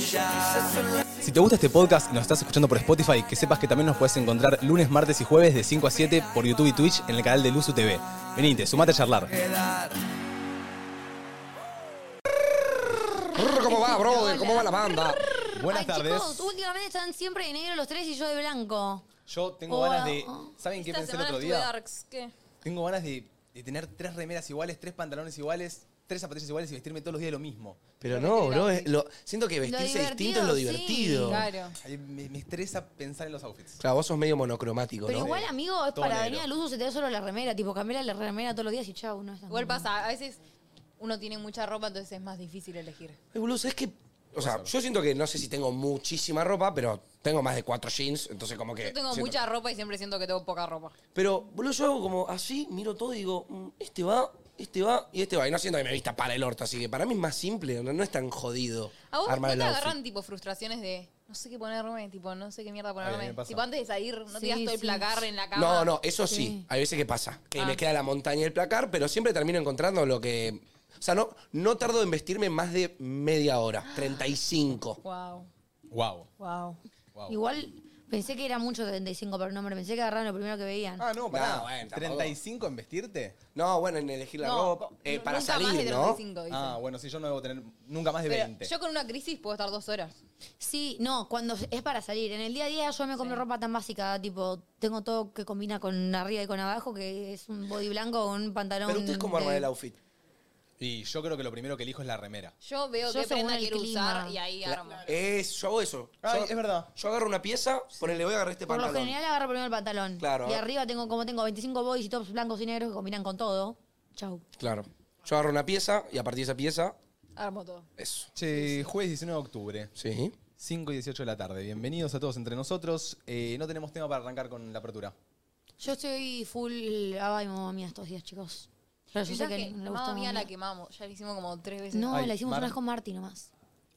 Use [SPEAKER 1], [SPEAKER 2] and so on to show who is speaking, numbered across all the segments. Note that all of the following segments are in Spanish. [SPEAKER 1] Si te gusta este podcast y nos estás escuchando por Spotify, que sepas que también nos puedes encontrar lunes, martes y jueves de 5 a 7 por YouTube y Twitch en el canal de Luzu TV. Venite, sumate a charlar.
[SPEAKER 2] ¿Cómo va, brother? ¿Cómo va la banda?
[SPEAKER 1] Buenas
[SPEAKER 3] Ay,
[SPEAKER 1] tardes.
[SPEAKER 3] Chicos, uh. últimamente están siempre de negro los tres y yo de blanco.
[SPEAKER 1] Yo tengo
[SPEAKER 3] Hola.
[SPEAKER 1] ganas de. ¿Saben qué
[SPEAKER 3] Esta
[SPEAKER 1] pensé el
[SPEAKER 3] semana
[SPEAKER 1] otro
[SPEAKER 3] estuve
[SPEAKER 1] día?
[SPEAKER 3] darks, ¿qué?
[SPEAKER 1] Tengo ganas de, de tener tres remeras iguales, tres pantalones iguales, tres zapatillas iguales y vestirme todos los días lo mismo.
[SPEAKER 2] Pero no, bro. es lo- siento que vestirse
[SPEAKER 3] divertido,
[SPEAKER 2] distinto es lo
[SPEAKER 3] sí,
[SPEAKER 2] divertido.
[SPEAKER 3] claro.
[SPEAKER 1] Ay, Me, me estresa pensar en los outfits.
[SPEAKER 2] Claro, vos sos medio monocromático,
[SPEAKER 3] Pero
[SPEAKER 2] ¿no?
[SPEAKER 3] igual, amigo, es
[SPEAKER 1] Todo
[SPEAKER 3] para
[SPEAKER 1] negro.
[SPEAKER 3] venir a Luzu, se te da solo la remera. Tipo, cambiar la remera todos los días y chau. No es tan
[SPEAKER 4] Igual
[SPEAKER 3] complicado.
[SPEAKER 4] pasa, a veces uno tiene mucha ropa, entonces es más difícil elegir.
[SPEAKER 2] Ay, boludo, ¿sabes qué? O sea, yo siento que no sé si tengo muchísima ropa, pero tengo más de cuatro jeans, entonces como que...
[SPEAKER 4] Yo tengo
[SPEAKER 2] siento-
[SPEAKER 4] mucha ropa y siempre siento que tengo poca ropa.
[SPEAKER 2] Pero, boludo, yo hago como así, miro todo y digo, mm, este va, este va y este va. Y no siento que me vista para el orto, así que para mí es más simple, no, no es tan jodido
[SPEAKER 4] ¿A vos
[SPEAKER 2] armar
[SPEAKER 4] no
[SPEAKER 2] el
[SPEAKER 4] te
[SPEAKER 2] outfit.
[SPEAKER 4] agarran tipo frustraciones de no sé qué ponerme, tipo no sé qué mierda
[SPEAKER 1] Ay, me
[SPEAKER 4] ponerme?
[SPEAKER 1] pasa.
[SPEAKER 4] Tipo antes de salir, no te
[SPEAKER 3] Sí,
[SPEAKER 4] das todo
[SPEAKER 3] sí.
[SPEAKER 4] el placar en la cama.
[SPEAKER 2] No, no, eso sí. Hay veces que pasa. Que
[SPEAKER 4] Ah.
[SPEAKER 2] me queda la montaña y el placar, pero siempre termino encontrando lo que. O sea, no, no tardo en vestirme más de media hora, 35.
[SPEAKER 4] Wow,
[SPEAKER 1] Wow.
[SPEAKER 4] wow.
[SPEAKER 1] wow.
[SPEAKER 3] Igual pensé que era mucho 35 para un hombre. Pensé que agarraban lo primero que veían.
[SPEAKER 1] Ah, no, pará.
[SPEAKER 2] No, bueno, tampoco.
[SPEAKER 1] ¿35 en vestirte?
[SPEAKER 2] No, bueno, en elegir la ropa. eh, para
[SPEAKER 4] nunca
[SPEAKER 2] salir,
[SPEAKER 4] más de
[SPEAKER 2] ¿no?
[SPEAKER 4] 35, dicen.
[SPEAKER 1] Ah, bueno, sí, yo no debo tener nunca más de
[SPEAKER 4] Pero
[SPEAKER 1] 20.
[SPEAKER 4] yo con una crisis puedo estar dos horas.
[SPEAKER 3] Sí, no, cuando es para salir. En el día a día yo me compro ropa tan básica, tipo, tengo todo que combina con arriba y con abajo, que es un body blanco o un pantalón.
[SPEAKER 2] Pero ustedes cómo arman
[SPEAKER 3] de-
[SPEAKER 2] el outfit.
[SPEAKER 1] Y yo creo que lo primero que elijo es la remera.
[SPEAKER 4] Yo veo
[SPEAKER 3] Yo
[SPEAKER 4] qué
[SPEAKER 3] según
[SPEAKER 4] prenda
[SPEAKER 3] el
[SPEAKER 4] quiero
[SPEAKER 3] clima.
[SPEAKER 4] usar y ahí armo.
[SPEAKER 2] Es, yo hago eso. Yo-
[SPEAKER 1] Ay, es verdad.
[SPEAKER 2] Yo agarro una pieza, ponele, voy a agarrar este
[SPEAKER 3] Por lo
[SPEAKER 2] pantalón.
[SPEAKER 3] general agarro primero el pantalón.
[SPEAKER 2] Claro.
[SPEAKER 3] Y arriba tengo, como tengo 25 bodies y tops blancos y negros que combinan con todo. Chau.
[SPEAKER 2] Claro. Yo agarro una pieza y a partir de esa pieza,
[SPEAKER 4] Armo todo.
[SPEAKER 2] eso.
[SPEAKER 1] Che, jueves 19 de octubre,
[SPEAKER 2] Sí.
[SPEAKER 1] 5 y 18 de la tarde. Bienvenidos a todos entre nosotros. Eh, no tenemos tema para arrancar con la apertura.
[SPEAKER 3] Yo estoy full Ava y mamá mía estos días, chicos. Pero yo sé
[SPEAKER 4] Pensá
[SPEAKER 3] que,
[SPEAKER 4] que
[SPEAKER 3] no le
[SPEAKER 4] mamá
[SPEAKER 3] gusta
[SPEAKER 4] mía
[SPEAKER 3] Mamma
[SPEAKER 4] la
[SPEAKER 3] Mía.
[SPEAKER 4] quemamos, ya la hicimos como tres veces.
[SPEAKER 3] No,
[SPEAKER 1] Ay,
[SPEAKER 3] la hicimos
[SPEAKER 1] Mar-
[SPEAKER 3] una vez con Marty nomás.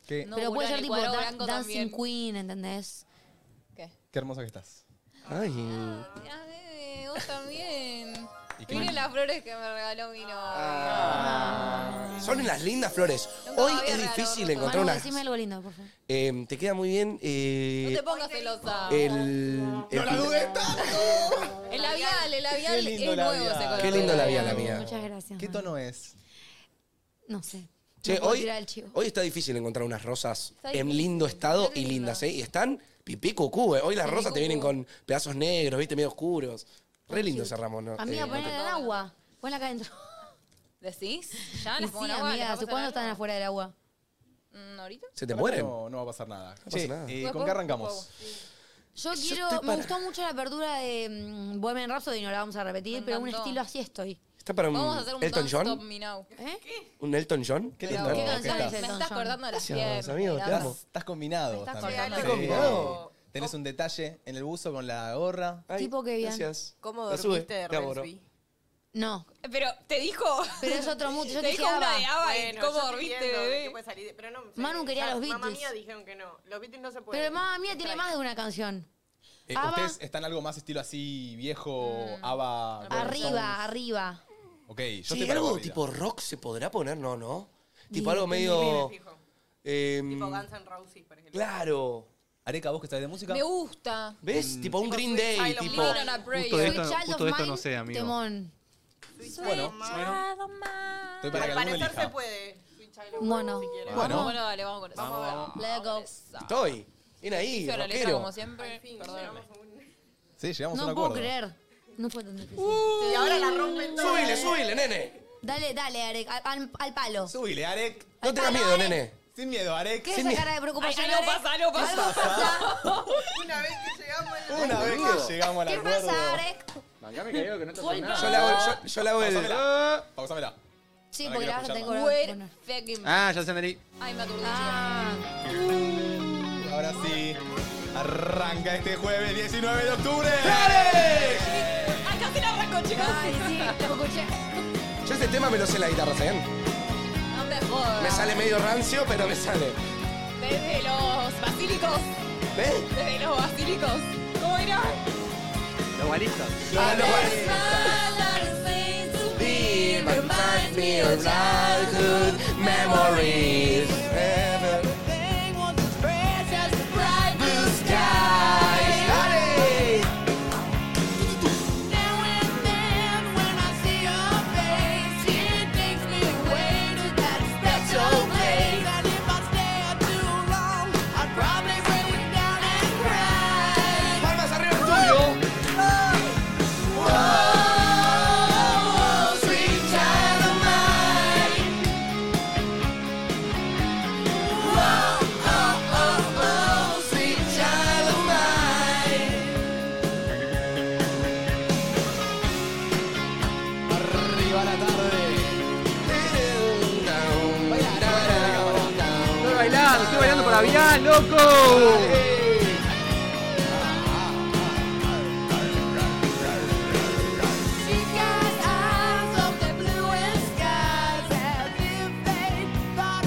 [SPEAKER 1] Qué,
[SPEAKER 4] No,
[SPEAKER 3] Pero puede
[SPEAKER 4] boludo,
[SPEAKER 3] ser
[SPEAKER 4] el
[SPEAKER 3] tipo
[SPEAKER 4] cuadro
[SPEAKER 3] dan-
[SPEAKER 4] blanco
[SPEAKER 3] Dancing
[SPEAKER 4] también.
[SPEAKER 3] Queen, ¿entendés?
[SPEAKER 4] ¿Qué?
[SPEAKER 1] qué hermosa que estás.
[SPEAKER 2] Ay.
[SPEAKER 4] Ah, bebé, vos también.
[SPEAKER 1] ¿Y qué
[SPEAKER 4] Miren
[SPEAKER 1] más?
[SPEAKER 4] las flores que me regaló mi novia.
[SPEAKER 2] Ah. Son las lindas flores.
[SPEAKER 4] Ah. Nunca
[SPEAKER 2] Hoy
[SPEAKER 4] me había
[SPEAKER 2] es
[SPEAKER 4] regalado
[SPEAKER 2] difícil
[SPEAKER 4] ropa.
[SPEAKER 2] encontrar
[SPEAKER 3] Manu,
[SPEAKER 2] una.
[SPEAKER 3] decime algo lindo, por favor.
[SPEAKER 2] Eh, te queda muy bien
[SPEAKER 4] No
[SPEAKER 2] eh,
[SPEAKER 4] te pongas celosa.
[SPEAKER 2] el, el-
[SPEAKER 4] El labial, el labial
[SPEAKER 1] Qué lindo
[SPEAKER 4] es nuevo
[SPEAKER 1] labial.
[SPEAKER 4] ese color.
[SPEAKER 2] Qué lindo labial la mía.
[SPEAKER 3] Muchas gracias.
[SPEAKER 1] ¿Qué
[SPEAKER 3] Manu.
[SPEAKER 1] tono es?
[SPEAKER 3] No sé.
[SPEAKER 2] Che,
[SPEAKER 3] No puedo
[SPEAKER 2] hoy,
[SPEAKER 3] tirar el chivo.
[SPEAKER 2] hoy está difícil encontrar unas rosas
[SPEAKER 4] Está
[SPEAKER 2] en
[SPEAKER 4] difícil.
[SPEAKER 2] lindo estado
[SPEAKER 4] Están
[SPEAKER 2] y lindas,
[SPEAKER 4] lindas.
[SPEAKER 2] ¿eh? Y están pipí cucú, eh. Hoy las
[SPEAKER 4] Pipí
[SPEAKER 2] rosas te
[SPEAKER 4] cucú.
[SPEAKER 2] vienen con pedazos negros, ¿viste? Medio oscuros. Re lindo ese ramo, ¿no?
[SPEAKER 3] Amiga,
[SPEAKER 2] Eh,
[SPEAKER 3] ponela en el agua. Ponla acá adentro.
[SPEAKER 4] ¿Decís? Ya
[SPEAKER 3] Y
[SPEAKER 4] las
[SPEAKER 3] sí,
[SPEAKER 4] pongo en agua,
[SPEAKER 3] amiga,
[SPEAKER 4] las
[SPEAKER 3] ¿hace
[SPEAKER 4] pongo en
[SPEAKER 3] cuándo
[SPEAKER 4] agua.
[SPEAKER 3] están afuera del agua?
[SPEAKER 4] Mm, ¿Ahorita?
[SPEAKER 2] ¿Se
[SPEAKER 1] Para
[SPEAKER 2] te
[SPEAKER 1] mí
[SPEAKER 2] mueren?
[SPEAKER 1] No, no va a pasar nada.
[SPEAKER 2] No
[SPEAKER 1] che,
[SPEAKER 2] pasa nada.
[SPEAKER 1] eh,
[SPEAKER 4] Después
[SPEAKER 1] ¿con qué
[SPEAKER 4] pongo
[SPEAKER 1] arrancamos?
[SPEAKER 3] Yo
[SPEAKER 2] Yo
[SPEAKER 3] quiero.
[SPEAKER 2] estoy
[SPEAKER 3] Me
[SPEAKER 2] para-
[SPEAKER 3] gustó mucho la apertura de mm, Bohemian Rhapsody, no la vamos a repetir,
[SPEAKER 4] Me
[SPEAKER 3] pero un
[SPEAKER 4] encantó.
[SPEAKER 3] estilo así estoy.
[SPEAKER 2] ¿Está para un,
[SPEAKER 4] Vamos a hacer un
[SPEAKER 2] Elton
[SPEAKER 4] don't Stop
[SPEAKER 2] John?
[SPEAKER 4] Me Now.
[SPEAKER 3] ¿Eh?
[SPEAKER 2] ¿Un Elton John?
[SPEAKER 1] Qué
[SPEAKER 4] Pero,
[SPEAKER 1] lindo.
[SPEAKER 4] ¿Qué
[SPEAKER 1] ¿qué
[SPEAKER 4] canción
[SPEAKER 1] estás?
[SPEAKER 4] es? Me
[SPEAKER 3] Elton
[SPEAKER 4] estás
[SPEAKER 3] John.
[SPEAKER 4] cortando las
[SPEAKER 2] Gracias,
[SPEAKER 4] piernas.
[SPEAKER 2] amigo, te
[SPEAKER 4] Las-
[SPEAKER 2] amo.
[SPEAKER 1] Estás combinado.
[SPEAKER 4] Estás
[SPEAKER 1] también.
[SPEAKER 4] combinado.
[SPEAKER 1] Te veo.
[SPEAKER 2] combinado.
[SPEAKER 3] Oh.
[SPEAKER 1] Tenés un detalle en el buzo con la gorra.
[SPEAKER 2] Ay,
[SPEAKER 3] Tipo que bien.
[SPEAKER 2] Gracias.
[SPEAKER 5] ¿Cómo
[SPEAKER 2] La sube.
[SPEAKER 5] dormiste de
[SPEAKER 2] Te amo, bro.
[SPEAKER 5] Relsby?
[SPEAKER 3] No.
[SPEAKER 4] Pero te dijo.
[SPEAKER 3] Pero es otro mood. Yo
[SPEAKER 4] Te
[SPEAKER 3] te dije
[SPEAKER 4] dijo una de
[SPEAKER 3] Ava.
[SPEAKER 4] Ava y
[SPEAKER 5] Bueno,
[SPEAKER 4] cómo
[SPEAKER 5] yo estoy
[SPEAKER 4] dormiste,
[SPEAKER 5] viendo de qué
[SPEAKER 4] bebé.
[SPEAKER 5] puede salir, pero no sé.
[SPEAKER 3] Manu quería
[SPEAKER 5] Ya,
[SPEAKER 3] los
[SPEAKER 5] Mamá
[SPEAKER 3] Beatles.
[SPEAKER 5] mía dijeron que no. Los Beatles no se pueden.
[SPEAKER 3] Pero mamá mía tiene más de una canción.
[SPEAKER 1] Eh,
[SPEAKER 3] Ava. Mm.
[SPEAKER 1] Ustedes están algo más estilo así viejo, aba. Rolling
[SPEAKER 3] Arriba, arriba.
[SPEAKER 1] Stones. Ok, yo
[SPEAKER 2] Che,
[SPEAKER 1] estoy para
[SPEAKER 2] algo
[SPEAKER 1] corrida.
[SPEAKER 2] tipo rock se podrá poner, no, no. Tipo
[SPEAKER 3] Ni-
[SPEAKER 2] algo medio.
[SPEAKER 5] Me fijo.
[SPEAKER 2] em,
[SPEAKER 5] Tipo Guns N' Roses, por ejemplo.
[SPEAKER 2] claro.
[SPEAKER 1] Areca, vos que sabés de música.
[SPEAKER 4] Me gusta.
[SPEAKER 2] ¿Ves?
[SPEAKER 6] Mm.
[SPEAKER 2] tipo un Green
[SPEAKER 5] Sweet
[SPEAKER 2] Day,
[SPEAKER 5] Child of
[SPEAKER 2] tipo.
[SPEAKER 5] Mine.
[SPEAKER 4] Living on a Prayer.
[SPEAKER 6] Justo de esto,
[SPEAKER 3] Soy Child
[SPEAKER 6] justo
[SPEAKER 3] of
[SPEAKER 6] de esto
[SPEAKER 3] Mine,
[SPEAKER 6] no sé, amigo.
[SPEAKER 3] Temón.
[SPEAKER 5] Sweet
[SPEAKER 1] Bueno,
[SPEAKER 5] Child of Mine.
[SPEAKER 1] Estoy para que
[SPEAKER 5] Al
[SPEAKER 1] alguno
[SPEAKER 5] parecer se
[SPEAKER 1] elija.
[SPEAKER 5] puede. Sweet Child of Mine,
[SPEAKER 3] Bueno.
[SPEAKER 5] si quieres.
[SPEAKER 1] Ah, ¿no?
[SPEAKER 4] Bueno, dale, vamos con eso. Vamos a ver.
[SPEAKER 3] Let's go.
[SPEAKER 2] Estoy. Ven ahí,
[SPEAKER 4] Pero la letra,
[SPEAKER 2] rockero.
[SPEAKER 4] como siempre.
[SPEAKER 5] Sí,
[SPEAKER 4] Perdóname.
[SPEAKER 5] llegamos a un-
[SPEAKER 1] Sí, llegamos a un
[SPEAKER 3] No
[SPEAKER 1] acuerdo.
[SPEAKER 3] puedo creer. No fue tan difícil.
[SPEAKER 4] Uh.
[SPEAKER 5] Y ahora la rompen todas.
[SPEAKER 2] Subile, subile, nene.
[SPEAKER 3] Dale, dale, Arek, al, al- al palo.
[SPEAKER 1] Subile, Arek.
[SPEAKER 2] No tengas miedo, nene.
[SPEAKER 1] Sin miedo, Arek.
[SPEAKER 3] ¿Qué es
[SPEAKER 2] Sin
[SPEAKER 3] esa
[SPEAKER 2] mi-
[SPEAKER 3] cara de
[SPEAKER 4] Ay,
[SPEAKER 3] preocupación?
[SPEAKER 4] algo
[SPEAKER 3] Arek?
[SPEAKER 4] pasa, algo pasa.
[SPEAKER 5] Una vez que llegamos al
[SPEAKER 1] Una vez que llegamos al
[SPEAKER 3] ¿Qué
[SPEAKER 1] acuerdo.
[SPEAKER 3] pasa, Arek?
[SPEAKER 2] Yo le hago, yo, yo le hago el.
[SPEAKER 1] Pausámela. Pausámela.
[SPEAKER 3] Sí,
[SPEAKER 1] Ahora
[SPEAKER 3] porque la
[SPEAKER 1] quiero
[SPEAKER 3] vas a tener
[SPEAKER 1] escucharla.
[SPEAKER 3] que
[SPEAKER 4] We're
[SPEAKER 3] poner.
[SPEAKER 4] fucking.
[SPEAKER 6] Ah, ya se me di.
[SPEAKER 4] Ay, me aturdí.
[SPEAKER 5] Ah.
[SPEAKER 1] Ahora sí. Arranca este jueves 19 de octubre.
[SPEAKER 4] Acá se la arranco, chicos.
[SPEAKER 3] Ay, sí, lo escuché.
[SPEAKER 2] Yo este tema me lo sé en la guitarra, ¿saben?
[SPEAKER 4] No me jodas.
[SPEAKER 2] Me sale medio rancio, pero me sale.
[SPEAKER 4] Desde los basílicos.
[SPEAKER 2] ¿Ves?
[SPEAKER 4] Desde los basílicos. ¿Cómo era?
[SPEAKER 6] Los guaristas.
[SPEAKER 2] Ah, no, bueno. Be my mind, me of childhood memories. Ever-
[SPEAKER 6] Vial, estoy bailando para Vial, loco.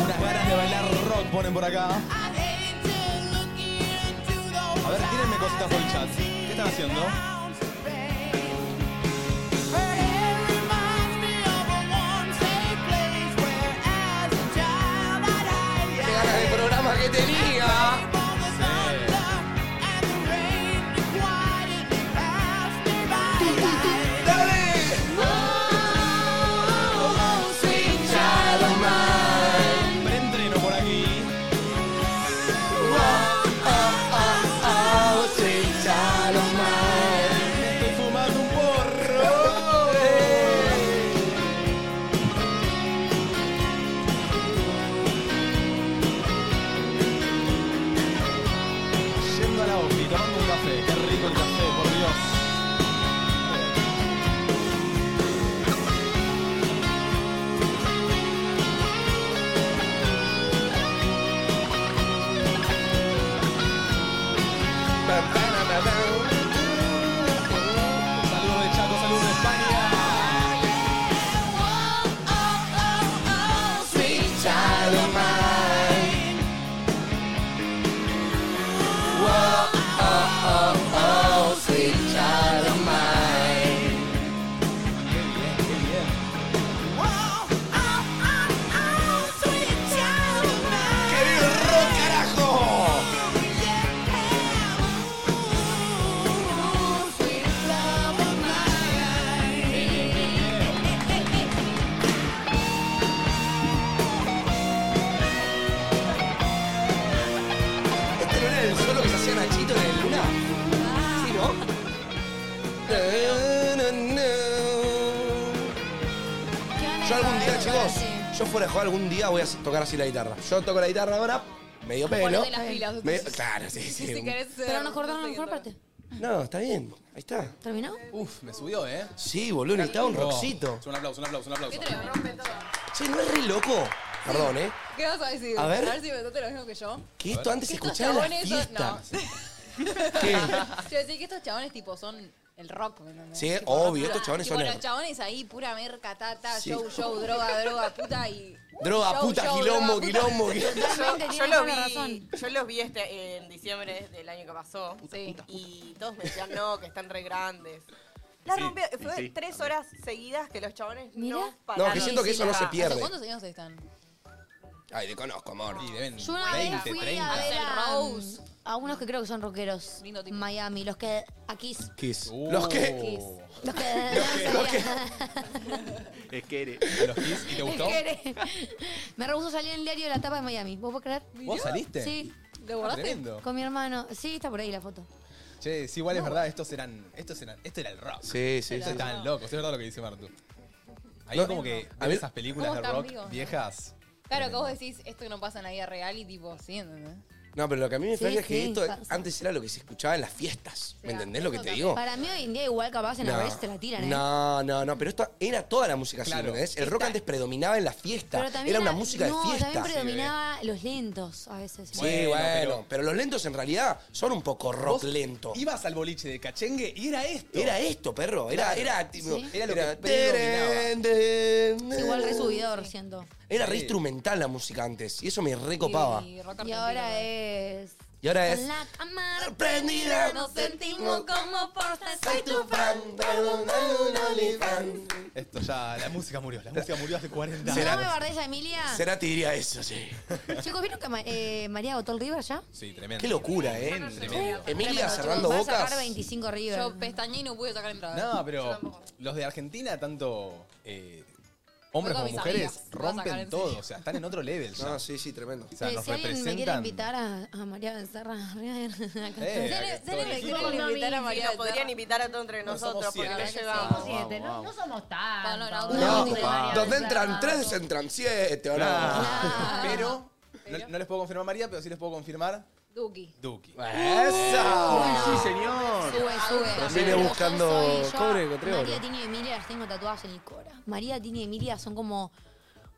[SPEAKER 1] Unas ganas de bailar rock ponen por acá. A ver, tírenme cositas por el chat. ¿Qué están haciendo?
[SPEAKER 2] Qué ganas de programa que tenía.
[SPEAKER 1] Preentreno por aquí. Estoy fumando un porro. Yendo a la ofi, tomando un café. Qué rico el café, por Dios. Saludos de Chaco, saludos de España.
[SPEAKER 2] ¿Este no era el solo que se hacía Nachito en el Luna? Sí, ¿no? Na, na, na. Yo algún día, chicos, yo fuera de juego algún día voy a tocar así la guitarra. Yo toco la guitarra ahora, medio pelo.
[SPEAKER 4] Ponete las pilas.
[SPEAKER 2] medio- claro, sí, sí.
[SPEAKER 4] Si querés ser-
[SPEAKER 3] Pero nos cortaron la mejor parte.
[SPEAKER 2] No, está bien. Ahí está.
[SPEAKER 3] ¿Terminó?
[SPEAKER 1] Uf, me subió, ¿eh?
[SPEAKER 2] Sí, boludo, necesitaba un
[SPEAKER 1] Oh.
[SPEAKER 2] rockcito.
[SPEAKER 1] Un aplauso, un aplauso, un aplauso.
[SPEAKER 2] Che, ¿no es re loco? Perdón, ¿eh?
[SPEAKER 4] ¿Qué vas a decir?
[SPEAKER 2] A ver.
[SPEAKER 4] A ver si pensaste lo mismo que yo.
[SPEAKER 2] Que esto antes se
[SPEAKER 4] Que estos
[SPEAKER 2] escuchaba en las
[SPEAKER 4] chabones son.
[SPEAKER 2] fiestas.
[SPEAKER 4] No. Yo decía que estos chabones, tipo, son el rock. ¿me entendés?
[SPEAKER 2] Sí,
[SPEAKER 4] Tipo,
[SPEAKER 2] obvio,
[SPEAKER 4] puta.
[SPEAKER 2] estos chabones
[SPEAKER 4] Tipo,
[SPEAKER 2] son el-
[SPEAKER 4] Los chabones ahí, pura merca, tata,
[SPEAKER 2] Sí.
[SPEAKER 4] show, show, droga, droga, puta y.
[SPEAKER 2] Droga,
[SPEAKER 4] show,
[SPEAKER 2] puta,
[SPEAKER 4] show,
[SPEAKER 2] quilombo,
[SPEAKER 4] droga, puta.
[SPEAKER 2] quilombo, quilombo.
[SPEAKER 3] Totalmente,
[SPEAKER 5] Yo, yo
[SPEAKER 3] tiene
[SPEAKER 5] lo
[SPEAKER 3] toda
[SPEAKER 5] vi,
[SPEAKER 3] la razón.
[SPEAKER 5] yo los vi este, en diciembre del año que pasó
[SPEAKER 4] Sí.
[SPEAKER 5] y todos me decían no, que están re grandes. La
[SPEAKER 6] Sí,
[SPEAKER 5] rompió,
[SPEAKER 6] sí,
[SPEAKER 5] fue
[SPEAKER 6] sí,
[SPEAKER 5] tres horas seguidas que los chabones
[SPEAKER 3] Mira.
[SPEAKER 5] no pararon.
[SPEAKER 2] No, que siento que eso no se pierde.
[SPEAKER 4] ¿Cuántos años están?
[SPEAKER 2] Ay, te conozco, amor.
[SPEAKER 1] Y deben
[SPEAKER 3] Yo una vez
[SPEAKER 1] 20,
[SPEAKER 3] fui
[SPEAKER 1] 30.
[SPEAKER 3] a ver a,
[SPEAKER 4] Axl Rose.
[SPEAKER 3] a unos que creo que son rockeros.
[SPEAKER 4] Lindo tipo.
[SPEAKER 3] Miami, los que aquí.
[SPEAKER 2] Kiss.
[SPEAKER 1] Uh.
[SPEAKER 2] ¿Los qué?
[SPEAKER 3] Los que.
[SPEAKER 2] los que-
[SPEAKER 6] Es que eres.
[SPEAKER 1] ¿A los Kiss? ¿Y te gustó?
[SPEAKER 3] Me rehusó salir en el diario de la tapa de Miami. ¿Vos podés creer?
[SPEAKER 1] ¿Vos saliste?
[SPEAKER 3] Sí,
[SPEAKER 4] ¿Lo
[SPEAKER 2] Ah,
[SPEAKER 4] guardaste?
[SPEAKER 1] Tremendo.
[SPEAKER 3] con mi hermano. Sí, está por ahí la foto.
[SPEAKER 1] Che, sí, igual es verdad, estos eran, estos eran, esto era el rock.
[SPEAKER 2] Sí, sí,
[SPEAKER 1] Estos
[SPEAKER 2] sí.
[SPEAKER 1] estaban locos, es verdad lo que dice Martu. Ahí
[SPEAKER 2] No,
[SPEAKER 1] como que ves
[SPEAKER 2] a mí-
[SPEAKER 1] esas películas
[SPEAKER 4] ¿Cómo
[SPEAKER 1] de
[SPEAKER 4] están
[SPEAKER 1] rock
[SPEAKER 4] vivos?
[SPEAKER 1] viejas.
[SPEAKER 4] Claro, que vos decís, esto no pasa en la vida real y tipo, sí, ¿entendés?
[SPEAKER 2] No, pero lo que a mí me
[SPEAKER 3] Sí,
[SPEAKER 2] falla es que
[SPEAKER 3] sí,
[SPEAKER 2] esto
[SPEAKER 3] pasa.
[SPEAKER 2] antes era lo que se escuchaba en las fiestas. ¿Me
[SPEAKER 4] sea,
[SPEAKER 2] entendés lo que
[SPEAKER 4] eso
[SPEAKER 2] te
[SPEAKER 4] también.
[SPEAKER 2] digo?
[SPEAKER 3] Para mí hoy en día igual capaz en la
[SPEAKER 2] No.
[SPEAKER 3] vez te la tiran, ¿eh?
[SPEAKER 2] No, no, no, pero esto era toda la música así,
[SPEAKER 1] Claro.
[SPEAKER 2] ¿me entendés? El rock antes predominaba en la fiesta.
[SPEAKER 3] Pero también
[SPEAKER 2] Era una
[SPEAKER 3] la-
[SPEAKER 2] música de
[SPEAKER 3] no,
[SPEAKER 2] fiesta.
[SPEAKER 3] también predominaba los lentos a veces.
[SPEAKER 2] Sí,
[SPEAKER 1] Bueno,
[SPEAKER 2] bueno,
[SPEAKER 1] pero-
[SPEAKER 2] pero... los lentos en realidad son un poco rock
[SPEAKER 1] Vos
[SPEAKER 2] lento.
[SPEAKER 1] Ibas al boliche de cachengue y era esto.
[SPEAKER 2] Era esto, perro. Era, era, tipo,
[SPEAKER 3] Sí.
[SPEAKER 1] Era lo que
[SPEAKER 2] era,
[SPEAKER 3] Es igual resubidor, siento.
[SPEAKER 2] Era
[SPEAKER 1] Sí.
[SPEAKER 2] re instrumental la música antes. Y eso me recopaba.
[SPEAKER 4] Y, rock
[SPEAKER 3] Y
[SPEAKER 4] argentino,
[SPEAKER 3] ahora
[SPEAKER 4] ¿no?
[SPEAKER 3] es...
[SPEAKER 2] Y ahora es.
[SPEAKER 3] En la cama
[SPEAKER 2] Prendida.
[SPEAKER 3] nos sentimos como por
[SPEAKER 2] Soy tu fan, un olifán.
[SPEAKER 1] Esto ya, la música murió, la música murió hace 40 años.
[SPEAKER 3] ¿No me guardés a Emilia?
[SPEAKER 2] Será te diría eso, sí.
[SPEAKER 3] Chicos, ¿vieron que Ma- eh, María agotó el River ya?
[SPEAKER 1] Sí, tremendo.
[SPEAKER 2] Qué locura, ¿eh?
[SPEAKER 1] Tremendo.
[SPEAKER 2] Emilia
[SPEAKER 3] Tremendo,
[SPEAKER 2] cerrando
[SPEAKER 3] chicos, Va a
[SPEAKER 2] bocas.
[SPEAKER 3] sacar 25 River.
[SPEAKER 4] Yo pestañé y no pude sacar entrada.
[SPEAKER 1] No, pero los de Argentina, tanto eh, hombres
[SPEAKER 4] Voy con
[SPEAKER 1] como
[SPEAKER 4] mis
[SPEAKER 1] mujeres,
[SPEAKER 4] amigas, me vas a sacar
[SPEAKER 1] rompen
[SPEAKER 4] en
[SPEAKER 1] todo.
[SPEAKER 4] serio.
[SPEAKER 1] O sea, están en otro level ya.
[SPEAKER 2] No, sí, sí, tremendo.
[SPEAKER 1] O sea,
[SPEAKER 3] Eh,
[SPEAKER 1] nos
[SPEAKER 3] si alguien me quiere
[SPEAKER 1] representan.
[SPEAKER 3] invitar a, a María Becerra, a River, acá estoy.
[SPEAKER 1] Eh, que
[SPEAKER 4] Cele- Cele
[SPEAKER 1] todo
[SPEAKER 4] me
[SPEAKER 1] el
[SPEAKER 4] quiere
[SPEAKER 1] equipo-
[SPEAKER 5] No,
[SPEAKER 4] invitar a
[SPEAKER 5] sí,
[SPEAKER 4] María
[SPEAKER 5] nos
[SPEAKER 4] del
[SPEAKER 5] podrían
[SPEAKER 4] Cerro.
[SPEAKER 5] invitar a todos entre
[SPEAKER 1] No, somos
[SPEAKER 5] nosotros porque
[SPEAKER 1] siete.
[SPEAKER 5] no
[SPEAKER 4] Sí.
[SPEAKER 5] llevamos.
[SPEAKER 7] Siete, no, no somos tan.
[SPEAKER 4] No, no, no,
[SPEAKER 2] No,
[SPEAKER 4] no,
[SPEAKER 2] pa.
[SPEAKER 4] no.
[SPEAKER 2] donde entran tres, entran siete, ¿o no?
[SPEAKER 1] Pero,
[SPEAKER 3] Ah,
[SPEAKER 1] no, no les puedo confirmar María, pero sí les puedo confirmar
[SPEAKER 4] Duki.
[SPEAKER 1] Duki.
[SPEAKER 2] ¡Esa!
[SPEAKER 6] Sí, señor.
[SPEAKER 3] Sube, sube.
[SPEAKER 2] Viene
[SPEAKER 3] Yo
[SPEAKER 2] buscando
[SPEAKER 3] soy- yo
[SPEAKER 2] cobre con tres
[SPEAKER 3] María
[SPEAKER 2] oro.
[SPEAKER 3] Tini y Emilia las tengo tatuadas en el cora. María Tini y Emilia son como.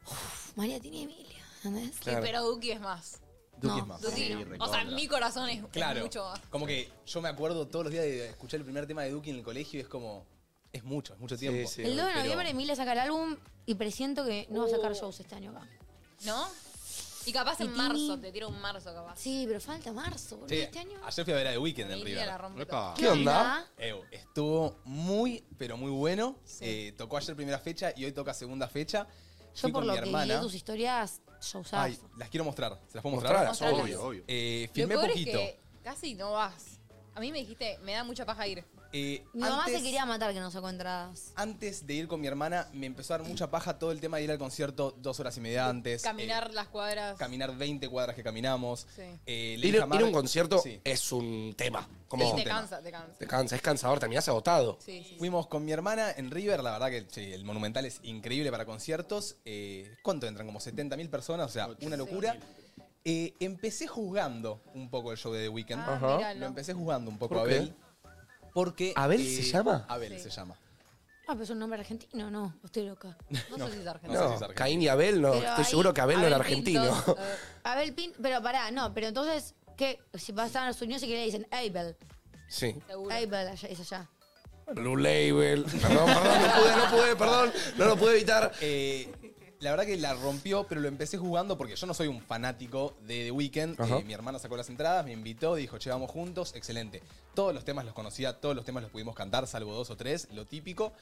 [SPEAKER 3] uf, María Tini y Emilia. ¿Entendés?
[SPEAKER 4] Sí, pero Duki es más.
[SPEAKER 1] Duki
[SPEAKER 3] No,
[SPEAKER 1] es más.
[SPEAKER 4] Duki no. O sea,
[SPEAKER 6] recontra.
[SPEAKER 4] mi corazón es, es
[SPEAKER 1] Claro.
[SPEAKER 4] mucho más.
[SPEAKER 1] Como que yo me acuerdo todos los días de escuchar el primer tema de Duki en el colegio y es como. Es mucho, es mucho tiempo.
[SPEAKER 2] sí.
[SPEAKER 3] El 2 de
[SPEAKER 1] pero-
[SPEAKER 3] noviembre Emilia saca el álbum y presiento que no va a sacar shows este año acá.
[SPEAKER 4] ¿No? Y capaz en
[SPEAKER 3] Y-
[SPEAKER 4] marzo, te tiro un marzo capaz.
[SPEAKER 3] Sí, pero falta marzo, boludo.
[SPEAKER 1] Sí,
[SPEAKER 3] Este año.
[SPEAKER 1] Ayer fui a ver a The Weeknd en
[SPEAKER 4] Emilia la
[SPEAKER 1] River.
[SPEAKER 4] rompe.
[SPEAKER 6] Epa.
[SPEAKER 2] ¿Qué onda?
[SPEAKER 1] Ew, estuvo muy, pero muy bueno. Eh, tocó ayer primera fecha y hoy toca segunda fecha.
[SPEAKER 3] Yo
[SPEAKER 1] Fui
[SPEAKER 3] por
[SPEAKER 1] con
[SPEAKER 3] lo
[SPEAKER 1] mi
[SPEAKER 3] que vi de
[SPEAKER 1] hermana.
[SPEAKER 3] tus historias, shows
[SPEAKER 1] Ay, las quiero mostrar. ¿Se las puedo mostrar?
[SPEAKER 2] Mostralas,
[SPEAKER 4] Mostralas.
[SPEAKER 2] obvio, obvio.
[SPEAKER 1] Eh,
[SPEAKER 4] Lo
[SPEAKER 1] filmé
[SPEAKER 4] peor
[SPEAKER 1] poquito.
[SPEAKER 4] es que casi no vas. A mí me dijiste, me da mucha paja ir.
[SPEAKER 1] Eh,
[SPEAKER 3] Mi mamá
[SPEAKER 1] antes-
[SPEAKER 3] se quería matar que no sacó entradas.
[SPEAKER 1] Antes de ir con mi hermana, me empezó a dar mucha paja todo el tema de ir al concierto dos horas y media antes.
[SPEAKER 4] Caminar
[SPEAKER 1] eh,
[SPEAKER 4] las cuadras.
[SPEAKER 1] caminar 20 cuadras que caminamos.
[SPEAKER 4] Sí.
[SPEAKER 1] Eh, le
[SPEAKER 2] Ir,
[SPEAKER 1] dije
[SPEAKER 2] ir
[SPEAKER 1] Mar-
[SPEAKER 2] a un concierto
[SPEAKER 1] Sí.
[SPEAKER 2] es un tema.
[SPEAKER 4] Sí,
[SPEAKER 2] Como
[SPEAKER 4] te
[SPEAKER 1] tema.
[SPEAKER 4] cansa, te cansa.
[SPEAKER 2] te cansa, es cansador, terminás agotado.
[SPEAKER 4] Sí, sí, sí.
[SPEAKER 1] Fuimos con mi hermana en River, la verdad que sí, el Monumental es increíble para conciertos. Eh, ¿Cuánto entran? Como 70.000 personas, o sea, una locura. Eh, empecé juzgando un poco el show de The Weeknd.
[SPEAKER 4] Ah,
[SPEAKER 2] Ajá.
[SPEAKER 4] míralo.
[SPEAKER 1] Lo empecé juzgando un poco
[SPEAKER 2] ¿Por
[SPEAKER 1] a
[SPEAKER 2] qué?
[SPEAKER 1] Abel. Porque. eh,
[SPEAKER 2] ¿Abel se llama?
[SPEAKER 1] Abel
[SPEAKER 4] Sí.
[SPEAKER 1] se llama.
[SPEAKER 3] Ah, pero es un nombre argentino, no. Estoy loca.
[SPEAKER 4] No, sé si es
[SPEAKER 1] No
[SPEAKER 4] argentino.
[SPEAKER 1] sé si es
[SPEAKER 2] No,
[SPEAKER 1] argentino.
[SPEAKER 2] Caín y Abel no.
[SPEAKER 3] Pero
[SPEAKER 2] Estoy
[SPEAKER 3] ahí-
[SPEAKER 2] seguro que Abel no era argentino.
[SPEAKER 4] Pintos, eh,
[SPEAKER 3] Abel Pin, pero pará, no, pero entonces, ¿qué? Si vas a Estados Unidos y que le dicen Abel.
[SPEAKER 2] Sí.
[SPEAKER 4] seguro.
[SPEAKER 3] Abel allá- es allá.
[SPEAKER 2] Blue Label. Perdón, perdón, no pude, no pude, perdón. No lo pude evitar.
[SPEAKER 1] Eh, la verdad que la rompió, pero lo empecé jugando porque yo no soy un fanático de The Weeknd.
[SPEAKER 2] Ajá.
[SPEAKER 1] Eh, mi hermana sacó las entradas, me invitó, dijo, che, vamos juntos, excelente. Todos los temas los conocía, todos los temas los pudimos cantar, salvo dos o tres, lo típico.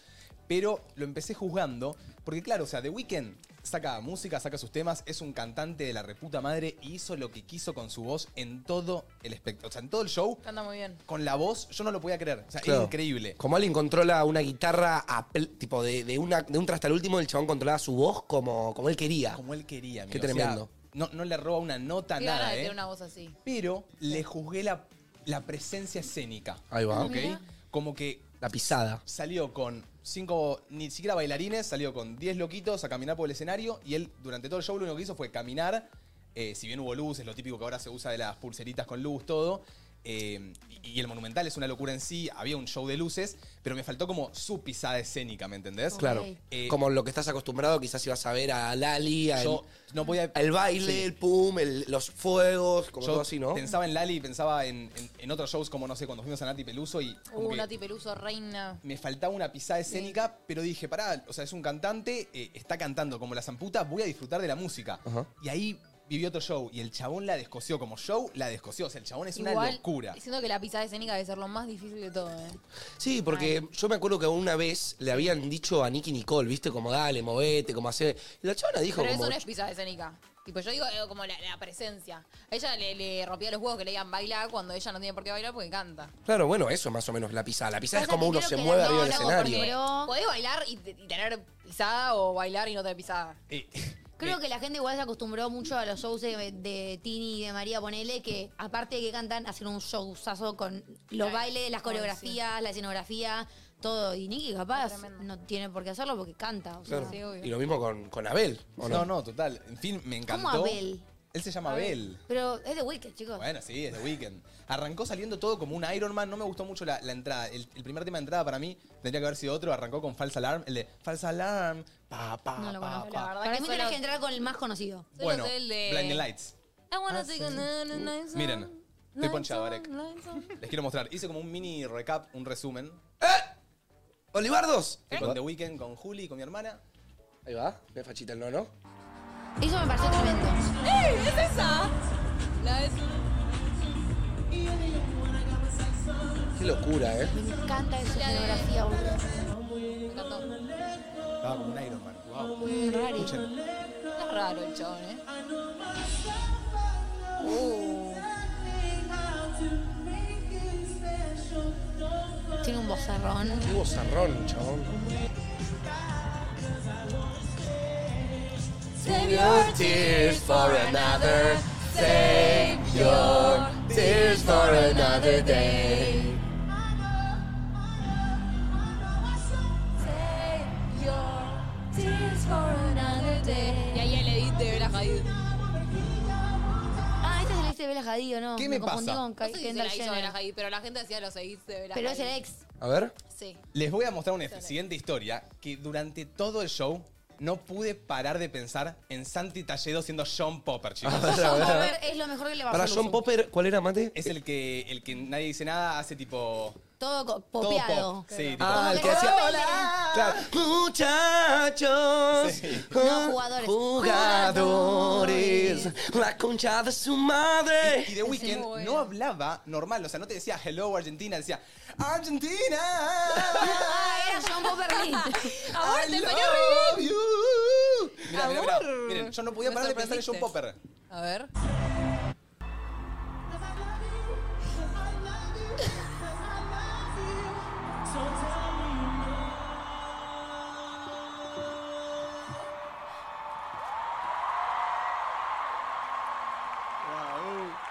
[SPEAKER 1] Pero lo empecé juzgando porque, claro, o sea, The Weeknd saca música, saca sus temas, es un cantante de la reputa madre y hizo lo que quiso con su voz en todo el espectro, o sea, en todo el show.
[SPEAKER 4] Anda muy bien.
[SPEAKER 1] Con la voz, yo no lo podía creer. O sea,
[SPEAKER 2] Claro.
[SPEAKER 1] es increíble.
[SPEAKER 2] Como alguien controla una guitarra a pl- tipo de, de una, de un traste al último, el chabón controlaba su voz como, como él quería.
[SPEAKER 1] Como él quería, amigo.
[SPEAKER 2] Qué
[SPEAKER 1] O sea,
[SPEAKER 2] tremendo.
[SPEAKER 1] no, no le roba una nota,
[SPEAKER 4] Qué ganas
[SPEAKER 1] nada,
[SPEAKER 4] de
[SPEAKER 1] ¿eh?
[SPEAKER 4] tener una voz así.
[SPEAKER 1] pero le juzgué la, la presencia escénica.
[SPEAKER 2] Ahí va.
[SPEAKER 1] ¿Ok? Como que
[SPEAKER 2] La pisada.
[SPEAKER 1] salió con cinco, ni siquiera bailarines, salió con diez loquitos a caminar por el escenario y él durante todo el show lo único que hizo fue caminar. eh, si bien hubo luces, lo típico que ahora se usa de las pulseritas con luz, todo. eh, y, y el Monumental es una locura en sí, había un show de luces, pero me faltó como su pisada escénica, ¿me entendés?
[SPEAKER 2] Claro.
[SPEAKER 1] Eh,
[SPEAKER 2] como lo que estás acostumbrado, quizás ibas a ver a Lali, al,
[SPEAKER 1] Yo no podía.
[SPEAKER 2] al baile,
[SPEAKER 1] Sí.
[SPEAKER 2] el pum, el- los fuegos, como
[SPEAKER 1] Yo
[SPEAKER 2] todo así, ¿no?
[SPEAKER 1] pensaba en Lali, pensaba en, en- en otros shows como, no sé, cuando fuimos a Nati Peluso y como
[SPEAKER 4] Uh,
[SPEAKER 1] que
[SPEAKER 4] Nati Peluso, reina.
[SPEAKER 1] me faltaba una pisada escénica, pero dije, pará, o sea, es un cantante, eh, está cantando como la zamputa, voy a disfrutar de la música.
[SPEAKER 2] Ajá.
[SPEAKER 1] Y ahí vivió otro show y el chabón la descoció como show, la descoció. O sea, el chabón es una
[SPEAKER 4] Igual,
[SPEAKER 1] locura.
[SPEAKER 4] Siento que la pisada escénica debe ser lo más difícil de todo, ¿eh?
[SPEAKER 2] Sí, porque yo me acuerdo que una vez le habían dicho a Nicky Nicole, ¿viste? Como dale, movete, como hace. Y la chavana dijo
[SPEAKER 4] Pero
[SPEAKER 2] como.
[SPEAKER 4] eso no es pisada escénica. Tipo, yo digo eh, como la, la presencia. A ella le, le rompía los huevos que le digan baila cuando ella no tiene por qué bailar porque canta.
[SPEAKER 2] Claro, bueno, eso es más o menos la pisada. La pisada es
[SPEAKER 3] Pasa
[SPEAKER 2] como
[SPEAKER 3] que
[SPEAKER 2] uno
[SPEAKER 3] creo
[SPEAKER 2] se
[SPEAKER 3] que
[SPEAKER 2] mueve
[SPEAKER 3] la-
[SPEAKER 2] arriba
[SPEAKER 3] no,
[SPEAKER 2] del
[SPEAKER 3] la
[SPEAKER 2] escenario.
[SPEAKER 3] porque- Pero-
[SPEAKER 4] Podés bailar y, te- y tener pisada Ah, o bailar y no tener pisada.
[SPEAKER 1] Eh,
[SPEAKER 3] Creo
[SPEAKER 1] eh,
[SPEAKER 3] que la gente igual se acostumbró mucho a los shows de, de Tini y de María Ponele, que aparte de que cantan, hacen un showzazo con los
[SPEAKER 4] Ay,
[SPEAKER 3] bailes, las
[SPEAKER 4] ay,
[SPEAKER 3] coreografías, la escenografía, todo. Y Nicky capaz
[SPEAKER 4] Tremendo.
[SPEAKER 3] no tiene por qué hacerlo porque canta. O sea,
[SPEAKER 2] Claro.
[SPEAKER 4] Sí, obvio.
[SPEAKER 2] y lo mismo con, con Abel, ¿o no?
[SPEAKER 1] No, no, total. En fin, me encantó.
[SPEAKER 3] Abel?
[SPEAKER 1] Él se llama Abel.
[SPEAKER 3] Pero es de Wicked, chicos.
[SPEAKER 1] Bueno, sí, es The Weeknd. Arrancó saliendo todo como un Iron Man. No me gustó mucho la, la entrada. El, el primer tema de entrada para mí tendría que haber sido otro. Arrancó con False Alarm. El de False Alarm. Pa, pa,
[SPEAKER 3] no lo
[SPEAKER 1] pa,
[SPEAKER 3] conozco.
[SPEAKER 1] Ah, pa.
[SPEAKER 4] La verdad
[SPEAKER 3] Para
[SPEAKER 4] que
[SPEAKER 3] mí
[SPEAKER 4] solo-
[SPEAKER 3] tenés que entrar con el más conocido. Ah,
[SPEAKER 4] Solo
[SPEAKER 1] Bueno,
[SPEAKER 4] sé el de-
[SPEAKER 1] Blinding Lights.
[SPEAKER 4] I wanna take a na- na- na- na-
[SPEAKER 1] Miren,
[SPEAKER 4] na-
[SPEAKER 1] estoy
[SPEAKER 4] na-
[SPEAKER 1] ponchado,
[SPEAKER 4] na-
[SPEAKER 1] Arek.
[SPEAKER 4] na- na-
[SPEAKER 1] Les quiero mostrar. Hice como un mini recap, un resumen.
[SPEAKER 2] ¡Olivardos!
[SPEAKER 1] Estoy con The Weeknd, con Juli, con mi hermana.
[SPEAKER 2] Ahí va, me fachita el nono.
[SPEAKER 3] Eso me pareció tremendo.
[SPEAKER 4] ¡Ey! ¡Es esa! La de
[SPEAKER 2] Qué locura, ¿eh?
[SPEAKER 3] Me encanta esa escenografía, boludo.
[SPEAKER 4] Me encantó.
[SPEAKER 2] Ah,
[SPEAKER 1] Estaba como un Iron Man. Wow. Escuchen.
[SPEAKER 4] Es raro el chabón, ¿eh?
[SPEAKER 1] Ah,
[SPEAKER 4] Oh.
[SPEAKER 3] Tiene un bozarrón.
[SPEAKER 2] Qué bozarrón, chabón.
[SPEAKER 4] Save your tears for another. Save your tears for another day. Save your tears for another day. Y ahí el edit de Bella Hadid.
[SPEAKER 3] Ah, este es el ex de Bella Hadid, ¿o no?
[SPEAKER 1] ¿Qué me
[SPEAKER 3] confundí
[SPEAKER 1] pasa?
[SPEAKER 3] con
[SPEAKER 4] No sé si se
[SPEAKER 3] Kendall
[SPEAKER 4] la hizo
[SPEAKER 3] Jenner.
[SPEAKER 4] Bella Hadid, pero la gente decía los edits de Bella
[SPEAKER 3] Pero es el
[SPEAKER 4] Hadid.
[SPEAKER 3] ex.
[SPEAKER 2] A ver.
[SPEAKER 4] Sí.
[SPEAKER 1] Les voy a mostrar una siguiente historia que durante todo el show no pude parar de pensar en Santi Talledo siendo John Popper, chicos.
[SPEAKER 3] John Popper es lo mejor que le va a
[SPEAKER 2] Para
[SPEAKER 3] hacer
[SPEAKER 2] John
[SPEAKER 3] Luzu.
[SPEAKER 2] Popper, ¿cuál era, Mate?
[SPEAKER 1] Es el que, el que nadie dice nada, hace tipo.
[SPEAKER 3] Todo co-
[SPEAKER 1] todo
[SPEAKER 3] popeado.
[SPEAKER 1] pop. Sí, tipo.
[SPEAKER 2] Ah, el que
[SPEAKER 3] Como que
[SPEAKER 2] hacía.
[SPEAKER 3] no
[SPEAKER 2] ¡Hola! Claro. Muchachos.
[SPEAKER 1] Sí.
[SPEAKER 3] No, jugadores.
[SPEAKER 2] Jugadores. La concha de su madre.
[SPEAKER 1] Y The Weeknd
[SPEAKER 4] muy bueno.
[SPEAKER 1] no hablaba normal, o sea, no te decía hello Argentina, decía Argentina.
[SPEAKER 3] Ah, era John Popper Lee.
[SPEAKER 4] Amor,
[SPEAKER 1] I
[SPEAKER 4] te
[SPEAKER 1] love
[SPEAKER 4] salió re
[SPEAKER 1] you. Mirá, mirá, mirá.
[SPEAKER 4] Amor.
[SPEAKER 1] Miren, yo no podía
[SPEAKER 4] Me
[SPEAKER 1] parar de pensar en John
[SPEAKER 4] sorprendiste.
[SPEAKER 1] Popper.
[SPEAKER 4] A ver.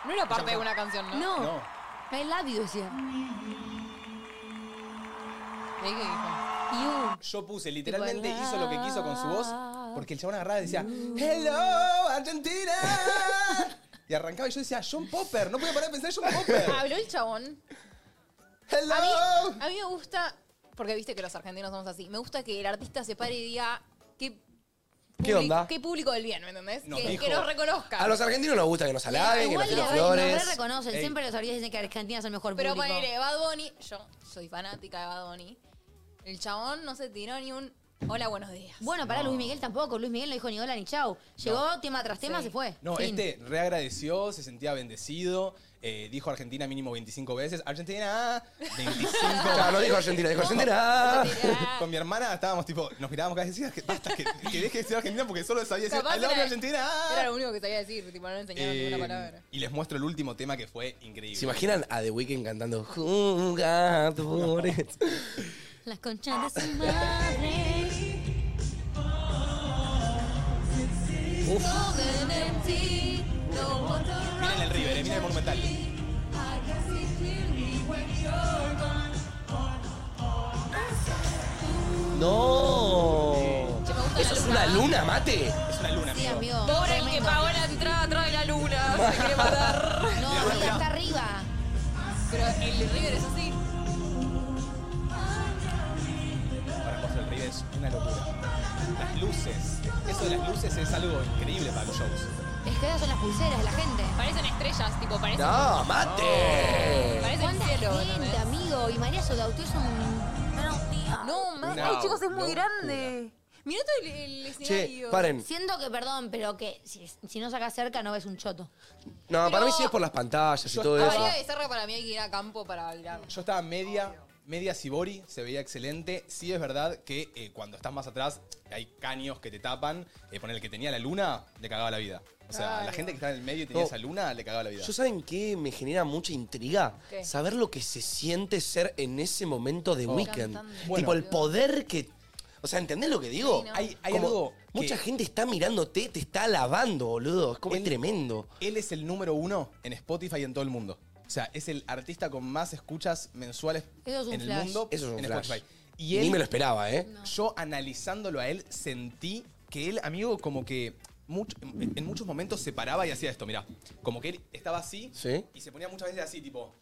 [SPEAKER 4] No era parte de una canción, ¿no?
[SPEAKER 3] No.
[SPEAKER 1] No.
[SPEAKER 3] I love you, decía.
[SPEAKER 4] ¿Y qué dijo?
[SPEAKER 3] You.
[SPEAKER 1] Yo puse, literalmente
[SPEAKER 3] Igual.
[SPEAKER 1] hizo lo que quiso con su voz, porque el chabón agarraba y decía, hello Argentina. Y arrancaba y yo decía, John Popper, no podía parar de pensar en John Popper.
[SPEAKER 4] Habló el chabón.
[SPEAKER 1] Hello.
[SPEAKER 4] A mí, a mí me gusta, porque viste que los argentinos somos así, me gusta que el artista se pare y diga qué,
[SPEAKER 2] ¿Qué
[SPEAKER 4] public-
[SPEAKER 2] onda?
[SPEAKER 4] qué público del bien, ¿me entendés?
[SPEAKER 1] Nos
[SPEAKER 4] que,
[SPEAKER 1] dijo.
[SPEAKER 4] que nos reconozca.
[SPEAKER 2] A los argentinos nos gusta que nos alaben, que nos
[SPEAKER 3] Igual
[SPEAKER 2] tiren
[SPEAKER 3] la re,
[SPEAKER 2] flores.
[SPEAKER 3] nos reconocen.
[SPEAKER 1] Ey.
[SPEAKER 3] Siempre los artistas dicen que Argentina es el mejor
[SPEAKER 4] Pero
[SPEAKER 3] público.
[SPEAKER 4] ponele, Bad Bunny, yo soy fanática de Bad Bunny. El chabón no se tiró ni un hola, buenos días.
[SPEAKER 3] Bueno, para Luis Miguel tampoco. Luis Miguel no dijo ni hola ni chau. Llegó tema tras tema,
[SPEAKER 4] Sí.
[SPEAKER 3] se fue.
[SPEAKER 1] No,
[SPEAKER 3] Fin.
[SPEAKER 1] este reagradeció, se sentía bendecido, eh, dijo Argentina mínimo 25 veces, Argentina 25
[SPEAKER 2] Claro, no dijo Argentina, dijo Argentina.
[SPEAKER 1] Con mi hermana estábamos tipo, nos mirábamos cada vez y decías que basta, que, que deje de decir Argentina porque solo sabía decir
[SPEAKER 4] Capaz
[SPEAKER 1] I love you,
[SPEAKER 4] era-
[SPEAKER 1] Argentina.
[SPEAKER 4] Era lo único que sabía decir, tipo, no le enseñaron
[SPEAKER 1] Eh,
[SPEAKER 4] ninguna palabra.
[SPEAKER 1] y les muestro el último tema que fue increíble.
[SPEAKER 2] ¿Se imaginan a The Weeknd cantando jugadores?
[SPEAKER 3] Las conchas de su madre.
[SPEAKER 1] Miren el River, eh, miren el Monumental.
[SPEAKER 2] ¡No!
[SPEAKER 4] Che, me gusta
[SPEAKER 2] ¿Eso
[SPEAKER 4] la
[SPEAKER 2] es una
[SPEAKER 4] luna.
[SPEAKER 2] luna, mate?
[SPEAKER 1] Es una luna,
[SPEAKER 3] Sí,
[SPEAKER 1] amigo.
[SPEAKER 3] amigo.
[SPEAKER 4] Pobre el que
[SPEAKER 3] tremendo.
[SPEAKER 4] pagó la entrada atrás de la luna, se quiere matar.
[SPEAKER 3] No, amigo, está arriba.
[SPEAKER 4] Pero el de River es así.
[SPEAKER 1] Para mostrar el River es una locura. Las luces. Eso de las luces es algo increíble para los shows.
[SPEAKER 3] Es que esas son las pulseras de la gente.
[SPEAKER 4] Parecen estrellas, tipo, parecen,
[SPEAKER 2] ¡No, mate!
[SPEAKER 4] parece el
[SPEAKER 3] ¿Cuánta
[SPEAKER 4] cielo.
[SPEAKER 3] gente,
[SPEAKER 4] ¿entendés?
[SPEAKER 3] amigo? Y María Sogautú es un... No, no.
[SPEAKER 4] No, más.
[SPEAKER 1] Una
[SPEAKER 4] Ay, chicos, es muy
[SPEAKER 1] locura.
[SPEAKER 4] grande. Mirá todo el, el
[SPEAKER 2] Che,
[SPEAKER 4] escenario.
[SPEAKER 2] paren.
[SPEAKER 3] Siento que, perdón, pero que si, si no sacas cerca no ves un choto.
[SPEAKER 2] No, para
[SPEAKER 4] Pero-
[SPEAKER 2] mí sí es por las pantallas y
[SPEAKER 1] Yo
[SPEAKER 2] todo
[SPEAKER 4] La
[SPEAKER 1] estaba-
[SPEAKER 2] eso.
[SPEAKER 4] variedad de Serra para mí hay que ir a campo para bailar.
[SPEAKER 1] Yo estaba media, media Sibori, se veía excelente. Sí es verdad que eh, cuando estás más atrás hay caños que te tapan. Eh, poner el que tenía la luna, le cagaba la vida. O sea, la gente que está en el medio y tenía
[SPEAKER 2] No.
[SPEAKER 1] esa luna, le cagaba la vida.
[SPEAKER 2] ¿Yo saben qué me genera mucha intriga?
[SPEAKER 4] ¿Qué?
[SPEAKER 2] Saber lo que se siente ser en ese momento de weekend.
[SPEAKER 4] Cantando.
[SPEAKER 2] tipo,
[SPEAKER 1] Bueno.
[SPEAKER 2] el poder que... O sea, ¿entendés lo que digo?
[SPEAKER 4] Sí, ¿no?
[SPEAKER 1] Hay, hay
[SPEAKER 2] Como
[SPEAKER 1] algo que
[SPEAKER 2] Mucha gente está mirándote, te está alabando, boludo. Es como
[SPEAKER 1] Él-
[SPEAKER 2] tremendo.
[SPEAKER 1] Él es el número uno en Spotify y en todo el mundo. O sea, es el artista con más escuchas mensuales
[SPEAKER 3] Eso es un
[SPEAKER 1] en
[SPEAKER 3] flash.
[SPEAKER 1] el mundo
[SPEAKER 2] Eso es un
[SPEAKER 1] en
[SPEAKER 2] flash.
[SPEAKER 1] Spotify. Y él,
[SPEAKER 2] Ni me lo esperaba, ¿eh?
[SPEAKER 1] yo analizándolo a él, sentí que él, amigo, como que mucho- en en muchos momentos se paraba y hacía esto, mirá. Como que él estaba así
[SPEAKER 2] Sí.
[SPEAKER 1] y se ponía muchas veces así, tipo.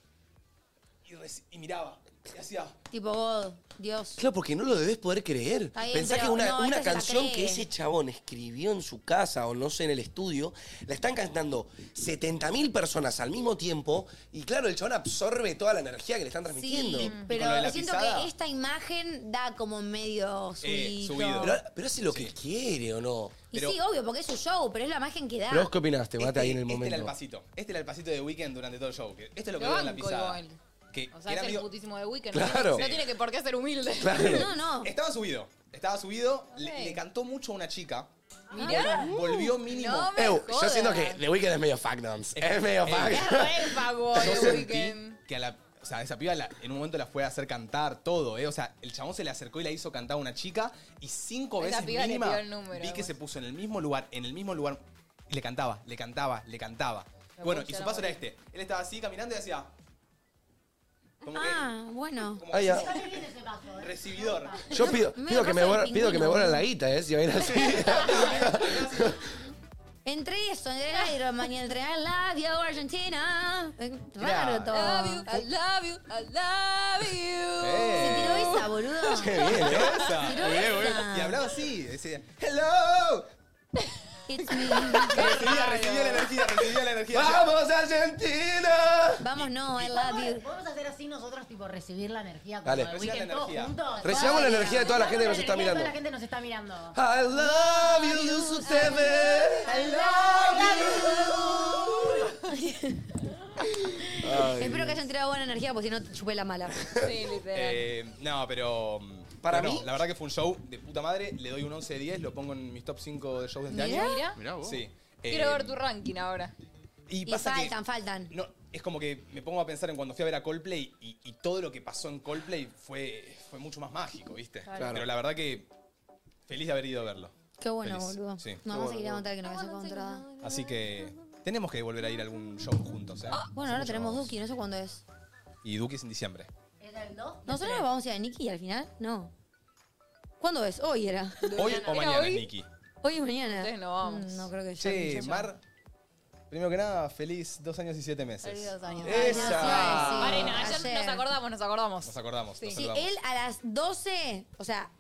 [SPEAKER 1] Y, reci- y miraba. Y hacía.
[SPEAKER 3] Tipo God, Dios.
[SPEAKER 2] Claro, porque no lo debes poder creer.
[SPEAKER 3] Está bien,
[SPEAKER 2] Pensá
[SPEAKER 3] pero
[SPEAKER 2] que una,
[SPEAKER 3] no,
[SPEAKER 2] una
[SPEAKER 3] esta se la
[SPEAKER 2] canción
[SPEAKER 3] cree.
[SPEAKER 2] que ese chabón escribió en su casa o no sé, en el estudio, la están cantando 70.000 personas al mismo tiempo y claro, el chabón absorbe toda la energía que le están transmitiendo.
[SPEAKER 3] Sí,
[SPEAKER 1] Con lo de
[SPEAKER 3] pero
[SPEAKER 1] la
[SPEAKER 3] siento
[SPEAKER 1] pisada.
[SPEAKER 3] que esta imagen da como medio
[SPEAKER 1] Eh,
[SPEAKER 3] subidito.
[SPEAKER 1] subido.
[SPEAKER 2] Pero, pero hace lo
[SPEAKER 1] Sí.
[SPEAKER 2] que quiere, ¿o no?
[SPEAKER 3] Y
[SPEAKER 1] Pero-
[SPEAKER 3] sí, obvio, porque es su show, pero es la imagen que da.
[SPEAKER 2] ¿Pero vos qué opinaste, Mate, ahí en el
[SPEAKER 1] Este era el
[SPEAKER 2] momento?
[SPEAKER 1] pasito. Este era el pasito de Weekend durante todo el show. que- Esto es lo que
[SPEAKER 4] Lo
[SPEAKER 1] veo en la
[SPEAKER 4] banco
[SPEAKER 1] pisada.
[SPEAKER 4] igual.
[SPEAKER 1] Que-
[SPEAKER 4] O
[SPEAKER 1] que
[SPEAKER 4] sea,
[SPEAKER 1] era
[SPEAKER 4] es el
[SPEAKER 1] medio-
[SPEAKER 4] putísimo de Weekend.
[SPEAKER 2] Claro.
[SPEAKER 4] No, tiene, no tiene que por qué ser humilde.
[SPEAKER 3] No, no.
[SPEAKER 1] Estaba subido. Estaba subido. Le,
[SPEAKER 4] Ok.
[SPEAKER 1] le cantó mucho a una chica.
[SPEAKER 4] Mirá.
[SPEAKER 1] Volvió mínimo.
[SPEAKER 4] No me
[SPEAKER 2] Ew, yo
[SPEAKER 4] jodas.
[SPEAKER 2] siento que The Weeknd es medio fuckdance. Es medio
[SPEAKER 1] Eh,
[SPEAKER 2] fuck.
[SPEAKER 4] Es re vago
[SPEAKER 1] Yo
[SPEAKER 4] el
[SPEAKER 1] sentí
[SPEAKER 4] Weekend.
[SPEAKER 1] que a la. O sea, esa piba la- en un momento la fue a hacer cantar todo, ¿eh? O sea, el chabón se le acercó y la hizo cantar a una chica y cinco
[SPEAKER 4] Esa
[SPEAKER 1] veces
[SPEAKER 4] piba le
[SPEAKER 1] mínima
[SPEAKER 4] pidió el número,
[SPEAKER 1] vi que
[SPEAKER 4] vos.
[SPEAKER 1] se puso en el mismo lugar, en el mismo lugar y le cantaba, le cantaba, le cantaba.
[SPEAKER 4] La
[SPEAKER 1] bueno,
[SPEAKER 4] pucha,
[SPEAKER 1] y su
[SPEAKER 4] la
[SPEAKER 1] paso era
[SPEAKER 4] morí.
[SPEAKER 1] este. Él estaba así caminando y hacía. Como
[SPEAKER 3] Ah, bueno.
[SPEAKER 1] que. Como
[SPEAKER 2] Ah, ya.
[SPEAKER 1] recibidor.
[SPEAKER 2] Yo pido,
[SPEAKER 3] Medio
[SPEAKER 2] pido que
[SPEAKER 3] caso
[SPEAKER 2] me
[SPEAKER 3] de
[SPEAKER 2] borra- pido que me
[SPEAKER 3] pingüino.
[SPEAKER 2] borren la guita, ¿eh? Si va a ir así.
[SPEAKER 3] Entre eso, entrenar Iron Man y entrenar Love You Argentina. eh, Raro
[SPEAKER 1] Claro.
[SPEAKER 3] todo.
[SPEAKER 4] love you, I love you, I love you.
[SPEAKER 1] ¡Eh!
[SPEAKER 3] Tiró esa, boludo.
[SPEAKER 1] Qué bien, ¿eh? esa.
[SPEAKER 3] Tiró
[SPEAKER 1] Muy bien, muy bien.
[SPEAKER 3] esa.
[SPEAKER 1] Y hablaba así, decía, ¡Hello!
[SPEAKER 3] It's me.
[SPEAKER 1] Recibía, recibía la energía, recibía la energía.
[SPEAKER 2] ¡Vamos, Argentina!
[SPEAKER 3] Vamos, no, I love you.
[SPEAKER 7] Vamos a hacer así nosotros, tipo, recibir la energía como
[SPEAKER 2] Dale.
[SPEAKER 7] de
[SPEAKER 1] Reciban la
[SPEAKER 7] weekend, todos
[SPEAKER 1] energía.
[SPEAKER 7] juntos.
[SPEAKER 2] Recibamos la energía de toda la gente que nos está
[SPEAKER 7] Recibamos
[SPEAKER 2] mirando.
[SPEAKER 7] la energía de Toda la gente nos está mirando.
[SPEAKER 2] I love you, Yusu TV.
[SPEAKER 3] Espero que hayan tirado buena energía, porque si no, te chupé la mala.
[SPEAKER 4] Sí, literal.
[SPEAKER 1] Eh, no, pero. mm,
[SPEAKER 2] Para
[SPEAKER 1] pero no,
[SPEAKER 2] mí-
[SPEAKER 1] la verdad que fue un show de puta madre. Le doy un 11 de 10, lo pongo en mis top 5 de shows de este
[SPEAKER 3] Mirá.
[SPEAKER 1] año.
[SPEAKER 4] Mira,
[SPEAKER 6] Mirá vos.
[SPEAKER 1] Sí.
[SPEAKER 4] quiero
[SPEAKER 1] Eh,
[SPEAKER 4] ver tu ranking ahora.
[SPEAKER 1] Y
[SPEAKER 3] Y
[SPEAKER 1] pasa
[SPEAKER 3] faltan,
[SPEAKER 1] que.
[SPEAKER 3] faltan.
[SPEAKER 1] No, es como que me pongo a pensar en cuando fui a ver a Coldplay y, y todo lo que pasó en Coldplay fue, fue mucho más mágico, ¿viste?
[SPEAKER 2] Claro.
[SPEAKER 1] Pero la verdad que. Feliz de haber ido a verlo.
[SPEAKER 3] Qué bueno,
[SPEAKER 1] Feliz.
[SPEAKER 3] boludo.
[SPEAKER 1] Sí.
[SPEAKER 3] No, vamos a ir a contar que no me
[SPEAKER 4] Bueno,
[SPEAKER 3] encontrada.
[SPEAKER 1] Así que. Tenemos que volver a ir a algún show juntos, ¿eh?
[SPEAKER 3] Bueno, ahora tenemos Duki, no sé cuándo es.
[SPEAKER 1] Y Duki es en diciembre.
[SPEAKER 7] ¿Es el
[SPEAKER 4] Oh,
[SPEAKER 7] 2?
[SPEAKER 3] ¿Nosotros nos vamos a ir a Nicky al final? No. ¿Cuándo es? Hoy era.
[SPEAKER 1] Hoy o mañana,
[SPEAKER 4] hoy?
[SPEAKER 1] Nicky.
[SPEAKER 3] Hoy y mañana.
[SPEAKER 4] Entonces no vamos.
[SPEAKER 3] Mm, No creo que ya- ya-
[SPEAKER 1] Che,
[SPEAKER 3] ya-
[SPEAKER 1] Mar. Primero que nada, feliz dos años y siete meses.
[SPEAKER 4] Feliz dos años.
[SPEAKER 1] ¡Esa!
[SPEAKER 3] Ay,
[SPEAKER 4] Marina, ayer,
[SPEAKER 3] Ayer.
[SPEAKER 4] nos acordamos, nos acordamos.
[SPEAKER 1] Nos acordamos.
[SPEAKER 4] Sí.
[SPEAKER 1] nos
[SPEAKER 3] Sí,
[SPEAKER 1] acordamos.
[SPEAKER 3] él a las 12, o sea,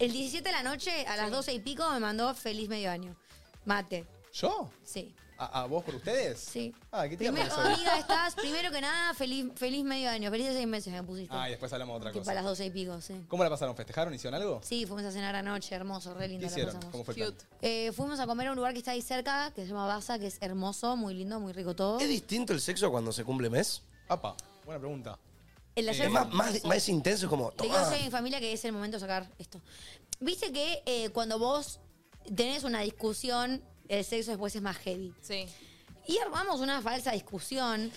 [SPEAKER 3] el 17 de la noche, a las 12 y pico, me mandó feliz medio año. Mate,
[SPEAKER 1] ¿Yo?
[SPEAKER 3] sí,
[SPEAKER 1] ¿A, a vos por ustedes?
[SPEAKER 3] sí.
[SPEAKER 1] Ah, qué tierno que
[SPEAKER 3] Primero,
[SPEAKER 1] soy.
[SPEAKER 3] amiga, estás, primero que nada, feliz, feliz medio año, feliz de seis meses me pusiste.
[SPEAKER 1] Ah, y después hablamos de otra
[SPEAKER 3] Tipo a las
[SPEAKER 1] cosa.
[SPEAKER 3] 12 y pico, sí.
[SPEAKER 1] ¿Cómo la pasaron? ¿Festejaron? ¿Hicieron algo?
[SPEAKER 3] Sí, fuimos a cenar anoche, hermoso, re
[SPEAKER 1] ¿Qué
[SPEAKER 3] lindo la
[SPEAKER 1] hicieron?
[SPEAKER 3] pasamos.
[SPEAKER 1] ¿Cómo fue el
[SPEAKER 4] Cute.
[SPEAKER 1] plan?
[SPEAKER 3] Eh, fuimos a comer a un lugar que está ahí cerca, que se llama Baza, que es hermoso, muy lindo, muy rico todo.
[SPEAKER 2] ¿Es distinto el sexo cuando se cumple mes?
[SPEAKER 1] Apa, buena pregunta.
[SPEAKER 3] El de ayer
[SPEAKER 2] Es más, más, más intenso, es como.
[SPEAKER 3] Le quiero
[SPEAKER 2] tomá.
[SPEAKER 3] decir a mi familia que es el momento de sacar esto. Viste que eh, cuando vos tenés una discusión, el sexo después es más heavy.
[SPEAKER 4] Sí.
[SPEAKER 3] Y armamos una falsa discusión.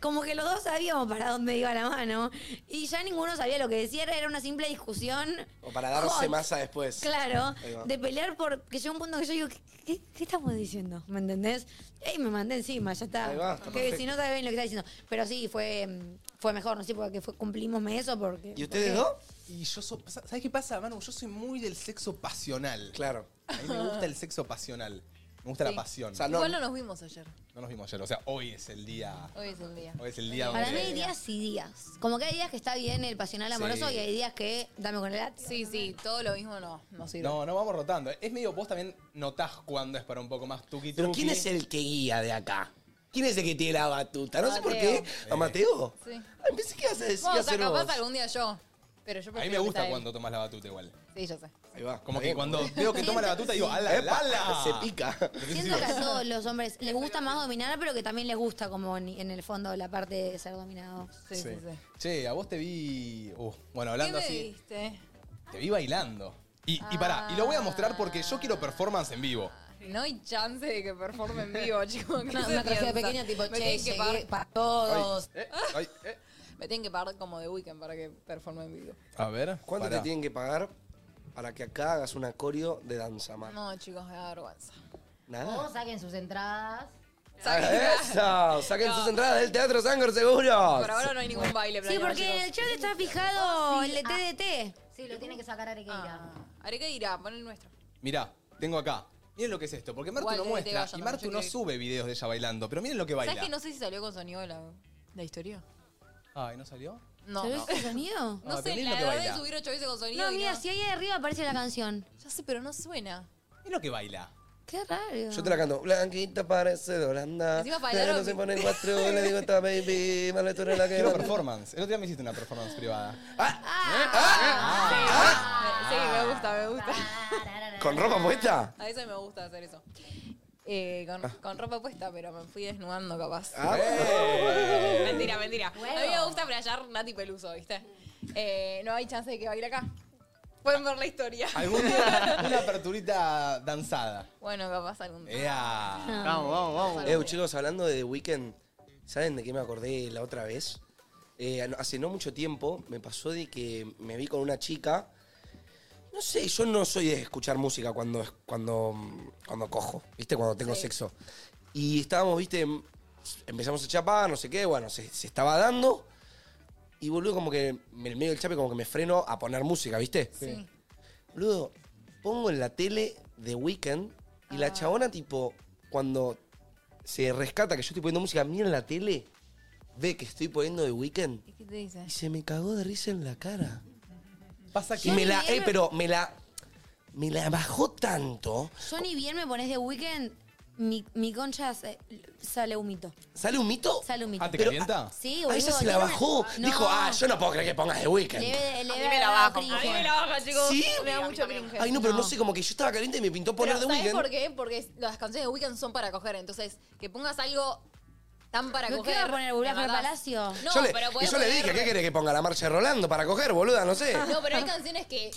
[SPEAKER 3] Como que los dos sabíamos para dónde iba la mano. Y ya ninguno sabía lo que decía. Era una simple discusión.
[SPEAKER 2] O para darse
[SPEAKER 3] hot,
[SPEAKER 2] masa después.
[SPEAKER 3] Claro.
[SPEAKER 2] pues. Ahí va.
[SPEAKER 3] De pelear por. Que llegó un punto que yo digo, ¿qué, qué- qué estamos diciendo? ¿Me entendés? Y me mandé encima, ya está.
[SPEAKER 2] Ahí va, está
[SPEAKER 3] que
[SPEAKER 2] perfecto.
[SPEAKER 3] si no sabés bien lo que está diciendo. Pero sí, fue, mm, fue mejor, no sé, porque fue, cumplimos eso. Porque,
[SPEAKER 2] ¿Y ustedes dos?
[SPEAKER 1] Y yo soy. ¿Sabes qué pasa, Manu? Yo soy muy del sexo pasional.
[SPEAKER 2] Claro.
[SPEAKER 1] A mí me gusta el sexo pasional. Me gusta la pasión.
[SPEAKER 2] O sea, no-
[SPEAKER 4] Igual no nos vimos ayer.
[SPEAKER 1] No nos vimos ayer. O sea, hoy es el día.
[SPEAKER 4] Hoy es el día.
[SPEAKER 1] Hoy es el día
[SPEAKER 3] Para mí
[SPEAKER 1] donde.
[SPEAKER 3] hay días y días. Como que hay días que está bien el pasional amoroso
[SPEAKER 1] Sí.
[SPEAKER 3] y hay días que dame con el látigo.
[SPEAKER 4] Sí, sí, todo lo mismo no, no sirve.
[SPEAKER 1] No, no vamos rotando. Es medio, vos también notás cuando es para un poco más tuki
[SPEAKER 2] Pero ¿quién es el que guía de acá? ¿Quién es el que tiene la batuta? No sé por
[SPEAKER 4] Mateo.
[SPEAKER 2] qué. ¿A Mateo?
[SPEAKER 4] Sí.
[SPEAKER 2] Ay, pensé que ibas a decir
[SPEAKER 4] Bueno, o sea,
[SPEAKER 2] hacer
[SPEAKER 4] capaz
[SPEAKER 2] vos.
[SPEAKER 4] algún día yo. Pero yo
[SPEAKER 1] A mí me
[SPEAKER 4] prefiero que
[SPEAKER 1] gusta
[SPEAKER 4] sea él.
[SPEAKER 1] cuando tomas la batuta igual.
[SPEAKER 4] Sí, yo sé.
[SPEAKER 2] Ahí va.
[SPEAKER 1] Como
[SPEAKER 2] Ahí
[SPEAKER 1] que
[SPEAKER 2] va.
[SPEAKER 1] cuando veo que toma la batuta digo, ala, ala,
[SPEAKER 2] Epa,
[SPEAKER 1] ala.
[SPEAKER 2] Se pica.
[SPEAKER 3] Siento que a todos los hombres les gusta más dominar, pero que también les gusta como en, en el fondo la parte de ser dominado.
[SPEAKER 4] Sí, sí, sí.
[SPEAKER 1] Che, a vos te vi. Uh, bueno,
[SPEAKER 4] ¿Qué
[SPEAKER 1] hablando
[SPEAKER 4] me
[SPEAKER 1] así.
[SPEAKER 4] diste?
[SPEAKER 1] Te vi bailando. Y, y pará, y lo
[SPEAKER 4] Ah.
[SPEAKER 1] voy a mostrar porque yo quiero performance en vivo.
[SPEAKER 4] No hay chance de que performe en vivo, chicos.
[SPEAKER 8] Una, una canción pequeña tipo,
[SPEAKER 4] me
[SPEAKER 8] che,
[SPEAKER 4] tienen que
[SPEAKER 8] llegué
[SPEAKER 4] pagar,
[SPEAKER 8] para todos.
[SPEAKER 1] Ay, ay, eh.
[SPEAKER 4] me tienen que pagar como de weekend para que performe en vivo.
[SPEAKER 1] A ver.
[SPEAKER 2] ¿Cuánto
[SPEAKER 1] pará.
[SPEAKER 2] te tienen que pagar para que acá hagas un acorio de danza, man?
[SPEAKER 4] No, chicos, me da vergüenza.
[SPEAKER 2] Nada.
[SPEAKER 3] Oh,
[SPEAKER 2] Ah,
[SPEAKER 7] O saquen sus entradas.
[SPEAKER 2] ¡Eso! ¡Saquen
[SPEAKER 4] No.
[SPEAKER 2] sus entradas del Teatro Sangor, seguro!
[SPEAKER 4] Por ahora no hay ningún baile
[SPEAKER 3] Sí,
[SPEAKER 4] planeado,
[SPEAKER 3] porque en el
[SPEAKER 4] chicos.
[SPEAKER 3] chat está fijado el de
[SPEAKER 7] ah.
[SPEAKER 3] TDT.
[SPEAKER 7] Sí, lo tiene que sacar Arequeira.
[SPEAKER 4] Ah, haré que irá, pon el nuestro.
[SPEAKER 1] Mirá, tengo acá. Miren lo que es esto, porque Martu
[SPEAKER 4] Igual,
[SPEAKER 1] no
[SPEAKER 4] desde
[SPEAKER 1] muestra
[SPEAKER 4] Gallo
[SPEAKER 1] y
[SPEAKER 4] no,
[SPEAKER 1] Martu
[SPEAKER 4] yo
[SPEAKER 1] no
[SPEAKER 4] creo que-
[SPEAKER 1] sube videos de ella bailando, pero miren lo que baila.
[SPEAKER 4] ¿Sabes que no sé si salió con sonido la, la historia?
[SPEAKER 1] Ay, ¿no salió?
[SPEAKER 4] No,
[SPEAKER 3] ¿Sabés
[SPEAKER 4] no.
[SPEAKER 3] ese sonido?
[SPEAKER 4] No
[SPEAKER 1] Ah,
[SPEAKER 4] sé,
[SPEAKER 1] tenés
[SPEAKER 4] la
[SPEAKER 1] lo que
[SPEAKER 4] verdad
[SPEAKER 1] baila.
[SPEAKER 4] de subir ocho veces con sonido.
[SPEAKER 3] No,
[SPEAKER 4] y
[SPEAKER 3] mira, si ahí arriba aparece la canción.
[SPEAKER 4] Ya sé, pero no suena.
[SPEAKER 1] Miren lo que baila.
[SPEAKER 3] Qué raro.
[SPEAKER 2] Yo te la canto. Blanquita parece de Holanda.
[SPEAKER 4] Encima
[SPEAKER 2] Pero
[SPEAKER 4] bailaron-
[SPEAKER 2] no se pone cuatro. Le digo esta baby. Mala tú eres la que.
[SPEAKER 1] Quiero performance. El otro día me hiciste una performance privada.
[SPEAKER 4] Sí, me gusta, me gusta.
[SPEAKER 2] ¿Con ropa puesta?
[SPEAKER 4] A veces me gusta hacer eso. Eh, con, con ropa puesta, pero me fui desnudando capaz.
[SPEAKER 2] Ah,
[SPEAKER 4] Mentira, mentira. A mí me gusta playar Nati Peluso, ¿viste? Eh, no hay chance de que baile acá. Pueden ver la historia.
[SPEAKER 1] Algún día una aperturita danzada.
[SPEAKER 4] Bueno, capaz algún día.
[SPEAKER 1] Ea.
[SPEAKER 6] Vamos, vamos, vamos.
[SPEAKER 2] Eh, chicos, hablando de The Weeknd, ¿saben de qué me acordé la otra vez? Eh, no- hace no mucho tiempo me pasó de que me vi con una chica. No sé, yo no soy de escuchar música cuando, cuando, cuando cojo, ¿viste? Cuando tengo sexo. Y estábamos, ¿viste? Empezamos a chapar, no sé qué, bueno, se, se estaba dando. Y boludo, como que en el medio del chape, como que me freno a poner música, ¿viste?
[SPEAKER 4] Sí.
[SPEAKER 2] Boludo, pongo en la tele The Weeknd y la chabona, tipo, cuando se rescata que yo estoy poniendo música, mira en la tele, ve que estoy poniendo The Weeknd
[SPEAKER 4] ¿Y qué te dice?
[SPEAKER 2] y se me cagó de risa en la cara.
[SPEAKER 1] Pasa
[SPEAKER 2] Y
[SPEAKER 1] que.
[SPEAKER 2] me la, eh, pero me la, me la bajó tanto.
[SPEAKER 3] Yo ni bien me pones de weekend, mi, mi concha se- sale humito.
[SPEAKER 2] ¿Sale un mito?
[SPEAKER 3] Sale humito.
[SPEAKER 1] Ah, ¿te
[SPEAKER 2] Pero-
[SPEAKER 1] calienta?
[SPEAKER 3] Sí,
[SPEAKER 2] A
[SPEAKER 3] boludo,
[SPEAKER 2] ella Ah, se la
[SPEAKER 3] tiene-
[SPEAKER 2] bajó.
[SPEAKER 3] No.
[SPEAKER 2] Dijo, ah, yo no puedo creer que pongas The Weeknd.
[SPEAKER 4] Eh,
[SPEAKER 3] Leve, leve
[SPEAKER 5] mí me la
[SPEAKER 3] daba
[SPEAKER 5] bajo,
[SPEAKER 3] cringe.
[SPEAKER 5] a mí me la
[SPEAKER 4] baja, chicos.
[SPEAKER 2] ¿Sí?
[SPEAKER 4] Me da
[SPEAKER 5] Sí, a mí
[SPEAKER 4] mucho
[SPEAKER 5] también.
[SPEAKER 4] cringe.
[SPEAKER 2] Ay, no, pero no. sé, como que yo estaba caliente y me pintó poner The
[SPEAKER 4] Pero, ¿Sabes
[SPEAKER 2] Weeknd.
[SPEAKER 4] por qué? Porque las canciones de Weekend son para coger. Entonces, que pongas algo tan para
[SPEAKER 3] ¿Pero qué
[SPEAKER 4] coger.
[SPEAKER 3] va a poner, Burbuja
[SPEAKER 4] la verdad.
[SPEAKER 3] Palacio?
[SPEAKER 4] No,
[SPEAKER 2] yo le,
[SPEAKER 4] pero
[SPEAKER 2] y
[SPEAKER 4] podés
[SPEAKER 2] yo le
[SPEAKER 4] poner-
[SPEAKER 2] dije, ¿qué querés que ponga la marcha de Rolando para coger, boluda? No sé.
[SPEAKER 4] No, pero hay canciones que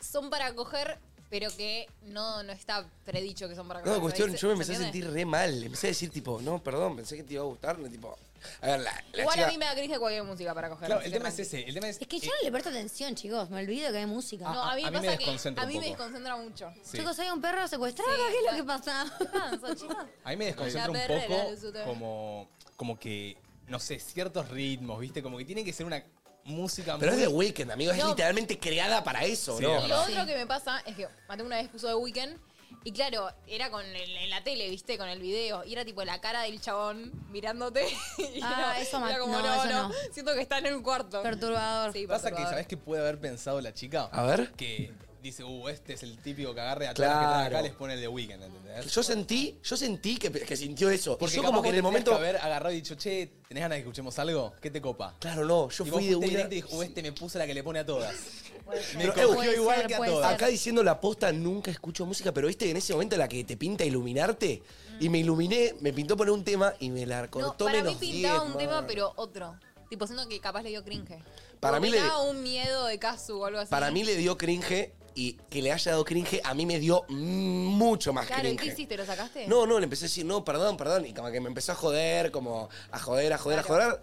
[SPEAKER 4] son para coger, pero que no, no está predicho que son para coger.
[SPEAKER 2] No, cuestión,
[SPEAKER 4] ¿Se-
[SPEAKER 2] yo me
[SPEAKER 4] se
[SPEAKER 2] empecé a
[SPEAKER 4] entiende?
[SPEAKER 2] sentir re mal. Empecé a decir, tipo, no, perdón, pensé que te iba a gustar. no, Tipo, a ver, la, la
[SPEAKER 4] Igual
[SPEAKER 2] chica-
[SPEAKER 4] a mí me da cringe cualquier música para coger.
[SPEAKER 1] Claro,
[SPEAKER 4] así
[SPEAKER 1] el
[SPEAKER 4] que
[SPEAKER 1] tema es
[SPEAKER 4] tranqui.
[SPEAKER 1] ese. El tema es.
[SPEAKER 3] Es que yo no le presto atención, chicos. Me olvido que hay música.
[SPEAKER 4] No, a mí,
[SPEAKER 1] a mí
[SPEAKER 4] pasa
[SPEAKER 1] me desconcentra
[SPEAKER 4] que a mí
[SPEAKER 1] un
[SPEAKER 4] me
[SPEAKER 1] poco.
[SPEAKER 4] desconcentra mucho.
[SPEAKER 1] sí.
[SPEAKER 3] Chicos, hay un perro secuestrado.
[SPEAKER 4] Sí,
[SPEAKER 3] ¿Qué es lo
[SPEAKER 4] claé.
[SPEAKER 3] que pasa?
[SPEAKER 2] Ah.
[SPEAKER 4] Canso, chicos.
[SPEAKER 1] A mí me desconcentra
[SPEAKER 4] La
[SPEAKER 1] un
[SPEAKER 4] perrera, la
[SPEAKER 1] poco
[SPEAKER 4] suta.
[SPEAKER 1] como, como que, no sé, ciertos ritmos, ¿viste? Como que tiene que ser una música
[SPEAKER 2] Pero es
[SPEAKER 1] muy-
[SPEAKER 2] de Weekend, amigo. Es
[SPEAKER 4] No.
[SPEAKER 2] literalmente creada para eso,
[SPEAKER 1] Sí,
[SPEAKER 2] ¿no?
[SPEAKER 1] es
[SPEAKER 4] Y lo otro que me pasa es que Mateo una vez puso de Weekend y claro, era con el- en la tele, viste, con el video. Y era tipo la cara del chabón mirándote. Y
[SPEAKER 3] Ah,
[SPEAKER 4] era-
[SPEAKER 3] eso ma-
[SPEAKER 4] era como,
[SPEAKER 3] no,
[SPEAKER 4] no,
[SPEAKER 3] eso
[SPEAKER 4] no,
[SPEAKER 3] no.
[SPEAKER 4] Siento que está en un cuarto.
[SPEAKER 3] Perturbador.
[SPEAKER 4] Sí,
[SPEAKER 1] Pasa que,
[SPEAKER 4] perturbador.
[SPEAKER 1] ¿sabés qué puede haber pensado la chica?
[SPEAKER 2] A ver.
[SPEAKER 1] Que dice, uh, este es el típico que agarre a todas las que están acá,
[SPEAKER 2] Claro.
[SPEAKER 1] les pone el de weekend, ¿entendés?
[SPEAKER 2] Yo sentí, yo sentí que, que sintió eso. Porque yo
[SPEAKER 1] capaz
[SPEAKER 2] como que
[SPEAKER 1] vos
[SPEAKER 2] en el
[SPEAKER 1] tendrías
[SPEAKER 2] momento...
[SPEAKER 1] que haber agarrado y dicho, che, ¿tenés ganas de que escuchemos algo? ¿Qué te copa?
[SPEAKER 2] Claro, no, yo
[SPEAKER 1] y vos
[SPEAKER 2] fui
[SPEAKER 1] fuiste
[SPEAKER 2] de una...
[SPEAKER 1] directo y dijo, este me puso la que le pone a todas. Me
[SPEAKER 2] Pero,
[SPEAKER 1] cogió
[SPEAKER 3] Puede
[SPEAKER 1] igual
[SPEAKER 3] ser,
[SPEAKER 1] que a
[SPEAKER 3] puede
[SPEAKER 1] todas.
[SPEAKER 2] Acá diciendo la posta, nunca escucho música, pero viste que en ese momento la que te pinta iluminarte, y me iluminé, me pintó poner un tema y me la
[SPEAKER 4] No,
[SPEAKER 2] cortó
[SPEAKER 4] para mí
[SPEAKER 2] menos
[SPEAKER 4] pintaba
[SPEAKER 2] 10,
[SPEAKER 4] un tema,
[SPEAKER 2] man.
[SPEAKER 4] pero otro. Tipo, siento que capaz le dio cringe.
[SPEAKER 2] Para
[SPEAKER 4] Como
[SPEAKER 2] mí
[SPEAKER 4] que
[SPEAKER 2] le-
[SPEAKER 4] daba un miedo de Kazu o algo así.
[SPEAKER 2] Para mí le dio cringe y que le haya dado cringe, a mí me dio mucho más
[SPEAKER 4] Claro, ¿y
[SPEAKER 2] cringe.
[SPEAKER 4] qué hiciste? ¿Lo sacaste?
[SPEAKER 2] No, no, le empecé a decir, no, perdón, perdón. Y como que me empezó a joder, como a joder, a joder, a joder.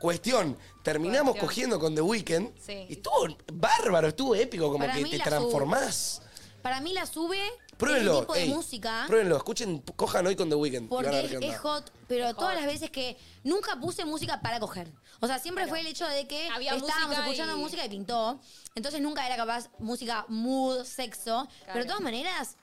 [SPEAKER 2] Cuestión, terminamos
[SPEAKER 4] Cuestión.
[SPEAKER 2] cogiendo con The Weeknd.
[SPEAKER 4] Sí.
[SPEAKER 2] Y estuvo bárbaro, estuvo épico, como
[SPEAKER 3] Para
[SPEAKER 2] que
[SPEAKER 3] mí
[SPEAKER 2] te
[SPEAKER 3] la sub-
[SPEAKER 2] transformás.
[SPEAKER 3] Para mí la sube
[SPEAKER 2] Pruébenlo.
[SPEAKER 3] ese tipo de
[SPEAKER 2] ey,
[SPEAKER 3] música.
[SPEAKER 2] Pruébenlo, escuchen, cojan hoy con The Weeknd. y van a
[SPEAKER 3] Porque
[SPEAKER 2] ver
[SPEAKER 3] es,
[SPEAKER 2] qué onda.
[SPEAKER 3] es hot, pero todas las veces que nunca puse música para coger. O sea, siempre fue el hecho de que
[SPEAKER 4] Había
[SPEAKER 3] estábamos
[SPEAKER 4] música
[SPEAKER 3] escuchando
[SPEAKER 4] y-
[SPEAKER 3] música y pintó. Entonces nunca era capaz música mood, sexo. Pero de todas maneras,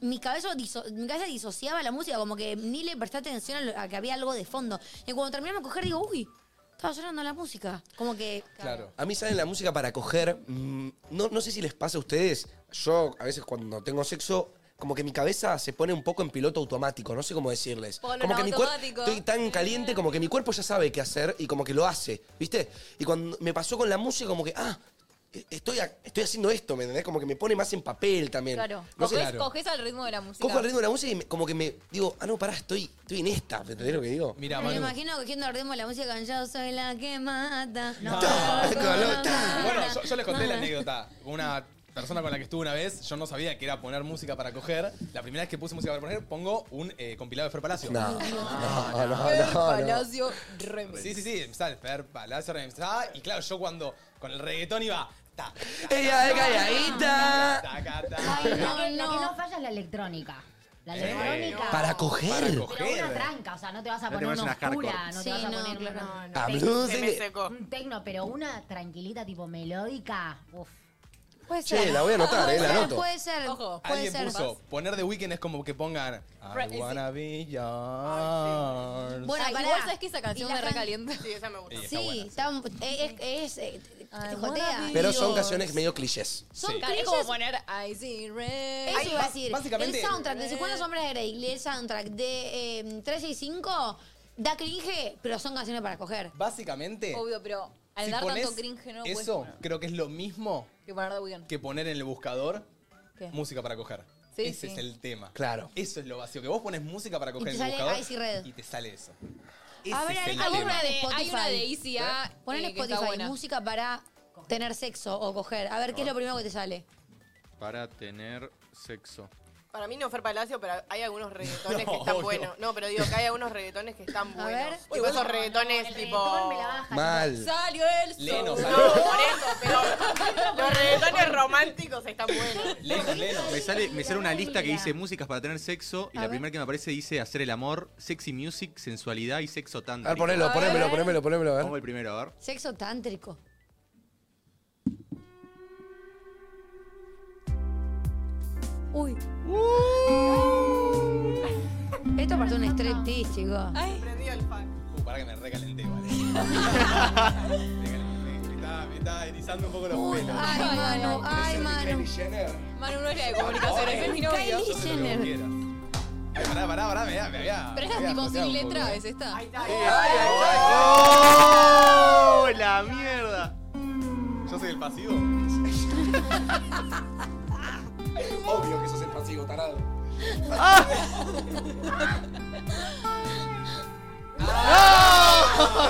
[SPEAKER 3] mi cabeza, diso- mi cabeza disociaba la música, como que ni le presté atención a, lo- a que había algo de fondo. Y cuando terminamos de coger, digo, uy, estaba llorando la música. Como que.
[SPEAKER 1] Claro.
[SPEAKER 2] A mí sale la música para coger. mm, No, no sé si les pasa a ustedes. Yo a veces cuando tengo sexo, como que mi cabeza se pone un poco en piloto automático. No sé cómo decirles.
[SPEAKER 4] Polo en
[SPEAKER 2] como que mi cuer-
[SPEAKER 4] automático.
[SPEAKER 2] estoy tan caliente como que mi cuerpo ya sabe qué hacer y como que lo hace, ¿viste? Y cuando me pasó con la música, como que ah. e- Estoy, a- estoy haciendo esto, ¿me entendés? Como que me pone más en papel también.
[SPEAKER 4] Claro.
[SPEAKER 2] No sé,
[SPEAKER 4] Coges,
[SPEAKER 1] claro.
[SPEAKER 4] coges al ritmo de la música.
[SPEAKER 2] Cojo el ritmo de la música y me- como que me digo, ah, no, pará, estoy, estoy en esta, ¿me entendés lo que digo?
[SPEAKER 1] Mira,
[SPEAKER 3] me
[SPEAKER 1] Manu.
[SPEAKER 3] imagino cogiendo el ritmo de la música con Yo soy la que mata.
[SPEAKER 2] No. Colota.
[SPEAKER 1] Bueno, yo, yo les conté la anécdota. Una persona con la que estuve una vez, yo no sabía que era poner música para coger. La primera vez que puse música para poner, pongo un eh, compilado de Fer Palacio.
[SPEAKER 2] No, no, no,
[SPEAKER 4] El
[SPEAKER 2] no, no.
[SPEAKER 4] Palacio Remix.
[SPEAKER 1] Sí, sí, sí, empezaba el Fer Palacio, empezaba, y claro, yo cuando con el reggaetón iba... ta,
[SPEAKER 2] Ella es
[SPEAKER 1] ta,
[SPEAKER 2] calladita.
[SPEAKER 1] ta, ta,
[SPEAKER 7] Ay,
[SPEAKER 1] ta,
[SPEAKER 7] la, que, la que
[SPEAKER 3] no.
[SPEAKER 7] no falla es la electrónica. La
[SPEAKER 1] Eh,
[SPEAKER 7] electrónica.
[SPEAKER 2] Para coger.
[SPEAKER 1] Para coger.
[SPEAKER 7] Pero una tranca, o sea, no te vas a
[SPEAKER 6] No te
[SPEAKER 7] poner
[SPEAKER 6] vayas
[SPEAKER 7] una
[SPEAKER 6] a hardcore.
[SPEAKER 7] oscura, no
[SPEAKER 3] Sí,
[SPEAKER 7] te vas a
[SPEAKER 3] no,
[SPEAKER 7] poner
[SPEAKER 3] claro.
[SPEAKER 7] una-
[SPEAKER 2] Ah,
[SPEAKER 7] un
[SPEAKER 2] blues,
[SPEAKER 7] tec-
[SPEAKER 5] Se me secó.
[SPEAKER 7] un tecno, pero una tranquilita tipo melódica. Uf.
[SPEAKER 3] Puede
[SPEAKER 2] Che,
[SPEAKER 3] ser.
[SPEAKER 2] la voy a anotar, eh, la
[SPEAKER 3] Puede ser,
[SPEAKER 2] anoto.
[SPEAKER 3] Puede ser.
[SPEAKER 4] Ojo.
[SPEAKER 3] puede
[SPEAKER 1] Alguien
[SPEAKER 3] ser.
[SPEAKER 1] puso, poner de weekend es como que pongan
[SPEAKER 4] Re-
[SPEAKER 1] I wanna be yours.
[SPEAKER 3] Bueno,
[SPEAKER 4] Ah,
[SPEAKER 3] pará.
[SPEAKER 4] igual sabes que esa canción
[SPEAKER 3] Y la
[SPEAKER 4] me
[SPEAKER 3] can-
[SPEAKER 4] recalienta.
[SPEAKER 5] Sí, esa me gusta.
[SPEAKER 1] Y está
[SPEAKER 3] Sí,
[SPEAKER 1] buena.
[SPEAKER 3] está, eh, es, es, eh, te- te
[SPEAKER 4] Ay,
[SPEAKER 3] jotea.
[SPEAKER 4] wanna be-
[SPEAKER 2] Pero son
[SPEAKER 4] Dios.
[SPEAKER 2] canciones medio clichés.
[SPEAKER 3] Son
[SPEAKER 1] Sí.
[SPEAKER 4] Es
[SPEAKER 3] clichés.
[SPEAKER 4] como poner I see red.
[SPEAKER 3] Eso iba a decir.
[SPEAKER 1] básicamente-
[SPEAKER 3] el soundtrack de 50 sombras de Grey, y el soundtrack de eh, 365 da cringe, pero son canciones para coger.
[SPEAKER 1] Básicamente,
[SPEAKER 4] Obvio, pero al
[SPEAKER 1] si
[SPEAKER 4] dar tanto
[SPEAKER 1] ponés
[SPEAKER 4] cringe no lo puedes
[SPEAKER 1] eso
[SPEAKER 4] poner.
[SPEAKER 1] creo que es lo mismo
[SPEAKER 4] que poner de Weekend.
[SPEAKER 1] que poner en el buscador
[SPEAKER 4] ¿Qué?
[SPEAKER 1] música para coger.
[SPEAKER 4] Sí,
[SPEAKER 1] Ese
[SPEAKER 4] sí.
[SPEAKER 1] es el tema.
[SPEAKER 2] Claro.
[SPEAKER 1] Eso es lo vacío. Que vos pones música para coger en
[SPEAKER 3] te
[SPEAKER 1] el
[SPEAKER 3] sale
[SPEAKER 1] buscador
[SPEAKER 3] Icy Red.
[SPEAKER 1] y te sale eso.
[SPEAKER 3] A
[SPEAKER 1] Ese
[SPEAKER 3] ver,
[SPEAKER 1] es el
[SPEAKER 3] alguna
[SPEAKER 1] tema.
[SPEAKER 3] de
[SPEAKER 4] Hay una de
[SPEAKER 3] Spotify.
[SPEAKER 4] Easy A.
[SPEAKER 3] Poner en
[SPEAKER 4] eh, que está
[SPEAKER 3] Spotify
[SPEAKER 4] buena.
[SPEAKER 3] música para tener sexo o coger. A ver qué es lo primero que te sale.
[SPEAKER 6] Para tener sexo.
[SPEAKER 5] Para mí no Fer Palacio, pero hay algunos reggaetones
[SPEAKER 1] No,
[SPEAKER 5] que están
[SPEAKER 1] no.
[SPEAKER 5] buenos. No, pero digo que hay algunos reggaetones que están
[SPEAKER 3] A
[SPEAKER 5] buenos.
[SPEAKER 3] ver.
[SPEAKER 5] Tipo esos reggaetones
[SPEAKER 7] El
[SPEAKER 5] tipo...
[SPEAKER 7] reggaetón me la baja.
[SPEAKER 2] Mal.
[SPEAKER 4] Salió el sol.
[SPEAKER 1] Lenos,
[SPEAKER 5] No, por eso, pero los reggaetones románticos están buenos.
[SPEAKER 1] Lenos, lenos.
[SPEAKER 6] Me sale, me sale una lista que
[SPEAKER 7] Mira.
[SPEAKER 6] dice músicas para tener sexo y
[SPEAKER 3] A
[SPEAKER 6] la
[SPEAKER 3] ver.
[SPEAKER 6] primera que me aparece dice hacer el amor, sexy music, sensualidad y sexo
[SPEAKER 2] A
[SPEAKER 6] tántrico.
[SPEAKER 2] ver, ponelo,
[SPEAKER 4] A
[SPEAKER 2] ponémelo,
[SPEAKER 4] ver.
[SPEAKER 2] ponémelo, ponémelo, a
[SPEAKER 6] Pongo
[SPEAKER 2] ver.
[SPEAKER 6] el primero, a ver.
[SPEAKER 3] Sexo tántrico. Uy. esto es parte de un striptease, chicos.
[SPEAKER 5] Prendió el fan.
[SPEAKER 1] Uh, pará que me recalenté, vale. Me recalenté. Me está- Me está erizando un poco los
[SPEAKER 3] Uy,
[SPEAKER 1] pelos.
[SPEAKER 3] ay, Manu, ay, Manu.
[SPEAKER 4] Manu no era de comunicaciones, es mi novio.
[SPEAKER 3] Kylie Jenner.
[SPEAKER 1] Ay, pará, pará, pará, me da, me había.
[SPEAKER 4] Pero
[SPEAKER 1] me
[SPEAKER 4] esta es
[SPEAKER 1] había
[SPEAKER 4] tipo
[SPEAKER 1] joteado
[SPEAKER 4] sin
[SPEAKER 1] un poco,
[SPEAKER 4] letra,
[SPEAKER 1] eh.
[SPEAKER 4] ¿ves esta?
[SPEAKER 5] Ahí está.
[SPEAKER 6] ¡Oh! ¡La mierda!
[SPEAKER 1] Yo soy el pasivo.
[SPEAKER 2] Obvio que sos el pasivo, tarado.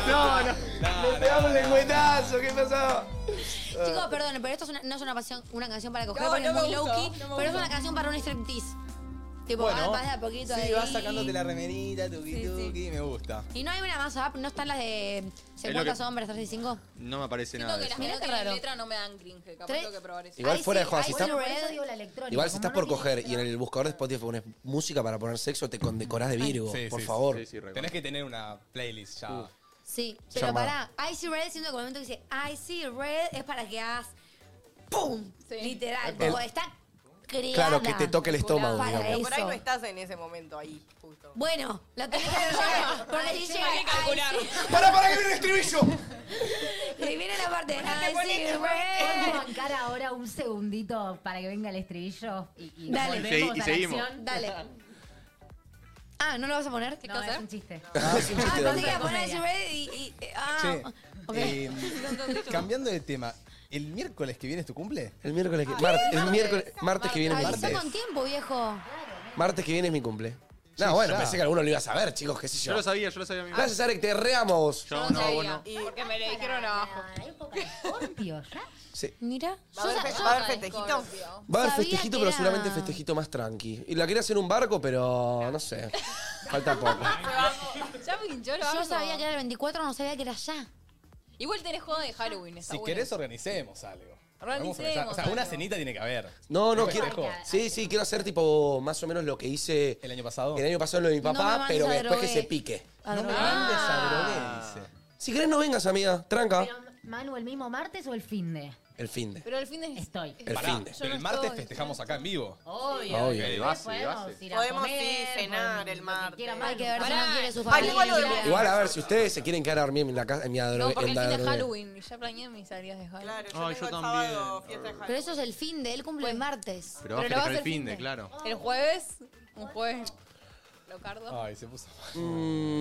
[SPEAKER 6] No, no.
[SPEAKER 1] No,
[SPEAKER 2] pegamos el cuetazo! ¿Qué pasó?
[SPEAKER 3] Chicos, perdón, pero esto es una- no es una, pasión- una canción para coger
[SPEAKER 4] No,
[SPEAKER 3] porque
[SPEAKER 4] no
[SPEAKER 3] es
[SPEAKER 4] me
[SPEAKER 3] muy
[SPEAKER 4] gustó,
[SPEAKER 3] low-key,
[SPEAKER 4] no me
[SPEAKER 3] pero es
[SPEAKER 4] gustó.
[SPEAKER 3] una canción para un striptease. Tipo,
[SPEAKER 1] Bueno,
[SPEAKER 3] ah, vas de a poquito
[SPEAKER 1] Sí,
[SPEAKER 3] ahí.
[SPEAKER 1] vas sacándote la remerita, tuki
[SPEAKER 4] Sí, sí.
[SPEAKER 1] tuki, me gusta.
[SPEAKER 3] Y no hay una más up, no están las de 50
[SPEAKER 6] que-
[SPEAKER 3] hombres, 35.
[SPEAKER 6] No me aparece nada
[SPEAKER 4] Siento
[SPEAKER 6] de eso.
[SPEAKER 4] que las que
[SPEAKER 3] Mirá
[SPEAKER 4] no
[SPEAKER 3] qué
[SPEAKER 4] tienen
[SPEAKER 3] raro.
[SPEAKER 4] letra no me dan cringe, capaz
[SPEAKER 3] Tres-
[SPEAKER 4] tengo que probar eso.
[SPEAKER 2] Igual
[SPEAKER 3] I
[SPEAKER 2] fuera de
[SPEAKER 3] see-
[SPEAKER 2] joda,
[SPEAKER 3] I
[SPEAKER 2] si
[SPEAKER 3] see
[SPEAKER 2] estás-
[SPEAKER 7] Por eso
[SPEAKER 3] Eh, red.
[SPEAKER 7] digo la electrónica.
[SPEAKER 2] Igual si estás
[SPEAKER 7] como
[SPEAKER 2] por
[SPEAKER 7] no tiene
[SPEAKER 2] coger y en el buscador de Spotify pones música para poner sexo, te condecorás de Virgo,
[SPEAKER 1] Sí,
[SPEAKER 2] por
[SPEAKER 1] sí,
[SPEAKER 2] favor.
[SPEAKER 6] Sí, sí, re-
[SPEAKER 1] Tenés que tener una playlist ya.
[SPEAKER 3] Sí, pero
[SPEAKER 2] Llamada.
[SPEAKER 3] pará, I see red, siento que el momento que dice I see red es para que hagas ¡pum!
[SPEAKER 4] Sí.
[SPEAKER 3] Literal,
[SPEAKER 2] Epa.
[SPEAKER 3] como está creada.
[SPEAKER 2] Claro, que te toque el estómago,
[SPEAKER 3] Para
[SPEAKER 2] digamos.
[SPEAKER 5] Pero por ahí
[SPEAKER 3] eso.
[SPEAKER 5] no estás en ese momento ahí, justo.
[SPEAKER 3] Bueno, la tenés que hacer llegar, porque si llega
[SPEAKER 4] Hay que calcular.
[SPEAKER 3] I see-
[SPEAKER 2] ¡Para, para que viene el estribillo! Eh,
[SPEAKER 3] y viene la parte de
[SPEAKER 5] te
[SPEAKER 3] I see
[SPEAKER 5] ponete
[SPEAKER 3] red.
[SPEAKER 7] ¿Puedo bancar ahora un segundito para que venga el estribillo y, y
[SPEAKER 3] Dale.
[SPEAKER 7] volvemos
[SPEAKER 6] Y segui- y
[SPEAKER 7] a la
[SPEAKER 6] seguimos.
[SPEAKER 7] acción?
[SPEAKER 3] Dale. Ah, ¿no lo vas a poner?
[SPEAKER 4] ¿Qué
[SPEAKER 7] No,
[SPEAKER 4] cosa?
[SPEAKER 7] es un chiste.
[SPEAKER 2] Ah, es un chiste,
[SPEAKER 3] Ah, pensé
[SPEAKER 2] Dante.
[SPEAKER 3] que iba a poner
[SPEAKER 7] Comedia.
[SPEAKER 3] I see red y... y- eh,
[SPEAKER 1] Che,
[SPEAKER 3] ah, ok.
[SPEAKER 1] eh, cambiando de tema, ¿el miércoles que viene es tu cumple?
[SPEAKER 2] El miércoles
[SPEAKER 3] Ah,
[SPEAKER 2] que, mar- el miércoles, martes que viene es mi
[SPEAKER 3] Avisá
[SPEAKER 2] cumple.
[SPEAKER 3] con tiempo, viejo.
[SPEAKER 2] Martes que viene es mi cumple.
[SPEAKER 1] Sí,
[SPEAKER 2] No, bueno,
[SPEAKER 1] ya.
[SPEAKER 2] pensé que alguno lo iba a saber, chicos, qué sé
[SPEAKER 6] Yo
[SPEAKER 2] yo.
[SPEAKER 6] lo sabía, yo lo sabía. amigo.
[SPEAKER 2] Gracias, Arek, te reamo a vos.
[SPEAKER 6] Yo no, vos no.
[SPEAKER 4] Y porque me le dijeron abajo.
[SPEAKER 7] La época de Scorpio, ya.
[SPEAKER 2] Sí.
[SPEAKER 3] Mira.
[SPEAKER 5] Va a haber fe- va a haber festejito.
[SPEAKER 2] Va a haber
[SPEAKER 3] Sabía
[SPEAKER 2] festejito,
[SPEAKER 3] que
[SPEAKER 2] pero
[SPEAKER 3] era-
[SPEAKER 2] seguramente festejito más tranqui. Y la quería hacer en un barco, pero no sé. Falta poco.
[SPEAKER 4] Ya me hinchó lo
[SPEAKER 3] Yo
[SPEAKER 4] banco.
[SPEAKER 3] sabía que era el 24, no sabía que era ya.
[SPEAKER 4] Igual tenés joda de Halloween,
[SPEAKER 3] Ah,
[SPEAKER 4] está
[SPEAKER 1] Si
[SPEAKER 4] bueno.
[SPEAKER 1] querés, organicemos algo. Vamos a organizar- O sea,
[SPEAKER 4] Organicemos
[SPEAKER 1] una
[SPEAKER 4] algo.
[SPEAKER 1] cenita tiene que haber.
[SPEAKER 2] No, no
[SPEAKER 1] Bueno,
[SPEAKER 2] quiero.
[SPEAKER 1] dejó.
[SPEAKER 2] Sí, sí, quiero hacer tipo más o menos lo que hice
[SPEAKER 1] El año pasado.
[SPEAKER 2] el año pasado en lo de mi
[SPEAKER 3] No me
[SPEAKER 2] papá,
[SPEAKER 3] mandes
[SPEAKER 2] pero
[SPEAKER 3] a
[SPEAKER 2] que después que
[SPEAKER 3] drogué.
[SPEAKER 2] se pique.
[SPEAKER 3] A
[SPEAKER 1] No me
[SPEAKER 3] drogar.
[SPEAKER 1] mandes
[SPEAKER 2] Ah.
[SPEAKER 1] a drogué, dice.
[SPEAKER 2] Si querés, no vengas, amiga. Tranca.
[SPEAKER 7] Pero, Manu, ¿el mismo martes o el fin de?
[SPEAKER 2] El fin de.
[SPEAKER 4] Pero el fin de
[SPEAKER 7] Estoy.
[SPEAKER 2] El
[SPEAKER 1] Pará,
[SPEAKER 2] fin de.
[SPEAKER 1] pero el martes festejamos acá en vivo.
[SPEAKER 7] Obvio.
[SPEAKER 2] Obvio,
[SPEAKER 6] de
[SPEAKER 7] Después
[SPEAKER 6] base, de
[SPEAKER 7] podemos
[SPEAKER 6] base.
[SPEAKER 7] ir a
[SPEAKER 5] Podemos,
[SPEAKER 7] comer,
[SPEAKER 5] sí, cenar
[SPEAKER 7] podemos-
[SPEAKER 5] el
[SPEAKER 7] lo que
[SPEAKER 5] martes.
[SPEAKER 7] quiera Manu.
[SPEAKER 3] Hay que ver si
[SPEAKER 4] Pará.
[SPEAKER 3] no quiere su
[SPEAKER 5] Ay, igual lo de-
[SPEAKER 3] familia.
[SPEAKER 2] Igual, a ver, si ustedes se quieren quedar a dormir en la casa, en mi
[SPEAKER 4] No,
[SPEAKER 2] adro-
[SPEAKER 4] porque
[SPEAKER 2] en
[SPEAKER 4] el
[SPEAKER 2] la
[SPEAKER 4] fin de
[SPEAKER 2] adro-
[SPEAKER 4] Halloween. Y ya planeé mis salidas de Halloween.
[SPEAKER 5] Claro, yo
[SPEAKER 6] Ay,
[SPEAKER 5] tengo
[SPEAKER 6] yo
[SPEAKER 5] el
[SPEAKER 6] también.
[SPEAKER 5] sábado fiesta de
[SPEAKER 3] Pero
[SPEAKER 5] Halloween.
[SPEAKER 3] eso es el fin de él, cumple el martes.
[SPEAKER 6] Pero va a
[SPEAKER 4] Pero lo va a
[SPEAKER 6] festejar el
[SPEAKER 4] hacer
[SPEAKER 6] fin de,
[SPEAKER 4] finde.
[SPEAKER 6] claro.
[SPEAKER 4] El jueves, un jueves. Locardo.
[SPEAKER 1] Ay, se puso mal.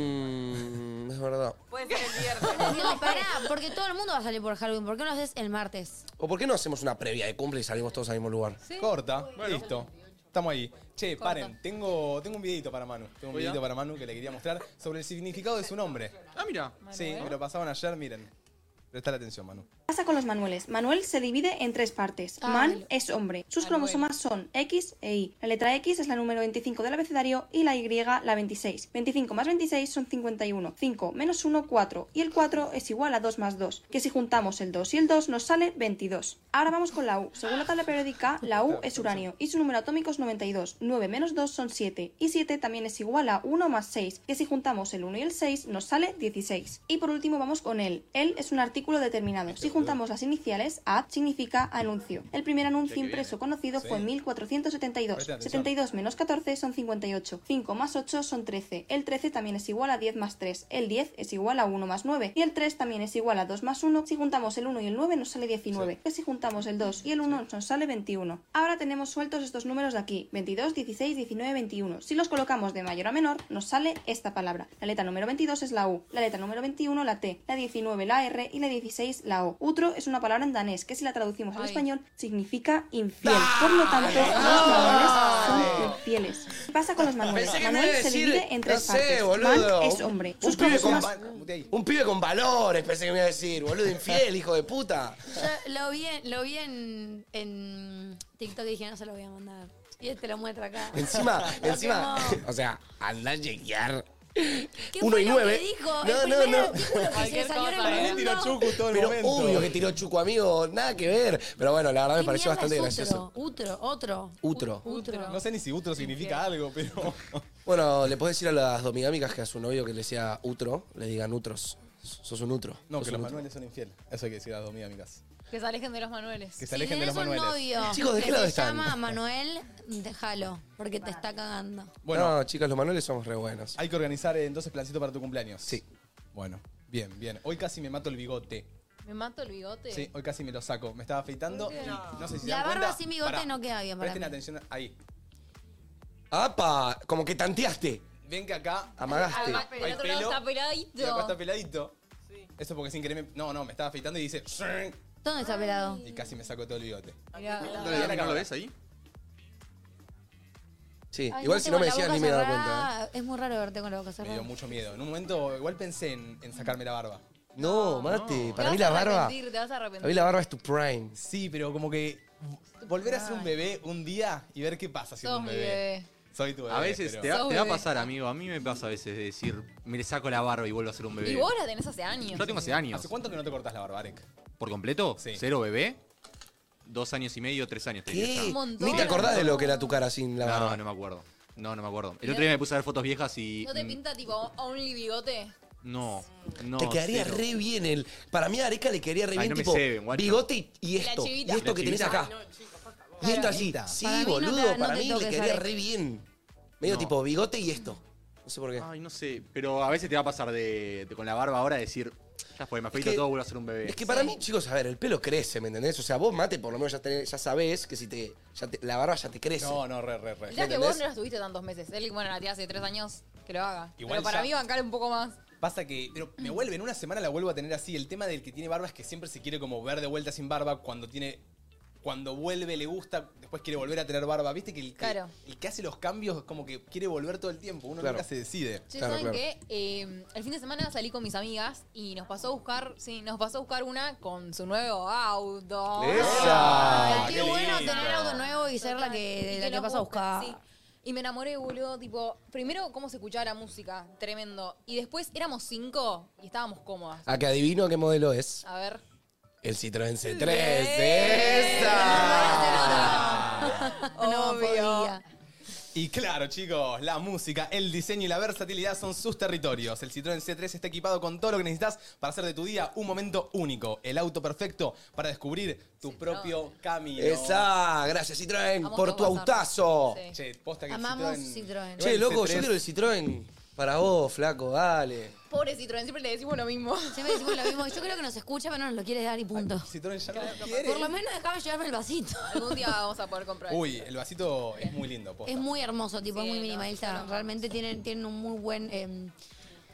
[SPEAKER 2] Mm, es verdad.
[SPEAKER 5] Puede ser el viernes.
[SPEAKER 3] No, pará, porque todo el mundo va a salir por Halloween. ¿Por qué no lo haces el martes?
[SPEAKER 2] ¿O por qué no hacemos una previa de cumple y salimos todos al mismo lugar?
[SPEAKER 1] Corta, listo. Estamos ahí. Che,
[SPEAKER 4] Corta.
[SPEAKER 1] paren, tengo, tengo un videito para Manu. Tengo un
[SPEAKER 6] Oiga.
[SPEAKER 1] videito para Manu que le quería mostrar sobre el significado de su nombre.
[SPEAKER 6] Ah, mira.
[SPEAKER 1] Sí, me lo pasaban ayer, miren. Prestar atención, Manu.
[SPEAKER 9] pasa con los manuales? Manuel se divide en tres partes.
[SPEAKER 3] Ah,
[SPEAKER 9] Man
[SPEAKER 3] Manuel.
[SPEAKER 9] es hombre. Sus
[SPEAKER 4] Manuel.
[SPEAKER 9] cromosomas son X e Y. La letra X es la número 25 del abecedario y la Y la 26. 25 más 26 son 51. 5 menos 1, 4. Y el 4 es igual a 2 más 2. Que si juntamos el 2 y el 2 nos sale 22. Ahora vamos con la U. Según la tabla periódica, la U es uranio y su número atómico es 92. 9 menos 2 son 7. Y 7 también es igual a 1 más 6. Que si juntamos el 1 y el 6 nos sale 16. Y por último vamos con el. El es un artículo determinado. Si juntamos las iniciales, ad significa anuncio. El primer anuncio impreso conocido fue en 1472.
[SPEAKER 1] Presta atención.
[SPEAKER 9] 72 menos 14 son 58. 5 más 8 son 13. El 13 también es igual a 10 más 3. El 10 es igual a 1 más 9. Y el 3 también es igual a 2 más 1. Si juntamos el 1 y el 9 nos sale 19. Que si juntamos el 2 y el 1 nos sale 21. Ahora tenemos sueltos estos números de aquí. 22, 16, 19, 21. Si los colocamos de mayor a menor nos sale esta palabra. La letra número 22 es la U. La letra número 21 la T. La 19 la R. Y la 16 la O. Utro es una palabra en danés que si la traducimos al
[SPEAKER 4] Ay.
[SPEAKER 9] español significa infiel. Por lo tanto, los
[SPEAKER 2] Ah,
[SPEAKER 9] manuales son infieles. ¿Qué pasa con los manuales?
[SPEAKER 2] Pensé que me
[SPEAKER 9] Manuel
[SPEAKER 2] iba a
[SPEAKER 9] se
[SPEAKER 2] decir-
[SPEAKER 9] divide en
[SPEAKER 2] no
[SPEAKER 9] tres
[SPEAKER 2] sé,
[SPEAKER 9] partes.
[SPEAKER 2] boludo.
[SPEAKER 9] Man es
[SPEAKER 2] Un-
[SPEAKER 9] hombre.
[SPEAKER 2] un
[SPEAKER 9] Sus
[SPEAKER 2] pibe con
[SPEAKER 9] cromosomas
[SPEAKER 1] Manu, de ahí.
[SPEAKER 2] Un pibe con valores, pensé que me iba a decir, boludo, infiel, hijo de puta.
[SPEAKER 3] Yo lo vi, en- lo vi en, en TikTok y dije, no se lo voy a mandar. Y él te lo muestra acá.
[SPEAKER 2] Encima, encima,
[SPEAKER 3] Pokémon.
[SPEAKER 2] o sea, anda a chequear.
[SPEAKER 3] ¿Qué
[SPEAKER 2] Uno
[SPEAKER 3] fue
[SPEAKER 2] y
[SPEAKER 3] lo
[SPEAKER 2] nueve.
[SPEAKER 3] que dijo?
[SPEAKER 2] No,
[SPEAKER 3] el
[SPEAKER 2] no,
[SPEAKER 3] primer
[SPEAKER 2] no.
[SPEAKER 3] artículo que se
[SPEAKER 4] Cualquier
[SPEAKER 3] salió en
[SPEAKER 4] cosa,
[SPEAKER 3] el
[SPEAKER 4] ¿eh?
[SPEAKER 1] Le tiró
[SPEAKER 3] mundo.
[SPEAKER 1] chucu todo el
[SPEAKER 2] Pero
[SPEAKER 1] momento.
[SPEAKER 2] obvio que tiró chuco, amigo, nada que ver. Pero bueno, la verdad me
[SPEAKER 3] ¿Qué
[SPEAKER 2] pareció
[SPEAKER 3] mierda
[SPEAKER 2] bastante
[SPEAKER 3] es
[SPEAKER 2] gracioso.
[SPEAKER 3] Utro, utro, otro.
[SPEAKER 2] Utro.
[SPEAKER 3] Utro.
[SPEAKER 1] No sé ni si utro significa algo, pero.
[SPEAKER 2] Bueno, le podés decir a las domigámicas que a su novio que le sea utro, le digan utros. Sos un utro.
[SPEAKER 1] No,
[SPEAKER 2] sos
[SPEAKER 1] que los
[SPEAKER 2] un utro.
[SPEAKER 1] manuales son infieles. Eso hay que decir a dos mil amigas.
[SPEAKER 4] Que se alejen de los manuales.
[SPEAKER 1] Que se
[SPEAKER 3] Si
[SPEAKER 1] alejen de
[SPEAKER 3] tenés
[SPEAKER 1] los
[SPEAKER 3] un
[SPEAKER 1] manuales.
[SPEAKER 3] novio
[SPEAKER 2] Chicos, ¿de
[SPEAKER 3] que
[SPEAKER 2] qué lado
[SPEAKER 3] se
[SPEAKER 2] están?
[SPEAKER 3] llama Manuel, déjalo, porque te está cagando.
[SPEAKER 1] Bueno,
[SPEAKER 2] No, chicas, los manuales somos re buenos.
[SPEAKER 1] hay que organizar eh, entonces plancito para tu cumpleaños.
[SPEAKER 2] Sí.
[SPEAKER 1] Bueno, bien, bien. Hoy casi me mato el bigote.
[SPEAKER 4] ¿Me mato el bigote?
[SPEAKER 1] Sí, hoy casi me lo saco. Me estaba afeitando y no sé si se
[SPEAKER 3] La
[SPEAKER 1] dan
[SPEAKER 3] barba
[SPEAKER 1] cuenta.
[SPEAKER 3] sin bigote
[SPEAKER 1] Pará.
[SPEAKER 3] no queda bien para
[SPEAKER 1] Presten
[SPEAKER 3] mí.
[SPEAKER 1] atención ahí.
[SPEAKER 2] ¡Apa! Como que tanteaste.
[SPEAKER 1] Ven que acá
[SPEAKER 2] Amagaste.
[SPEAKER 4] Ah, pero
[SPEAKER 1] Hay
[SPEAKER 4] el otro lado
[SPEAKER 1] pelo,
[SPEAKER 4] está peladito.
[SPEAKER 1] este, y acá está peladito. Eso porque sin querer me... No, no, me estaba afeitando y dice... "Shing",
[SPEAKER 3] ¿Dónde está pelado?
[SPEAKER 1] Y casi me saco todo el bigote.
[SPEAKER 4] Mirá.
[SPEAKER 6] ¿No, le- no lo ves ahí?
[SPEAKER 2] Sí,
[SPEAKER 3] Ay,
[SPEAKER 2] igual si no
[SPEAKER 3] tengo
[SPEAKER 2] me
[SPEAKER 3] la
[SPEAKER 2] decías
[SPEAKER 3] boca
[SPEAKER 2] ni me he dado cuenta. ¿eh?
[SPEAKER 3] cerrada. Es muy raro verte con la boca
[SPEAKER 1] Me
[SPEAKER 3] cerrada.
[SPEAKER 1] dio mucho miedo. En un momento igual pensé en, en sacarme la barba.
[SPEAKER 2] ¿eh? No, mate. Para mí la
[SPEAKER 4] Te vas a
[SPEAKER 2] barba.
[SPEAKER 4] arrepentir, te vas a
[SPEAKER 2] Para mí
[SPEAKER 4] arrepentir.
[SPEAKER 2] la barba es tu prime.
[SPEAKER 1] Sí, pero como que volver a ser un bebé un día y ver qué pasa siendo
[SPEAKER 4] Sos
[SPEAKER 1] un
[SPEAKER 4] mi
[SPEAKER 1] bebé.
[SPEAKER 4] bebé.
[SPEAKER 1] Soy tu bebé.
[SPEAKER 6] A veces
[SPEAKER 1] pero-
[SPEAKER 6] te va,
[SPEAKER 4] Sos
[SPEAKER 6] te va a
[SPEAKER 4] bebé.
[SPEAKER 6] pasar, amigo. A mí me pasa a veces de decir, me le saco la barba y vuelvo a ser un bebé.
[SPEAKER 4] Y vos la tenés hace años.
[SPEAKER 6] Yo tengo hace años.
[SPEAKER 1] ¿Hace cuánto que no te cortas la barba, Arek?
[SPEAKER 6] ¿Por completo?
[SPEAKER 1] Sí.
[SPEAKER 6] ¿Cero bebé? Dos años y medio, tres años. tenía
[SPEAKER 2] ¿Qué?
[SPEAKER 6] ya.
[SPEAKER 4] Un montón.
[SPEAKER 2] Ni te acordás de lo que era tu cara sin la barba.
[SPEAKER 6] No, no me acuerdo. No, no me acuerdo. El otro día me puse a ver fotos viejas y...
[SPEAKER 4] ¿No te
[SPEAKER 6] mm,
[SPEAKER 4] pinta tipo only bigote?
[SPEAKER 6] No, no.
[SPEAKER 2] te quedaría
[SPEAKER 6] cero.
[SPEAKER 2] re bien el. Para mí, a Areca le quedaría re
[SPEAKER 6] Ay,
[SPEAKER 2] bien,
[SPEAKER 6] no me
[SPEAKER 2] tipo,
[SPEAKER 6] ceben, guacho.
[SPEAKER 2] bigote y, y
[SPEAKER 4] la
[SPEAKER 2] esto. Y
[SPEAKER 4] chivita.
[SPEAKER 2] esto
[SPEAKER 6] La
[SPEAKER 2] que tenés
[SPEAKER 6] chivita.
[SPEAKER 2] acá. Y esto así. Sí,
[SPEAKER 3] Para mí no
[SPEAKER 2] boludo,
[SPEAKER 3] te- no
[SPEAKER 2] para
[SPEAKER 3] te
[SPEAKER 2] mí le
[SPEAKER 3] toques,
[SPEAKER 2] quedaría
[SPEAKER 3] Areca.
[SPEAKER 2] re bien. Medio
[SPEAKER 6] No.
[SPEAKER 2] tipo, bigote y esto. No sé por qué.
[SPEAKER 6] Ay, no sé. Pero a veces te va a pasar de, de- con la barba ahora decir, ya fue, me afeito
[SPEAKER 2] que-
[SPEAKER 6] todo, vuelvo a ser un bebé.
[SPEAKER 2] Es que para mí, chicos, a ver, el pelo crece, ¿me entendés? O sea, vos, mate, por lo menos ya, tenés- ya sabés que si te, ya te- La barba ya te crece.
[SPEAKER 1] No, no, re, re, re.
[SPEAKER 4] Mirá que
[SPEAKER 2] ¿Entendés?
[SPEAKER 4] vos no la tuviste tantos meses. Él, bueno, la tía hace tres años que lo haga.
[SPEAKER 1] Igual
[SPEAKER 4] Pero para
[SPEAKER 1] ya-
[SPEAKER 4] mí bancar un poco más.
[SPEAKER 1] Pasa que, pero me vuelve, en una semana la vuelvo a tener así. El tema del que tiene barba es que siempre se quiere como ver de vuelta sin barba cuando tiene. Cuando vuelve le gusta, después quiere volver a tener barba. Viste que el, que-
[SPEAKER 4] Claro.
[SPEAKER 1] el que hace los cambios como que quiere volver todo el tiempo. Uno
[SPEAKER 2] Claro.
[SPEAKER 1] nunca se decide.
[SPEAKER 4] Che,
[SPEAKER 2] Claro,
[SPEAKER 4] ¿saben
[SPEAKER 2] claro.
[SPEAKER 4] qué? Eh, el fin de semana salí con mis amigas y nos pasó a buscar, sí, nos pasó a buscar una con su nuevo auto.
[SPEAKER 2] ¡Esa!
[SPEAKER 1] Ay,
[SPEAKER 3] Ah. Qué, bueno
[SPEAKER 1] lindo.
[SPEAKER 3] tener auto nuevo y ser la que,
[SPEAKER 4] Y
[SPEAKER 3] la que
[SPEAKER 4] nos
[SPEAKER 3] vas a buscar.
[SPEAKER 4] buscan, sí. Y me enamoré, boludo, tipo, primero cómo se escuchaba la música, tremendo. Y después éramos cinco y estábamos cómodas.
[SPEAKER 2] A que adivino qué modelo es.
[SPEAKER 4] A ver.
[SPEAKER 2] El Citroën C3.
[SPEAKER 4] Bien.
[SPEAKER 2] ¡Esa!
[SPEAKER 3] No,
[SPEAKER 4] Obvio.
[SPEAKER 3] podía.
[SPEAKER 1] Y claro, chicos, la música, el diseño y la versatilidad son sus territorios. El Citroën C3 está equipado con todo lo que necesitas para hacer de tu día un momento único. El auto perfecto para descubrir tu propio camino.
[SPEAKER 2] ¡Esa! Gracias, Citroën,
[SPEAKER 4] Vamos
[SPEAKER 2] por
[SPEAKER 4] todos
[SPEAKER 2] tu
[SPEAKER 4] a pasar.
[SPEAKER 2] autazo.
[SPEAKER 4] Sí.
[SPEAKER 1] Che, posta que el
[SPEAKER 3] Amamos
[SPEAKER 1] Citroën...
[SPEAKER 3] Citroën.
[SPEAKER 2] Che, loco, yo
[SPEAKER 1] C3
[SPEAKER 2] quiero el Citroën para vos, flaco, dale.
[SPEAKER 4] Pobre Citroën, siempre le decimos lo mismo.
[SPEAKER 3] Siempre decimos lo mismo. Yo creo que nos escucha, pero no nos lo quiere dar y punto.
[SPEAKER 1] Citroën ya no lo
[SPEAKER 3] Por
[SPEAKER 1] quiere.
[SPEAKER 3] lo menos dejaba llevarme el vasito.
[SPEAKER 4] Algún día vamos a poder comprar.
[SPEAKER 1] Uy, el vasito es muy lindo, posta.
[SPEAKER 3] Es muy hermoso, tipo, es
[SPEAKER 4] Sí,
[SPEAKER 3] muy
[SPEAKER 4] no,
[SPEAKER 3] minimalista.
[SPEAKER 4] yo no.
[SPEAKER 3] Realmente tienen, tienen un muy buen eh,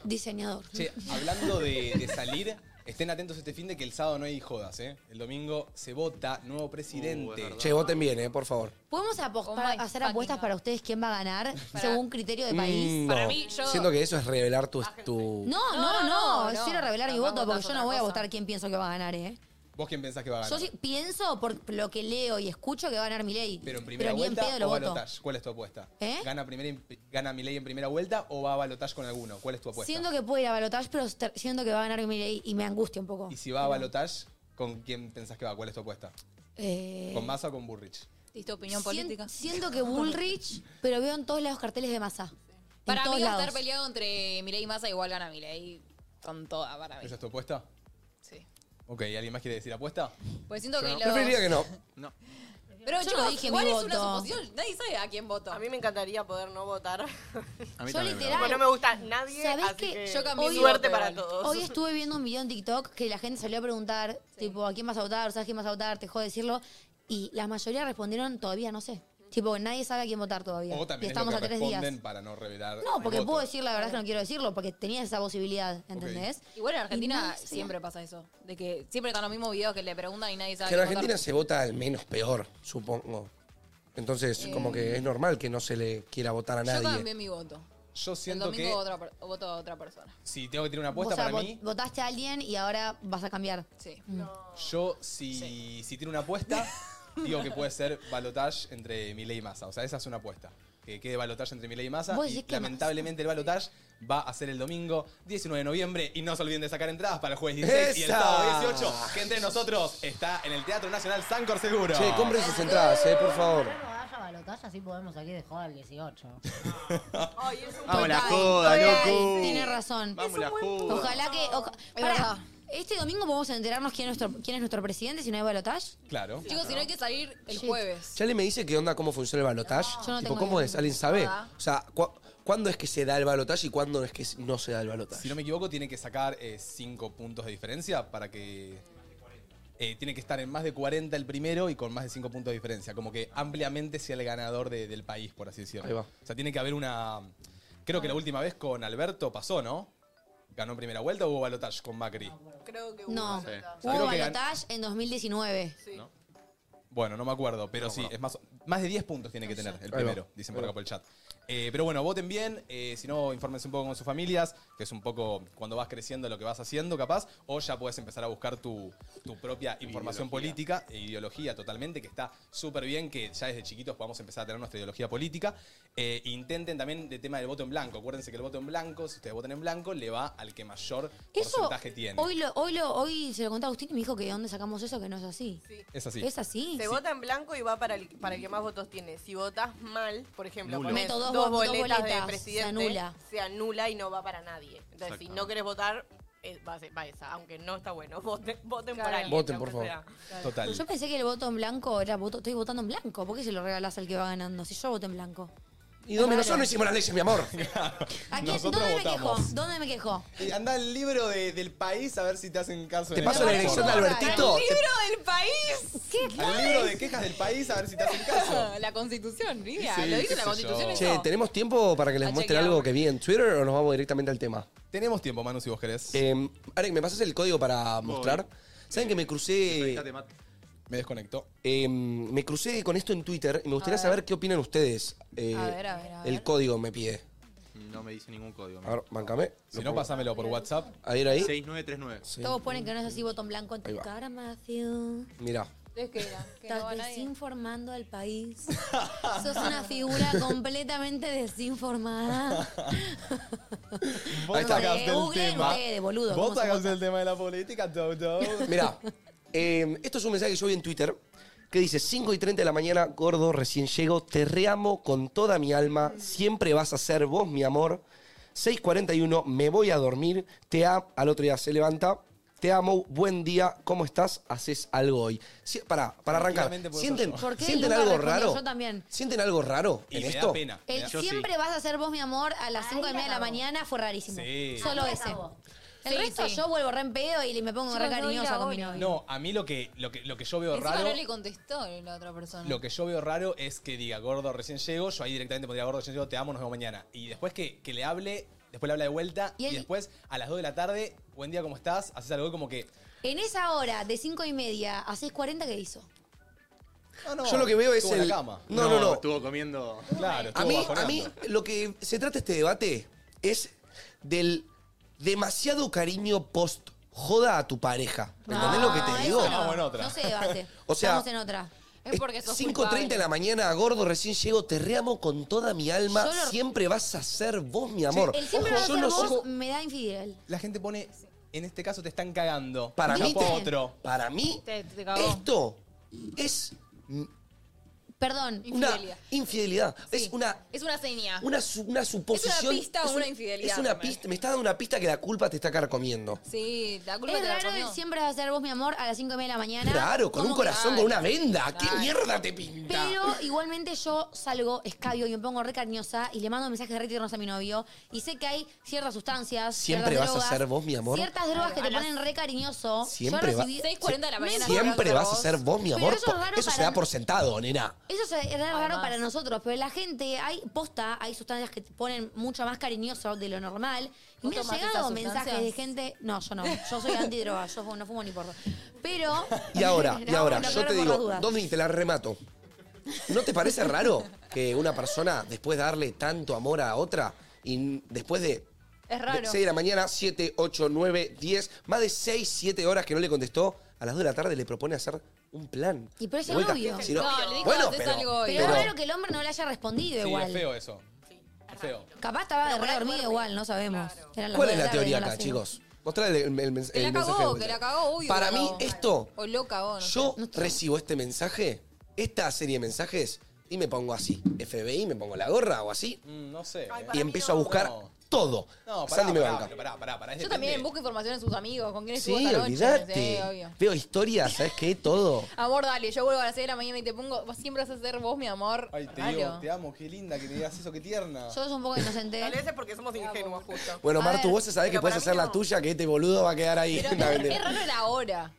[SPEAKER 3] diseñador.
[SPEAKER 1] Che, hablando de, de salir, estén atentos este fin de que el sábado no hay jodas, ¿eh? El domingo se vota nuevo presidente.
[SPEAKER 2] Che, voten bien, eh, por favor.
[SPEAKER 3] ¿Podemos apos-
[SPEAKER 4] Oh
[SPEAKER 3] para-
[SPEAKER 4] my
[SPEAKER 3] hacer
[SPEAKER 4] fucking
[SPEAKER 3] apuestas
[SPEAKER 4] God.
[SPEAKER 3] para ustedes quién va a ganar según criterio de país?
[SPEAKER 2] Mm,
[SPEAKER 4] Para mí, yo-
[SPEAKER 2] Siento que eso es revelar tu. tu...
[SPEAKER 3] No,
[SPEAKER 4] No,
[SPEAKER 3] no,
[SPEAKER 4] no,
[SPEAKER 3] no,
[SPEAKER 4] no, no.
[SPEAKER 3] Quiero revelar mi
[SPEAKER 4] Capaz
[SPEAKER 3] voto porque
[SPEAKER 4] votás
[SPEAKER 3] yo no
[SPEAKER 4] otra
[SPEAKER 3] voy a
[SPEAKER 4] cosa.
[SPEAKER 3] votar quién pienso que va a ganar, ¿eh?
[SPEAKER 1] ¿Vos quién pensás que va a
[SPEAKER 3] Yo
[SPEAKER 1] ganar?
[SPEAKER 3] sí pienso por lo que leo y escucho que va a ganar mi ley.
[SPEAKER 1] Pero en primera
[SPEAKER 3] ni en
[SPEAKER 1] vuelta
[SPEAKER 3] pedo lo
[SPEAKER 1] o
[SPEAKER 3] voto.
[SPEAKER 1] balotage, ¿cuál es tu apuesta?
[SPEAKER 3] ¿Eh?
[SPEAKER 1] ¿Gana, primera, ¿Gana Milei en primera vuelta o va a balotage con alguno? ¿Cuál es tu apuesta?
[SPEAKER 3] Siento que puede ir a balotage, pero ter- siento que va a ganar mi ley y me angustia un poco.
[SPEAKER 1] Y si va a balotage, ¿con quién pensás que va? ¿Cuál es tu apuesta?
[SPEAKER 3] Eh,
[SPEAKER 1] ¿Con Massa o con Burrich?
[SPEAKER 4] ¿Diste opinión
[SPEAKER 3] sien-
[SPEAKER 4] política?
[SPEAKER 3] Siento que Bullrich, pero veo en todos lados carteles de masa.
[SPEAKER 4] Para
[SPEAKER 3] en
[SPEAKER 4] mí
[SPEAKER 3] todos
[SPEAKER 4] va a
[SPEAKER 3] lados.
[SPEAKER 4] estar peleado entre Milei y Massa, igual gana Milei con toda para mí.
[SPEAKER 1] ¿Esa es tu apuesta?
[SPEAKER 4] Sí.
[SPEAKER 1] Ok, ¿alguien más quiere decir apuesta?
[SPEAKER 4] Pues siento que los-
[SPEAKER 2] Preferiría que no.
[SPEAKER 6] No.
[SPEAKER 4] Pero
[SPEAKER 3] Yo
[SPEAKER 4] chicos,
[SPEAKER 3] no dije
[SPEAKER 4] igual
[SPEAKER 3] mi
[SPEAKER 4] es
[SPEAKER 3] voto.
[SPEAKER 4] una suposición, nadie sabe a quién votó.
[SPEAKER 5] A mí me encantaría poder no votar.
[SPEAKER 6] A mí
[SPEAKER 3] Yo
[SPEAKER 6] también me
[SPEAKER 3] literal-
[SPEAKER 5] Tipo, no me gusta nadie,
[SPEAKER 3] ¿Sabés
[SPEAKER 5] así
[SPEAKER 3] qué?
[SPEAKER 5] que,
[SPEAKER 4] Yo cambié mi
[SPEAKER 5] suerte
[SPEAKER 4] voto
[SPEAKER 5] para
[SPEAKER 4] igual.
[SPEAKER 5] todos.
[SPEAKER 3] Hoy estuve viendo un video en TikTok que la gente salió a preguntar, tipo, ¿a quién vas a votar? ¿Sabes quién vas a votar? Te dejo de decirlo. Y la mayoría respondieron, todavía no sé. Tipo, nadie sabe a quién votar todavía.
[SPEAKER 1] O
[SPEAKER 3] y
[SPEAKER 1] también es lo
[SPEAKER 3] estamos
[SPEAKER 1] que
[SPEAKER 3] a tres
[SPEAKER 1] responden
[SPEAKER 3] días.
[SPEAKER 1] para no revelar.
[SPEAKER 3] No,
[SPEAKER 1] el
[SPEAKER 3] porque
[SPEAKER 1] voto.
[SPEAKER 3] puedo decir la verdad es que no quiero decirlo, porque tenía esa posibilidad, ¿entendés?
[SPEAKER 4] Igual en
[SPEAKER 3] Y
[SPEAKER 4] Argentina
[SPEAKER 3] nadie sabe.
[SPEAKER 4] siempre pasa eso, de que siempre están los mismos videos que le preguntan y nadie sabe.
[SPEAKER 2] Que en
[SPEAKER 4] a quién
[SPEAKER 2] Argentina
[SPEAKER 4] votar.
[SPEAKER 2] se vota al menos peor, supongo. Entonces, como que es normal que no se le quiera votar a
[SPEAKER 4] Yo
[SPEAKER 2] nadie.
[SPEAKER 4] cambié mi voto.
[SPEAKER 1] Yo
[SPEAKER 4] El
[SPEAKER 1] siento
[SPEAKER 4] domingo
[SPEAKER 1] que
[SPEAKER 4] otra per- voto a otra persona.
[SPEAKER 1] si tengo que tener una
[SPEAKER 3] O
[SPEAKER 1] apuesta
[SPEAKER 3] sea,
[SPEAKER 1] para
[SPEAKER 3] vot-
[SPEAKER 1] mí,
[SPEAKER 3] votaste a alguien y ahora vas a cambiar. Mm.
[SPEAKER 4] Sí.
[SPEAKER 1] yo si, si tiene una apuesta, digo que puede ser balotage entre Milei y Massa. O sea, esa es una apuesta. Que quede balotage entre Milei y Massa.
[SPEAKER 3] ¿Vos
[SPEAKER 1] Y
[SPEAKER 3] decís que
[SPEAKER 1] lamentablemente el balotage va a ser el domingo 19 de noviembre. Y no se olviden de sacar entradas para el jueves 16 y el
[SPEAKER 2] ¡Esa!
[SPEAKER 1] sábado 18. Que entre nosotros está en el Teatro Nacional Sancor Seguro.
[SPEAKER 2] Che, compren sus entradas, eh, por favor.
[SPEAKER 7] Vaya la balotaje así podemos aquí dejar el 18.
[SPEAKER 5] Ay, es un
[SPEAKER 6] Vamos la
[SPEAKER 5] total.
[SPEAKER 6] joda, loco.
[SPEAKER 3] Tiene razón.
[SPEAKER 6] Vamos la joda.
[SPEAKER 3] Ojalá que. oja-
[SPEAKER 4] Es
[SPEAKER 3] Pará,
[SPEAKER 4] verdad.
[SPEAKER 3] este domingo podemos enterarnos quién es nuestro, quién es nuestro presidente si no hay balotage.
[SPEAKER 1] Claro.
[SPEAKER 4] Chicos, si no hay que salir el
[SPEAKER 3] Shit.
[SPEAKER 4] jueves.
[SPEAKER 2] Chale me dice qué onda, cómo funciona el balotaje.
[SPEAKER 3] Yo no
[SPEAKER 2] tipo,
[SPEAKER 3] tengo
[SPEAKER 2] ¿cómo
[SPEAKER 3] idea.
[SPEAKER 2] es? ¿Alguien sabe?
[SPEAKER 4] Nada.
[SPEAKER 2] O sea, cu- ¿cuándo es que se da el balotaje y cuándo es que no se da el
[SPEAKER 1] Si
[SPEAKER 2] balotaje?
[SPEAKER 1] no me equivoco, tiene que sacar 5 puntos de diferencia para que. eh, tiene que estar en más de 40 el primero y con más de 5 puntos de diferencia. Como que ampliamente sea el ganador de- del país, por así decirlo.
[SPEAKER 2] Ahí va.
[SPEAKER 1] O sea, tiene que haber una. Creo que la última vez con Alberto pasó, ¿no? ¿Ganó en primera vuelta o hubo balotage con Macri?
[SPEAKER 5] Creo que hubo
[SPEAKER 3] No.
[SPEAKER 5] una nota.
[SPEAKER 1] Sí.
[SPEAKER 3] Hubo
[SPEAKER 1] Creo que gan-
[SPEAKER 3] balotage en 2019.
[SPEAKER 5] Sí.
[SPEAKER 1] Bueno, no me acuerdo, pero sí, es más, más de 10 puntos tiene que tener el primero, dicen por acá por el chat. Eh, pero bueno, voten bien, eh, si no, infórmense un poco con sus familias, que es un poco cuando vas creciendo lo que vas haciendo, capaz, o ya puedes empezar a buscar tu, tu propia información política e ideología totalmente, que está súper bien que ya desde chiquitos podamos empezar a tener nuestra ideología política. Eh, intenten también el tema del voto en blanco, acuérdense que el voto en blanco, si ustedes votan en blanco, le va al que mayor
[SPEAKER 3] Eso.
[SPEAKER 1] porcentaje tiene.
[SPEAKER 3] Hoy, lo, hoy, lo, hoy se lo conté a Agustín y me dijo que de dónde sacamos eso, que no es así.
[SPEAKER 5] Sí.
[SPEAKER 1] Es así.
[SPEAKER 3] Es así.
[SPEAKER 5] Se vota en blanco y va para el, para el que más votos tiene. Si votas mal, por ejemplo,
[SPEAKER 6] Nulo.
[SPEAKER 5] pones
[SPEAKER 3] Meto dos
[SPEAKER 5] dos
[SPEAKER 3] vo- dos
[SPEAKER 5] boletas,
[SPEAKER 3] boletas,
[SPEAKER 5] de presidente,
[SPEAKER 3] se anula.
[SPEAKER 5] se anula y no va para nadie. Entonces, si
[SPEAKER 6] Exacto.
[SPEAKER 5] no querés votar, eh, va, a ser- va esa, aunque no está bueno. Voten, voten por
[SPEAKER 4] Claro.
[SPEAKER 5] alguien.
[SPEAKER 2] Voten,
[SPEAKER 5] aunque
[SPEAKER 2] por favor.
[SPEAKER 5] sea.
[SPEAKER 1] Total.
[SPEAKER 3] Yo pensé que el voto en blanco era voto, estoy votando en blanco. ¿Por qué se lo regalás al que va ganando? Si yo voto en blanco.
[SPEAKER 2] Y Domi, nosotros no hicimos las leyes, mi amor.
[SPEAKER 3] ¿A quién-
[SPEAKER 1] Nosotros
[SPEAKER 3] ¿Dónde
[SPEAKER 1] votamos.
[SPEAKER 3] me quejo? ¿Dónde me quejo?
[SPEAKER 1] Y Eh, anda el libro de- del país a ver si te hacen caso.
[SPEAKER 2] ¿Te
[SPEAKER 1] en
[SPEAKER 2] paso
[SPEAKER 1] el
[SPEAKER 2] la dirección de
[SPEAKER 1] aeropuerto.
[SPEAKER 2] Albertito?
[SPEAKER 4] ¡Libro del país!
[SPEAKER 1] Al libro de quejas del país a ver si te hacen caso.
[SPEAKER 4] La constitución, Riga.
[SPEAKER 1] Sí,
[SPEAKER 4] ¿Lo
[SPEAKER 1] qué
[SPEAKER 4] dice la
[SPEAKER 1] sé
[SPEAKER 4] constitución?
[SPEAKER 1] yo.
[SPEAKER 4] eso?
[SPEAKER 2] Che, ¿tenemos tiempo para que les
[SPEAKER 4] A
[SPEAKER 2] muestre
[SPEAKER 4] chequear.
[SPEAKER 2] algo que vi en Twitter o nos vamos directamente al tema?
[SPEAKER 1] Tenemos tiempo, Manu, si vos querés.
[SPEAKER 2] Eh, Arek, ¿me pasas el código para mostrar? ¿Saben que me crucé
[SPEAKER 6] Fíjate, Mat.
[SPEAKER 1] Me desconectó.
[SPEAKER 2] eh, me crucé con esto en Twitter y me gustaría saber qué opinan ustedes? Eh,
[SPEAKER 4] A ver, a ver, a ver.
[SPEAKER 2] El código me pide.
[SPEAKER 6] No me dice ningún código.
[SPEAKER 2] A ver, bancame.
[SPEAKER 1] Si no, pásamelo por WhatsApp.
[SPEAKER 2] A ir ahí.
[SPEAKER 6] 6939.
[SPEAKER 2] Sí.
[SPEAKER 3] Todos ponen que no es así voto en blanco en
[SPEAKER 2] Ahí
[SPEAKER 3] tu
[SPEAKER 2] va.
[SPEAKER 3] cara, Matthew.
[SPEAKER 2] Mirá.
[SPEAKER 4] Es que era, que no
[SPEAKER 3] Estás
[SPEAKER 4] va nadie.
[SPEAKER 3] desinformando al país. Sos una figura completamente desinformada.
[SPEAKER 1] Vos
[SPEAKER 2] está.
[SPEAKER 1] sacaste el
[SPEAKER 3] Googlen
[SPEAKER 1] tema.
[SPEAKER 3] ustedes, boludo,
[SPEAKER 1] Vos
[SPEAKER 3] cómo se
[SPEAKER 1] sacaste
[SPEAKER 3] vota.
[SPEAKER 1] el tema de la política, Toto.
[SPEAKER 2] Mirá, eh, esto es un mensaje que yo vi en Twitter que dice 5 y 30 de la mañana, gordo, recién llego, te reamo con toda mi alma, siempre vas a ser vos mi amor. 6.41, me voy a dormir, te amo, al otro día se levanta, te amo, buen día, ¿cómo estás? Haces algo hoy. Si- pará, para arrancar,
[SPEAKER 1] Tranquilamente puedo
[SPEAKER 2] ¿sienten,
[SPEAKER 1] ser yo.
[SPEAKER 3] ¿Por qué?
[SPEAKER 2] ¿sienten
[SPEAKER 3] Luca
[SPEAKER 2] algo
[SPEAKER 3] respondió,
[SPEAKER 2] raro?
[SPEAKER 3] yo también.
[SPEAKER 2] ¿Sienten algo raro
[SPEAKER 1] Y
[SPEAKER 2] en
[SPEAKER 1] me
[SPEAKER 2] esto?
[SPEAKER 1] da pena. Me
[SPEAKER 3] El
[SPEAKER 1] da-
[SPEAKER 6] Yo sí.
[SPEAKER 3] siempre vas a ser vos, mi amor, a las
[SPEAKER 7] Ahí
[SPEAKER 3] 5 de media de la
[SPEAKER 7] acabó.
[SPEAKER 3] mañana fue rarísimo.
[SPEAKER 1] Sí.
[SPEAKER 3] Solo
[SPEAKER 7] Ahí
[SPEAKER 3] ese.
[SPEAKER 7] acabó.
[SPEAKER 3] El
[SPEAKER 4] Sí,
[SPEAKER 3] resto
[SPEAKER 4] sí.
[SPEAKER 3] yo vuelvo re en pedo y me pongo re
[SPEAKER 8] Chicos, no voy a ir
[SPEAKER 3] cariñosa con mi
[SPEAKER 8] ahora.
[SPEAKER 3] novio.
[SPEAKER 1] No, a mí lo que, lo que, lo que yo veo
[SPEAKER 4] Encima
[SPEAKER 1] raro.
[SPEAKER 4] no le contestó la otra persona.
[SPEAKER 1] Lo que yo veo raro es que diga, gordo, recién llego. Yo ahí directamente pondría, gordo, recién llego, te amo, nos vemos mañana. Y después que, que le hable, después le habla de vuelta.
[SPEAKER 3] Y
[SPEAKER 1] Y,
[SPEAKER 3] él-
[SPEAKER 1] después, a las 2 de la tarde, buen día, ¿cómo estás? Haces algo como que.
[SPEAKER 3] En esa hora, de 5 y media a 6.40, ¿qué hizo?
[SPEAKER 1] No, no,
[SPEAKER 2] Yo lo que veo es
[SPEAKER 1] estuvo en
[SPEAKER 2] el...
[SPEAKER 1] la cama.
[SPEAKER 2] No, no, no.
[SPEAKER 6] Estuvo comiendo.
[SPEAKER 1] Claro,
[SPEAKER 2] A
[SPEAKER 1] estuvo
[SPEAKER 2] mí, a
[SPEAKER 1] bajoneando.
[SPEAKER 2] mí lo que se trata este debate es del demasiado cariño post joda a tu pareja. ¿Entendés lo que
[SPEAKER 3] No,
[SPEAKER 2] te
[SPEAKER 3] Ah, eso
[SPEAKER 2] digo?
[SPEAKER 3] no.
[SPEAKER 1] Vamos en otra.
[SPEAKER 3] No se debate.
[SPEAKER 2] O sea-
[SPEAKER 3] Estamos en otra.
[SPEAKER 4] Es porque sos
[SPEAKER 2] 5.30 de la mañana, gordo, recién llego, te reamo con toda mi alma,
[SPEAKER 3] Yo lo-
[SPEAKER 2] siempre vas a ser vos, mi amor.
[SPEAKER 3] El siempre
[SPEAKER 2] Ojo,
[SPEAKER 3] vas a
[SPEAKER 2] yo
[SPEAKER 3] ser
[SPEAKER 2] no
[SPEAKER 3] vos
[SPEAKER 2] soy-
[SPEAKER 3] me da infiel.
[SPEAKER 1] La gente pone, en este caso te están cagando.
[SPEAKER 2] Para
[SPEAKER 1] no
[SPEAKER 2] mí,
[SPEAKER 1] por
[SPEAKER 2] te-
[SPEAKER 1] otro.
[SPEAKER 2] para mí,
[SPEAKER 4] Te- te cagó.
[SPEAKER 3] Eh.
[SPEAKER 2] esto es
[SPEAKER 3] Perdón.
[SPEAKER 2] una
[SPEAKER 4] Infidelidad.
[SPEAKER 2] infidelidad.
[SPEAKER 4] Sí.
[SPEAKER 2] Es una
[SPEAKER 4] Es una seña.
[SPEAKER 2] una, su- una suposición.
[SPEAKER 4] pista o
[SPEAKER 2] es
[SPEAKER 4] una infidelidad,
[SPEAKER 2] Es una
[SPEAKER 4] Román.
[SPEAKER 2] pista, me está dando una pista que la culpa te está carcomiendo.
[SPEAKER 4] Sí, la culpa
[SPEAKER 3] Es
[SPEAKER 4] te la
[SPEAKER 3] raro
[SPEAKER 4] comió.
[SPEAKER 3] que siempre vas a ser vos, mi amor, a las 5 y media de la mañana.
[SPEAKER 2] Claro, con un
[SPEAKER 3] Como que-
[SPEAKER 2] corazón, con una venda. ¿Qué
[SPEAKER 4] Claro.
[SPEAKER 2] mierda te pinta?
[SPEAKER 3] Pero igualmente yo salgo, escabio y me pongo re cariñosa y le mando mensajes re tiernos a mi novio. Y sé que hay ciertas sustancias.
[SPEAKER 2] Siempre
[SPEAKER 3] ciertas
[SPEAKER 2] vas a
[SPEAKER 3] drogas,
[SPEAKER 2] ser vos, mi amor.
[SPEAKER 3] Ciertas drogas que te ponen re cariñoso.
[SPEAKER 2] Siempre
[SPEAKER 3] yo
[SPEAKER 2] va-
[SPEAKER 3] recibí-
[SPEAKER 4] 6.40 de la
[SPEAKER 3] No
[SPEAKER 4] mañana.
[SPEAKER 3] importa.
[SPEAKER 2] Siempre vas a ser vos, mi
[SPEAKER 3] Pero
[SPEAKER 2] amor.
[SPEAKER 3] eso
[SPEAKER 2] po-
[SPEAKER 3] es raro
[SPEAKER 2] Eso se
[SPEAKER 3] para-
[SPEAKER 2] da por sentado, nena.
[SPEAKER 3] Eso es era raro
[SPEAKER 4] Además.
[SPEAKER 3] para nosotros, pero la gente, hay posta, hay sustancias que te ponen mucho más cariñoso de lo normal. Y
[SPEAKER 4] ¿Vos
[SPEAKER 3] me han
[SPEAKER 4] tomás
[SPEAKER 3] llegado
[SPEAKER 4] esas
[SPEAKER 3] mensajes de
[SPEAKER 4] sustancias?
[SPEAKER 3] gente. No, yo no. Yo soy antidroga, yo fu- no fumo ni porro. Pero.
[SPEAKER 2] Y ahora, y
[SPEAKER 3] No,
[SPEAKER 2] ahora,
[SPEAKER 3] lo
[SPEAKER 2] yo te
[SPEAKER 3] aclaro por las
[SPEAKER 2] digo,
[SPEAKER 3] dudas.
[SPEAKER 2] Domi, te la remato. ¿No te parece raro que una persona, después de darle tanto amor a otra, y n- después de
[SPEAKER 4] Es raro.
[SPEAKER 2] 6 de la mañana, 7, 8, 9, 10, más de 6, 7 horas que no le contestó, a las 2 de la tarde le propone hacer un plan?
[SPEAKER 3] Y pero es
[SPEAKER 2] De
[SPEAKER 3] el
[SPEAKER 2] vuelta,
[SPEAKER 3] novio.
[SPEAKER 2] si no-
[SPEAKER 4] No, le dijo,
[SPEAKER 2] bueno,
[SPEAKER 4] "Haces
[SPEAKER 2] pero,
[SPEAKER 4] algo hoy".
[SPEAKER 3] Pero,
[SPEAKER 2] pero-
[SPEAKER 3] es raro que el hombre no le haya respondido
[SPEAKER 1] Sí,
[SPEAKER 3] igual.
[SPEAKER 1] es feo eso. es feo.
[SPEAKER 3] Capaz estaba re dormido igual, no sabemos. Eran las
[SPEAKER 2] ¿Cuál
[SPEAKER 3] dos
[SPEAKER 2] es
[SPEAKER 3] de
[SPEAKER 2] la
[SPEAKER 3] tarde,
[SPEAKER 2] teoría acá,
[SPEAKER 3] no las cinco.
[SPEAKER 2] chicos? Mostrá el, el- el mens-
[SPEAKER 4] Que la
[SPEAKER 2] el
[SPEAKER 4] cagó,
[SPEAKER 2] mensaje. de vuelta.
[SPEAKER 4] que la cagó, obvio,
[SPEAKER 2] Para
[SPEAKER 4] la
[SPEAKER 2] mí,
[SPEAKER 4] cagó.
[SPEAKER 2] esto,
[SPEAKER 4] O loca vos. no sé.
[SPEAKER 2] yo recibo este mensaje, esta serie de mensajes, y me pongo así. FBI, me pongo la gorra o así.
[SPEAKER 1] Mm, no sé.
[SPEAKER 5] Ay,
[SPEAKER 1] eh.
[SPEAKER 5] para
[SPEAKER 2] Y
[SPEAKER 5] mí
[SPEAKER 2] empiezo
[SPEAKER 5] no.
[SPEAKER 2] a buscar
[SPEAKER 1] No.
[SPEAKER 2] todo.
[SPEAKER 1] No, pará,
[SPEAKER 2] Sandy me
[SPEAKER 1] pará,
[SPEAKER 2] banca.
[SPEAKER 1] pero pará, pará, pará. es
[SPEAKER 4] Yo también
[SPEAKER 1] depende.
[SPEAKER 4] busco información en sus amigos, con quiénes estuvo
[SPEAKER 2] Sí,
[SPEAKER 4] esta noche.
[SPEAKER 2] olvídate.
[SPEAKER 4] Sí, obvio.
[SPEAKER 2] Veo historias, ¿sabes qué? Todo.
[SPEAKER 4] Amor, dale, yo vuelvo a las 6 de la mañana y te pongo. Vos siempre vas a ser vos, mi amor.
[SPEAKER 1] Ay, te
[SPEAKER 4] Raro.
[SPEAKER 1] digo, te amo, qué linda que me digas eso, qué tierna.
[SPEAKER 3] Sos un poco
[SPEAKER 5] Tal
[SPEAKER 3] inocente. ¿eh?
[SPEAKER 5] vez es porque somos ingenuos, justo.
[SPEAKER 2] Bueno,
[SPEAKER 3] A
[SPEAKER 2] Martu,
[SPEAKER 3] ver,
[SPEAKER 2] vos sabés que
[SPEAKER 5] pero
[SPEAKER 2] puedes
[SPEAKER 5] para mí
[SPEAKER 2] hacer la
[SPEAKER 5] no.
[SPEAKER 2] tuya, que este boludo va a quedar ahí.
[SPEAKER 4] Pero
[SPEAKER 2] No,
[SPEAKER 4] es,
[SPEAKER 2] mentira.
[SPEAKER 4] es raro la hora.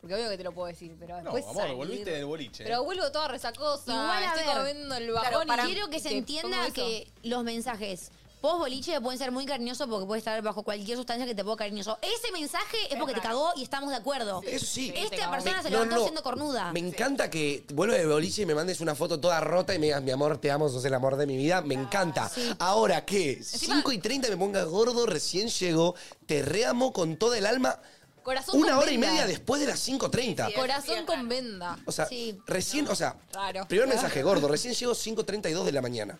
[SPEAKER 4] Porque obvio que te lo puedo decir, pero
[SPEAKER 1] No,
[SPEAKER 4] después.
[SPEAKER 1] amor,
[SPEAKER 4] salir-
[SPEAKER 1] volviste del boliche.
[SPEAKER 4] Pero vuelvo toda resacosa.
[SPEAKER 3] Igual, a
[SPEAKER 4] estoy
[SPEAKER 3] ver.
[SPEAKER 4] comiendo el bajón
[SPEAKER 5] para-
[SPEAKER 4] y
[SPEAKER 3] Quiero que se
[SPEAKER 4] te pongo
[SPEAKER 3] entienda
[SPEAKER 4] eso.
[SPEAKER 3] que los mensajes post boliche pueden ser muy cariñosos porque puede estar bajo cualquier sustancia que te ponga cariñoso. Ese mensaje es porque te cagó y estamos de acuerdo.
[SPEAKER 2] Eso sí.
[SPEAKER 5] Sí, te
[SPEAKER 3] Esta
[SPEAKER 5] cagó.
[SPEAKER 3] persona se
[SPEAKER 2] No,
[SPEAKER 3] levantó
[SPEAKER 2] no.
[SPEAKER 3] siendo cornuda.
[SPEAKER 2] Me encanta que vuelvas de boliche y me mandes una foto toda rota y me digas, mi amor, te amo, sos el amor de mi vida.
[SPEAKER 3] Ah,
[SPEAKER 2] Me encanta. Ahora que 5 y 30 me ponga gordo, recién llego, te reamo con toda el alma.
[SPEAKER 4] Corazón
[SPEAKER 2] Una
[SPEAKER 4] con
[SPEAKER 2] hora y
[SPEAKER 4] vendas.
[SPEAKER 2] media después de las 5.30.
[SPEAKER 4] Corazón con venda.
[SPEAKER 2] O sea,
[SPEAKER 3] Sí.
[SPEAKER 2] recién, o sea,
[SPEAKER 4] Raro.
[SPEAKER 2] primer mensaje gordo, recién llego 5.32 de la mañana.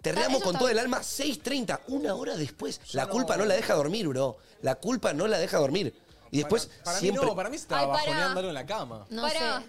[SPEAKER 2] Te
[SPEAKER 3] Está-
[SPEAKER 2] reamo
[SPEAKER 3] eso
[SPEAKER 2] con
[SPEAKER 3] está
[SPEAKER 2] todo el alma 6.30, una hora después. La culpa
[SPEAKER 1] eh.
[SPEAKER 2] no la deja dormir, bro. La culpa no la deja dormir. Y después
[SPEAKER 1] para
[SPEAKER 2] siempre...
[SPEAKER 1] mí no, para mí se estaba
[SPEAKER 4] Ay, pará.
[SPEAKER 1] bajoneando algo en la cama.
[SPEAKER 3] No
[SPEAKER 4] Pará.
[SPEAKER 3] sé.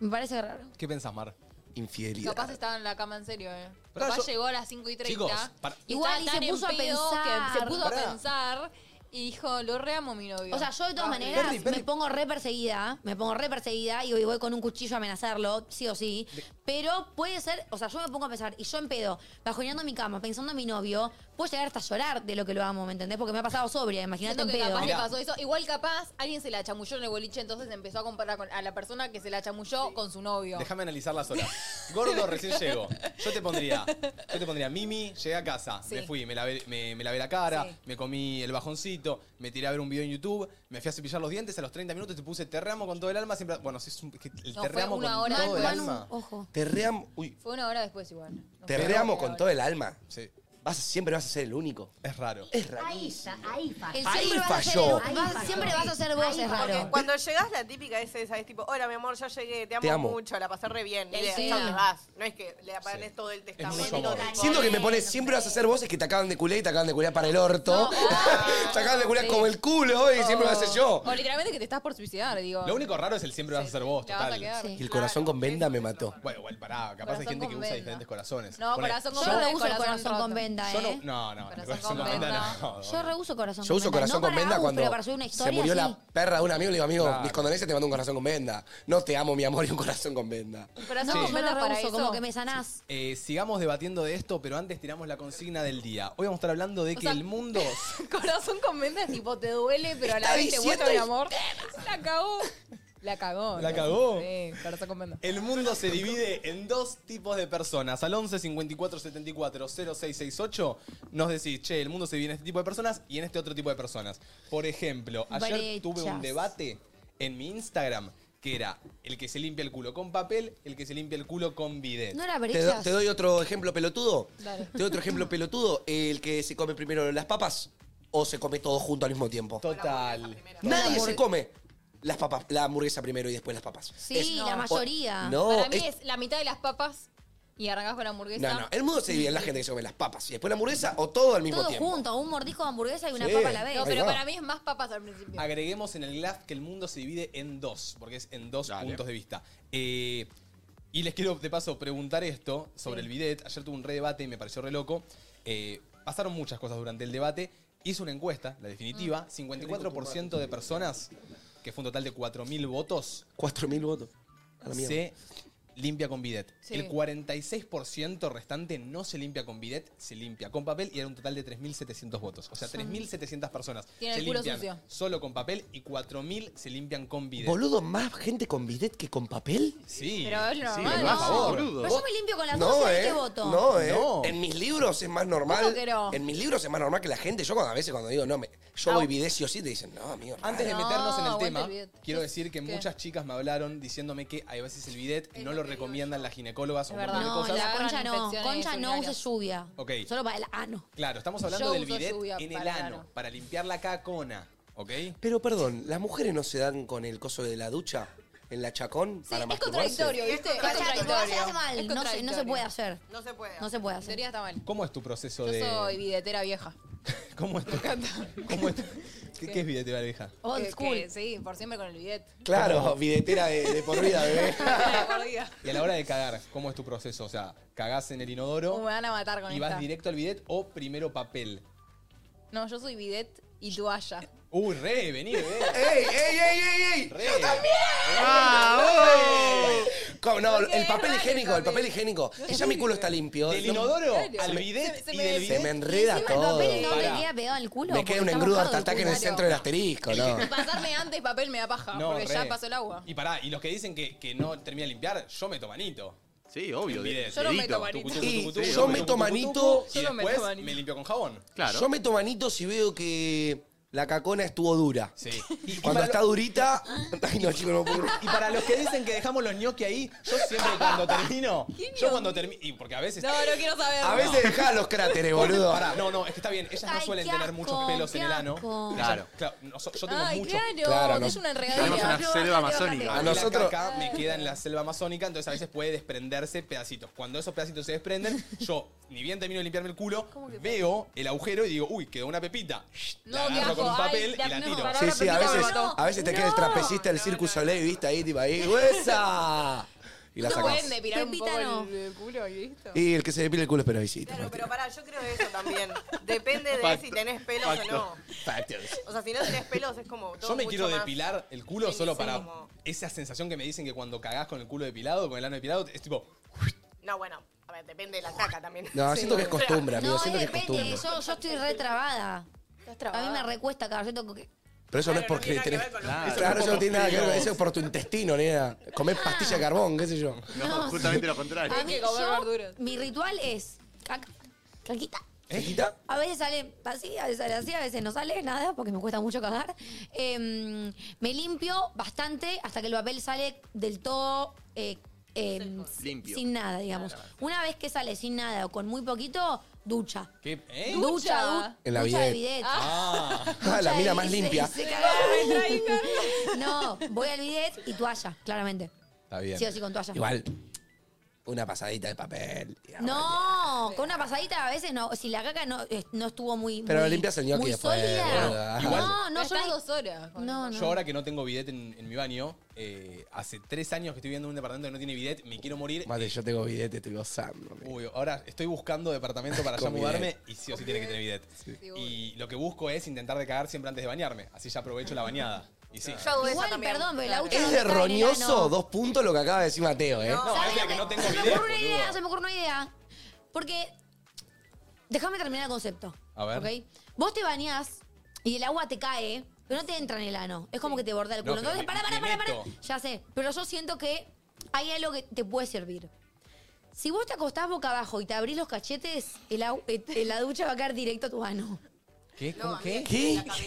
[SPEAKER 3] Me parece raro.
[SPEAKER 1] ¿Qué pensás, Mar?
[SPEAKER 2] Infidelidad.
[SPEAKER 4] Capaz estaba en la cama en serio, eh.
[SPEAKER 1] Pará,
[SPEAKER 4] Capaz
[SPEAKER 1] yo-
[SPEAKER 4] llegó a las 5 y 30.
[SPEAKER 1] Chicos, para-
[SPEAKER 4] y
[SPEAKER 3] Igual,
[SPEAKER 4] estaba
[SPEAKER 3] y se
[SPEAKER 4] tan en
[SPEAKER 3] puso a
[SPEAKER 4] pedo
[SPEAKER 3] pensar.
[SPEAKER 4] Que se puso
[SPEAKER 1] Pará.
[SPEAKER 4] a pensar y dijo, lo reamo mi novio.
[SPEAKER 3] O sea, yo de
[SPEAKER 1] Ah,
[SPEAKER 4] Ah,
[SPEAKER 3] todas maneras
[SPEAKER 1] Perry, Perry.
[SPEAKER 3] me pongo re perseguida, me pongo re perseguida y voy, voy con un cuchillo a amenazarlo, sí o sí. Pero puede ser, o sea, yo me pongo a pensar y yo en pedo, bajoneando mi cama, pensando en mi novio, puedo llegar hasta llorar de lo que lo amo, ¿me entendés? Porque me ha pasado sobria, imagínate
[SPEAKER 4] Siento
[SPEAKER 3] en
[SPEAKER 4] que
[SPEAKER 3] pedo.
[SPEAKER 4] capaz le
[SPEAKER 1] Mirá.
[SPEAKER 4] pasó eso. Igual capaz alguien se la chamulló en el boliche, entonces empezó a comparar con, a la persona que se la chamulló con su novio.
[SPEAKER 1] Déjame analizar las horas. Gordo, recién llego. Yo te pondría, yo te pondría, Mimi, llegué a casa,
[SPEAKER 4] Sí.
[SPEAKER 1] me fui, me lavé, me, me lavé la cara,
[SPEAKER 4] Sí.
[SPEAKER 1] me comí el bajoncito, me tiré a ver un video en YouTube, me fui a cepillar los dientes, a los 30 minutos te puse te reamo con todo el alma, siempre, bueno, si es un, que el
[SPEAKER 4] No,
[SPEAKER 1] te
[SPEAKER 4] fue
[SPEAKER 1] reamo con
[SPEAKER 4] una hora.
[SPEAKER 1] todo el
[SPEAKER 3] Manu,
[SPEAKER 1] alma.
[SPEAKER 3] ojo.
[SPEAKER 2] Te reamo... Uy,
[SPEAKER 4] Fue una hora después igual. No
[SPEAKER 2] te
[SPEAKER 4] fue
[SPEAKER 2] reamo
[SPEAKER 4] una hora.
[SPEAKER 2] con todo el alma.
[SPEAKER 1] Sí,
[SPEAKER 2] Vas a- siempre vas a ser el único.
[SPEAKER 1] es raro.
[SPEAKER 2] Es
[SPEAKER 7] Ahí
[SPEAKER 2] rarísimo.
[SPEAKER 7] está, ahí
[SPEAKER 3] El
[SPEAKER 7] falla.
[SPEAKER 2] Ahí
[SPEAKER 3] siempre vas a ser
[SPEAKER 2] falló.
[SPEAKER 3] el-
[SPEAKER 7] Ahí
[SPEAKER 3] vas-
[SPEAKER 7] falló.
[SPEAKER 3] siempre vas a ser vos,
[SPEAKER 7] Ahí
[SPEAKER 3] es
[SPEAKER 7] falló.
[SPEAKER 3] raro.
[SPEAKER 5] Cuando llegás, la típica es esa, es tipo, hola, mi amor, ya llegué, te amo,
[SPEAKER 2] Te amo.
[SPEAKER 5] mucho, la pasé re bien. Y
[SPEAKER 4] Ahí
[SPEAKER 5] de-
[SPEAKER 4] sí.
[SPEAKER 5] ya te vas. No es que le apanes
[SPEAKER 1] Sí.
[SPEAKER 5] todo el
[SPEAKER 1] mucho
[SPEAKER 5] testamento.
[SPEAKER 1] amor.
[SPEAKER 5] tipo,
[SPEAKER 2] Siento que me pones, siempre vas a hacer voces que te acaban de culiar y te acaban de culiar para el orto. te acaban de culiar como el culo y siempre vas a ser yo.
[SPEAKER 4] O literalmente que te estás por suicidar, digo.
[SPEAKER 1] Lo único raro es el siempre vas a ser vos,
[SPEAKER 4] Te vas a
[SPEAKER 1] total.
[SPEAKER 4] quedar.
[SPEAKER 3] Sí.
[SPEAKER 2] Y el corazón con venda me mató.
[SPEAKER 1] Bueno, igual, pará, capaz hay
[SPEAKER 4] Corazón
[SPEAKER 1] gente que
[SPEAKER 4] con
[SPEAKER 1] usa
[SPEAKER 4] venda.
[SPEAKER 1] diferentes corazones.
[SPEAKER 4] No,
[SPEAKER 1] Ponele,
[SPEAKER 4] corazón con
[SPEAKER 3] Yo
[SPEAKER 4] venda.
[SPEAKER 3] reuso el corazón con venda,
[SPEAKER 1] Yo no,
[SPEAKER 3] ¿eh?
[SPEAKER 1] no, no,
[SPEAKER 4] Corazón
[SPEAKER 1] corazón
[SPEAKER 4] con
[SPEAKER 1] con venda
[SPEAKER 4] venda.
[SPEAKER 1] no.
[SPEAKER 3] Yo reuso corazón
[SPEAKER 2] Yo uso
[SPEAKER 3] con venda.
[SPEAKER 2] corazón
[SPEAKER 3] no
[SPEAKER 2] con
[SPEAKER 3] para
[SPEAKER 2] venda
[SPEAKER 3] Agus,
[SPEAKER 2] cuando
[SPEAKER 3] pero para subir una
[SPEAKER 2] se
[SPEAKER 3] historia,
[SPEAKER 2] murió
[SPEAKER 3] sí.
[SPEAKER 2] la perra de un amigo, le digo, amigo,
[SPEAKER 1] Claro.
[SPEAKER 2] mis condolencias te mando un corazón con venda. No te amo, mi amor, y un corazón con venda.
[SPEAKER 4] Corazón
[SPEAKER 3] No,
[SPEAKER 4] con
[SPEAKER 3] yo lo
[SPEAKER 4] venda para
[SPEAKER 3] reuso,
[SPEAKER 4] eso.
[SPEAKER 3] como que me sanás.
[SPEAKER 1] Eh, sigamos debatiendo de esto, pero antes tiramos la consigna del día. Hoy vamos a estar hablando de que
[SPEAKER 4] sea-
[SPEAKER 1] el mundo.
[SPEAKER 4] Corazón con venda es tipo, te duele, pero a
[SPEAKER 2] Está
[SPEAKER 4] la vez te
[SPEAKER 2] diciendo
[SPEAKER 4] muestra el amor. La cagó. La cagó.
[SPEAKER 1] La
[SPEAKER 4] ¿no?
[SPEAKER 1] cagó.
[SPEAKER 4] Sí, corazón con venda.
[SPEAKER 1] El mundo se divide en dos tipos de personas. Al 11 54 74 0668 nos decís, che, el mundo se divide en este tipo de personas y en este otro tipo de personas. Por ejemplo, ayer
[SPEAKER 3] Brechas.
[SPEAKER 1] tuve un debate en mi Instagram que era el que se limpia el culo con papel, el que se limpia el culo con bidet.
[SPEAKER 3] No era
[SPEAKER 2] ¿Te, do-
[SPEAKER 3] brechas.
[SPEAKER 2] te doy otro ejemplo pelotudo?
[SPEAKER 4] Dale.
[SPEAKER 2] ¿Te doy otro ejemplo pelotudo? ¿El que se come primero las papas o se come todo junto al mismo tiempo?
[SPEAKER 1] Total.
[SPEAKER 2] Nadie
[SPEAKER 3] Hamburg-
[SPEAKER 2] se come las papas, la hamburguesa primero y después las papas.
[SPEAKER 3] Sí, la mayoría.
[SPEAKER 2] No,
[SPEAKER 4] para mí
[SPEAKER 2] es-
[SPEAKER 4] es la mitad de las papas y arrancás con la hamburguesa.
[SPEAKER 2] No, no, el mundo se divide en la gente que se come las papas y después la hamburguesa o todo al mismo
[SPEAKER 3] Todo
[SPEAKER 2] tiempo.
[SPEAKER 3] junto, un mordisco de hamburguesa y una
[SPEAKER 2] Sí.
[SPEAKER 3] papa a la vez.
[SPEAKER 4] No,
[SPEAKER 2] Ahí
[SPEAKER 4] pero
[SPEAKER 2] va.
[SPEAKER 4] para mí es más papas al principio.
[SPEAKER 1] Agreguemos en el graph que el mundo se divide en dos, porque es en dos
[SPEAKER 6] Dale.
[SPEAKER 1] puntos de vista. Eh, y les quiero, de paso, preguntar esto sobre el bidet. Ayer tuve un re debate y me pareció re loco. Eh, pasaron muchas cosas durante el debate. Hice una encuesta, la definitiva.
[SPEAKER 4] Mm.
[SPEAKER 1] 54% de personas, que fue un total de 4.000 votos,
[SPEAKER 2] 4.000 votos. A la mierda.
[SPEAKER 1] se limpia con bidet.
[SPEAKER 4] Sí.
[SPEAKER 1] El 46% restante no se limpia con bidet, se limpia con papel y era un total de 3.700 votos. O sea, 3.700 personas
[SPEAKER 4] Tiene
[SPEAKER 1] se
[SPEAKER 4] el culo
[SPEAKER 1] limpian
[SPEAKER 4] sucio.
[SPEAKER 1] solo con papel y 4.000 se limpian con bidet.
[SPEAKER 2] Boludo, más gente con bidet que con papel.
[SPEAKER 1] sí.
[SPEAKER 4] Pero es
[SPEAKER 1] sí,
[SPEAKER 4] normal,
[SPEAKER 1] por
[SPEAKER 4] ¿no?
[SPEAKER 1] favor.
[SPEAKER 6] Boludo.
[SPEAKER 3] Pero yo me limpio con las dos,
[SPEAKER 2] No,
[SPEAKER 3] ¿sabes
[SPEAKER 2] eh.
[SPEAKER 3] qué voto?
[SPEAKER 2] No, eh.
[SPEAKER 1] No.
[SPEAKER 2] En mis libros es más
[SPEAKER 4] ¿Cómo
[SPEAKER 2] normal.
[SPEAKER 4] que no?
[SPEAKER 2] En mis libros es más normal que la gente. Yo cuando, a veces cuando digo, no, me, yo voy bidet sí o sí, te dicen, no, amigo.
[SPEAKER 1] Antes de
[SPEAKER 4] No,
[SPEAKER 1] meternos en el
[SPEAKER 4] aguante
[SPEAKER 1] tema,
[SPEAKER 4] el bidet.
[SPEAKER 1] quiero decir que
[SPEAKER 4] ¿Qué?
[SPEAKER 1] muchas chicas me hablaron diciéndome que hay veces el bidet no lo recomiendan las ginecólogas o
[SPEAKER 4] Es
[SPEAKER 1] un montón
[SPEAKER 4] verdad.
[SPEAKER 1] de
[SPEAKER 3] No,
[SPEAKER 1] cosas.
[SPEAKER 4] Le
[SPEAKER 3] la
[SPEAKER 4] agarran
[SPEAKER 3] concha no.
[SPEAKER 4] infecciones
[SPEAKER 3] Concha no
[SPEAKER 4] urinarias.
[SPEAKER 3] usa lluvia.
[SPEAKER 1] Ok.
[SPEAKER 3] Solo para el ah, ano.
[SPEAKER 1] Claro, estamos hablando
[SPEAKER 4] Yo
[SPEAKER 1] del
[SPEAKER 4] uso
[SPEAKER 1] bidet
[SPEAKER 4] lluvia
[SPEAKER 1] en el
[SPEAKER 4] para el
[SPEAKER 1] ano,
[SPEAKER 4] ano.
[SPEAKER 1] para limpiar la cacona, ¿ok?
[SPEAKER 2] Pero perdón, ¿las mujeres no se dan con el coso de la ducha en la chacón
[SPEAKER 4] Sí,
[SPEAKER 2] para
[SPEAKER 4] es
[SPEAKER 2] masturbarse?
[SPEAKER 4] contradictorio, ¿viste? Es
[SPEAKER 3] Concha, no se
[SPEAKER 4] contradictorio.
[SPEAKER 3] hace mal.
[SPEAKER 4] Es
[SPEAKER 3] No se, no se
[SPEAKER 4] contradictorio.
[SPEAKER 3] puede hacer.
[SPEAKER 5] No se puede.
[SPEAKER 3] No se puede
[SPEAKER 4] En
[SPEAKER 3] hacer.
[SPEAKER 4] teoría está mal.
[SPEAKER 1] ¿Cómo es tu proceso
[SPEAKER 4] Yo
[SPEAKER 1] de...?
[SPEAKER 4] soy bidetera vieja.
[SPEAKER 1] ¿Cómo es tu- ¿Cómo es tu- ¿Qué, qué es billetera vieja?
[SPEAKER 3] Old
[SPEAKER 4] Que-
[SPEAKER 3] school.
[SPEAKER 4] que sí, por siempre con el bidet.
[SPEAKER 2] Claro, bidetera de, de por vida, bebé.
[SPEAKER 1] Y a la hora de cagar, ¿cómo es tu proceso? O sea, cagás en el inodoro
[SPEAKER 4] Uh, me van a matar con
[SPEAKER 1] y vas
[SPEAKER 4] esta.
[SPEAKER 1] directo al bidet o primero papel.
[SPEAKER 4] No, yo soy bidet y toalla.
[SPEAKER 1] Uy, re, vení, bebé.
[SPEAKER 2] ¡Ey, ey, ey, ey, ey!
[SPEAKER 1] Re.
[SPEAKER 2] Eh, Ah, ¿Cómo? No, el papel
[SPEAKER 4] raro
[SPEAKER 2] higiénico, el
[SPEAKER 4] también.
[SPEAKER 2] papel higiénico. Y ya mi culo está limpio.
[SPEAKER 1] Del
[SPEAKER 2] No-
[SPEAKER 1] inodoro al
[SPEAKER 2] Se me-
[SPEAKER 1] bidet
[SPEAKER 4] se
[SPEAKER 1] y
[SPEAKER 4] me-
[SPEAKER 1] del
[SPEAKER 2] Se
[SPEAKER 1] bidet.
[SPEAKER 2] me
[SPEAKER 3] Y
[SPEAKER 2] enreda
[SPEAKER 3] encima el
[SPEAKER 2] todo.
[SPEAKER 3] papel no
[SPEAKER 1] Pará.
[SPEAKER 3] te queda pegado en el culo.
[SPEAKER 2] Me
[SPEAKER 3] porque
[SPEAKER 2] queda un
[SPEAKER 3] está
[SPEAKER 2] engrudo
[SPEAKER 3] mojado
[SPEAKER 2] hasta
[SPEAKER 3] el
[SPEAKER 2] ataque en
[SPEAKER 3] culo.
[SPEAKER 2] el centro del asterisco, ¿no?
[SPEAKER 4] Y pasarme antes papel me da paja,
[SPEAKER 1] Ah. No,
[SPEAKER 4] porque
[SPEAKER 1] re.
[SPEAKER 4] ya pasó el agua.
[SPEAKER 1] Y pará, y los que dicen que, que no termina de limpiar, yo meto manito.
[SPEAKER 6] Sí, obvio.
[SPEAKER 1] El
[SPEAKER 6] de-
[SPEAKER 1] bidet.
[SPEAKER 4] Yo no
[SPEAKER 6] dedito.
[SPEAKER 4] meto manito.
[SPEAKER 2] Y
[SPEAKER 6] Sí,
[SPEAKER 2] yo
[SPEAKER 6] me
[SPEAKER 2] meto manito.
[SPEAKER 1] Y
[SPEAKER 4] Yo no meto
[SPEAKER 1] después
[SPEAKER 4] manito.
[SPEAKER 1] me limpio con jabón.
[SPEAKER 6] Claro.
[SPEAKER 2] Yo meto manito si veo que la cacona estuvo dura.
[SPEAKER 1] Sí. Y, y
[SPEAKER 2] Cuando
[SPEAKER 1] para
[SPEAKER 2] está
[SPEAKER 1] lo-
[SPEAKER 2] durita. Ay, no, chicos, no puedo.
[SPEAKER 1] y para los que dicen que dejamos los ñoqui ahí, yo siempre cuando termino, yo cuando termino, y porque a veces...
[SPEAKER 4] No, no quiero saber.
[SPEAKER 2] A veces dejás los cráteres, boludo.
[SPEAKER 1] Pará, no, no, es que está bien, ellas no
[SPEAKER 3] Ay,
[SPEAKER 1] suelen
[SPEAKER 3] qué
[SPEAKER 1] tener
[SPEAKER 3] asco,
[SPEAKER 1] muchos pelos
[SPEAKER 3] qué
[SPEAKER 1] en el ano.
[SPEAKER 3] asco.
[SPEAKER 6] Claro.
[SPEAKER 1] Claro, no, so- yo tengo
[SPEAKER 4] Ay,
[SPEAKER 1] muchos.
[SPEAKER 4] claro,
[SPEAKER 2] Claro,
[SPEAKER 4] es
[SPEAKER 2] no.
[SPEAKER 4] una enredadera.
[SPEAKER 6] Tenemos una selva amazónica.
[SPEAKER 2] A
[SPEAKER 1] A
[SPEAKER 2] nosotros-
[SPEAKER 1] nosotros. La caca me queda en la selva amazónica, entonces a veces puede desprenderse pedacitos. Cuando esos pedacitos se desprenden, yo, ni bien termino de limpiarme el culo, veo el agujero y digo, uy, quedó una pepita. la
[SPEAKER 4] No, qué
[SPEAKER 1] agarro con un
[SPEAKER 4] asco, ay,
[SPEAKER 1] papel
[SPEAKER 4] la-
[SPEAKER 1] y la
[SPEAKER 4] no,
[SPEAKER 1] tiro.
[SPEAKER 4] pará.
[SPEAKER 2] Sí, sí, a
[SPEAKER 4] Ahora
[SPEAKER 2] veces,
[SPEAKER 4] me mató.
[SPEAKER 2] a veces te queda el
[SPEAKER 3] No.
[SPEAKER 2] trapecista del Circus Soleil, ¿viste? Ahí, tipo, ahí, ¡huesa! Y la
[SPEAKER 4] No
[SPEAKER 2] sacás.
[SPEAKER 4] pueden depilar un
[SPEAKER 3] Pepita
[SPEAKER 4] poco
[SPEAKER 3] no.
[SPEAKER 4] el, el culo y listo.
[SPEAKER 2] Y el que se depila el culo es perovisita.
[SPEAKER 5] Claro, pero pará, yo creo eso también. Depende de
[SPEAKER 6] Facto.
[SPEAKER 5] si tenés pelos
[SPEAKER 6] Facto.
[SPEAKER 5] o no. O sea, si no tenés pelos es como todo
[SPEAKER 1] Yo me
[SPEAKER 5] mucho
[SPEAKER 1] quiero
[SPEAKER 5] más-
[SPEAKER 1] depilar el culo
[SPEAKER 5] Sí,
[SPEAKER 1] solo
[SPEAKER 5] sí,
[SPEAKER 1] para
[SPEAKER 5] como-
[SPEAKER 1] esa sensación que me dicen que cuando cagás con el culo depilado, con el ano depilado, es tipo,
[SPEAKER 5] No, bueno, a ver, depende de la caca también.
[SPEAKER 2] No, siento que es costumbre, amigo,
[SPEAKER 3] No, es
[SPEAKER 2] siento que es
[SPEAKER 3] depende.
[SPEAKER 2] costumbre.
[SPEAKER 3] Yo, yo estoy retrabada. A mí me recuesta cagar. Yo tengo que.
[SPEAKER 2] Pero eso no es
[SPEAKER 5] Claro, no
[SPEAKER 2] porque
[SPEAKER 5] tiene nada que
[SPEAKER 2] tenés...
[SPEAKER 5] ver con los
[SPEAKER 2] Claro, eso no tiene nada que ver, eso es por tu intestino, nena.
[SPEAKER 3] Ah.
[SPEAKER 2] Comés pastilla de carbón, qué sé yo.
[SPEAKER 6] No, justamente lo contrario.
[SPEAKER 3] A mí,
[SPEAKER 4] que comer
[SPEAKER 3] yo-
[SPEAKER 4] verduras.
[SPEAKER 3] mi ritual es. caca, Caquita.
[SPEAKER 2] ¿Quita?
[SPEAKER 3] A veces sale así, a veces sale así, a veces no sale nada porque me cuesta mucho cagar. Em, me limpio bastante hasta que el papel sale del todo eh, em,
[SPEAKER 6] Limpio.
[SPEAKER 3] sin nada, digamos. Una vez que sale sin nada o con muy poquito, ducha.
[SPEAKER 1] ¿qué? ¿Eh?
[SPEAKER 4] Du-
[SPEAKER 3] Ducha, du-
[SPEAKER 2] En la
[SPEAKER 3] ducha de
[SPEAKER 2] bidet.
[SPEAKER 3] bidet.
[SPEAKER 1] Ah,
[SPEAKER 2] Ah, la mina más
[SPEAKER 3] Y se- y
[SPEAKER 2] limpia.
[SPEAKER 3] se caga. No, voy al bidet y toalla, claramente.
[SPEAKER 1] está bien.
[SPEAKER 3] Sí o sí con toalla.
[SPEAKER 2] Igual, una pasadita de papel. digamos.
[SPEAKER 3] No, con una pasadita a veces no. Si la caca no, eh, no estuvo muy.
[SPEAKER 2] Pero
[SPEAKER 3] muy-
[SPEAKER 2] limpias el ñoqui
[SPEAKER 3] muy
[SPEAKER 2] después,
[SPEAKER 3] sólida.
[SPEAKER 2] boluda.
[SPEAKER 1] Igual-
[SPEAKER 3] No,
[SPEAKER 4] No,
[SPEAKER 3] no, yo
[SPEAKER 4] estás
[SPEAKER 3] no-
[SPEAKER 4] dos horas. con-
[SPEAKER 5] Ah,
[SPEAKER 3] No,
[SPEAKER 1] Yo ahora que no tengo bidet en, en mi baño, eh, hace tres años que estoy viviendo en un departamento que no tiene bidet, me quiero morir.
[SPEAKER 2] Mate, yo tengo billete, estoy gozando. amigo.
[SPEAKER 1] Uy, ahora estoy buscando departamento para ya
[SPEAKER 2] Con
[SPEAKER 1] mudarme
[SPEAKER 2] bidet.
[SPEAKER 1] y sí o sí tiene que tener bidet. Y lo que busco es intentar de cagar siempre antes de bañarme. Así ya aprovecho la bañada. Y sí.
[SPEAKER 5] Yo hago esa
[SPEAKER 3] Igual,
[SPEAKER 5] también.
[SPEAKER 3] perdón, pero la ducha.
[SPEAKER 2] Es
[SPEAKER 3] no está en el ano.
[SPEAKER 2] erroneoso, dos puntos, lo que acaba de decir Mateo, ¿eh?
[SPEAKER 1] No,
[SPEAKER 3] ¿Sabes
[SPEAKER 1] es la
[SPEAKER 3] lo
[SPEAKER 1] que no tengo
[SPEAKER 3] se me
[SPEAKER 1] bidet,
[SPEAKER 3] ocurre una
[SPEAKER 1] boludo.
[SPEAKER 3] idea, se me ocurre una idea. Porque. Déjame terminar el concepto.
[SPEAKER 1] A ver.
[SPEAKER 3] ¿ok? Vos te bañás y el agua te cae, pero no te entra en el ano. Es como que te bordea el
[SPEAKER 1] No,
[SPEAKER 3] culo.
[SPEAKER 1] pero
[SPEAKER 3] Entonces,
[SPEAKER 1] me-
[SPEAKER 3] para,
[SPEAKER 1] me
[SPEAKER 3] para, para, para.
[SPEAKER 1] meto.
[SPEAKER 3] Ya sé. Pero yo siento que hay algo que te puede servir. Si vos te acostás boca abajo y te abrís los cachetes, el au- eh, eh, la ducha va a caer directo a tu ano.
[SPEAKER 1] ¿Qué?
[SPEAKER 5] No, a
[SPEAKER 2] ¿Qué?
[SPEAKER 5] mí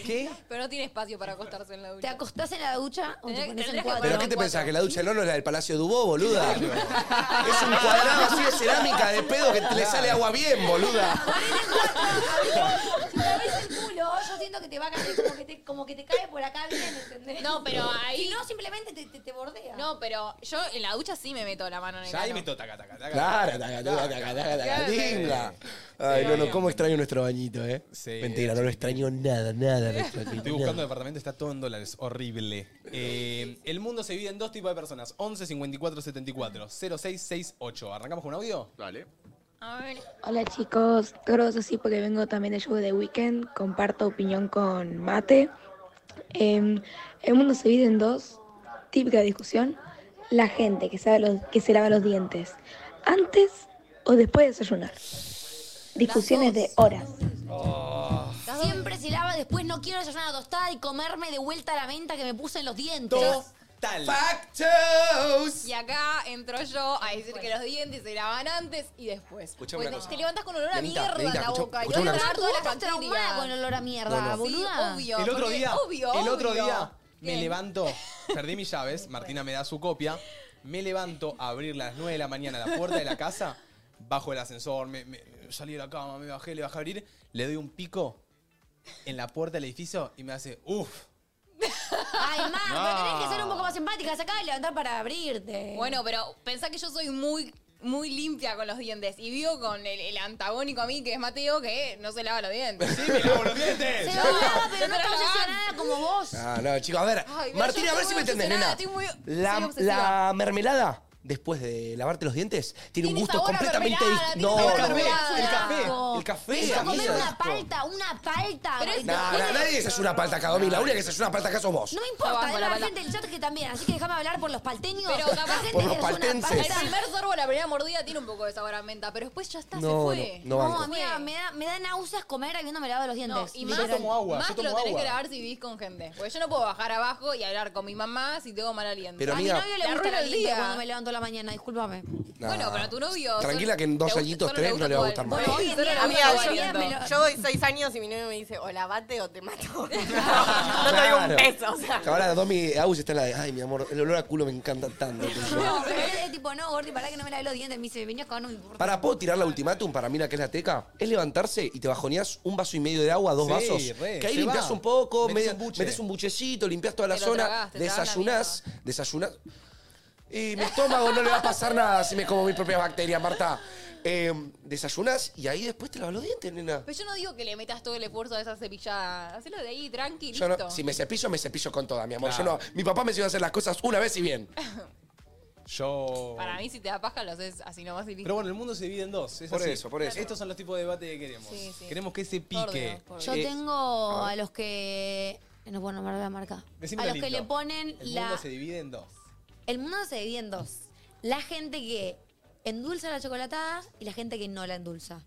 [SPEAKER 1] ¿Qué?
[SPEAKER 4] Pero no tiene espacio para acostarse en la
[SPEAKER 3] Te
[SPEAKER 4] ducha.
[SPEAKER 3] acostás en la ducha o te
[SPEAKER 4] Tendré-
[SPEAKER 3] pones en
[SPEAKER 4] tendrías que
[SPEAKER 3] cuatro.
[SPEAKER 2] ¿Pero qué te
[SPEAKER 4] Cuatro.
[SPEAKER 2] pensás? ¿Que la ducha del horno es la del Palacio Dubó, boluda? Es un cuadrado así de cerámica de pedo que te le sale agua bien, boluda.
[SPEAKER 3] Si te abrís el culo, yo siento que te va a caer como que te, como que te cae por acá bien, ¿entendés?
[SPEAKER 4] No, pero ahí-
[SPEAKER 3] Si no, simplemente te, te, te bordea.
[SPEAKER 4] No, pero yo en la ducha sí me meto la mano en el
[SPEAKER 1] Ya ahí
[SPEAKER 4] ano.
[SPEAKER 1] meto taca, taca, taca.
[SPEAKER 2] Claro, taca, taca, taca, taca, taca, tinga. Ay, no, no, cómo extraño nuestro bañito, ¿eh?
[SPEAKER 1] Sí.
[SPEAKER 2] Mentira, no lo extraño nada, nada. nuestro
[SPEAKER 1] Estoy
[SPEAKER 2] bañito,
[SPEAKER 1] buscando
[SPEAKER 2] nada.
[SPEAKER 1] departamento, está todo en dólares. Horrible. Eh, el mundo se divide en dos tipos de personas: 11 54 74 0668. ¿Arrancamos con un audio?
[SPEAKER 6] Vale.
[SPEAKER 4] A ver.
[SPEAKER 10] Hola chicos, todos así porque vengo también del show de The Weekend, comparto opinión con Mate. Em, el mundo se divide en dos, típica discusión, la gente que, sabe los- que se lava los dientes antes o después de desayunar. Discusiones de horas.
[SPEAKER 3] Siempre se lava, después no quiero desayunar una tostada y comerme de vuelta la menta que me puse en los dientes.
[SPEAKER 1] Total.
[SPEAKER 2] ¡Factos!
[SPEAKER 4] Y acá entro yo a decir que los dientes se lavan antes y después.
[SPEAKER 2] Escuchame
[SPEAKER 4] Porque
[SPEAKER 2] una cosa.
[SPEAKER 4] te levantas con olor a
[SPEAKER 2] Nenita,
[SPEAKER 4] mierda
[SPEAKER 2] nenita,
[SPEAKER 4] en la
[SPEAKER 2] escucha-
[SPEAKER 4] boca.
[SPEAKER 2] escucha
[SPEAKER 4] y
[SPEAKER 2] una
[SPEAKER 4] vas a
[SPEAKER 2] cosa.
[SPEAKER 4] tragar
[SPEAKER 3] Tú
[SPEAKER 4] todas las
[SPEAKER 3] estás traumada con
[SPEAKER 4] bacterias.
[SPEAKER 3] olor a mierda,
[SPEAKER 2] No, no.
[SPEAKER 3] boluda.
[SPEAKER 4] Sí, Ah. obvio.
[SPEAKER 1] El otro
[SPEAKER 4] porque-
[SPEAKER 1] día,
[SPEAKER 4] obvio,
[SPEAKER 1] el otro
[SPEAKER 4] obvio.
[SPEAKER 1] día me
[SPEAKER 4] Bien.
[SPEAKER 1] levanto, perdí mis llaves, Martina me da su copia, me levanto a abrir las 9 de la mañana la puerta de la casa, bajo el ascensor, me, me- salí de la cama, me bajé, le bajé a abrir, le doy un pico en la puerta del edificio y me hace, uff,
[SPEAKER 3] Ay, Mar, pero
[SPEAKER 6] No.
[SPEAKER 3] tenés que ser un poco más empática, sacá de levantar para abrirte.
[SPEAKER 4] Bueno, pero pensá que yo soy muy muy limpia con los dientes. Y vivo con el, el antagónico a mí, que es Mateo, que no se lava los dientes.
[SPEAKER 1] ¡Sí, me lavo los dientes!
[SPEAKER 4] Se lava, pero no está obsesionada
[SPEAKER 3] como vos.
[SPEAKER 2] Ah, no, chicos, a ver.
[SPEAKER 4] Ay, mira,
[SPEAKER 2] Martina,
[SPEAKER 4] yo
[SPEAKER 2] a ver si
[SPEAKER 4] estoy muy
[SPEAKER 2] me entendés, nena.
[SPEAKER 4] obsesionada, estoy muy- soy
[SPEAKER 2] La,
[SPEAKER 4] obsesiva.
[SPEAKER 2] la mermelada, después de lavarte los dientes, tiene, un
[SPEAKER 4] Tiene
[SPEAKER 2] gusto
[SPEAKER 4] sabor a
[SPEAKER 2] completamente
[SPEAKER 4] mermelada,
[SPEAKER 2] distinto.
[SPEAKER 4] tiene
[SPEAKER 2] No,
[SPEAKER 4] sabor
[SPEAKER 2] no,
[SPEAKER 4] a
[SPEAKER 2] no.
[SPEAKER 4] mermelada.
[SPEAKER 2] El café. El
[SPEAKER 3] Es
[SPEAKER 2] café,
[SPEAKER 3] como
[SPEAKER 2] a mí
[SPEAKER 3] comer
[SPEAKER 2] eso-
[SPEAKER 3] una palta, una palta.
[SPEAKER 2] No, no, nadie desayuna palta acá, Domi. La única que desayuna palta acá sos vos.
[SPEAKER 3] No me importa,
[SPEAKER 4] Banco,
[SPEAKER 3] hay
[SPEAKER 4] la
[SPEAKER 3] más
[SPEAKER 4] palta.
[SPEAKER 3] gente del chat que también, así que déjame hablar por los palteños.
[SPEAKER 4] Pero
[SPEAKER 3] La
[SPEAKER 4] capaz-
[SPEAKER 3] gente
[SPEAKER 2] Por
[SPEAKER 3] que
[SPEAKER 2] los
[SPEAKER 3] es una
[SPEAKER 2] paltenses.
[SPEAKER 3] palta-
[SPEAKER 4] El primer sorbo, la primera mordida tiene un poco de sabor a menta, pero después ya está,
[SPEAKER 2] No,
[SPEAKER 4] se fue.
[SPEAKER 2] no banco.
[SPEAKER 3] No, amiga, me da, me da náuseas comer habiéndome lavado los
[SPEAKER 4] No,
[SPEAKER 3] dientes.
[SPEAKER 4] y
[SPEAKER 1] Yo
[SPEAKER 4] más,
[SPEAKER 1] tomo agua,
[SPEAKER 4] más
[SPEAKER 1] yo tomo
[SPEAKER 4] lo tenés
[SPEAKER 1] agua.
[SPEAKER 4] que lavar si vivís con gente. Porque yo no puedo bajar abajo y hablar con mi mamá si tengo mal aliento.
[SPEAKER 2] Pero,
[SPEAKER 3] a mi
[SPEAKER 2] amiga,
[SPEAKER 3] novio
[SPEAKER 4] te
[SPEAKER 3] le gusta
[SPEAKER 4] arruina
[SPEAKER 3] la
[SPEAKER 4] el
[SPEAKER 3] limpia
[SPEAKER 4] día.
[SPEAKER 3] cuando me levanto a la mañana, discúlpame.
[SPEAKER 2] Nah.
[SPEAKER 4] Bueno, pero a tu novio.
[SPEAKER 2] Tranquila
[SPEAKER 4] solo-
[SPEAKER 2] que en dos
[SPEAKER 4] te gusta-
[SPEAKER 2] añitos,
[SPEAKER 4] solo le
[SPEAKER 2] tres, no
[SPEAKER 4] gusta
[SPEAKER 2] le va a gustar
[SPEAKER 4] tu
[SPEAKER 2] más.
[SPEAKER 4] aliento.
[SPEAKER 3] Bueno, hoy en
[SPEAKER 4] Solo
[SPEAKER 3] día-
[SPEAKER 4] le
[SPEAKER 3] Amiga,
[SPEAKER 4] gusta tu
[SPEAKER 3] yo-
[SPEAKER 4] aliento.
[SPEAKER 3] me lo-
[SPEAKER 5] Yo doy seis años y mi novio me dice, o lavate o te mato. no te doy
[SPEAKER 2] Claro.
[SPEAKER 5] un peso, o sea.
[SPEAKER 2] Ahora Domi Agus está en la de, ay, mi amor, el olor a culo me encanta tanto.
[SPEAKER 3] No, pero él es tipo, no, Gordi, pará que no me lavé los dientes. Me dice, venía con un...
[SPEAKER 2] Para, ¿puedo tirar la ultimátum para mí la que es la teca? Es levantarse y te bajoneás un vaso y medio de agua, dos
[SPEAKER 1] Sí,
[SPEAKER 2] vasos.
[SPEAKER 1] re,
[SPEAKER 2] que ahí
[SPEAKER 1] se
[SPEAKER 2] limpias
[SPEAKER 1] va.
[SPEAKER 2] un poco,
[SPEAKER 1] Metés
[SPEAKER 2] media-
[SPEAKER 1] un
[SPEAKER 2] metés
[SPEAKER 1] buche.
[SPEAKER 2] un, buchecito, limpias toda la
[SPEAKER 4] Te lo
[SPEAKER 2] zona,
[SPEAKER 4] tragás, te tragás la
[SPEAKER 2] desayunás, desayunás. Y mi estómago no le va a pasar nada si me como mis propias bacterias, Marta. Eh, desayunás y ahí después te lavas los dientes, nena.
[SPEAKER 4] Pero yo no digo que le metas todo el esfuerzo a esa cepillada. Hacelo de ahí, tranqui,
[SPEAKER 2] Yo no-
[SPEAKER 4] listo.
[SPEAKER 2] si me cepillo, me cepillo con toda, mi amor. Yo
[SPEAKER 1] Claro.
[SPEAKER 2] no- mi papá me enseñó a hacer las cosas una vez y bien.
[SPEAKER 1] Yo.
[SPEAKER 4] Para mí, si te da paja, lo haces así nomás y listo.
[SPEAKER 1] Pero bueno, el mundo se divide en dos. es
[SPEAKER 2] Por
[SPEAKER 1] así.
[SPEAKER 2] eso, por eso.
[SPEAKER 1] Estos son los tipos de debate que queremos.
[SPEAKER 4] Sí, sí.
[SPEAKER 1] Queremos que se
[SPEAKER 4] Por
[SPEAKER 1] pique.
[SPEAKER 4] Dios, por
[SPEAKER 3] Yo
[SPEAKER 1] Eh,
[SPEAKER 4] Dios.
[SPEAKER 3] tengo a los que... No puedo nombrar la marca.
[SPEAKER 1] Decime
[SPEAKER 3] a los
[SPEAKER 1] lindo.
[SPEAKER 3] que le ponen
[SPEAKER 1] El
[SPEAKER 3] la...
[SPEAKER 1] mundo se divide en dos.
[SPEAKER 3] El mundo se divide en dos. La gente que endulza la chocolatada y la gente que no la endulza.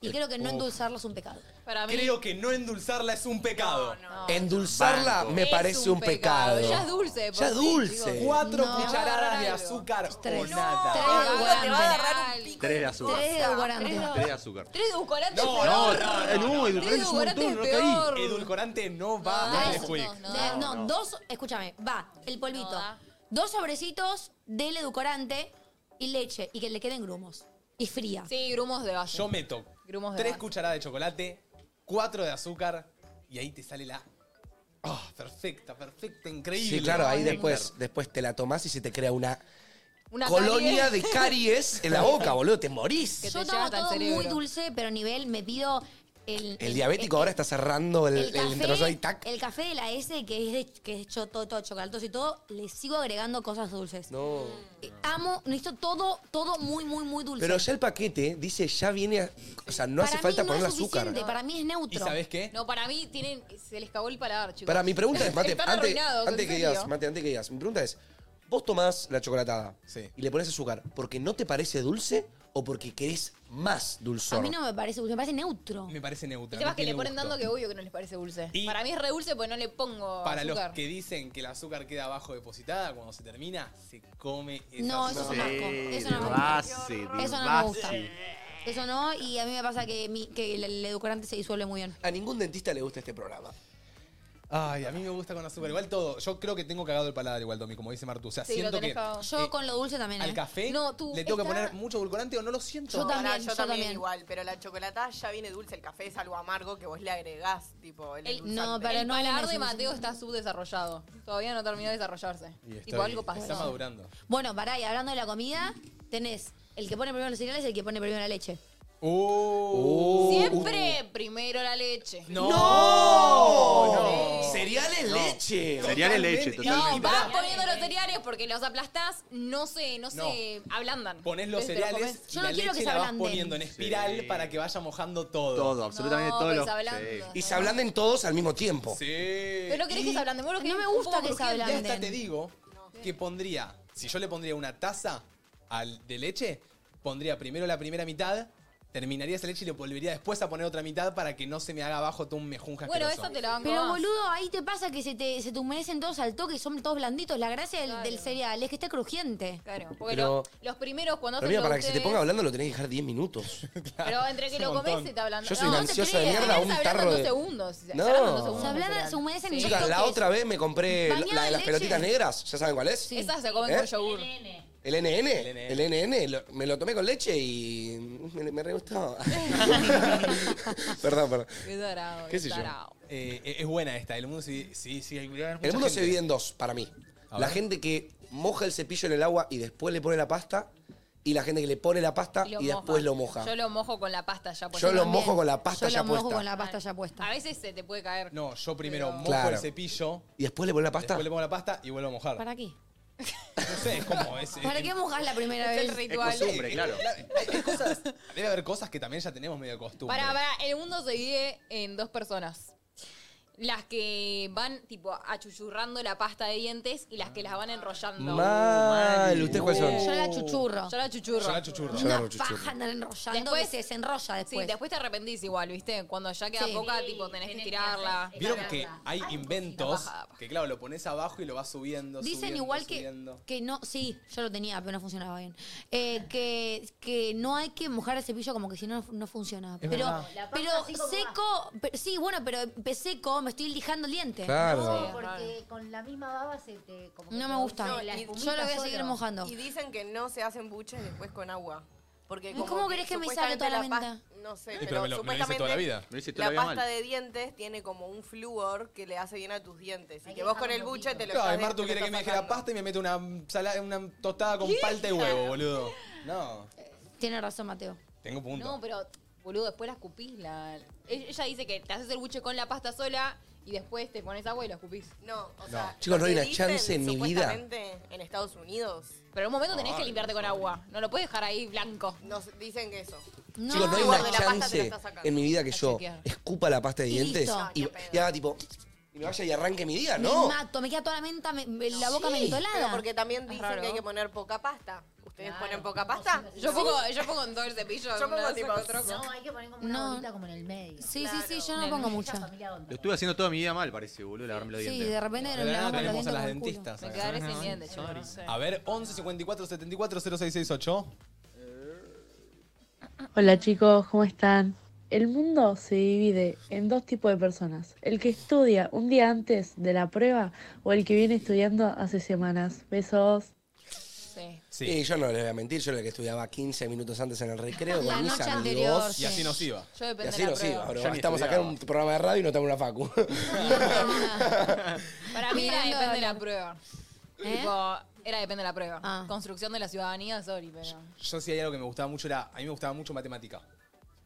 [SPEAKER 3] Y creo que no endulzarlo es un pecado.
[SPEAKER 4] Para mí.
[SPEAKER 1] Creo que no endulzarla es un pecado.
[SPEAKER 4] no.
[SPEAKER 2] Endulzarla
[SPEAKER 6] Banco.
[SPEAKER 2] me
[SPEAKER 4] Es
[SPEAKER 2] parece
[SPEAKER 4] un
[SPEAKER 2] un pecado.
[SPEAKER 4] pecado. Ya es dulce, de por
[SPEAKER 2] Ya es
[SPEAKER 4] sí,
[SPEAKER 2] dulce.
[SPEAKER 4] digo.
[SPEAKER 1] Cuatro
[SPEAKER 3] No.
[SPEAKER 1] cucharadas de
[SPEAKER 4] Algo.
[SPEAKER 1] azúcar
[SPEAKER 3] Tres.
[SPEAKER 1] o nada.
[SPEAKER 3] Tres
[SPEAKER 5] Te
[SPEAKER 3] de
[SPEAKER 5] va a
[SPEAKER 3] guarante.
[SPEAKER 5] agarrar un pico.
[SPEAKER 6] Tres de
[SPEAKER 5] No.
[SPEAKER 6] azúcar.
[SPEAKER 3] Tres de
[SPEAKER 4] Tres de-
[SPEAKER 3] edulcorante.
[SPEAKER 6] Tres de azúcar.
[SPEAKER 4] Tres de bucolante
[SPEAKER 1] No,
[SPEAKER 4] es
[SPEAKER 1] no,
[SPEAKER 4] peor.
[SPEAKER 1] no,
[SPEAKER 6] Eh, no,
[SPEAKER 4] Tres de
[SPEAKER 6] edulcorante es un montón,
[SPEAKER 4] edulcorante
[SPEAKER 6] no
[SPEAKER 4] es
[SPEAKER 6] caí.
[SPEAKER 4] peor.
[SPEAKER 1] Edulcorante no va
[SPEAKER 4] No,
[SPEAKER 1] a
[SPEAKER 4] eso
[SPEAKER 1] el Quick.
[SPEAKER 4] no,
[SPEAKER 3] De-
[SPEAKER 4] no.
[SPEAKER 3] no, dos, escúchame, va, el polvito.
[SPEAKER 4] No da.
[SPEAKER 3] Dos sobrecitos del edulcorante y leche y que le queden grumos. Y fría.
[SPEAKER 4] Sí, grumos de base.
[SPEAKER 1] Yo meto
[SPEAKER 4] Grumos de
[SPEAKER 1] tres
[SPEAKER 4] gas.
[SPEAKER 1] cucharadas de chocolate, cuatro de azúcar y ahí te sale la. Ah, perfecta, perfecta, increíble.
[SPEAKER 2] Sí, claro, ahí
[SPEAKER 1] Ay,
[SPEAKER 2] después, después te la tomás y se te crea una,
[SPEAKER 4] Una
[SPEAKER 2] colonia
[SPEAKER 4] carie.
[SPEAKER 2] de caries en la boca, boludo. Te morís.
[SPEAKER 4] Que te
[SPEAKER 3] Yo tomo
[SPEAKER 4] llega hasta el
[SPEAKER 3] todo muy
[SPEAKER 4] cerebro.
[SPEAKER 3] dulce, pero a nivel me pido el.
[SPEAKER 2] El diabético ahora está cerrando el,
[SPEAKER 3] El,
[SPEAKER 2] el,
[SPEAKER 3] café,
[SPEAKER 2] entrenosal y tac.
[SPEAKER 3] el café de la S, que es, de- que es hecho todo, todo chocolatoso y todo, le sigo agregando cosas dulces.
[SPEAKER 2] No.
[SPEAKER 3] Eh, Amo, necesito todo, todo muy, muy, muy dulce.
[SPEAKER 2] Pero ya el paquete dice, ya viene. a- o sea, no
[SPEAKER 3] Para
[SPEAKER 2] hace
[SPEAKER 3] mí
[SPEAKER 2] falta
[SPEAKER 3] no
[SPEAKER 2] poner
[SPEAKER 3] es
[SPEAKER 2] azúcar.
[SPEAKER 3] suficiente, Para mí es neutro.
[SPEAKER 1] ¿Y sabes qué?
[SPEAKER 4] No, para mí tienen, se les cagó el paladar, chicos.
[SPEAKER 2] Para mi pregunta es, Mate,
[SPEAKER 4] Están
[SPEAKER 2] antes,
[SPEAKER 4] arruinados,
[SPEAKER 2] antes
[SPEAKER 4] ¿en
[SPEAKER 2] que
[SPEAKER 4] serio?
[SPEAKER 2] digas, Mate, antes que digas, mi pregunta es: vos tomás la chocolatada
[SPEAKER 1] Sí.
[SPEAKER 2] y le pones azúcar porque no te parece dulce o porque querés más
[SPEAKER 3] A
[SPEAKER 2] dulzor.
[SPEAKER 3] mí no me parece dulce, me parece neutro.
[SPEAKER 1] Me parece neutra.
[SPEAKER 4] El
[SPEAKER 1] no
[SPEAKER 4] tema es que le
[SPEAKER 1] tiene
[SPEAKER 4] ponen
[SPEAKER 1] gusto.
[SPEAKER 4] dando que obvio que no les parece dulce.
[SPEAKER 1] Y-
[SPEAKER 4] para mí es re dulce porque no le pongo
[SPEAKER 1] Para
[SPEAKER 4] azúcar.
[SPEAKER 1] los que dicen que el azúcar queda abajo depositada, cuando se termina, se come esa
[SPEAKER 3] No, eso
[SPEAKER 1] azúcar.
[SPEAKER 3] es un asco. Eso no me
[SPEAKER 6] de
[SPEAKER 3] gusta.
[SPEAKER 6] base, de
[SPEAKER 3] Eso no me gusta.
[SPEAKER 6] base.
[SPEAKER 3] Eso no, y a mí me pasa que, mi- que el, el edulcorante se disuelve muy bien.
[SPEAKER 2] A ningún dentista le gusta este programa.
[SPEAKER 1] Ay, a mí me gusta con azúcar. Igual todo. Yo creo que tengo cagado el paladar igual, Domi, como dice Martu. O sea,
[SPEAKER 4] Sí, lo
[SPEAKER 1] siento
[SPEAKER 4] tenés
[SPEAKER 1] que
[SPEAKER 4] cagado.
[SPEAKER 3] Yo
[SPEAKER 1] eh,
[SPEAKER 3] con lo dulce también.
[SPEAKER 1] al
[SPEAKER 3] ¿eh?
[SPEAKER 1] café
[SPEAKER 4] No, tú,
[SPEAKER 1] le tengo que
[SPEAKER 4] esta-
[SPEAKER 1] poner mucho edulcorante o no lo siento.
[SPEAKER 3] Yo
[SPEAKER 5] Pará,
[SPEAKER 3] también,
[SPEAKER 5] yo
[SPEAKER 3] yo
[SPEAKER 5] también
[SPEAKER 3] también.
[SPEAKER 5] igual, pero la chocolatada ya viene dulce, el café es algo amargo que vos le agregás, tipo, el,
[SPEAKER 4] El-
[SPEAKER 3] no,
[SPEAKER 5] endulzante.
[SPEAKER 3] pero
[SPEAKER 4] el
[SPEAKER 3] no
[SPEAKER 4] paladar
[SPEAKER 3] es
[SPEAKER 4] de
[SPEAKER 3] dulce.
[SPEAKER 4] Mateo está subdesarrollado. Todavía no terminó de desarrollarse.
[SPEAKER 1] Y estoy-
[SPEAKER 4] Tipo, algo
[SPEAKER 1] Está
[SPEAKER 4] pasó.
[SPEAKER 1] madurando.
[SPEAKER 3] Bueno, pará, y hablando de la comida, tenés el que pone primero los cereales y el que pone primero la leche.
[SPEAKER 1] Uh.
[SPEAKER 4] Siempre primero la leche.
[SPEAKER 1] No.
[SPEAKER 4] Oh,
[SPEAKER 2] ¡No! ¡Cereales leche!
[SPEAKER 6] Sería de leche,
[SPEAKER 1] Totalmente. Y- y
[SPEAKER 6] totalmente.
[SPEAKER 1] pará,
[SPEAKER 4] Vas poniendo los cereales porque los aplastás, no sé, no
[SPEAKER 1] No.
[SPEAKER 4] sé, ablandan.
[SPEAKER 1] Pones los
[SPEAKER 4] Entonces te los
[SPEAKER 1] cereales
[SPEAKER 4] comes.
[SPEAKER 1] y
[SPEAKER 3] Yo
[SPEAKER 1] la
[SPEAKER 3] no quiero
[SPEAKER 1] leche
[SPEAKER 3] que se
[SPEAKER 1] la vas
[SPEAKER 3] ablanden.
[SPEAKER 1] poniendo en este espiral
[SPEAKER 6] Sí.
[SPEAKER 1] para que vaya mojando todo.
[SPEAKER 6] Todo, absolutamente todo
[SPEAKER 4] pues
[SPEAKER 6] lo.
[SPEAKER 4] hablando.
[SPEAKER 2] Y se ablanden todos al mismo tiempo.
[SPEAKER 1] Sí.
[SPEAKER 4] Pero no querés que se
[SPEAKER 1] hablan
[SPEAKER 4] ablanden. Vos lo
[SPEAKER 3] No
[SPEAKER 4] querés
[SPEAKER 3] me
[SPEAKER 4] un
[SPEAKER 3] gusta
[SPEAKER 4] poco
[SPEAKER 3] que se
[SPEAKER 4] crujiente.
[SPEAKER 1] Ya
[SPEAKER 3] ablanden.
[SPEAKER 1] está, Eh, te digo que pondría, si yo le pondría una taza al, de leche, pondría primero la primera mitad, terminaría esa leche y le volvería después a poner otra mitad para que no se me haga abajo todo un mejunja
[SPEAKER 4] Bueno,
[SPEAKER 1] asqueroso.
[SPEAKER 4] esa te la banco
[SPEAKER 3] Pero
[SPEAKER 4] más.
[SPEAKER 3] boludo, ahí te pasa que se te, se te humedecen todos al toque y son todos blanditos. La gracia del, del cereal es que esté crujiente.
[SPEAKER 4] Claro, porque
[SPEAKER 2] Pero-
[SPEAKER 4] lo- los primeros cuando
[SPEAKER 2] Pero
[SPEAKER 4] hacen
[SPEAKER 2] mira,
[SPEAKER 4] lo
[SPEAKER 2] para que se te
[SPEAKER 4] ustedes-
[SPEAKER 2] ponga hablando lo tenés que dejar 10 minutos.
[SPEAKER 4] Pero entre que
[SPEAKER 1] Es
[SPEAKER 4] lo
[SPEAKER 1] un
[SPEAKER 4] comes
[SPEAKER 1] montón.
[SPEAKER 4] se te ablanda.
[SPEAKER 2] Yo soy
[SPEAKER 4] No,
[SPEAKER 2] un
[SPEAKER 4] no te
[SPEAKER 2] ansioso de
[SPEAKER 4] creas,
[SPEAKER 2] mierda,
[SPEAKER 4] se
[SPEAKER 2] un
[SPEAKER 4] ablandan
[SPEAKER 2] tarro
[SPEAKER 4] dos
[SPEAKER 2] de-
[SPEAKER 4] segundos. se
[SPEAKER 2] No.
[SPEAKER 4] ablandan dos segundos,
[SPEAKER 3] Se ablandan,
[SPEAKER 4] literal.
[SPEAKER 3] se humedecen en
[SPEAKER 2] Chicas,
[SPEAKER 3] dos
[SPEAKER 2] la
[SPEAKER 3] toques.
[SPEAKER 2] otra vez me compré
[SPEAKER 3] Bañado
[SPEAKER 2] la de
[SPEAKER 3] en
[SPEAKER 2] las
[SPEAKER 3] leche.
[SPEAKER 2] pelotitas negras. ¿Ya saben cuál es?
[SPEAKER 4] Esas se comen
[SPEAKER 2] ¿Eh?
[SPEAKER 4] con yogur.
[SPEAKER 2] El NN.
[SPEAKER 1] El NN.
[SPEAKER 2] El NN. lo- me lo tomé con leche y me, me re gustó. perdón, perdón.
[SPEAKER 4] Qué tarado,
[SPEAKER 2] ¿Qué
[SPEAKER 4] qué
[SPEAKER 2] sé yo?
[SPEAKER 4] tarado.
[SPEAKER 1] Eh, eh, es buena esta, el mundo sí, sí, sí hay mucha
[SPEAKER 2] El mundo se
[SPEAKER 1] gente.
[SPEAKER 2] divide en dos, para mí.
[SPEAKER 1] A
[SPEAKER 2] la
[SPEAKER 1] ver.
[SPEAKER 2] gente que moja el cepillo en el agua y después le pone la pasta y la gente que le pone la pasta
[SPEAKER 4] Y
[SPEAKER 2] Ah, y,
[SPEAKER 4] lo
[SPEAKER 2] después lo moja.
[SPEAKER 4] Yo lo mojo con la pasta ya puesta.
[SPEAKER 2] Yo lo mojo con la pasta ya puesta.
[SPEAKER 3] pasta ya puesta.
[SPEAKER 4] A veces se te puede caer.
[SPEAKER 1] No, yo primero mojo
[SPEAKER 2] Claro.
[SPEAKER 1] el cepillo.
[SPEAKER 2] ¿Y después le pongo la pasta?
[SPEAKER 1] Después le pongo la pasta y vuelvo a mojar.
[SPEAKER 3] ¿Para qué?
[SPEAKER 1] No sé, es como. Es,
[SPEAKER 3] ¿Para qué mojas la primera
[SPEAKER 4] Es
[SPEAKER 3] vez?
[SPEAKER 4] el ritual. Es costumbre,
[SPEAKER 6] claro.
[SPEAKER 1] Debe haber cosas que también ya tenemos medio de costumbre.
[SPEAKER 4] Para, para, el mundo se divide en dos personas. Las que van, tipo, achuchurrando la pasta de dientes y las que las van enrollando.
[SPEAKER 2] Mal, ¿ustedes cuáles son?
[SPEAKER 3] Yo la chuchurro.
[SPEAKER 4] Yo la chuchurro.
[SPEAKER 1] Yo la chuchurro.
[SPEAKER 2] Yo la
[SPEAKER 3] Uh. Una
[SPEAKER 2] hago chuchurro.
[SPEAKER 3] paja andar enrollando
[SPEAKER 4] Después-
[SPEAKER 3] que se desenrolla
[SPEAKER 4] Sí,
[SPEAKER 3] después.
[SPEAKER 4] después te arrepentís igual, ¿viste? Cuando ya queda
[SPEAKER 3] Sí.
[SPEAKER 4] poca, tipo, tenés que tirarla.
[SPEAKER 1] Vieron que hay inventos
[SPEAKER 4] baja, baja.
[SPEAKER 1] que, claro, lo pones abajo y lo vas subiendo.
[SPEAKER 3] Dicen
[SPEAKER 1] subiendo,
[SPEAKER 3] igual que,
[SPEAKER 1] subiendo.
[SPEAKER 3] que no, sí, yo lo tenía, pero no funcionaba bien. Eh, que, que no hay que mojar el cepillo como que si no, no funciona.
[SPEAKER 1] Es
[SPEAKER 3] pero
[SPEAKER 1] verdad.
[SPEAKER 7] La pasta
[SPEAKER 3] pero
[SPEAKER 7] así como
[SPEAKER 3] seco, pero- sí, bueno, pero pe- seco me estoy lijando el diente.
[SPEAKER 2] Claro.
[SPEAKER 7] No, porque con la misma baba se te. Como que
[SPEAKER 3] Ah. No me
[SPEAKER 7] produce
[SPEAKER 3] gusta.
[SPEAKER 7] la
[SPEAKER 3] Y-
[SPEAKER 7] espumita
[SPEAKER 3] yo lo voy a seguir
[SPEAKER 7] solo.
[SPEAKER 3] mojando.
[SPEAKER 5] Y dicen que no se hacen buches después con agua. Porque
[SPEAKER 3] ¿Y
[SPEAKER 5] como
[SPEAKER 3] cómo querés que me
[SPEAKER 5] supuestamente
[SPEAKER 3] saque toda la
[SPEAKER 5] pas-
[SPEAKER 3] menta?
[SPEAKER 5] No sé,
[SPEAKER 1] Sí,
[SPEAKER 5] pero,
[SPEAKER 1] pero me lo- me lo
[SPEAKER 5] supuestamente
[SPEAKER 1] hice toda la vida.
[SPEAKER 6] Me dice,
[SPEAKER 5] la
[SPEAKER 6] todavía
[SPEAKER 5] pasta
[SPEAKER 6] mal.
[SPEAKER 5] de dientes tiene como un flúor que le hace bien a tus dientes. Y
[SPEAKER 7] Hay
[SPEAKER 5] que
[SPEAKER 7] que
[SPEAKER 5] vos con
[SPEAKER 7] dejarlo
[SPEAKER 5] el buche
[SPEAKER 7] poquito.
[SPEAKER 5] te lo
[SPEAKER 1] Claro,
[SPEAKER 5] estás-
[SPEAKER 1] y Martu
[SPEAKER 5] te lo
[SPEAKER 1] quiere que
[SPEAKER 5] estás
[SPEAKER 1] me deje la
[SPEAKER 5] sacando.
[SPEAKER 1] pasta y me mete una, sala- una tostada con palta y huevo, boludo. No,
[SPEAKER 3] Tiene razón, Mateo.
[SPEAKER 1] tengo punto.
[SPEAKER 4] No, pero, boludo, después la escupís. La... Ella dice que te haces el buche con la pasta sola y después te pones agua y la escupís.
[SPEAKER 5] No, o sea.
[SPEAKER 2] Chicos, no
[SPEAKER 5] lo
[SPEAKER 2] hay
[SPEAKER 5] que
[SPEAKER 2] una chance en mi vida.
[SPEAKER 5] supuestamente en Estados Unidos
[SPEAKER 4] Pero en un momento tenés que limpiarte con agua. No lo puedes dejar ahí blanco.
[SPEAKER 5] nos dicen que eso.
[SPEAKER 3] No,
[SPEAKER 2] Chicos, no hay
[SPEAKER 5] Igual
[SPEAKER 2] una
[SPEAKER 5] de la pasta te la
[SPEAKER 2] chance
[SPEAKER 5] estás sacando.
[SPEAKER 2] en mi vida que
[SPEAKER 4] A
[SPEAKER 2] yo
[SPEAKER 4] chequear.
[SPEAKER 2] escupa la pasta de
[SPEAKER 3] Y
[SPEAKER 2] dientes
[SPEAKER 3] listo.
[SPEAKER 2] y,
[SPEAKER 5] No, qué pedo.
[SPEAKER 2] y haga tipo. Y me vaya y arranque mi día,
[SPEAKER 3] me
[SPEAKER 2] ¿no?
[SPEAKER 3] mato, me queda toda la menta, me- me- la boca
[SPEAKER 5] Pero
[SPEAKER 3] mentolada.
[SPEAKER 5] porque también dicen
[SPEAKER 4] raro.
[SPEAKER 5] que hay que poner poca pasta. ¿Ustedes
[SPEAKER 7] Claro.
[SPEAKER 5] ponen poca pasta?
[SPEAKER 4] Yo pongo, yo pongo en todo el cepillo.
[SPEAKER 5] Yo pongo
[SPEAKER 4] una
[SPEAKER 5] tipo-
[SPEAKER 4] sacotroco.
[SPEAKER 7] No, hay que poner como una
[SPEAKER 3] No.
[SPEAKER 7] bolita como en el medio.
[SPEAKER 3] sí, sí, sí, yo
[SPEAKER 4] Claro.
[SPEAKER 3] no pongo
[SPEAKER 7] Esa
[SPEAKER 3] mucho.
[SPEAKER 7] familia Gondor.
[SPEAKER 6] Lo estuve haciendo toda mi vida mal, parece, boludo, lavarme los
[SPEAKER 3] Sí,
[SPEAKER 6] dientes.
[SPEAKER 3] de repente
[SPEAKER 1] De la nada
[SPEAKER 3] nos lavamos los
[SPEAKER 1] tenemos a las
[SPEAKER 3] dientes con el culo.
[SPEAKER 1] dentistas.
[SPEAKER 4] Me
[SPEAKER 1] acá.
[SPEAKER 4] quedaré sin dientes, yo no sé.
[SPEAKER 1] A ver, 11 54 74 0668.
[SPEAKER 11] Hola chicos, ¿cómo están? El mundo se divide en dos tipos de personas, el que estudia un día antes de la prueba o el que viene estudiando hace semanas. Besos.
[SPEAKER 4] Sí.
[SPEAKER 1] Sí.
[SPEAKER 2] Y yo no les voy a mentir, yo era el que estudiaba 15 minutos antes en el
[SPEAKER 4] Ah,
[SPEAKER 2] recreo
[SPEAKER 3] La
[SPEAKER 2] con mis
[SPEAKER 3] noche
[SPEAKER 2] amigos.
[SPEAKER 3] anterior,
[SPEAKER 1] Y así nos iba.
[SPEAKER 4] Yo
[SPEAKER 2] Y
[SPEAKER 4] depende
[SPEAKER 2] así
[SPEAKER 4] de la
[SPEAKER 2] nos
[SPEAKER 4] prueba.
[SPEAKER 2] iba, bro.
[SPEAKER 6] Yo ni
[SPEAKER 2] Estamos acá en un programa de radio y no estamos en una facu.
[SPEAKER 4] Para mí era
[SPEAKER 3] Mirando
[SPEAKER 4] depende de
[SPEAKER 3] la-
[SPEAKER 4] la prueba.
[SPEAKER 3] ¿Eh?
[SPEAKER 4] Tipo, era depende de la prueba.
[SPEAKER 3] Ah.
[SPEAKER 4] Construcción de la ciudadanía, sorry, pero.
[SPEAKER 1] Yo sí hay algo que me gustaba mucho, era, a mí me gustaba mucho matemática.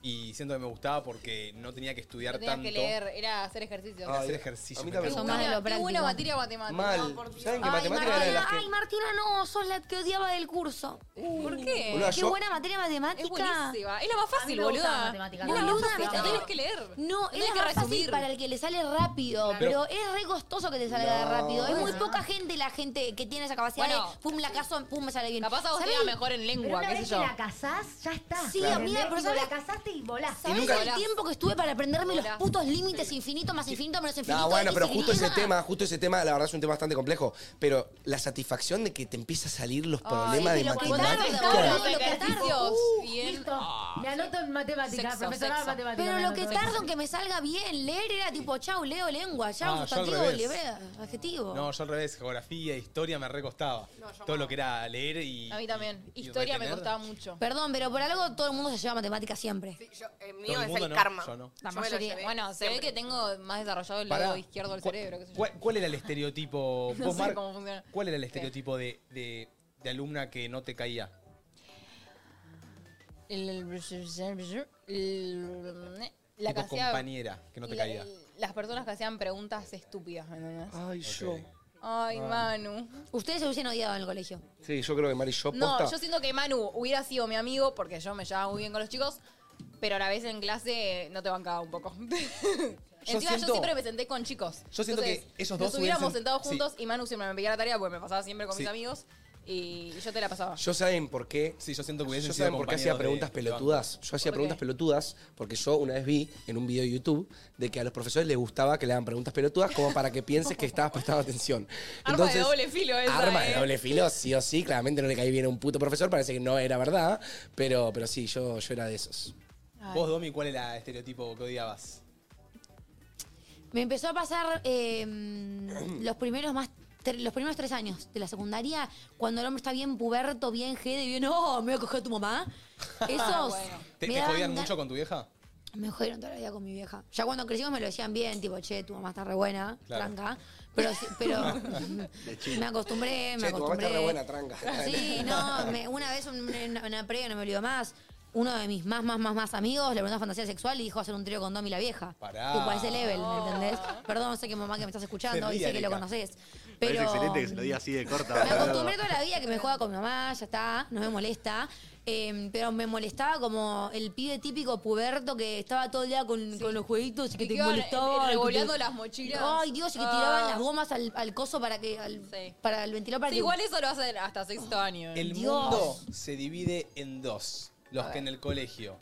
[SPEAKER 1] Y siento que me gustaba porque no tenía que estudiar
[SPEAKER 4] No tenías
[SPEAKER 1] tanto.
[SPEAKER 4] que leer, era hacer ejercicio.
[SPEAKER 1] Era hacer ejercicio.
[SPEAKER 2] A mí
[SPEAKER 1] me
[SPEAKER 2] también
[SPEAKER 1] encanta.
[SPEAKER 3] Son
[SPEAKER 4] Qué
[SPEAKER 3] más de
[SPEAKER 4] buena-
[SPEAKER 3] lo
[SPEAKER 4] qué buena
[SPEAKER 3] práctico.
[SPEAKER 4] materia matemática.
[SPEAKER 2] Mal. ¿Saben que
[SPEAKER 3] Ay,
[SPEAKER 2] matemática era de
[SPEAKER 3] Martina,
[SPEAKER 2] las que...
[SPEAKER 3] ay, Martina, no, sos la que odiaba del curso.
[SPEAKER 4] ¿Por qué?
[SPEAKER 2] Boluda,
[SPEAKER 3] Qué
[SPEAKER 2] yo-
[SPEAKER 3] buena materia matemática.
[SPEAKER 4] Uh. Es buenísima. Es la más fácil,
[SPEAKER 7] me gusta la
[SPEAKER 4] boluda.
[SPEAKER 7] matemática,
[SPEAKER 4] Es la
[SPEAKER 7] no.
[SPEAKER 4] más
[SPEAKER 3] Boluda,
[SPEAKER 4] fácil.
[SPEAKER 3] me
[SPEAKER 4] No tenés
[SPEAKER 3] encanta.
[SPEAKER 4] que leer.
[SPEAKER 3] No,
[SPEAKER 4] tenés
[SPEAKER 3] es
[SPEAKER 4] que
[SPEAKER 3] más fácil
[SPEAKER 4] resumir.
[SPEAKER 3] para el que le sale rápido, pero, es re costoso que te salga
[SPEAKER 2] No.
[SPEAKER 3] rápido. Es muy
[SPEAKER 2] Bueno.
[SPEAKER 3] poca gente la gente que tiene esa capacidad
[SPEAKER 4] Bueno.
[SPEAKER 3] de pum, la caso, pum, me sale bien.
[SPEAKER 4] Capaz a vos te
[SPEAKER 3] ¿Sabés
[SPEAKER 4] iba mejor en
[SPEAKER 7] Pero
[SPEAKER 4] lengua,
[SPEAKER 7] una
[SPEAKER 4] qué sé
[SPEAKER 7] vez que
[SPEAKER 4] yo.
[SPEAKER 7] la casás, ya está.
[SPEAKER 3] Sí,
[SPEAKER 7] ¿Entendés?
[SPEAKER 3] amiga, pero
[SPEAKER 7] Tipo,
[SPEAKER 3] ¿sabes?
[SPEAKER 7] la casaste y volaste.
[SPEAKER 3] ¿Sabés
[SPEAKER 2] nunca-
[SPEAKER 3] el tiempo que estuve para aprenderme los
[SPEAKER 4] Volás.
[SPEAKER 3] putos límites infinito más infinito menos infinito?
[SPEAKER 2] No, bueno,
[SPEAKER 3] X,
[SPEAKER 2] pero
[SPEAKER 3] Y?
[SPEAKER 2] justo ese tema, justo ese tema, la verdad es un tema bastante complejo. Pero la satisfacción de que te empieza a salir los problemas
[SPEAKER 3] sí,
[SPEAKER 2] de
[SPEAKER 3] pero cuando
[SPEAKER 2] matemáticas.
[SPEAKER 3] tarda, boludo.
[SPEAKER 4] Los
[SPEAKER 3] Lo que
[SPEAKER 4] ejercicios.
[SPEAKER 7] Uh,
[SPEAKER 4] Bien.
[SPEAKER 7] Listo.
[SPEAKER 1] Ah.
[SPEAKER 7] Me anoto en matemática,
[SPEAKER 4] Sexo,
[SPEAKER 7] profesorado de
[SPEAKER 4] sexo.
[SPEAKER 7] matemática.
[SPEAKER 3] Pero
[SPEAKER 7] me
[SPEAKER 3] lo que
[SPEAKER 7] anoto.
[SPEAKER 3] tardo en que me salga bien leer era tipo, chau, leo lengua, chau,
[SPEAKER 1] Ah, yo al
[SPEAKER 3] sustantivo,
[SPEAKER 1] revés.
[SPEAKER 3] leo adjetivo.
[SPEAKER 1] No, yo al revés, geografía, historia me recostaba. Todo lo que era leer y.
[SPEAKER 4] A mí también.
[SPEAKER 1] y- y
[SPEAKER 4] Historia me
[SPEAKER 1] retener.
[SPEAKER 4] costaba mucho.
[SPEAKER 3] Perdón, pero por algo todo el mundo se lleva matemática siempre.
[SPEAKER 5] Sí, yo- el
[SPEAKER 1] Todo
[SPEAKER 5] mío
[SPEAKER 1] el
[SPEAKER 5] eh, es
[SPEAKER 1] mundo
[SPEAKER 5] el
[SPEAKER 1] no,
[SPEAKER 5] karma.
[SPEAKER 1] yo no.
[SPEAKER 4] La
[SPEAKER 5] Yo me lo
[SPEAKER 4] mayoría.
[SPEAKER 5] llevé
[SPEAKER 4] Bueno, se ve
[SPEAKER 5] siempre.
[SPEAKER 4] que tengo más desarrollado el
[SPEAKER 1] Pará.
[SPEAKER 4] lado izquierdo del
[SPEAKER 1] ¿Cuál-
[SPEAKER 4] cerebro, qué sé yo.
[SPEAKER 1] ¿cuál, cuál era el estereotipo?
[SPEAKER 4] No
[SPEAKER 1] Vos,
[SPEAKER 4] sé
[SPEAKER 1] Mar,
[SPEAKER 4] cómo funciona.
[SPEAKER 1] ¿Cuál era el
[SPEAKER 4] Sí.
[SPEAKER 1] estereotipo de, de- de alumna que no te caía?
[SPEAKER 4] El- el- el- La
[SPEAKER 1] tipo
[SPEAKER 4] que hacía-
[SPEAKER 1] compañera que no te
[SPEAKER 4] la-
[SPEAKER 1] caía.
[SPEAKER 4] Las personas que hacían preguntas estúpidas, ¿me entendés?
[SPEAKER 2] Ay, yo.
[SPEAKER 4] Ay,
[SPEAKER 1] Ah.
[SPEAKER 4] Manu.
[SPEAKER 3] Ustedes se hubiesen odiado en el colegio.
[SPEAKER 2] Sí, yo creo que Mari yo
[SPEAKER 4] No,
[SPEAKER 2] posta.
[SPEAKER 4] yo siento que Manu hubiera sido mi amigo porque yo me llevaba muy bien con los chicos, pero a la vez en clase no te bancaba un poco. Encima
[SPEAKER 1] siento-
[SPEAKER 4] yo siempre me senté con chicos.
[SPEAKER 1] Yo siento que ellos dos
[SPEAKER 4] Nos hubiéramos
[SPEAKER 1] hubiesen-
[SPEAKER 4] sentado
[SPEAKER 1] sí.
[SPEAKER 4] juntos y Manu siempre me pedía la tarea porque me pasaba siempre con mis
[SPEAKER 1] Sí.
[SPEAKER 4] amigos y y yo te la pasaba.
[SPEAKER 2] Yo saben por qué.
[SPEAKER 1] Sí, yo siento que hubiesen
[SPEAKER 2] Yo
[SPEAKER 1] sido
[SPEAKER 2] saben por qué hacía
[SPEAKER 1] compañeros
[SPEAKER 2] preguntas
[SPEAKER 1] de-
[SPEAKER 2] pelotudas. Yo hacía
[SPEAKER 4] ¿Por
[SPEAKER 2] preguntas
[SPEAKER 4] qué?
[SPEAKER 2] pelotudas porque yo una vez vi en un video de YouTube de que a los profesores les gustaba que le hagan preguntas pelotudas como para que pienses que estabas prestando atención.
[SPEAKER 4] Arma de doble filo esa,
[SPEAKER 2] Arma
[SPEAKER 4] eh.
[SPEAKER 2] de doble filo, sí o sí. Claramente no le caí bien a un puto profesor, parece que no era verdad. Pero, pero sí, yo, yo era de esos.
[SPEAKER 1] Vos, Domi, ¿cuál era el estereotipo que odiabas?
[SPEAKER 3] Me empezó a pasar eh, los primeros más tre- los primeros tres años de la secundaria, cuando el hombre está bien puberto,
[SPEAKER 4] Ah,
[SPEAKER 3] bien jede, bien, oh, me voy a coger a tu mamá. Esos.
[SPEAKER 1] ¿Te,
[SPEAKER 3] me
[SPEAKER 1] te
[SPEAKER 3] daban
[SPEAKER 1] jodían
[SPEAKER 3] gan-
[SPEAKER 1] mucho con tu vieja?
[SPEAKER 3] Me jodieron toda la vida con mi vieja. Ya cuando crecimos me lo decían bien, tipo, che, tu mamá está re buena,
[SPEAKER 2] Claro.
[SPEAKER 3] tranca. Pero, sí- pero
[SPEAKER 2] De chill.
[SPEAKER 3] me acostumbré, me
[SPEAKER 2] Che, tu mamá
[SPEAKER 3] acostumbré.
[SPEAKER 2] está re buena, tranca.
[SPEAKER 3] Sí, no, me- una vez un- una, una previa, no me olvido más, uno de mis más, más, más, más amigos le preguntó fantasía sexual y dijo hacer un trío con Domi la vieja.
[SPEAKER 6] Pará.
[SPEAKER 3] Tipo, a ese level,
[SPEAKER 6] Oh.
[SPEAKER 3] ¿me entendés? Perdón, sé que mamá que me estás escuchando
[SPEAKER 6] Se
[SPEAKER 3] y
[SPEAKER 6] ríe,
[SPEAKER 3] sé que lo
[SPEAKER 6] Erika.
[SPEAKER 3] conoces.
[SPEAKER 6] Pero...
[SPEAKER 3] Pero
[SPEAKER 6] Es excelente que se lo diga así de corta.
[SPEAKER 3] me acostumbré toda la vida que me juega con mi mamá, ya está, no me molesta. Eh, pero me molestaba como el pibe típico puberto que estaba todo el día con, con los jueguitos y que,
[SPEAKER 4] Y
[SPEAKER 3] te
[SPEAKER 4] que iban, eh,
[SPEAKER 3] molestaba. y que
[SPEAKER 4] revoleando
[SPEAKER 3] te-
[SPEAKER 4] las mochilas.
[SPEAKER 3] Ay, Dios, y que
[SPEAKER 4] Ah.
[SPEAKER 3] tiraban las gomas al, al coso para que. al- para el ventilador para
[SPEAKER 4] Sí,
[SPEAKER 3] que.
[SPEAKER 4] igual eso lo hacen hasta sexto año.
[SPEAKER 1] El
[SPEAKER 4] Dios.
[SPEAKER 1] mundo se divide en dos. Los que en el colegio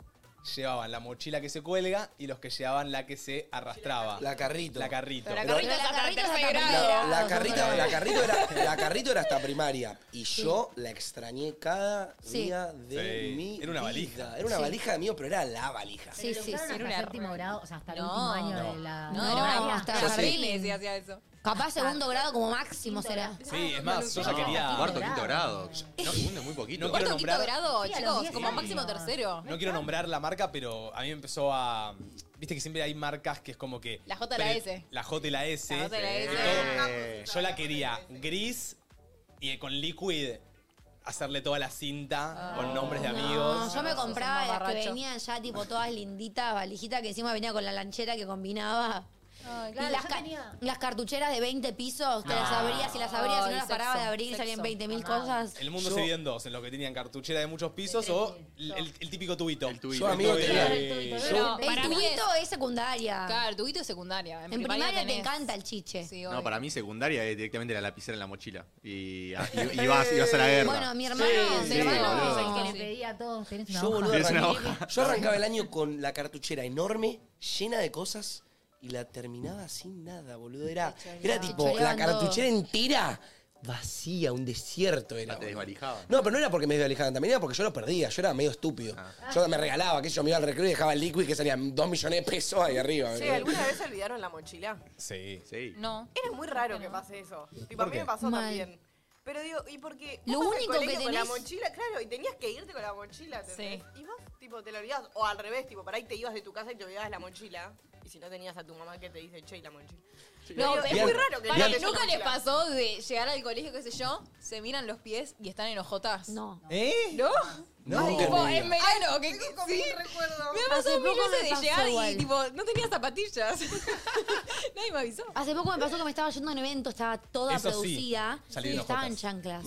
[SPEAKER 1] llevaban la mochila que se cuelga y los que llevaban la que se arrastraba.
[SPEAKER 2] La carrito.
[SPEAKER 1] La carrito.
[SPEAKER 5] Pero la carrito es hasta tercer grado.
[SPEAKER 2] La, la carrito, la, carrito era, la carrito era hasta primaria. Y yo la extrañé cada
[SPEAKER 3] Sí.
[SPEAKER 2] día de
[SPEAKER 1] Sí.
[SPEAKER 2] mi
[SPEAKER 1] Era una valija.
[SPEAKER 2] vida. Era una
[SPEAKER 1] Sí.
[SPEAKER 2] valija de mío, pero era la valija.
[SPEAKER 3] Sí, sí, sí.
[SPEAKER 7] Hasta
[SPEAKER 3] Era una-
[SPEAKER 7] séptimo grado, o sea, hasta el
[SPEAKER 3] No,
[SPEAKER 7] último año
[SPEAKER 3] no.
[SPEAKER 7] de la.
[SPEAKER 3] No, era una- hasta
[SPEAKER 7] Yo sé.
[SPEAKER 4] jardines y hacía eso.
[SPEAKER 3] Capaz segundo grado como máximo será.
[SPEAKER 1] Sí, es más, yo ya quería.
[SPEAKER 6] Cuarto, quinto grado. No, segundo es muy poquito.
[SPEAKER 1] No quiero
[SPEAKER 4] Quinto
[SPEAKER 1] nombrar,
[SPEAKER 4] grado,
[SPEAKER 3] Sí, a los
[SPEAKER 4] chicos,
[SPEAKER 3] 10
[SPEAKER 4] como
[SPEAKER 3] años.
[SPEAKER 4] máximo tercero.
[SPEAKER 1] no quiero nombrar la marca, pero a mí me empezó a. Viste que siempre hay marcas que es como que.
[SPEAKER 4] La J y la
[SPEAKER 1] pre-
[SPEAKER 4] S.
[SPEAKER 1] La J y la S.
[SPEAKER 4] La J y la
[SPEAKER 1] que
[SPEAKER 4] S.
[SPEAKER 1] todo- Yo la quería gris y con liquid hacerle toda la cinta
[SPEAKER 4] Ah.
[SPEAKER 1] con nombres de amigos.
[SPEAKER 3] No, yo me compraba
[SPEAKER 4] Sos un
[SPEAKER 3] las que
[SPEAKER 4] mamarracho.
[SPEAKER 3] venían ya tipo todas linditas, valijitas, que encima venía con la lanchera que combinaba.
[SPEAKER 4] Ah,
[SPEAKER 3] y las, ca- las cartucheras de 20 pisos, te las
[SPEAKER 1] No.
[SPEAKER 3] abrías y las abrías y
[SPEAKER 4] Ay,
[SPEAKER 3] no las
[SPEAKER 4] sexo,
[SPEAKER 3] parabas de abrir,
[SPEAKER 4] sexo.
[SPEAKER 3] salían 20 mil cosas.
[SPEAKER 1] El mundo
[SPEAKER 2] Yo-
[SPEAKER 1] se divide en dos, en los que tenían cartuchera de muchos pisos o el, el- el típico tubito. El
[SPEAKER 2] Yo, amigo, tenía-
[SPEAKER 4] Pero
[SPEAKER 3] El
[SPEAKER 4] para mí
[SPEAKER 3] tubito
[SPEAKER 4] es-
[SPEAKER 3] es, secundaria.
[SPEAKER 4] Claro, el tubito es secundaria. En,
[SPEAKER 3] en primaria te
[SPEAKER 4] tenés-
[SPEAKER 3] encanta el chiche.
[SPEAKER 6] No, para mí secundaria es directamente la lapicera en la mochila. Y, y, y ibas, ibas a la guerra.
[SPEAKER 3] Bueno, mi hermano,
[SPEAKER 6] Sí,
[SPEAKER 3] mi
[SPEAKER 6] sí,
[SPEAKER 3] hermano.
[SPEAKER 6] boludo.
[SPEAKER 7] Que
[SPEAKER 4] Sí.
[SPEAKER 7] le pedía a todos, tenés una
[SPEAKER 2] yo, boludo,
[SPEAKER 7] hoja.
[SPEAKER 6] Es una
[SPEAKER 2] arranqué- yo arrancaba el año con la cartuchera enorme, llena de cosas, y la terminaba sin nada, boludo. Era, era tipo la
[SPEAKER 3] choreaban todo.
[SPEAKER 2] cartuchera entera vacía, un desierto era.
[SPEAKER 6] Te
[SPEAKER 2] boludo.
[SPEAKER 6] desvalijaban.
[SPEAKER 2] No, pero no era porque me desvalijaban, también era porque yo lo perdía, yo era medio estúpido.
[SPEAKER 6] Ah.
[SPEAKER 2] Yo me regalaba, que yo me iba al recreo y dejaba el liquid que salían dos millones de pesos ahí arriba.
[SPEAKER 5] Che, ¿alguna vez olvidaron la mochila?
[SPEAKER 1] Sí.
[SPEAKER 6] Sí.
[SPEAKER 4] No.
[SPEAKER 5] Era muy raro que pase eso. Tipo,
[SPEAKER 2] ¿Por
[SPEAKER 5] a mí
[SPEAKER 2] qué?
[SPEAKER 5] me pasó
[SPEAKER 3] Mal.
[SPEAKER 5] también. Pero digo, ¿y porque
[SPEAKER 3] Lo
[SPEAKER 5] vas al
[SPEAKER 3] único que
[SPEAKER 5] colegio con la
[SPEAKER 3] tenés-
[SPEAKER 5] mochila, claro, y tenías que irte con la mochila, ¿entendés? Y vos, tipo, te la olvidabas. O al revés, tipo, por ahí te ibas de tu casa y te olvidabas la mochila. Y si no tenías a tu mamá que te dice, che, ¿y la mochila.
[SPEAKER 4] No,
[SPEAKER 5] Digo,
[SPEAKER 4] pero-
[SPEAKER 5] es muy raro que
[SPEAKER 4] Pará,
[SPEAKER 5] olvides la
[SPEAKER 4] ¿Nunca les
[SPEAKER 5] mochila.
[SPEAKER 4] pasó de llegar al colegio, qué sé yo, se miran los pies y están en ojotas?
[SPEAKER 3] No.
[SPEAKER 1] ¿Eh?
[SPEAKER 4] ¿No?
[SPEAKER 2] No,
[SPEAKER 4] Tipo, en verano, que
[SPEAKER 5] Tengo como
[SPEAKER 4] sí.
[SPEAKER 5] un recuerdo.
[SPEAKER 4] Me ha pasado
[SPEAKER 3] Hace
[SPEAKER 4] mil
[SPEAKER 3] poco
[SPEAKER 4] veces
[SPEAKER 3] me
[SPEAKER 4] de
[SPEAKER 3] pasó
[SPEAKER 4] llegar
[SPEAKER 3] igual.
[SPEAKER 4] y tipo, no tenía zapatillas. Nadie me avisó.
[SPEAKER 3] Hace poco me pasó que me estaba yendo a un evento, estaba toda
[SPEAKER 1] Eso sí,
[SPEAKER 3] producida
[SPEAKER 1] salir
[SPEAKER 3] y
[SPEAKER 1] en
[SPEAKER 3] estaba en
[SPEAKER 1] ojotas.
[SPEAKER 3] chanclas.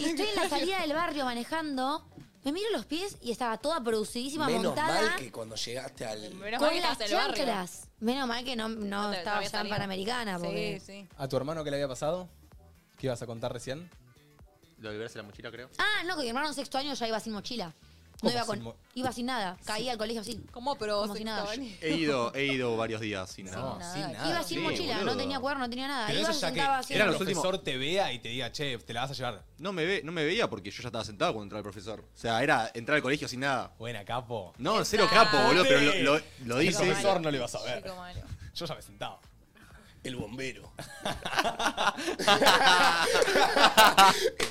[SPEAKER 3] y estoy en la salida del barrio manejando, me miro los pies y estaba toda producidísima,
[SPEAKER 2] Menos
[SPEAKER 3] montada.
[SPEAKER 2] mal que cuando llegaste al.
[SPEAKER 4] Menos mal que
[SPEAKER 3] con las
[SPEAKER 4] estabas en el barrio.
[SPEAKER 3] chanclas. Menos mal que no, no
[SPEAKER 4] te- no
[SPEAKER 3] estaba
[SPEAKER 4] había
[SPEAKER 3] ya en
[SPEAKER 4] salido.
[SPEAKER 3] Panamericana. Porque...
[SPEAKER 4] Sí, sí.
[SPEAKER 1] ¿A tu hermano qué le había pasado? ¿Qué ibas a contar recién?
[SPEAKER 6] Lo liberas en la mochila, creo.
[SPEAKER 3] Ah, no, que mi hermano en sexto año ya iba sin mochila. No
[SPEAKER 1] ¿Cómo
[SPEAKER 3] iba con.
[SPEAKER 1] sin mo-
[SPEAKER 3] iba sin nada. Caía al colegio así.
[SPEAKER 4] ¿Cómo pero
[SPEAKER 3] Como si nada.
[SPEAKER 4] Cristóbal?
[SPEAKER 6] He ido, he ido varios días sin nada.
[SPEAKER 1] No, sin nada.
[SPEAKER 3] iba sin
[SPEAKER 6] sí,
[SPEAKER 3] mochila,
[SPEAKER 6] boludo.
[SPEAKER 3] no tenía cuerno, no tenía nada.
[SPEAKER 1] Pero
[SPEAKER 3] iba
[SPEAKER 1] eso ya que
[SPEAKER 3] sentado así.
[SPEAKER 1] el
[SPEAKER 6] Eran los
[SPEAKER 1] profesor
[SPEAKER 6] últimos-
[SPEAKER 1] te vea y te diga, che, te la vas a llevar.
[SPEAKER 6] No me, ve, no me veía porque yo ya estaba sentado cuando entraba el profesor. O sea, era entrar al colegio sin nada.
[SPEAKER 1] Buena, capo.
[SPEAKER 6] No, cero capo, boludo, pero lo, lo, lo
[SPEAKER 1] El
[SPEAKER 6] dice.
[SPEAKER 1] profesor no lo ibas a ver.
[SPEAKER 4] Chico malo.
[SPEAKER 1] Yo ya me sentaba.
[SPEAKER 2] El bombero.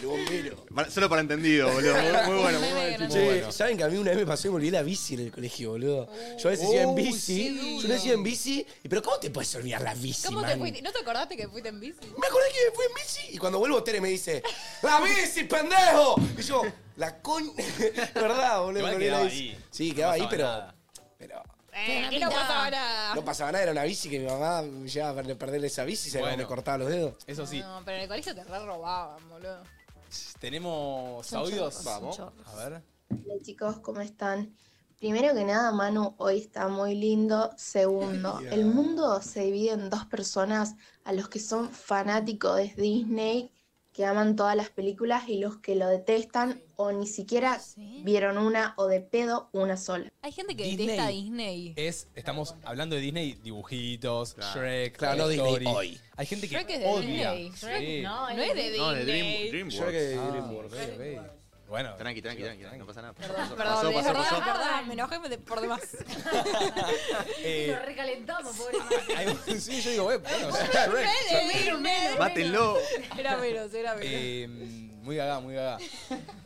[SPEAKER 2] el bombero.
[SPEAKER 6] Para- solo para entendido, boludo. Muy, muy bueno, muy
[SPEAKER 4] Meme
[SPEAKER 6] bueno.
[SPEAKER 4] grande.
[SPEAKER 2] Che, ¿saben que a mí una vez me pasó y me olvidé la bici en el colegio, boludo?
[SPEAKER 4] Uh,
[SPEAKER 2] Yo a veces iba en
[SPEAKER 1] Uy,
[SPEAKER 2] bici, yo no iba en bici, y- pero ¿cómo te puedes olvidar la bici,
[SPEAKER 4] ¿Cómo te
[SPEAKER 2] man?
[SPEAKER 4] fuiste? ¿No te acordaste que fuiste en bici? Eh,
[SPEAKER 2] Me acordé que me fui en bici y cuando vuelvo Tere me dice, ¡La bici, pendejo! Y yo, la coña... ¿Verdad, boludo?
[SPEAKER 1] Igual
[SPEAKER 2] Me olvidé la
[SPEAKER 1] quedaba
[SPEAKER 2] bici.
[SPEAKER 1] ahí.
[SPEAKER 2] Sí,
[SPEAKER 1] No
[SPEAKER 2] quedaba ahí,
[SPEAKER 1] pasaba
[SPEAKER 2] pero...
[SPEAKER 1] nada.
[SPEAKER 2] Pero
[SPEAKER 4] Eh,
[SPEAKER 3] no
[SPEAKER 4] que no
[SPEAKER 3] pintaba.
[SPEAKER 4] pasaba nada.
[SPEAKER 2] no pasaba nada, era una bici que mi mamá me llevaba a perder esa bici y se
[SPEAKER 1] Bueno.
[SPEAKER 2] me cortaba los dedos.
[SPEAKER 1] Eso sí,
[SPEAKER 4] No, pero en el colegio te re robaban, boludo.
[SPEAKER 1] tenemos
[SPEAKER 3] Son
[SPEAKER 1] audios.
[SPEAKER 3] chorros, son
[SPEAKER 1] Vamos.
[SPEAKER 3] chorros.
[SPEAKER 1] A ver.
[SPEAKER 12] Hola chicos, ¿cómo están? Primero que nada, Manu hoy está muy lindo. Segundo, el mundo se divide en dos personas, a los que son fanáticos de Disney, que aman todas las películas, y los que lo detestan o ni siquiera vieron una o de pedo una sola.
[SPEAKER 4] Hay gente que
[SPEAKER 1] Disney.
[SPEAKER 4] detesta Disney.
[SPEAKER 1] Es, estamos hablando de Disney, dibujitos,
[SPEAKER 6] Claro.
[SPEAKER 1] Shrek,
[SPEAKER 2] Claro,
[SPEAKER 1] Toy
[SPEAKER 2] no Disney
[SPEAKER 1] Story.
[SPEAKER 2] hoy.
[SPEAKER 1] Hay gente que
[SPEAKER 4] Shrek es de
[SPEAKER 1] odia.
[SPEAKER 4] Disney.
[SPEAKER 1] Sí.
[SPEAKER 4] Shrek
[SPEAKER 7] No,
[SPEAKER 4] No es de Disney.
[SPEAKER 6] No, de Dream,
[SPEAKER 2] Yo creo que
[SPEAKER 6] Dreamworks.
[SPEAKER 1] Ah,
[SPEAKER 2] DreamWorks.
[SPEAKER 1] ok, ok. Bueno,
[SPEAKER 6] Tranqui, tranqui, tranqui, no pasa nada. Pasó,
[SPEAKER 4] Perdón, eh,
[SPEAKER 6] pasó,
[SPEAKER 4] perdón,
[SPEAKER 6] pasó,
[SPEAKER 4] de
[SPEAKER 6] pasó,
[SPEAKER 4] verdad,
[SPEAKER 6] pasó.
[SPEAKER 4] perdón, me enojé me de- por demás.
[SPEAKER 1] eh,
[SPEAKER 7] Lo recalentamos, pobre mamá.
[SPEAKER 1] hay- sí, yo digo, eh, bueno, Shrek.
[SPEAKER 6] Mátenlo.
[SPEAKER 4] Era menos, era menos.
[SPEAKER 1] Em, Eh, muy gaga, muy gaga.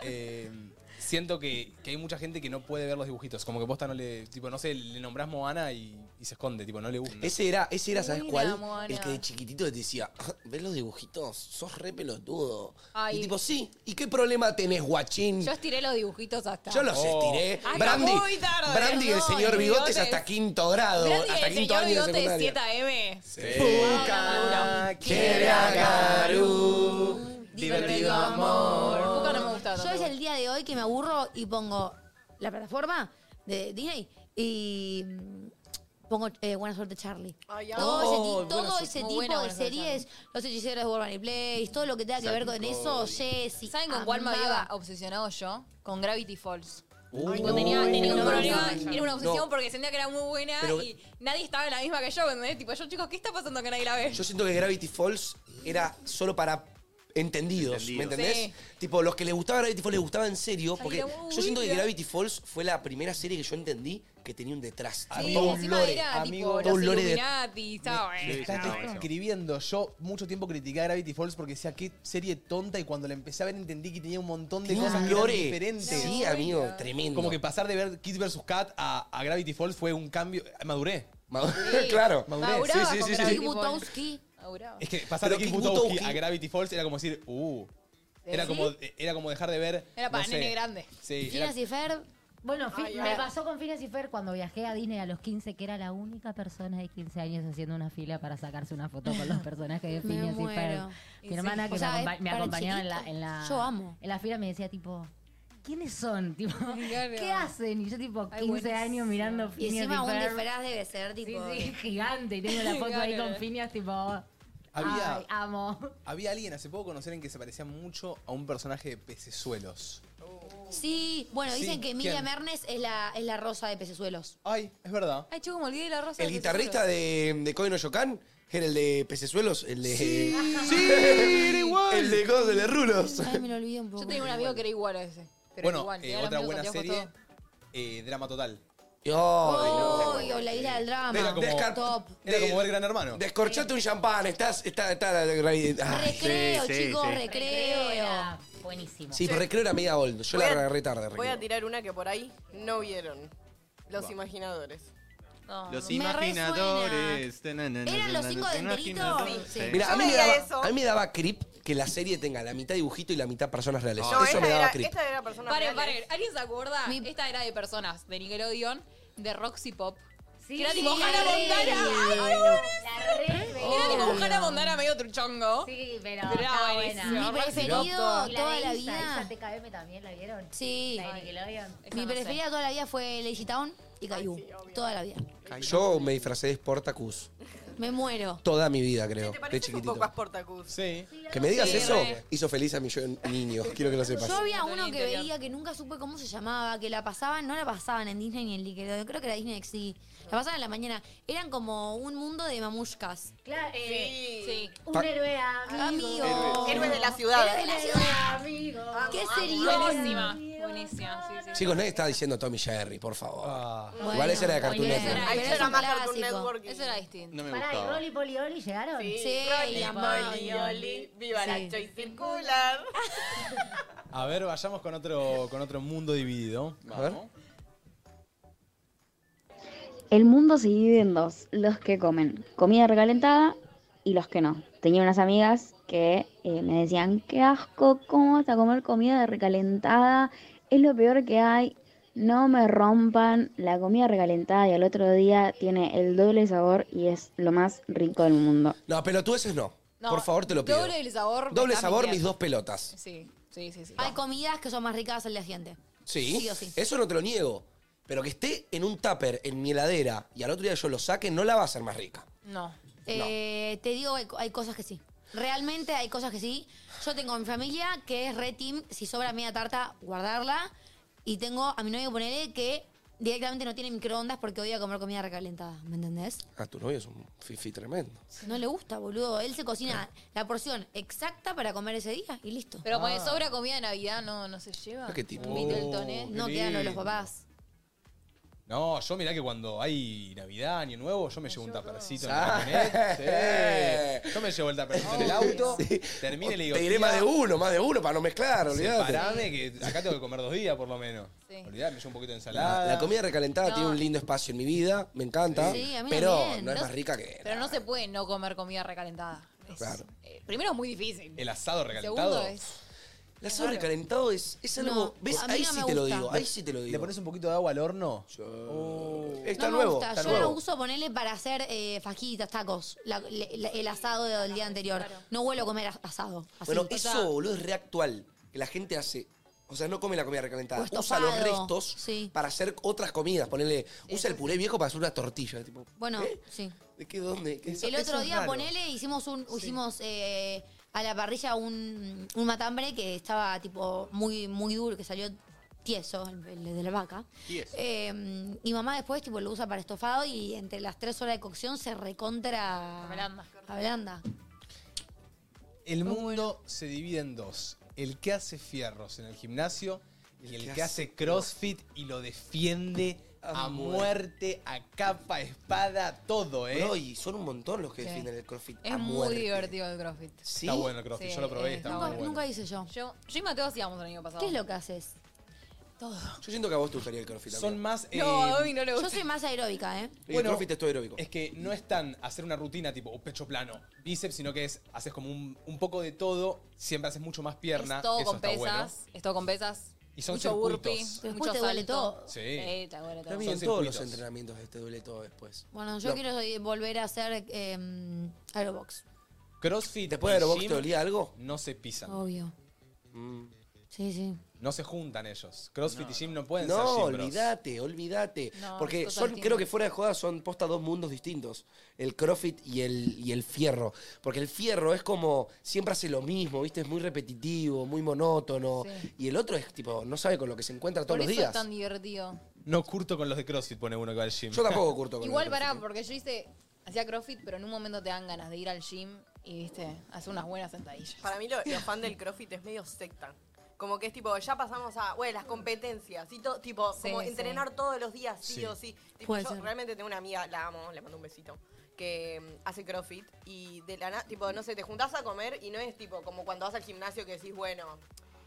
[SPEAKER 1] Eh, siento que, que hay mucha gente que no puede ver los dibujitos. Como que posta no le. Tipo, no sé, le nombrás Moana y, y se esconde, tipo, no le gusta.
[SPEAKER 2] Ese era, ese era ¿sabes
[SPEAKER 1] Mira,
[SPEAKER 2] cuál?
[SPEAKER 1] Moana.
[SPEAKER 2] El que de chiquitito te decía, "Ah, ¿ves los dibujitos? Sos re pelotudo.
[SPEAKER 4] Ay.
[SPEAKER 2] Y tipo, sí, ¿y qué problema tenés, guachín?
[SPEAKER 4] Yo
[SPEAKER 2] Yo,
[SPEAKER 4] estiré los dibujitos hasta.
[SPEAKER 2] los estiré.
[SPEAKER 4] Hasta
[SPEAKER 2] Brandy,
[SPEAKER 4] muy tarde.
[SPEAKER 2] Brandy y el
[SPEAKER 4] No,
[SPEAKER 2] señor
[SPEAKER 4] y
[SPEAKER 2] Bigotes
[SPEAKER 4] bigotes.
[SPEAKER 2] hasta quinto grado.
[SPEAKER 4] Brandy y
[SPEAKER 2] hasta
[SPEAKER 4] el
[SPEAKER 2] quinto
[SPEAKER 4] señor
[SPEAKER 2] año de
[SPEAKER 4] bigote de
[SPEAKER 2] secundaria.
[SPEAKER 3] Este
[SPEAKER 4] 7am. Ah,
[SPEAKER 2] Puka quiere a Karu, divertido amor.
[SPEAKER 4] Puka no me gusta
[SPEAKER 3] Yo es el día de hoy que me aburro y pongo la plataforma de Disney y mm, pongo eh, Buena Suerte Charlie.
[SPEAKER 5] Ay,
[SPEAKER 3] Todo
[SPEAKER 5] amo.
[SPEAKER 3] ese, ti- todo
[SPEAKER 5] Buena
[SPEAKER 3] ese
[SPEAKER 5] Suerte. Muy
[SPEAKER 3] tipo
[SPEAKER 5] buena
[SPEAKER 3] de
[SPEAKER 5] Buena Suerte
[SPEAKER 3] series, Los Hechiceros de Warren y Place, todo lo que tenga que ver con eso, Jessy.
[SPEAKER 4] ¿Saben con cuál me había
[SPEAKER 3] amaba.
[SPEAKER 4] obsesionado yo? Con Gravity Falls.
[SPEAKER 2] Uh.
[SPEAKER 4] Tipo, tenía,
[SPEAKER 2] Ay,
[SPEAKER 4] tenía un
[SPEAKER 2] no,
[SPEAKER 4] problema,
[SPEAKER 2] no, no.
[SPEAKER 4] era una obsesión
[SPEAKER 2] No.
[SPEAKER 4] porque sentía que era muy buena
[SPEAKER 2] Pero-
[SPEAKER 4] y nadie estaba en la misma que yo, ¿entendés? Tipo, yo, chicos, ¿qué está pasando que nadie la ve?
[SPEAKER 2] Yo siento que Gravity Falls era solo para entendidos, ¿me
[SPEAKER 4] Entendidos.
[SPEAKER 2] entendés?
[SPEAKER 4] Sí.
[SPEAKER 2] Tipo, los que les gustaba Gravity Falls les gustaba en serio, porque
[SPEAKER 4] era muy
[SPEAKER 2] yo siento que
[SPEAKER 4] buena.
[SPEAKER 2] Gravity Falls fue la primera serie que yo entendí que tenía un detrás.
[SPEAKER 4] Sí,
[SPEAKER 2] todo un
[SPEAKER 4] encima
[SPEAKER 2] lore,
[SPEAKER 4] era tipo
[SPEAKER 2] todo
[SPEAKER 4] los
[SPEAKER 2] un lore de
[SPEAKER 4] Illuminati, estaba bueno.
[SPEAKER 1] Me estás
[SPEAKER 4] estaba bueno.
[SPEAKER 1] escribiendo. Yo mucho tiempo critiqué a Gravity Falls porque decía qué serie tonta y cuando la empecé a ver entendí que tenía un montón de
[SPEAKER 2] Tenía
[SPEAKER 1] cosas
[SPEAKER 2] un
[SPEAKER 1] que eran
[SPEAKER 2] lore.
[SPEAKER 1] diferentes.
[SPEAKER 2] Sí, amigo, tremendo.
[SPEAKER 1] Como que pasar de ver Kids vs. Cat a, a Gravity Falls fue un cambio. eh, Maduré.
[SPEAKER 2] Maduré, claro.
[SPEAKER 1] Maduré.
[SPEAKER 4] Maduraba
[SPEAKER 1] sí,
[SPEAKER 4] con
[SPEAKER 1] sí, sí,
[SPEAKER 4] Gravity
[SPEAKER 1] sí.
[SPEAKER 4] Falls.
[SPEAKER 1] Es que pasar
[SPEAKER 2] Pero
[SPEAKER 1] de Kick
[SPEAKER 2] Kick
[SPEAKER 1] Butowski
[SPEAKER 2] Butowski-
[SPEAKER 1] a Gravity Falls era como decir, uh. Era,
[SPEAKER 7] ¿Sí?
[SPEAKER 1] como, era como dejar de ver.
[SPEAKER 7] Era para
[SPEAKER 1] no sé.
[SPEAKER 7] nene grande.
[SPEAKER 1] Sí, era-
[SPEAKER 7] Finas y Fer. Bueno, Fi-
[SPEAKER 3] Ay,
[SPEAKER 7] me
[SPEAKER 3] ay.
[SPEAKER 7] pasó con Finas y Fer cuando viajé a Disney a los 15, que era la única persona de 15 años haciendo una fila para sacarse una foto con los personajes de
[SPEAKER 3] Me
[SPEAKER 7] Phineas y Fer.
[SPEAKER 3] muero.
[SPEAKER 7] Mi
[SPEAKER 3] Y sí.
[SPEAKER 7] hermana que
[SPEAKER 3] O sea,
[SPEAKER 7] me,
[SPEAKER 3] es
[SPEAKER 7] acompa- me
[SPEAKER 3] para
[SPEAKER 7] acompañaba en la,
[SPEAKER 3] chiquitos.
[SPEAKER 7] en la-
[SPEAKER 3] Yo amo.
[SPEAKER 7] En la fila me decía, tipo, ¿quiénes son? Tipo,
[SPEAKER 3] Claro.
[SPEAKER 7] ¿qué hacen? Y yo, tipo, 15
[SPEAKER 3] Ay, buenísimo.
[SPEAKER 7] años mirando
[SPEAKER 3] Y
[SPEAKER 7] Phineas y,
[SPEAKER 3] encima un
[SPEAKER 7] Fer.
[SPEAKER 3] disfraz debe ser tipo.
[SPEAKER 7] Sí, sí, gigante. Y tengo la foto ahí
[SPEAKER 3] Claro.
[SPEAKER 7] con Phineas, tipo,
[SPEAKER 1] Había-
[SPEAKER 7] ay, amo.
[SPEAKER 1] Había alguien hace poco conocer en que se parecía mucho a un personaje de pecesuelos.
[SPEAKER 3] Sí, bueno,
[SPEAKER 1] Sí,
[SPEAKER 3] dicen que
[SPEAKER 1] ¿quién?
[SPEAKER 3] Miriam Ernest es la, es la rosa de pecesuelos.
[SPEAKER 1] Ay, es verdad.
[SPEAKER 4] Ay, chico, me olvidé de la rosa.
[SPEAKER 2] El
[SPEAKER 4] de
[SPEAKER 2] guitarrista de, de Koi no Yokan era el de Pecesuelos, el de.
[SPEAKER 4] Sí.
[SPEAKER 1] Sí, era igual.
[SPEAKER 2] El de Godos de los Rulos.
[SPEAKER 3] Ay, me lo olvidé un poco.
[SPEAKER 4] Yo tenía un amigo que era igual a ese. Pero
[SPEAKER 1] bueno,
[SPEAKER 4] igual,
[SPEAKER 1] eh,
[SPEAKER 4] tenía el
[SPEAKER 1] otra
[SPEAKER 4] amigo
[SPEAKER 1] buena
[SPEAKER 4] Santiago
[SPEAKER 1] serie,
[SPEAKER 4] todo.
[SPEAKER 1] eh, Drama Total.
[SPEAKER 2] Oh,
[SPEAKER 3] Obvio, la isla del drama.
[SPEAKER 1] Era como-
[SPEAKER 2] Descar-
[SPEAKER 3] Top.
[SPEAKER 1] Era como ver Gran Hermano.
[SPEAKER 2] Eh, Descorchate un champán, estás. Está, Ah, está,
[SPEAKER 3] Recreo, chicos,
[SPEAKER 2] sí.
[SPEAKER 3] recreo.
[SPEAKER 7] Buenísimo.
[SPEAKER 2] Sí, pero recreo era media old. Yo la agarré tarde,
[SPEAKER 5] Voy
[SPEAKER 2] recreo.
[SPEAKER 5] a tirar una que por ahí no vieron. Los imaginadores.
[SPEAKER 6] Los
[SPEAKER 5] Me
[SPEAKER 6] imaginadores.
[SPEAKER 5] ¿Eran los cinco denteritos? Sí.
[SPEAKER 2] Mira, a mí,
[SPEAKER 5] Yo
[SPEAKER 2] me
[SPEAKER 5] veía
[SPEAKER 2] daba,
[SPEAKER 5] eso.
[SPEAKER 2] a mí me daba creep que la serie tenga la mitad dibujito y la mitad personas reales.
[SPEAKER 5] No,
[SPEAKER 2] Eso
[SPEAKER 5] esta
[SPEAKER 2] me daba
[SPEAKER 5] era-
[SPEAKER 2] creep.
[SPEAKER 5] esta era persona
[SPEAKER 4] Paren,
[SPEAKER 5] real,
[SPEAKER 4] paren.
[SPEAKER 5] ¿eh?
[SPEAKER 4] ¿Alguien se acuerda? Esta era de personas, de Nickelodeon, de Roxy Pop.
[SPEAKER 7] Sí.
[SPEAKER 4] Que era tipo
[SPEAKER 7] Sí.
[SPEAKER 4] Hannah Montana.
[SPEAKER 7] Ay,
[SPEAKER 4] Ay,
[SPEAKER 7] no.
[SPEAKER 4] no, Era
[SPEAKER 3] Oh.
[SPEAKER 4] tipo Hannah Montana medio truchongo.
[SPEAKER 7] Sí, pero
[SPEAKER 4] Pero era
[SPEAKER 7] está
[SPEAKER 4] buenísimo.
[SPEAKER 7] buena.
[SPEAKER 4] Mi preferido
[SPEAKER 7] Y
[SPEAKER 3] toda
[SPEAKER 7] de Isa,
[SPEAKER 3] la vida.
[SPEAKER 7] Isa TKM también, ¿la vieron?
[SPEAKER 3] Sí.
[SPEAKER 7] La de Nickelodeon.
[SPEAKER 3] Mi preferida toda la vida fue Lazy Town y Caillou. toda la vida.
[SPEAKER 2] Yo me disfracé de Sportacus
[SPEAKER 3] Me muero.
[SPEAKER 2] toda mi vida, creo, de
[SPEAKER 5] Un
[SPEAKER 2] chiquitito.
[SPEAKER 5] poco a Sportacus.
[SPEAKER 1] Sí.
[SPEAKER 2] Que me digas
[SPEAKER 5] Sí,
[SPEAKER 2] eso
[SPEAKER 5] re.
[SPEAKER 2] hizo feliz a mi yo niño, quiero que lo sepas.
[SPEAKER 3] Yo había
[SPEAKER 5] Antonio
[SPEAKER 3] uno que
[SPEAKER 5] Interior.
[SPEAKER 3] veía que nunca supe cómo se llamaba, que la pasaban, no la pasaban en Disney ni en Nickelodeon, creo que era Disney XD. La pasaban en la mañana. Eran como un mundo de mamushkas.
[SPEAKER 7] Claro, eh,
[SPEAKER 4] sí.
[SPEAKER 7] Un
[SPEAKER 3] Pa-
[SPEAKER 7] héroe amigo.
[SPEAKER 3] Amigo.
[SPEAKER 5] Héroes de la ciudad.
[SPEAKER 3] Héroes de la ciudad.
[SPEAKER 7] Amigo.
[SPEAKER 3] ¿Qué
[SPEAKER 4] Buenísima.
[SPEAKER 3] sería?
[SPEAKER 4] Buenísima, sí, sí.
[SPEAKER 2] Chicos, nadie está diciendo Tommy Jerry, por favor. Igual
[SPEAKER 3] Bueno,
[SPEAKER 2] esa era de Cartoon
[SPEAKER 3] muy bien.
[SPEAKER 2] Network.
[SPEAKER 3] Ahí
[SPEAKER 5] Eso
[SPEAKER 3] Pero
[SPEAKER 5] Ah. era
[SPEAKER 3] es
[SPEAKER 5] más
[SPEAKER 3] un
[SPEAKER 5] Cartoon
[SPEAKER 3] clásico.
[SPEAKER 5] Network.
[SPEAKER 4] Eso era distinto.
[SPEAKER 6] No me
[SPEAKER 7] Pará, ¿y
[SPEAKER 6] gustaba.
[SPEAKER 7] Rolly Poli Oli llegaron?
[SPEAKER 3] Sí,
[SPEAKER 5] Rolly,
[SPEAKER 3] la
[SPEAKER 5] Polly,
[SPEAKER 3] mano.
[SPEAKER 5] Oli, viva la
[SPEAKER 3] Sí.
[SPEAKER 5] Joy Circular.
[SPEAKER 1] A ver, vayamos con otro, con otro mundo dividido. A ver.
[SPEAKER 13] El mundo se divide en dos, los que comen comida recalentada y los que no. Tenía unas amigas que eh, me decían, qué asco, ¿cómo vas a comer comida recalentada? Es lo peor que hay, no me rompan la comida recalentada y al otro día tiene el doble sabor y es lo más rico del mundo.
[SPEAKER 2] No, pelotudeces no.
[SPEAKER 4] No,
[SPEAKER 2] Por favor, te lo pido.
[SPEAKER 4] Doble el sabor. me
[SPEAKER 2] Doble
[SPEAKER 4] está
[SPEAKER 2] sabor, mis
[SPEAKER 4] mintiendo.
[SPEAKER 2] dos pelotas.
[SPEAKER 4] Sí, sí, sí. sí.
[SPEAKER 3] Hay comidas que son más ricas al día siguiente.
[SPEAKER 2] Sí.
[SPEAKER 3] Sí o sí.
[SPEAKER 2] Eso no te lo niego. Pero que esté en un tupper, en mi heladera, y al otro día yo lo saque, no la va a hacer más rica.
[SPEAKER 4] No.
[SPEAKER 3] Eh, Te digo, hay, hay cosas que sí. Realmente hay cosas que sí. Yo tengo a mi familia que es re team, si sobra media tarta, guardarla. Y tengo a mi novio, ponele, que directamente no tiene microondas porque odia comer comida recalentada. ¿Me entendés?
[SPEAKER 2] Ah, tu novio es un fifi tremendo.
[SPEAKER 3] No le gusta, boludo. Él se cocina la porción exacta para comer ese día y listo.
[SPEAKER 4] Pero cuando
[SPEAKER 2] Ah.
[SPEAKER 4] sobra comida de Navidad no, no se lleva.
[SPEAKER 2] ¿Qué tipo?
[SPEAKER 4] Un Littleton, ¿eh?
[SPEAKER 3] No quedan los, los papás.
[SPEAKER 1] No, yo mirá que cuando hay Navidad, Año Nuevo, yo me llevo un tapercito en
[SPEAKER 2] Ah.
[SPEAKER 1] el cabinet. Sí. Yo me llevo el tapercito en el auto, termino y le digo...
[SPEAKER 2] Te diré más de
[SPEAKER 1] "Tía,
[SPEAKER 2] uno, más de uno para no mezclar, olvidate.
[SPEAKER 1] Separame que acá tengo que comer dos días por lo menos. Olvidate, me llevo un poquito de ensalada.
[SPEAKER 2] La, la comida recalentada tiene un lindo espacio en mi vida, me encanta,
[SPEAKER 4] Sí, a mí
[SPEAKER 2] pero
[SPEAKER 4] también.
[SPEAKER 2] no es
[SPEAKER 4] No
[SPEAKER 2] más
[SPEAKER 4] se-
[SPEAKER 2] rica que...
[SPEAKER 4] Pero no se puede no comer comida recalentada. Es-
[SPEAKER 2] Claro.
[SPEAKER 4] eh, primero es muy difícil.
[SPEAKER 1] El asado
[SPEAKER 4] Segundo
[SPEAKER 1] recalentado.
[SPEAKER 4] es.
[SPEAKER 2] El asado recalentado es, es algo...
[SPEAKER 4] No,
[SPEAKER 2] ¿Ves?
[SPEAKER 4] a mí
[SPEAKER 2] Ahí
[SPEAKER 4] no
[SPEAKER 2] sí
[SPEAKER 4] me
[SPEAKER 2] te lo
[SPEAKER 4] gusta.
[SPEAKER 2] digo, ahí sí te lo digo.
[SPEAKER 1] ¿Le pones un poquito de agua al horno? Oh.
[SPEAKER 2] Está
[SPEAKER 3] no
[SPEAKER 2] nuevo,
[SPEAKER 3] me gusta.
[SPEAKER 2] está
[SPEAKER 3] Yo
[SPEAKER 2] nuevo.
[SPEAKER 3] lo uso ponerle para hacer eh, fajitas, tacos, la- le- la- el asado del día anterior. No vuelvo a comer as- asado. así.
[SPEAKER 2] Bueno,
[SPEAKER 3] O sea,
[SPEAKER 2] eso, boludo, es reactual. Que la gente hace. O sea, no come la comida recalentada.
[SPEAKER 3] O
[SPEAKER 2] Usa los
[SPEAKER 3] estofado,
[SPEAKER 2] restos para hacer otras comidas. Ponele. usa el puré viejo para hacer una tortilla. Tipo,
[SPEAKER 3] Bueno, sí.
[SPEAKER 2] ¿de qué dónde? ¿Qué- eso-
[SPEAKER 3] el
[SPEAKER 2] eso
[SPEAKER 3] otro
[SPEAKER 2] es
[SPEAKER 3] día,
[SPEAKER 2] raro.
[SPEAKER 3] ponele, hicimos un, hicimos eh, a la parrilla un, un matambre que estaba tipo muy, muy duro, que salió tieso, el, el de la vaca.
[SPEAKER 6] Tieso.
[SPEAKER 3] Eh, y mamá después tipo lo usa para estofado y entre las tres horas de cocción se recontra
[SPEAKER 4] Ablanda.
[SPEAKER 3] ablanda.
[SPEAKER 1] El mundo se divide en dos. El que hace fierros en el gimnasio y el que hace crossfit y lo defiende a muerte, a capa, espada, todo, ¿eh?
[SPEAKER 2] Bro, y son un montón los que
[SPEAKER 4] Sí.
[SPEAKER 2] defienden el crossfit.
[SPEAKER 4] Es
[SPEAKER 2] a
[SPEAKER 4] muy
[SPEAKER 2] muerte.
[SPEAKER 4] divertido el crossfit.
[SPEAKER 2] ¿Sí?
[SPEAKER 1] Está bueno el crossfit, yo lo probé,
[SPEAKER 4] es-
[SPEAKER 1] está
[SPEAKER 4] no,
[SPEAKER 1] muy bueno.
[SPEAKER 3] eh, Nunca hice yo.
[SPEAKER 4] Yo, yo y Mateo hacíamos el año pasado.
[SPEAKER 3] ¿Qué es lo que haces?
[SPEAKER 2] Yo siento que a vos te gustaría el crossfit.
[SPEAKER 1] Son
[SPEAKER 2] amigo.
[SPEAKER 1] más...
[SPEAKER 3] No,
[SPEAKER 1] eh,
[SPEAKER 3] a mí Yo soy más aeróbica, ¿eh?
[SPEAKER 2] El crossfit es todo aeróbico.
[SPEAKER 1] Es que no es tan hacer una rutina tipo pecho plano, bíceps, sino que es haces como un, un poco de todo, siempre haces mucho más pierna.
[SPEAKER 4] Es todo
[SPEAKER 1] eso
[SPEAKER 4] con
[SPEAKER 1] está
[SPEAKER 4] pesas,
[SPEAKER 1] bueno.
[SPEAKER 4] es todo con pesas.
[SPEAKER 1] Y son
[SPEAKER 4] mucho
[SPEAKER 1] circuitos.
[SPEAKER 4] burpee,
[SPEAKER 1] Después
[SPEAKER 4] mucho
[SPEAKER 3] te duele
[SPEAKER 4] salto.
[SPEAKER 3] todo.
[SPEAKER 1] Sí.
[SPEAKER 4] Eh, te duele todo.
[SPEAKER 2] Pero a mí en
[SPEAKER 1] Son
[SPEAKER 2] todos los
[SPEAKER 1] circuitos.
[SPEAKER 2] entrenamientos te duele todo después.
[SPEAKER 3] Bueno, yo
[SPEAKER 2] No.
[SPEAKER 3] quiero eh, volver a hacer eh, aerobox.
[SPEAKER 1] Crossfit.
[SPEAKER 2] ¿Después
[SPEAKER 1] y
[SPEAKER 2] de aerobox
[SPEAKER 1] gym
[SPEAKER 2] te dolía algo?
[SPEAKER 1] No se pisan.
[SPEAKER 3] Obvio.
[SPEAKER 2] Mm.
[SPEAKER 3] Sí, sí.
[SPEAKER 1] No se juntan ellos. Crossfit y gym no pueden ser
[SPEAKER 2] No,
[SPEAKER 1] gym bros.
[SPEAKER 2] olvídate, olvídate.
[SPEAKER 1] No,
[SPEAKER 2] Porque
[SPEAKER 1] es total
[SPEAKER 2] son,
[SPEAKER 1] tiempo.
[SPEAKER 2] creo que fuera de joda son posta dos mundos distintos. El CrossFit y el, y el fierro. Porque el fierro es como siempre hace lo mismo, ¿viste? Es muy repetitivo, muy monótono.
[SPEAKER 4] Sí.
[SPEAKER 2] Y el otro es tipo, no sabe con lo que se encuentra todos
[SPEAKER 4] Por
[SPEAKER 2] los
[SPEAKER 4] eso
[SPEAKER 2] días.
[SPEAKER 4] es tan divertido.
[SPEAKER 1] No curto con los de CrossFit, pone uno que va al gym.
[SPEAKER 2] Yo tampoco curto con
[SPEAKER 4] Igual pará, porque yo hice, hacía crossfit, pero en un momento te dan ganas de ir al gym y, viste, hacer unas buenas sentadillas.
[SPEAKER 5] Para mí, lo- los fans del CrossFit es medio secta. Como que es tipo, ya pasamos a, güey, las competencias. Y to- tipo,
[SPEAKER 4] Sí,
[SPEAKER 5] como
[SPEAKER 4] sí.
[SPEAKER 5] entrenar todos los días, sí,
[SPEAKER 4] Sí.
[SPEAKER 5] o sí. Tipo,
[SPEAKER 4] Puede
[SPEAKER 5] yo
[SPEAKER 4] ser.
[SPEAKER 5] realmente tengo una amiga, la amo, le mando un besito, que mm, hace CrossFit. Y de la nada, tipo, no sé, te juntás a comer y no es tipo como cuando vas al gimnasio que decís, bueno,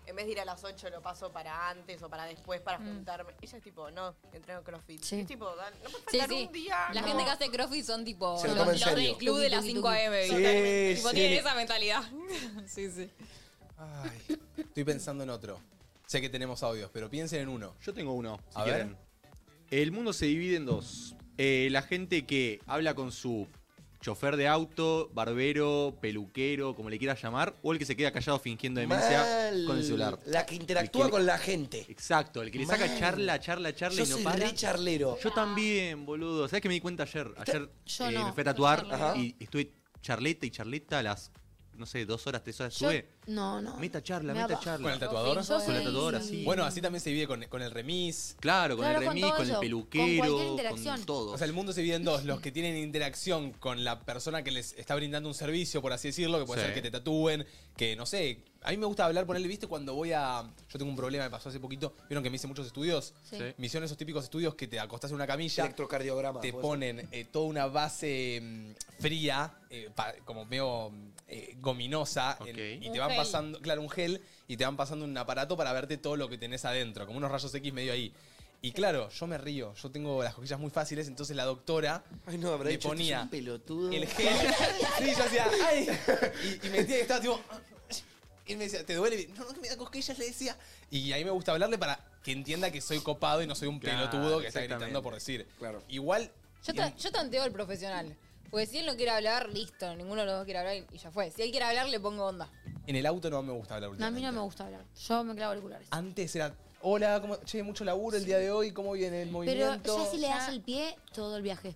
[SPEAKER 5] en vez de ir a las 8 lo paso para antes o para después para
[SPEAKER 4] Mm.
[SPEAKER 5] juntarme. Ella es tipo, no, entreno CrossFit.
[SPEAKER 3] Sí.
[SPEAKER 5] Es tipo, da- no puedes
[SPEAKER 4] Sí,
[SPEAKER 5] faltar
[SPEAKER 4] sí.
[SPEAKER 5] un día.
[SPEAKER 4] La
[SPEAKER 5] no.
[SPEAKER 4] gente que hace crossfit son tipo
[SPEAKER 2] Se lo
[SPEAKER 4] los,
[SPEAKER 2] toma en
[SPEAKER 4] los del
[SPEAKER 2] serio.
[SPEAKER 4] club de las
[SPEAKER 5] Tuki, tuki,
[SPEAKER 4] 5 AM.
[SPEAKER 2] tuki.
[SPEAKER 4] ¿viste?
[SPEAKER 2] Sí,
[SPEAKER 4] tipo,
[SPEAKER 2] sí.
[SPEAKER 4] tienen esa mentalidad. sí, sí.
[SPEAKER 1] Estoy pensando en otro. Sé que tenemos audios, pero piensen en uno.
[SPEAKER 6] Yo tengo uno, si
[SPEAKER 1] A ver.
[SPEAKER 6] quieren. El mundo se divide en dos. Eh, la gente que habla con su chofer de auto, barbero, peluquero, como le quieras llamar, o el que se queda callado fingiendo demencia
[SPEAKER 2] Mal.
[SPEAKER 6] con el celular.
[SPEAKER 2] La que
[SPEAKER 6] El
[SPEAKER 2] interactúa
[SPEAKER 6] que-
[SPEAKER 2] con la gente.
[SPEAKER 6] Exacto, el que le saca
[SPEAKER 2] Mal.
[SPEAKER 6] charla, charla, charla
[SPEAKER 2] Yo
[SPEAKER 6] y no
[SPEAKER 2] soy
[SPEAKER 6] para.
[SPEAKER 2] re charlero.
[SPEAKER 6] Yo también, boludo. ¿Sabes qué me di cuenta ayer? Ayer
[SPEAKER 3] Yo
[SPEAKER 6] eh,
[SPEAKER 3] no,
[SPEAKER 6] me fui a
[SPEAKER 3] soy
[SPEAKER 6] tatuar
[SPEAKER 3] charlera.
[SPEAKER 6] y estuve charleta y charleta a las, no sé, dos horas, tres horas
[SPEAKER 3] Yo-
[SPEAKER 6] estuve.
[SPEAKER 3] no, no.
[SPEAKER 6] Meta charla,
[SPEAKER 3] Me
[SPEAKER 6] meta
[SPEAKER 3] abajo.
[SPEAKER 6] charla.
[SPEAKER 1] ¿Con el tatuador?
[SPEAKER 3] Yo soy-
[SPEAKER 6] Con el tatuador, sí.
[SPEAKER 1] Bueno, así también se divide con, con el remis.
[SPEAKER 6] Claro,
[SPEAKER 3] con el Claro, con remis, todo con el eso, con cualquier peluquero, con interacción. todo.
[SPEAKER 1] O sea, el mundo se divide en dos. Los que tienen interacción con la persona que les está brindando un servicio, por así decirlo, que puede
[SPEAKER 6] Sí.
[SPEAKER 1] ser que te tatúen, que no sé. A mí me gusta hablar, ponerle, viste, cuando voy a... Yo tengo un problema, me pasó hace poquito. Vieron que me hice muchos estudios.
[SPEAKER 3] Sí.
[SPEAKER 1] Sí. Me hicieron esos típicos estudios que te acostás en una camilla.
[SPEAKER 2] Electrocardiograma.
[SPEAKER 1] te
[SPEAKER 2] puede
[SPEAKER 1] ponen eh, toda una base mm, fría, eh, pa- como medio mm, eh, gominosa, en- y
[SPEAKER 6] Un
[SPEAKER 1] te van
[SPEAKER 6] gel.
[SPEAKER 1] pasando, claro, un gel, y te van pasando un aparato para verte todo lo que tenés adentro, como unos rayos X medio ahí. Y claro, yo me río, yo tengo las cosquillas muy fáciles, entonces la doctora
[SPEAKER 2] Ay, no, habrá
[SPEAKER 1] me
[SPEAKER 2] dicho, "Este es
[SPEAKER 1] ponía
[SPEAKER 2] un pelotudo.
[SPEAKER 1] el gel. sí, yo hacía, ay, y, y me decía que estaba tipo... Y me decía, ¿te duele? No, no, que me da cosquillas, le decía. Y ahí me gusta hablarle para que entienda que soy copado y no soy un
[SPEAKER 6] Claro,
[SPEAKER 1] pelotudo que está gritando
[SPEAKER 6] exactamente.
[SPEAKER 1] por decir. Claro. Igual...
[SPEAKER 4] Yo, ta- yo tanteo al profesional. Porque si él no quiere hablar, listo. Ninguno de los dos quiere hablar y y ya fue. Si él quiere hablar, le pongo onda.
[SPEAKER 1] En el auto no me gusta hablar
[SPEAKER 3] No, a
[SPEAKER 1] últimamente.
[SPEAKER 3] mí no me gusta hablar. Yo me clavo auriculares.
[SPEAKER 1] Antes era, hola, ¿cómo, che, mucho laburo el día de hoy, ¿cómo viene el
[SPEAKER 3] Pero
[SPEAKER 1] movimiento?
[SPEAKER 3] ya si le das el pie, todo el viaje.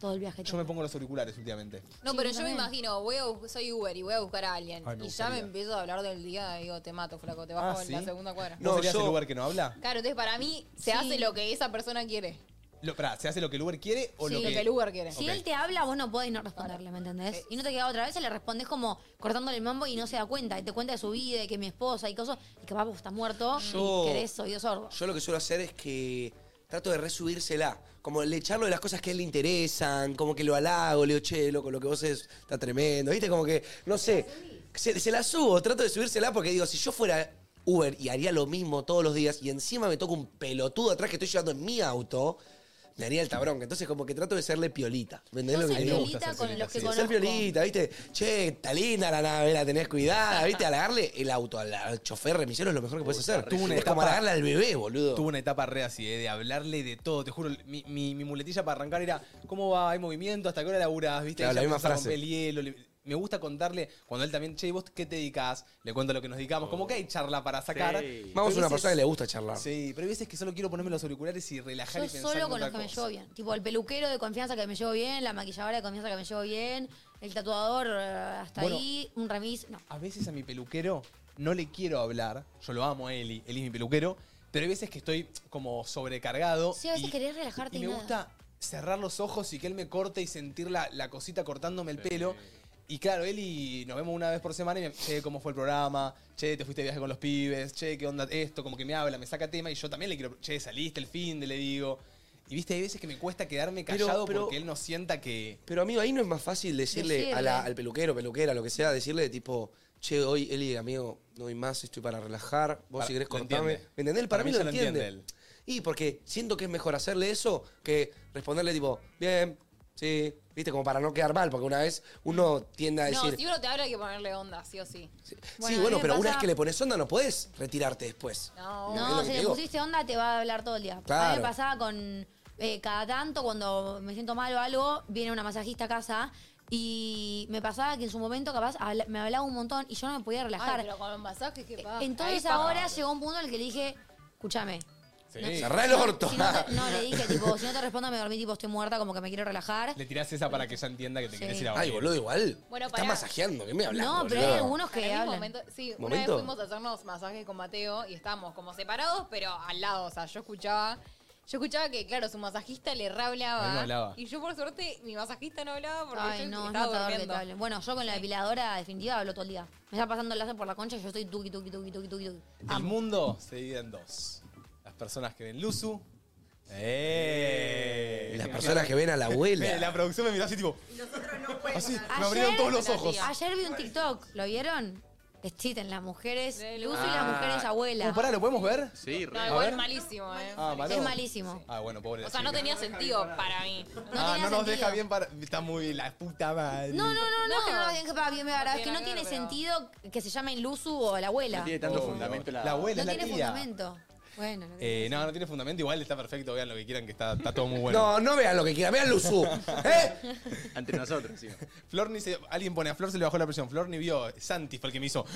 [SPEAKER 3] Todo el viaje.
[SPEAKER 1] Yo me pongo los auriculares últimamente.
[SPEAKER 4] No,
[SPEAKER 3] Sí,
[SPEAKER 4] pero
[SPEAKER 3] yo
[SPEAKER 4] yo
[SPEAKER 3] también.
[SPEAKER 4] me imagino, voy a bus- soy Uber y voy a buscar a alguien.
[SPEAKER 1] Ay, me
[SPEAKER 4] y ya me
[SPEAKER 1] gustaría.
[SPEAKER 4] empiezo a hablar del día, digo, te mato, flaco, te
[SPEAKER 1] Ah,
[SPEAKER 4] bajo en
[SPEAKER 1] ¿sí?
[SPEAKER 4] la segunda cuadra.
[SPEAKER 1] ¿No,
[SPEAKER 2] No,
[SPEAKER 1] serías
[SPEAKER 2] yo-
[SPEAKER 1] el Uber que no habla?
[SPEAKER 4] Claro, entonces para mí se hace lo que esa persona quiere.
[SPEAKER 1] Lo, pará, ¿se hace lo que el Uber quiere o
[SPEAKER 4] Sí,
[SPEAKER 1] lo
[SPEAKER 4] lo
[SPEAKER 1] que...?
[SPEAKER 4] que el Uber quiere.
[SPEAKER 3] Si él te habla, vos no podés no responderle, ¿me entendés? Y no te queda otra vez, y le respondes como cortándole el mambo y no se da cuenta. Y te cuenta de su vida, y que mi esposa y cosas. Y que papá, vos estás muerto,
[SPEAKER 2] Yo-
[SPEAKER 3] y querés oído sordo.
[SPEAKER 2] Yo lo que suelo hacer es que trato de resubírsela. Como le echarlo de las cosas que a él le interesan, como que lo halago, le digo, che, loco, lo que vos es está tremendo. ¿Viste? Como que, no sé, se, se la subo, trato de subírsela porque digo, si yo fuera Uber y haría lo mismo todos los días y encima me toca un pelotudo atrás que estoy llevando en mi auto, me haría el tabrón. Entonces, como que trato de serle piolita. ¿Me entendés
[SPEAKER 3] Yo
[SPEAKER 2] lo que
[SPEAKER 3] soy
[SPEAKER 2] te digo?
[SPEAKER 3] piolita Me gusta ser con piolita, los que sí.
[SPEAKER 2] Ser
[SPEAKER 3] conozco.
[SPEAKER 2] piolita, ¿viste? Che, está linda la nave, la tenés cuidada, ¿viste? Halagarle el auto al, al chofer remisero es lo mejor que puedes hacer.
[SPEAKER 1] Tuve una
[SPEAKER 2] es
[SPEAKER 1] etapa-
[SPEAKER 2] como halagarle al bebé, boludo.
[SPEAKER 1] Tuve una etapa re así, eh, de hablarle de todo. Te juro, mi, mi- mi muletilla para arrancar era ¿cómo va? ¿Hay movimiento? ¿Hasta qué hora laburás? ¿Viste?
[SPEAKER 2] Claro,
[SPEAKER 1] Ella
[SPEAKER 2] la misma
[SPEAKER 1] empieza a
[SPEAKER 2] frase.
[SPEAKER 1] romper el hielo. Le- me gusta contarle, cuando él también, che, ¿vos qué te dedicas? Le cuento lo que nos dedicamos. Como que hay charla para sacar.
[SPEAKER 2] Sí. Vamos a
[SPEAKER 1] Pero
[SPEAKER 2] una
[SPEAKER 1] veces-
[SPEAKER 2] persona que le gusta charlar.
[SPEAKER 1] Sí, pero hay veces que solo quiero ponerme los auriculares y relajar
[SPEAKER 3] Yo
[SPEAKER 1] y pensar
[SPEAKER 3] solo
[SPEAKER 1] en
[SPEAKER 3] con los
[SPEAKER 1] otra
[SPEAKER 3] que me
[SPEAKER 1] cosa.
[SPEAKER 3] llevo bien. Tipo, el peluquero de confianza que me llevo bien, la maquilladora de confianza que me llevo bien, el tatuador eh, hasta
[SPEAKER 1] Bueno.
[SPEAKER 3] ahí, un remis. No.
[SPEAKER 1] A veces a mi peluquero no le quiero hablar. Yo lo amo a Eli, Eli es mi peluquero. Pero hay veces que estoy como sobrecargado.
[SPEAKER 3] Sí, a veces
[SPEAKER 1] y-
[SPEAKER 3] querés relajarte
[SPEAKER 1] y
[SPEAKER 3] y,
[SPEAKER 1] me
[SPEAKER 3] nada.
[SPEAKER 1] gusta cerrar los ojos y que él me corte y sentir la, la cosita cortándome el pelo. Y claro, él y nos vemos una vez por semana y me, che, ¿cómo fue el programa? Che, te fuiste de viaje con los pibes, che, ¿qué onda esto? Como que me habla, me saca tema y yo también le quiero, che, saliste el fin de, le digo. Y viste, hay veces que me cuesta quedarme
[SPEAKER 2] Pero-
[SPEAKER 1] callado
[SPEAKER 2] pero-
[SPEAKER 1] porque él no sienta que...
[SPEAKER 2] Pero amigo, ahí no es más fácil decirle,
[SPEAKER 1] Decirle.
[SPEAKER 2] a la- al peluquero, peluquera, lo que sea, decirle tipo, che, hoy Eli, amigo, no hay más, estoy para relajar, vos
[SPEAKER 1] Para-
[SPEAKER 2] si querés
[SPEAKER 1] lo
[SPEAKER 2] cortarme.
[SPEAKER 1] entiende.
[SPEAKER 2] ¿Me entendés? Para, mí,
[SPEAKER 1] ya
[SPEAKER 2] lo entiende.
[SPEAKER 1] él.
[SPEAKER 2] Y porque siento que es mejor hacerle eso que responderle tipo, bien, sí, viste, como para no quedar mal, porque una vez uno tiende a
[SPEAKER 4] No,
[SPEAKER 2] Ah, decir,
[SPEAKER 4] si uno te habla hay que ponerle onda, sí o sí.
[SPEAKER 2] sí, bueno, pero una vez que le
[SPEAKER 4] pones...
[SPEAKER 2] pones onda no podés retirarte después.
[SPEAKER 4] No,
[SPEAKER 2] Es lo
[SPEAKER 3] No,
[SPEAKER 2] que
[SPEAKER 3] si le
[SPEAKER 2] digo.
[SPEAKER 3] pusiste onda, te va a hablar todo el día. A mí
[SPEAKER 2] Claro.
[SPEAKER 3] me pasaba con. eh, cada tanto, cuando me siento mal o algo, viene una masajista a casa. Y me pasaba que en su momento, capaz, habla- me hablaba un montón y yo no me podía
[SPEAKER 8] Ay,
[SPEAKER 3] relajar.
[SPEAKER 8] pero con los masajes, ¿qué
[SPEAKER 4] ah,
[SPEAKER 8] pasa?
[SPEAKER 3] Entonces ahora llegó un punto en el que le dije, escúchame.
[SPEAKER 1] Sí.
[SPEAKER 2] Cerrá el orto.
[SPEAKER 3] No, le dije, tipo, si no te respondo, me dormí, tipo, estoy muerta, como que me quiero relajar.
[SPEAKER 1] Le tirás esa para que ella entienda que te querés ir a
[SPEAKER 2] Ay,
[SPEAKER 1] dormir.
[SPEAKER 2] boludo, igual.
[SPEAKER 4] Bueno,
[SPEAKER 2] Estás
[SPEAKER 4] pará.
[SPEAKER 2] masajeando, ¿qué me hablas?
[SPEAKER 3] No, pero
[SPEAKER 2] boludo?
[SPEAKER 3] hay algunos
[SPEAKER 4] En
[SPEAKER 3] que
[SPEAKER 4] el mismo
[SPEAKER 3] hablan.
[SPEAKER 4] momento- sí, una vez
[SPEAKER 2] ¿Momento?
[SPEAKER 4] fuimos a hacernos masajes con Mateo y estábamos como separados, pero al lado. O sea, yo escuchaba. Yo escuchaba que, claro, su masajista le re hablaba.
[SPEAKER 1] A mí no hablaba.
[SPEAKER 4] Y yo, por suerte, mi masajista no hablaba porque
[SPEAKER 3] Ay,
[SPEAKER 4] yo
[SPEAKER 3] no, es
[SPEAKER 4] estaba
[SPEAKER 3] matador que te
[SPEAKER 4] durmiendo.
[SPEAKER 3] hablen. Bueno, yo con la depiladora definitiva hablo todo el día. Me está pasando el láser por la concha y yo estoy tuqui, tuqui, tuqui, tuqui, tuqui. tuqui.
[SPEAKER 1] El mundo se divide en dos. Las personas que ven Luzu. ¡Eh!
[SPEAKER 2] Las personas que ven a la abuela.
[SPEAKER 1] La producción me miró así tipo... Así, me abrieron
[SPEAKER 3] Ayer-
[SPEAKER 1] todos los ojos.
[SPEAKER 3] Ayer vi un TikTok, ¿lo vieron? Les chiten las mujeres, Luzu y las
[SPEAKER 1] Ah.
[SPEAKER 3] mujeres abuelas.
[SPEAKER 1] Uh, pará, ¿lo podemos ver?
[SPEAKER 6] Sí,
[SPEAKER 4] No, igual malísimo, ¿eh?
[SPEAKER 1] Ah, ¿malo?
[SPEAKER 3] Es malísimo.
[SPEAKER 1] Ah, bueno, pobre.
[SPEAKER 4] O sea, no tenía sentido para mí.
[SPEAKER 1] ah,
[SPEAKER 3] tenía
[SPEAKER 1] no nos
[SPEAKER 3] sentido.
[SPEAKER 1] deja bien para. Está muy la puta madre.
[SPEAKER 3] No, no, no, no,
[SPEAKER 4] No.
[SPEAKER 3] que no lo dejen para bien me agarra.
[SPEAKER 4] No
[SPEAKER 3] Es que no
[SPEAKER 4] tiene
[SPEAKER 3] tiene
[SPEAKER 4] nada que
[SPEAKER 3] sentido que se llamen Luzu o la abuela.
[SPEAKER 6] No tiene tanto fundamento la.
[SPEAKER 1] La abuela,
[SPEAKER 3] No
[SPEAKER 1] la
[SPEAKER 3] tiene
[SPEAKER 1] tía.
[SPEAKER 3] fundamento. Bueno, no
[SPEAKER 1] Eh, no, no tiene fundamento. Igual está perfecto. Vean lo que quieran, que está, está todo muy bueno.
[SPEAKER 2] No, no vean lo ¿eh? que quieran, vean Luzu.
[SPEAKER 6] Entre nosotros, sí.
[SPEAKER 1] Flor ni se. Alguien pone a Flor, se le bajó la presión. Flor ni vio. Santi fue el que me hizo.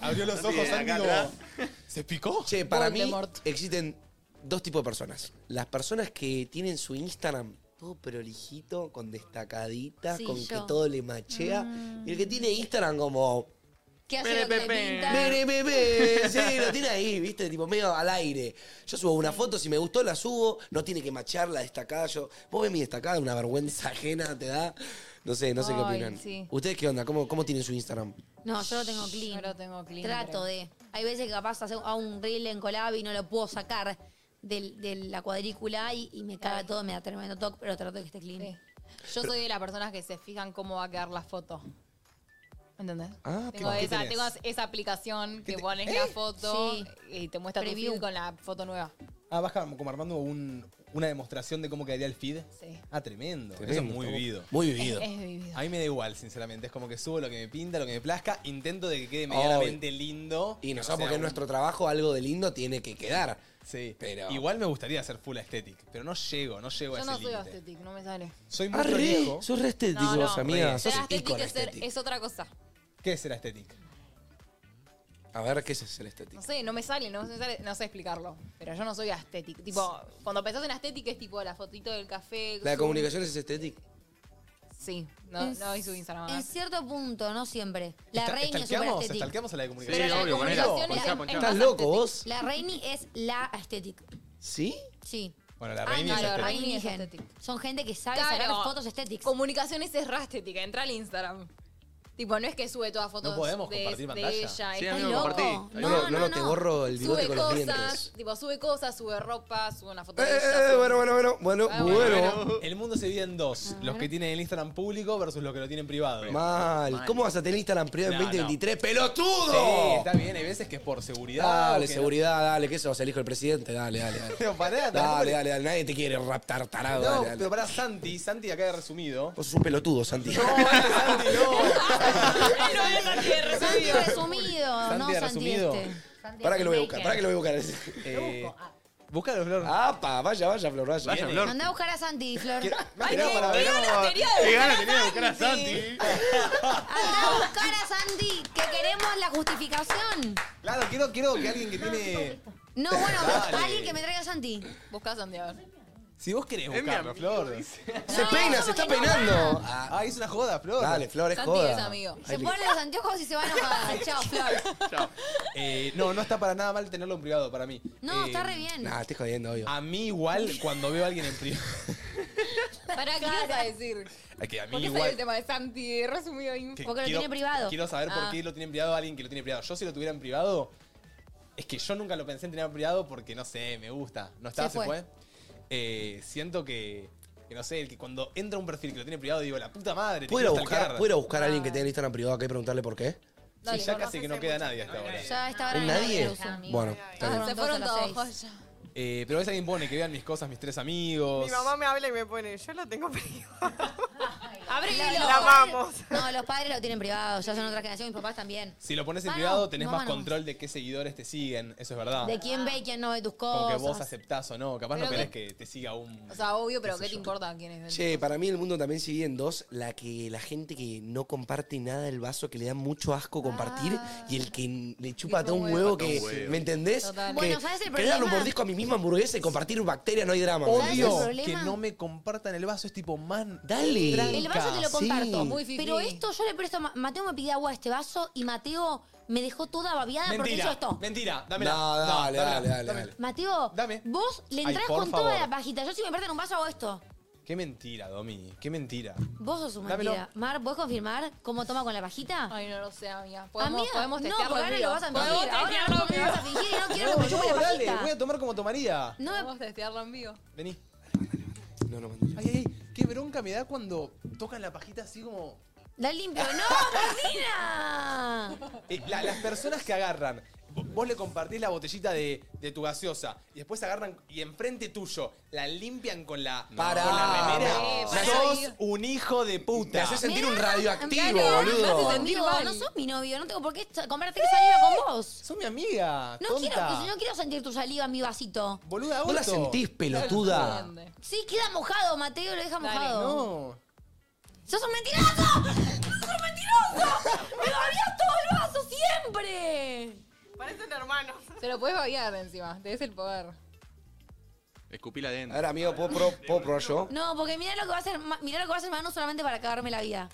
[SPEAKER 1] Abrió los ojos,
[SPEAKER 6] Bien,
[SPEAKER 1] Santi.
[SPEAKER 6] acá
[SPEAKER 1] como-
[SPEAKER 6] atrás.
[SPEAKER 1] ¿Se picó?
[SPEAKER 2] Che, para mí existen dos tipos de personas. Las personas que tienen su Instagram todo prolijito, con destacaditas,
[SPEAKER 3] Sí,
[SPEAKER 2] con
[SPEAKER 3] yo.
[SPEAKER 2] que todo le machea. Y el que tiene Instagram como...
[SPEAKER 3] ¿Qué hace lo que le pinta?
[SPEAKER 2] Mere, me, me. Sí, lo tiene ahí, viste, tipo medio al aire. Yo subo una foto, si me gustó la subo, no tiene que machar la destacada. Yo, vos ves mi destacada, una vergüenza ajena te da. No sé, no sé qué
[SPEAKER 4] Ay,
[SPEAKER 2] opinan.
[SPEAKER 4] sí.
[SPEAKER 2] ¿Ustedes qué onda? ¿Cómo, cómo tienen su Instagram?
[SPEAKER 3] No, yo lo tengo clean.
[SPEAKER 4] Yo lo tengo clean,
[SPEAKER 3] Trato
[SPEAKER 4] creo.
[SPEAKER 3] de. Hay veces que capaz hace a un reel en collab y no lo puedo sacar del- de la cuadrícula y, y me caga todo, me da tremendo toque, pero trato de que esté clean.
[SPEAKER 4] Yo soy de las personas que se fijan cómo va a quedar la foto. ¿Entendés?
[SPEAKER 2] Ah,
[SPEAKER 4] Tengo
[SPEAKER 2] ¿qué
[SPEAKER 4] esa,
[SPEAKER 2] tenés?
[SPEAKER 4] tengo esa aplicación que pones la foto
[SPEAKER 3] Sí.
[SPEAKER 4] y te muestra
[SPEAKER 3] Preview.
[SPEAKER 4] tu feed con la foto nueva.
[SPEAKER 1] Ah, vas como como armando un- una demostración de cómo quedaría el feed.
[SPEAKER 4] Sí.
[SPEAKER 1] Ah, tremendo. Eso es
[SPEAKER 2] Tremendo,
[SPEAKER 1] muy
[SPEAKER 2] está bu-
[SPEAKER 1] vivido.
[SPEAKER 2] muy vivido.
[SPEAKER 4] Es vivido.
[SPEAKER 1] A mí me da igual, sinceramente. Es como que subo lo que me pinta, lo que me plazca. Intento de que quede medianamente lindo.
[SPEAKER 2] Y
[SPEAKER 1] O
[SPEAKER 2] nosotros,
[SPEAKER 1] sea,
[SPEAKER 2] porque en
[SPEAKER 1] un-
[SPEAKER 2] nuestro trabajo algo de lindo tiene que quedar.
[SPEAKER 1] Sí.
[SPEAKER 2] Pero-
[SPEAKER 1] Igual me gustaría hacer full aesthetic, pero no llego, no llego a
[SPEAKER 4] Yo
[SPEAKER 1] ese
[SPEAKER 4] no soy
[SPEAKER 1] límite.
[SPEAKER 4] aesthetic, no me sale.
[SPEAKER 1] Soy muy
[SPEAKER 2] Ah, re,
[SPEAKER 1] prolijo.
[SPEAKER 2] sos re estético,
[SPEAKER 4] No, no.
[SPEAKER 2] vos, amiga.
[SPEAKER 1] Re.
[SPEAKER 2] Sos
[SPEAKER 4] Ser
[SPEAKER 2] estético
[SPEAKER 4] aesthetic
[SPEAKER 2] en
[SPEAKER 4] es, ser-
[SPEAKER 2] estética.
[SPEAKER 4] es otra cosa.
[SPEAKER 1] ¿Qué es ser aesthetic?
[SPEAKER 2] A ver, ¿qué es el estético?
[SPEAKER 4] No sé, no me sale, no, me sale, no sé explicarlo. Pero yo no soy aesthetic. Tipo, cuando pensás en aesthetic es tipo la fotito del café.
[SPEAKER 2] ¿La de
[SPEAKER 4] su-
[SPEAKER 2] comunicaciones es estética?
[SPEAKER 4] Sí, no, no vi su Instagram.
[SPEAKER 3] En
[SPEAKER 4] ¿verdad?
[SPEAKER 3] cierto punto, no siempre. La reina es súper
[SPEAKER 1] ¿Estalqueamos?
[SPEAKER 3] estética.
[SPEAKER 1] ¿Estalqueamos a la de
[SPEAKER 6] Sí,
[SPEAKER 1] comunicación?
[SPEAKER 6] obvio, ponela,
[SPEAKER 3] comunicación
[SPEAKER 6] ponchá,
[SPEAKER 3] es-
[SPEAKER 6] ponchá.
[SPEAKER 2] ¿Estás loco vos?
[SPEAKER 3] La reini es la estética.
[SPEAKER 2] ¿Sí?
[SPEAKER 3] Sí.
[SPEAKER 1] Bueno, la
[SPEAKER 3] Ah,
[SPEAKER 1] reina
[SPEAKER 3] no,
[SPEAKER 1] es
[SPEAKER 3] la
[SPEAKER 1] aesthetic.
[SPEAKER 3] reina
[SPEAKER 4] Reini es
[SPEAKER 3] eligen.
[SPEAKER 4] aesthetic.
[SPEAKER 3] Son gente que sabe
[SPEAKER 4] Claro.
[SPEAKER 3] sacar fotos estéticas.
[SPEAKER 4] Comunicaciones es re estética, entra al Instagram. Tipo, no es que sube todas fotos
[SPEAKER 1] podemos
[SPEAKER 4] de,
[SPEAKER 1] compartir
[SPEAKER 4] de
[SPEAKER 2] este
[SPEAKER 1] pantalla.
[SPEAKER 4] ella.
[SPEAKER 1] Sí,
[SPEAKER 4] ¿Estás
[SPEAKER 1] amigo,
[SPEAKER 4] loco?
[SPEAKER 1] compartí.
[SPEAKER 2] No, no, no, te borro el bigote
[SPEAKER 4] Sube
[SPEAKER 2] con los
[SPEAKER 4] cosas,
[SPEAKER 2] dientes.
[SPEAKER 4] tipo, sube cosas, sube ropa, sube una foto
[SPEAKER 2] Eh,
[SPEAKER 4] de ella.
[SPEAKER 2] eh,
[SPEAKER 4] sube-
[SPEAKER 2] bueno, bueno, bueno, bueno,
[SPEAKER 4] Ah,
[SPEAKER 2] bueno.
[SPEAKER 1] El mundo se divide en dos. Los que tienen el Instagram público versus los que lo tienen privado.
[SPEAKER 2] Mal. ¿Cómo vas a tener Instagram privado en
[SPEAKER 1] No,
[SPEAKER 2] 2023?
[SPEAKER 1] no.
[SPEAKER 2] ¡Pelotudo!
[SPEAKER 1] Sí, está bien. Hay veces que es por seguridad.
[SPEAKER 2] Dale,
[SPEAKER 1] o que
[SPEAKER 2] seguridad, dale, que eso va el hijo del presidente. Dale, dale, dale.
[SPEAKER 1] Pero pará, tampoco-
[SPEAKER 2] Dale, dale, dale. Nadie te quiere raptar,
[SPEAKER 1] No,
[SPEAKER 2] tarado. dale, dale.
[SPEAKER 1] pero para Santi, Santi acá de resumido.
[SPEAKER 2] Vos sos un pelotudo, Santi.
[SPEAKER 3] Santi resumido, no
[SPEAKER 1] de
[SPEAKER 3] Santi este.
[SPEAKER 2] Para que lo voy a buscar, para que lo voy a buscar.
[SPEAKER 1] Eh, Búscalo, Flor.
[SPEAKER 2] ¡Apa! Vaya, vaya, Flor, vaya.
[SPEAKER 1] Vaya, Flor.
[SPEAKER 3] Mandá a buscar a Santi, Flor.
[SPEAKER 2] Ay, qué para ver. ganas tenía de
[SPEAKER 1] Qué
[SPEAKER 2] buscar
[SPEAKER 1] ganas
[SPEAKER 2] a
[SPEAKER 1] tenía de buscar a
[SPEAKER 2] Santi.
[SPEAKER 1] Santi.
[SPEAKER 3] Andá a buscar a Santi, que queremos la justificación.
[SPEAKER 1] Claro, quiero, quiero que alguien que tiene.
[SPEAKER 3] No, bueno,
[SPEAKER 1] Dale.
[SPEAKER 3] alguien que me traiga a Santi.
[SPEAKER 4] Busca a Santi, a ver.
[SPEAKER 1] Si vos querés buscarlo, Flor.
[SPEAKER 2] Se peina, se está peinando.
[SPEAKER 1] Ah, es una joda, Flor.
[SPEAKER 2] Dale, Flor, es
[SPEAKER 3] Santi
[SPEAKER 2] joda.
[SPEAKER 3] es amigo. Se
[SPEAKER 1] Ahí
[SPEAKER 3] pone los anteojos y se va a enojar. Chao, Flor.
[SPEAKER 1] Eh, no, no está para nada mal tenerlo en privado para mí.
[SPEAKER 3] No,
[SPEAKER 1] Eh,
[SPEAKER 3] está re bien.
[SPEAKER 2] Nah, estoy jodiendo, obvio.
[SPEAKER 1] A mí igual cuando veo a alguien en privado.
[SPEAKER 4] ¿Para qué ibas a decir?
[SPEAKER 1] Es que a mí
[SPEAKER 4] ¿Por qué salió el
[SPEAKER 1] igual.
[SPEAKER 4] tema de Santi de resumido info?
[SPEAKER 1] que quiero- Quiero saber
[SPEAKER 4] Ah.
[SPEAKER 1] por qué lo tiene en privado a alguien que lo tiene en privado. Yo si lo tuviera en privado, es que yo nunca lo pensé en tener en privado porque no sé, me gusta. No está,
[SPEAKER 6] Se
[SPEAKER 1] se
[SPEAKER 6] fue.
[SPEAKER 1] fue. Eh, siento que, que no sé, que cuando entra un perfil que lo tiene en privado digo, la puta madre. te
[SPEAKER 2] ¿Puedo ir a
[SPEAKER 1] quiero
[SPEAKER 2] buscar,
[SPEAKER 1] stalkear.
[SPEAKER 2] ¿puedo ir a buscar a alguien que tenga el Instagram privado acá y preguntarle por qué?
[SPEAKER 1] Sí,
[SPEAKER 3] Dale,
[SPEAKER 1] ya
[SPEAKER 3] conoces
[SPEAKER 1] casi que no queda nadie hasta ahora.
[SPEAKER 3] Ya está ahora
[SPEAKER 2] ¿Hay
[SPEAKER 3] en el
[SPEAKER 2] nadie?
[SPEAKER 3] uso.
[SPEAKER 2] Bueno, está bien.
[SPEAKER 4] Se fueron
[SPEAKER 3] Todos a
[SPEAKER 4] todos.
[SPEAKER 3] las
[SPEAKER 4] joya.
[SPEAKER 1] Eh, pero ves alguien pone que vean mis cosas, mis tres amigos.
[SPEAKER 5] Mi mamá me habla y me pone, yo lo tengo privado.
[SPEAKER 3] Los-
[SPEAKER 5] La
[SPEAKER 3] los
[SPEAKER 5] amamos.
[SPEAKER 3] padres- No, los padres lo tienen privado, ya son otra generación, mis papás también.
[SPEAKER 1] Si lo pones en
[SPEAKER 3] Ah,
[SPEAKER 1] privado,
[SPEAKER 3] no,
[SPEAKER 1] tenés
[SPEAKER 3] no,
[SPEAKER 1] más
[SPEAKER 3] no.
[SPEAKER 1] control de qué seguidores te siguen, eso es verdad.
[SPEAKER 3] De quién ve y quién no ve tus cosas.
[SPEAKER 1] Como que vos aceptás o no, capaz no
[SPEAKER 3] Pero
[SPEAKER 1] querés que te siga un.
[SPEAKER 4] O sea, obvio, pero
[SPEAKER 1] Qué sé
[SPEAKER 4] ¿qué te
[SPEAKER 1] yo.
[SPEAKER 4] importa quién es?
[SPEAKER 2] Che, para mí el mundo también se divide en dos. La que la gente que no comparte nada del vaso, que le da mucho asco compartir, y el que n- le chupa todo un huevo que.
[SPEAKER 6] Un huevo.
[SPEAKER 2] ¿Me entendés?
[SPEAKER 3] Total.
[SPEAKER 2] Que,
[SPEAKER 3] Bueno, ¿sabes el
[SPEAKER 2] querer darle un
[SPEAKER 3] problema?
[SPEAKER 2] mordisco a mi misma hamburguesa y compartir bacteria no hay drama. ¿me
[SPEAKER 1] Odio
[SPEAKER 2] entendés?
[SPEAKER 1] que no me compartan el vaso, es tipo, man.
[SPEAKER 2] Dale.
[SPEAKER 1] tranca.
[SPEAKER 3] El vaso te lo comparto.
[SPEAKER 2] Sí. Muy
[SPEAKER 3] pero esto yo le presto. a Ma- Mateo me pidió agua a este vaso y Mateo me dejó toda babiada porque hizo
[SPEAKER 1] Mentira,
[SPEAKER 3] esto.
[SPEAKER 1] mentira, dámela.
[SPEAKER 2] No, dale,
[SPEAKER 1] dámela,
[SPEAKER 2] dale, dale,
[SPEAKER 1] dámela.
[SPEAKER 3] Mateo, vos le
[SPEAKER 1] Ay,
[SPEAKER 3] entrás
[SPEAKER 1] por
[SPEAKER 3] con
[SPEAKER 1] favor.
[SPEAKER 3] toda la pajita. Yo si me prestan un vaso hago esto.
[SPEAKER 1] Qué mentira, Domi, qué mentira.
[SPEAKER 3] Vos sos un
[SPEAKER 1] Dámelo.
[SPEAKER 3] mentira. Mar, ¿puedes confirmar cómo toma con la pajita?
[SPEAKER 4] Ay, no lo sé, amiga. Podemos,
[SPEAKER 3] Amiga,
[SPEAKER 4] podemos
[SPEAKER 3] no,
[SPEAKER 4] testearlo
[SPEAKER 3] porque
[SPEAKER 4] en
[SPEAKER 3] ahora
[SPEAKER 4] vivo.
[SPEAKER 3] lo vas a
[SPEAKER 4] Podemos
[SPEAKER 3] fingir. Ahora
[SPEAKER 4] testearlo
[SPEAKER 3] porque
[SPEAKER 4] en
[SPEAKER 3] vas
[SPEAKER 4] vivo.
[SPEAKER 3] a fingir y no quiero que me chupe la
[SPEAKER 1] dale,
[SPEAKER 3] pajita.
[SPEAKER 1] voy a tomar como tomaría.
[SPEAKER 3] No me-
[SPEAKER 4] Podemos testearlo en vivo.
[SPEAKER 1] Vení.
[SPEAKER 2] No, no,
[SPEAKER 1] Ay, ay, ay, qué bronca me da cuando tocan la pajita así como.
[SPEAKER 3] La limpio. ¡No, Martina!
[SPEAKER 1] Eh, la- las personas que agarran, vo- vos le compartís la botellita de, de tu gaseosa y después agarran y enfrente tuyo la limpian con la,
[SPEAKER 2] Pará,
[SPEAKER 1] con la remera.
[SPEAKER 2] no. Me
[SPEAKER 1] Sos un hijo de puta.
[SPEAKER 2] Me hace sentir un radioactivo,
[SPEAKER 3] Mirá,
[SPEAKER 2] boludo.
[SPEAKER 3] Amigo, no sos mi novio, no tengo por qué sa- comprarte que saliva con vos.
[SPEAKER 1] Sos mi amiga.
[SPEAKER 3] No
[SPEAKER 1] tonta.
[SPEAKER 3] quiero, que- no quiero sentir tu saliva en mi vasito.
[SPEAKER 1] Boluda,
[SPEAKER 2] Ah, ¿Vos la
[SPEAKER 1] auto.
[SPEAKER 2] sentís pelotuda?
[SPEAKER 3] Sí, queda mojado, Mateo, lo deja mojado.
[SPEAKER 1] No.
[SPEAKER 3] ¡Sos un mentiroso! ¡Sos un mentiroso! ¡Me babías todo el vaso siempre!
[SPEAKER 5] Parecen hermanos.
[SPEAKER 4] Se lo puedes babear encima. Te des el poder.
[SPEAKER 6] Escupila adentro.
[SPEAKER 2] Ahora, amigo, ¿puedo, pro- puedo probar yo?
[SPEAKER 3] No, porque mirá lo que va a hacer, Ma- mirá lo que va a hacer Manu solamente para cagarme la vida.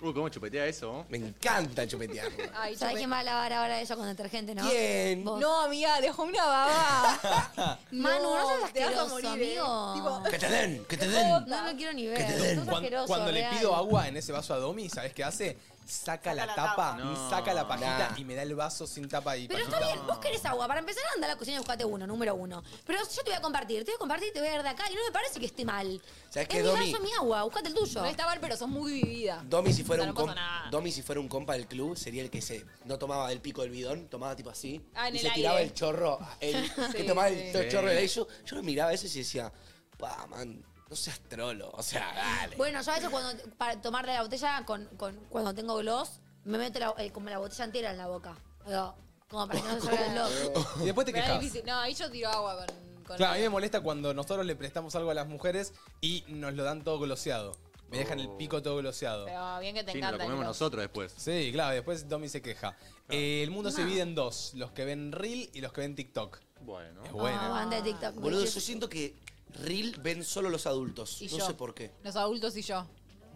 [SPEAKER 6] Uh, cómo chupetea eso.
[SPEAKER 2] Me encanta chupetear.
[SPEAKER 4] Ay,
[SPEAKER 3] ¿Sabés
[SPEAKER 4] chupé.
[SPEAKER 3] quién va a lavar ahora eso con detergente, no?
[SPEAKER 2] ¿Quién?
[SPEAKER 3] Vos.
[SPEAKER 4] No, amiga, dejó una baba.
[SPEAKER 3] Manu, no, seas
[SPEAKER 4] te vas a
[SPEAKER 3] asqueroso,
[SPEAKER 4] morir, eh.
[SPEAKER 3] amigo.
[SPEAKER 2] ¡Que te den! ¡Que te den!
[SPEAKER 3] No lo quiero ni ver. Sos
[SPEAKER 1] Cuan-
[SPEAKER 3] asqueroso,
[SPEAKER 1] Cuando, le
[SPEAKER 3] real.
[SPEAKER 1] pido agua en ese vaso a Domi, ¿sabes qué hace? Saca, la, tapa,
[SPEAKER 6] No.
[SPEAKER 1] saca la pajita
[SPEAKER 2] Nah.
[SPEAKER 1] y me da el vaso sin tapa y
[SPEAKER 3] Pero está
[SPEAKER 1] pajita.
[SPEAKER 3] bien, vos querés agua. Para empezar, anda a la cocina y buscate uno, número uno. Pero yo te voy a compartir, te voy a compartir, te voy a dar de acá. Y no me parece que esté mal.
[SPEAKER 2] ¿Sabés
[SPEAKER 3] es
[SPEAKER 2] qué,
[SPEAKER 3] mi
[SPEAKER 2] Domi?
[SPEAKER 3] vaso, mi agua. Buscate el tuyo.
[SPEAKER 4] No está mal, pero sos muy vivida.
[SPEAKER 2] Domi si, fuera
[SPEAKER 4] O sea,
[SPEAKER 2] un
[SPEAKER 4] no
[SPEAKER 2] com-
[SPEAKER 4] pasa nada.
[SPEAKER 2] Domi, si fuera un compa del club, sería el que se no tomaba del pico del bidón, tomaba tipo así.
[SPEAKER 4] Ah, en
[SPEAKER 2] y
[SPEAKER 4] el
[SPEAKER 2] se tiraba
[SPEAKER 4] aire.
[SPEAKER 2] el chorro. el- que
[SPEAKER 4] Sí,
[SPEAKER 2] tomaba
[SPEAKER 4] sí.
[SPEAKER 2] el to-
[SPEAKER 6] Sí.
[SPEAKER 2] chorro del aire. Yo, yo lo miraba a veces y decía, pa, man, no seas trolo. O sea, dale.
[SPEAKER 3] Bueno, yo a veces cuando, para tomar de la botella, con, con- cuando tengo gloss, me meto la- el- como la botella entera en la boca. Digo, Como para que no me salga el gloss.
[SPEAKER 1] Y después te
[SPEAKER 4] Me da
[SPEAKER 1] quejas.
[SPEAKER 4] difícil. No, ahí yo tiro agua con. con
[SPEAKER 1] Claro, a mí me molesta cuando nosotros le prestamos algo a las mujeres y nos lo dan todo gloseado. Me dejan el pico todo gloseado.
[SPEAKER 4] Pero bien que te
[SPEAKER 6] Oh. Sí, nos
[SPEAKER 4] encanta.
[SPEAKER 6] lo comemos
[SPEAKER 4] Nico.
[SPEAKER 6] nosotros después.
[SPEAKER 1] Sí, claro, después Domi se queja. Eh, el mundo se divide en dos, los que ven Reel y los que ven TikTok.
[SPEAKER 6] Bueno.
[SPEAKER 1] Es
[SPEAKER 3] Ah,
[SPEAKER 1] buena.
[SPEAKER 3] banda de TikTok.
[SPEAKER 2] Boludo, yo siento que Reel ven solo los adultos.
[SPEAKER 4] Y
[SPEAKER 2] no
[SPEAKER 4] yo.
[SPEAKER 2] sé por qué.
[SPEAKER 4] Los adultos y yo.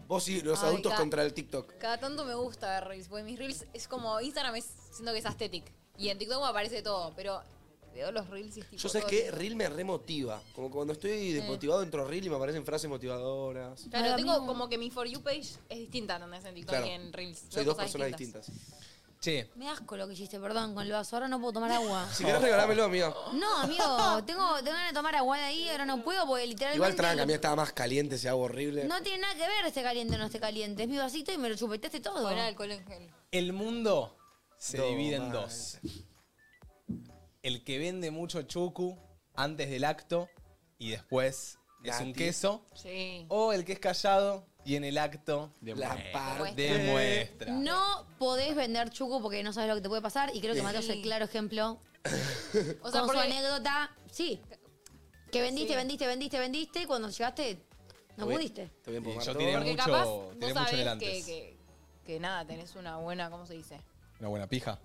[SPEAKER 2] Vos y los
[SPEAKER 4] Ay,
[SPEAKER 2] adultos
[SPEAKER 4] ca-
[SPEAKER 2] contra el TikTok.
[SPEAKER 4] Cada tanto me gusta ver reels, porque mis reels es como Instagram es siento que es aesthetic y en TikTok me aparece todo, pero veo los reels y es tipo
[SPEAKER 2] Yo sabes
[SPEAKER 4] todo
[SPEAKER 2] que
[SPEAKER 4] tipo-
[SPEAKER 2] Reel me remotiva. Como cuando estoy desmotivado entro a Reel y me aparecen frases motivadoras.
[SPEAKER 4] Claro, tengo como que mi For You page es distinta, ¿entendés? En TikTok
[SPEAKER 2] Claro.
[SPEAKER 4] y en Reels.
[SPEAKER 2] Soy
[SPEAKER 4] Veo
[SPEAKER 2] dos
[SPEAKER 4] cosas
[SPEAKER 2] personas distintas.
[SPEAKER 1] Che.
[SPEAKER 3] Me asco lo que hiciste, perdón, con el vaso. Ahora no puedo tomar agua.
[SPEAKER 2] Si querés regalármelo, amigo.
[SPEAKER 3] No, amigo, tengo, tengo ganas de tomar agua de ahí, ahora no puedo porque literalmente...
[SPEAKER 2] Igual tranca, a mí estaba más caliente ese agua horrible.
[SPEAKER 3] No tiene nada que ver este caliente o no este caliente. Es mi vasito y me lo chupeteaste todo.
[SPEAKER 4] Con alcohol en gel.
[SPEAKER 1] El mundo se
[SPEAKER 2] Dos
[SPEAKER 1] divide en
[SPEAKER 2] más.
[SPEAKER 1] dos. El que vende mucho chucu antes del acto y después es un
[SPEAKER 2] Nati.
[SPEAKER 1] queso.
[SPEAKER 4] Sí.
[SPEAKER 1] O el que es callado y en el acto
[SPEAKER 2] Demuestra.
[SPEAKER 1] parte
[SPEAKER 2] Demuestra.
[SPEAKER 1] demuestra.
[SPEAKER 3] No podés vender chucu porque no sabes lo que te puede pasar y creo que
[SPEAKER 1] Sí.
[SPEAKER 3] Mateo es el claro ejemplo.
[SPEAKER 4] O sea,
[SPEAKER 3] con su
[SPEAKER 4] porque-
[SPEAKER 3] anécdota, sí. Que vendiste,
[SPEAKER 4] Sí.
[SPEAKER 3] vendiste, vendiste, vendiste y cuando llegaste no
[SPEAKER 1] Voy-
[SPEAKER 3] pudiste.
[SPEAKER 2] Te voy a
[SPEAKER 1] Y yo
[SPEAKER 2] todo.
[SPEAKER 1] tiré
[SPEAKER 4] Porque
[SPEAKER 1] mucho, tiré
[SPEAKER 4] capaz vos
[SPEAKER 1] mucho en el
[SPEAKER 4] sabés que,
[SPEAKER 1] antes.
[SPEAKER 4] que, que nada, tenés una buena, ¿cómo se dice?
[SPEAKER 1] Una buena pija.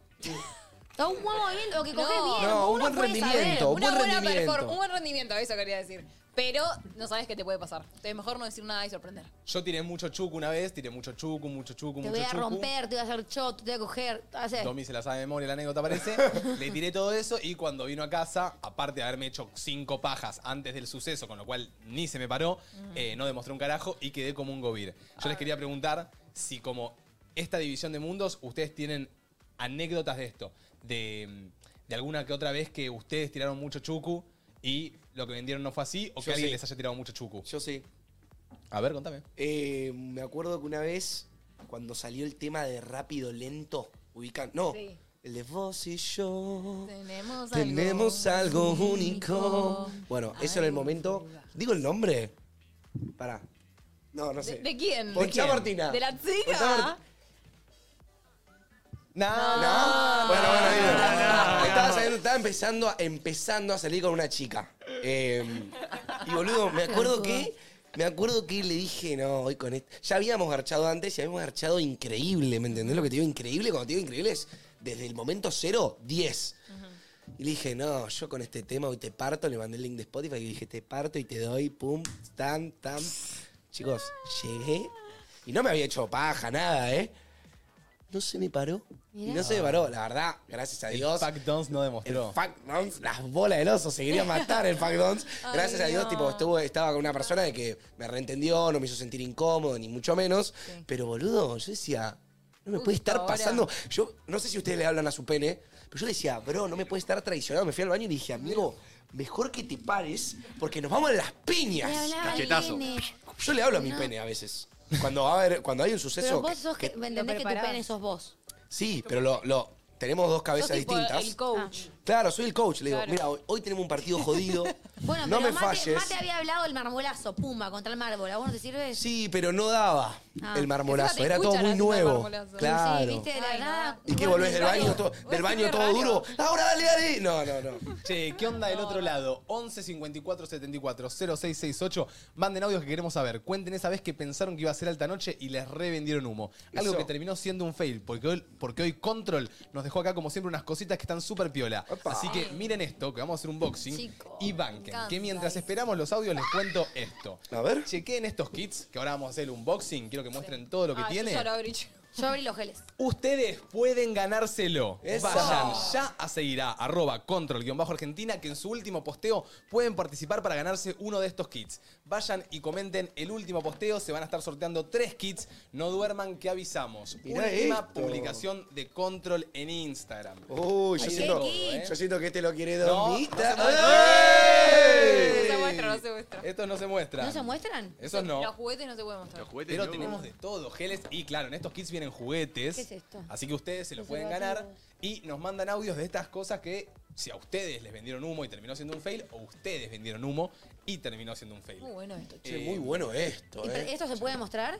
[SPEAKER 3] O un buen movimiento, o que coges
[SPEAKER 4] No.
[SPEAKER 3] bien.
[SPEAKER 1] No,
[SPEAKER 3] como
[SPEAKER 1] un
[SPEAKER 3] uno
[SPEAKER 1] buen
[SPEAKER 3] puede saber.
[SPEAKER 1] rendimiento, un
[SPEAKER 4] Una
[SPEAKER 1] buen
[SPEAKER 4] buena
[SPEAKER 1] rendimiento.
[SPEAKER 4] performance, un buen rendimiento, eso quería decir. Pero no sabes qué te puede pasar. Entonces mejor no decir nada y sorprender.
[SPEAKER 1] Yo tiré mucho chucu una vez, tiré mucho chucu, mucho chucu,
[SPEAKER 3] Te
[SPEAKER 1] mucho
[SPEAKER 3] voy a
[SPEAKER 1] chucu.
[SPEAKER 3] romper, te voy a hacer choto, te voy a coger. hace-
[SPEAKER 1] Tommy se la sabe de memoria la anécdota, parece. Le tiré todo eso y cuando vino a casa, aparte de haberme hecho cinco pajas antes del suceso, con lo cual ni se me paró, eh, no demostré un carajo y quedé como un gobir. Yo les quería preguntar si como esta división de mundos, ustedes tienen anécdotas de esto, de, de alguna que otra vez que ustedes tiraron mucho chucu y lo que vendieron no fue así, o
[SPEAKER 2] Yo
[SPEAKER 1] que alguien
[SPEAKER 2] sí.
[SPEAKER 1] les haya tirado mucho chucu.
[SPEAKER 2] Yo sí.
[SPEAKER 1] A ver, contame.
[SPEAKER 2] Eh, me acuerdo que una vez, cuando salió el tema de rápido, lento, ubican. No,
[SPEAKER 4] Sí.
[SPEAKER 2] el de vos y yo.
[SPEAKER 4] Tenemos
[SPEAKER 2] Tenemos algo único. Bueno, eso en el momento. ¿Digo el nombre? Pará. No, no sé.
[SPEAKER 4] ¿De, de quién?
[SPEAKER 2] Ponchá
[SPEAKER 4] ¿De quién?
[SPEAKER 2] Martina.
[SPEAKER 4] ¿De la
[SPEAKER 2] Ponchá
[SPEAKER 4] chica?
[SPEAKER 2] Mar- ¿No? Bueno, bueno, ahí va. Estaba, saliendo- estaba empezando, a, empezando a salir con una chica. Eh, y boludo, me acuerdo que. Me acuerdo que le dije, no, hoy con esto. Ya habíamos garchado antes y habíamos garchado increíble, ¿me entendés lo que te digo? Increíble, cuando te digo increíble es desde el momento cero, 10. Y le dije, no, yo con este tema hoy te parto, le mandé el link de Spotify y le dije, te parto y te doy, pum, tan, tan. Chicos, llegué y no me había hecho paja, nada, ¿eh? No se me paró. Y no se me paró, la verdad, gracias a Dios.
[SPEAKER 1] Fuck Dons no demostró.
[SPEAKER 2] El fuck dance, las bolas del oso, se quería matar el fuck dance.
[SPEAKER 1] Ay,
[SPEAKER 2] Gracias a Dios,
[SPEAKER 1] no.
[SPEAKER 2] tipo, estuvo, estaba con una persona de que me reentendió, no me hizo sentir incómodo, ni mucho menos. Pero boludo, yo decía, no me puede
[SPEAKER 1] Justo
[SPEAKER 2] estar
[SPEAKER 1] ahora.
[SPEAKER 2] pasando. Yo no sé si ustedes le hablan a su pene, pero yo le decía, bro, no me puede estar traicionado. Me fui al baño y le dije, amigo, mejor que te pares porque nos vamos a las piñas.
[SPEAKER 3] Le hablaba al pene.
[SPEAKER 2] Yo le hablo a mi
[SPEAKER 3] No.
[SPEAKER 2] pene a veces. Cuando, va a haber- cuando hay un suceso.
[SPEAKER 3] Pero
[SPEAKER 2] que-
[SPEAKER 3] vos sos que,
[SPEAKER 2] que-
[SPEAKER 3] entendés que tu
[SPEAKER 4] preparás.
[SPEAKER 3] pene sos vos.
[SPEAKER 2] Sí, pero lo, lo- tenemos dos cabezas
[SPEAKER 3] Sos tipo
[SPEAKER 2] distintas.
[SPEAKER 3] el coach.
[SPEAKER 2] Claro, soy el coach. Le digo,
[SPEAKER 3] Claro.
[SPEAKER 2] mira, hoy, hoy tenemos un partido jodido.
[SPEAKER 3] Bueno,
[SPEAKER 2] no
[SPEAKER 3] pero
[SPEAKER 2] me
[SPEAKER 3] Mate,
[SPEAKER 2] falles.
[SPEAKER 3] Mate había hablado el marmolazo, pumba, contra el mármol. ¿A vos no te sirve?
[SPEAKER 2] Sí, pero no daba
[SPEAKER 3] Ah.
[SPEAKER 2] el
[SPEAKER 3] Encima
[SPEAKER 2] marmolazo.
[SPEAKER 3] te
[SPEAKER 2] Era todo
[SPEAKER 3] escuchan
[SPEAKER 2] muy
[SPEAKER 3] haciendo el
[SPEAKER 2] nuevo.
[SPEAKER 3] marmolazo.
[SPEAKER 2] Claro.
[SPEAKER 3] Sí, viste, de la nada.
[SPEAKER 2] ¿Y qué volvés del baño? todo- del baño todo duro. Ahora dale, dale. No, no, no.
[SPEAKER 1] Che, ¿qué onda del otro lado? 11 54 74 0668. Manden audios que queremos saber. Cuenten esa vez que pensaron que iba a ser alta noche y les revendieron humo. Algo
[SPEAKER 2] Eso.
[SPEAKER 1] que terminó siendo un fail, porque hoy, porque hoy Control nos dejó acá, como siempre, unas cositas que están súper piola. Así que miren esto, que vamos a hacer un boxing y banquen.
[SPEAKER 2] encanta
[SPEAKER 1] Que mientras esperamos los audios les cuento esto. A ver. Chequeen estos kits, que ahora vamos a hacer un boxing. Quiero que muestren todo lo que tiene.
[SPEAKER 4] Yo, ya lo abrí. yo abrí los geles.
[SPEAKER 1] Ustedes pueden ganárselo.
[SPEAKER 4] Eso.
[SPEAKER 1] Vayan ya a seguir a arroba control-argentina que en su último posteo pueden participar para ganarse uno de estos kits. Vayan y comenten el último posteo. Se van a estar sorteando tres kits. No duerman que avisamos.
[SPEAKER 2] Mirá
[SPEAKER 1] última
[SPEAKER 2] esto.
[SPEAKER 1] publicación de control en Instagram.
[SPEAKER 2] Uy, yo
[SPEAKER 1] Ahí
[SPEAKER 2] siento,
[SPEAKER 1] tiene todo, ¿eh?
[SPEAKER 2] yo siento que este lo quiere
[SPEAKER 1] No,
[SPEAKER 2] Domita.
[SPEAKER 1] no se
[SPEAKER 2] ¡Ey!
[SPEAKER 4] No se muestra, no se muestra.
[SPEAKER 1] Estos no se muestran.
[SPEAKER 4] ¿No se muestran?
[SPEAKER 1] Esos no.
[SPEAKER 4] Los juguetes no se pueden mostrar. Los
[SPEAKER 1] Pero tenemos de todo, geles y claro, en estos kits vienen juguetes.
[SPEAKER 4] ¿Qué es esto?
[SPEAKER 1] Así que ustedes se los pueden
[SPEAKER 4] Preservativos.
[SPEAKER 1] ganar y nos mandan audios de estas cosas que si a ustedes les vendieron humo y terminó siendo un fail, o ustedes vendieron humo y terminó siendo un fail.
[SPEAKER 3] Muy bueno esto.
[SPEAKER 2] Che, muy bueno esto,
[SPEAKER 3] ¿Y
[SPEAKER 2] eh.
[SPEAKER 3] pre- ¿Esto se puede mostrar?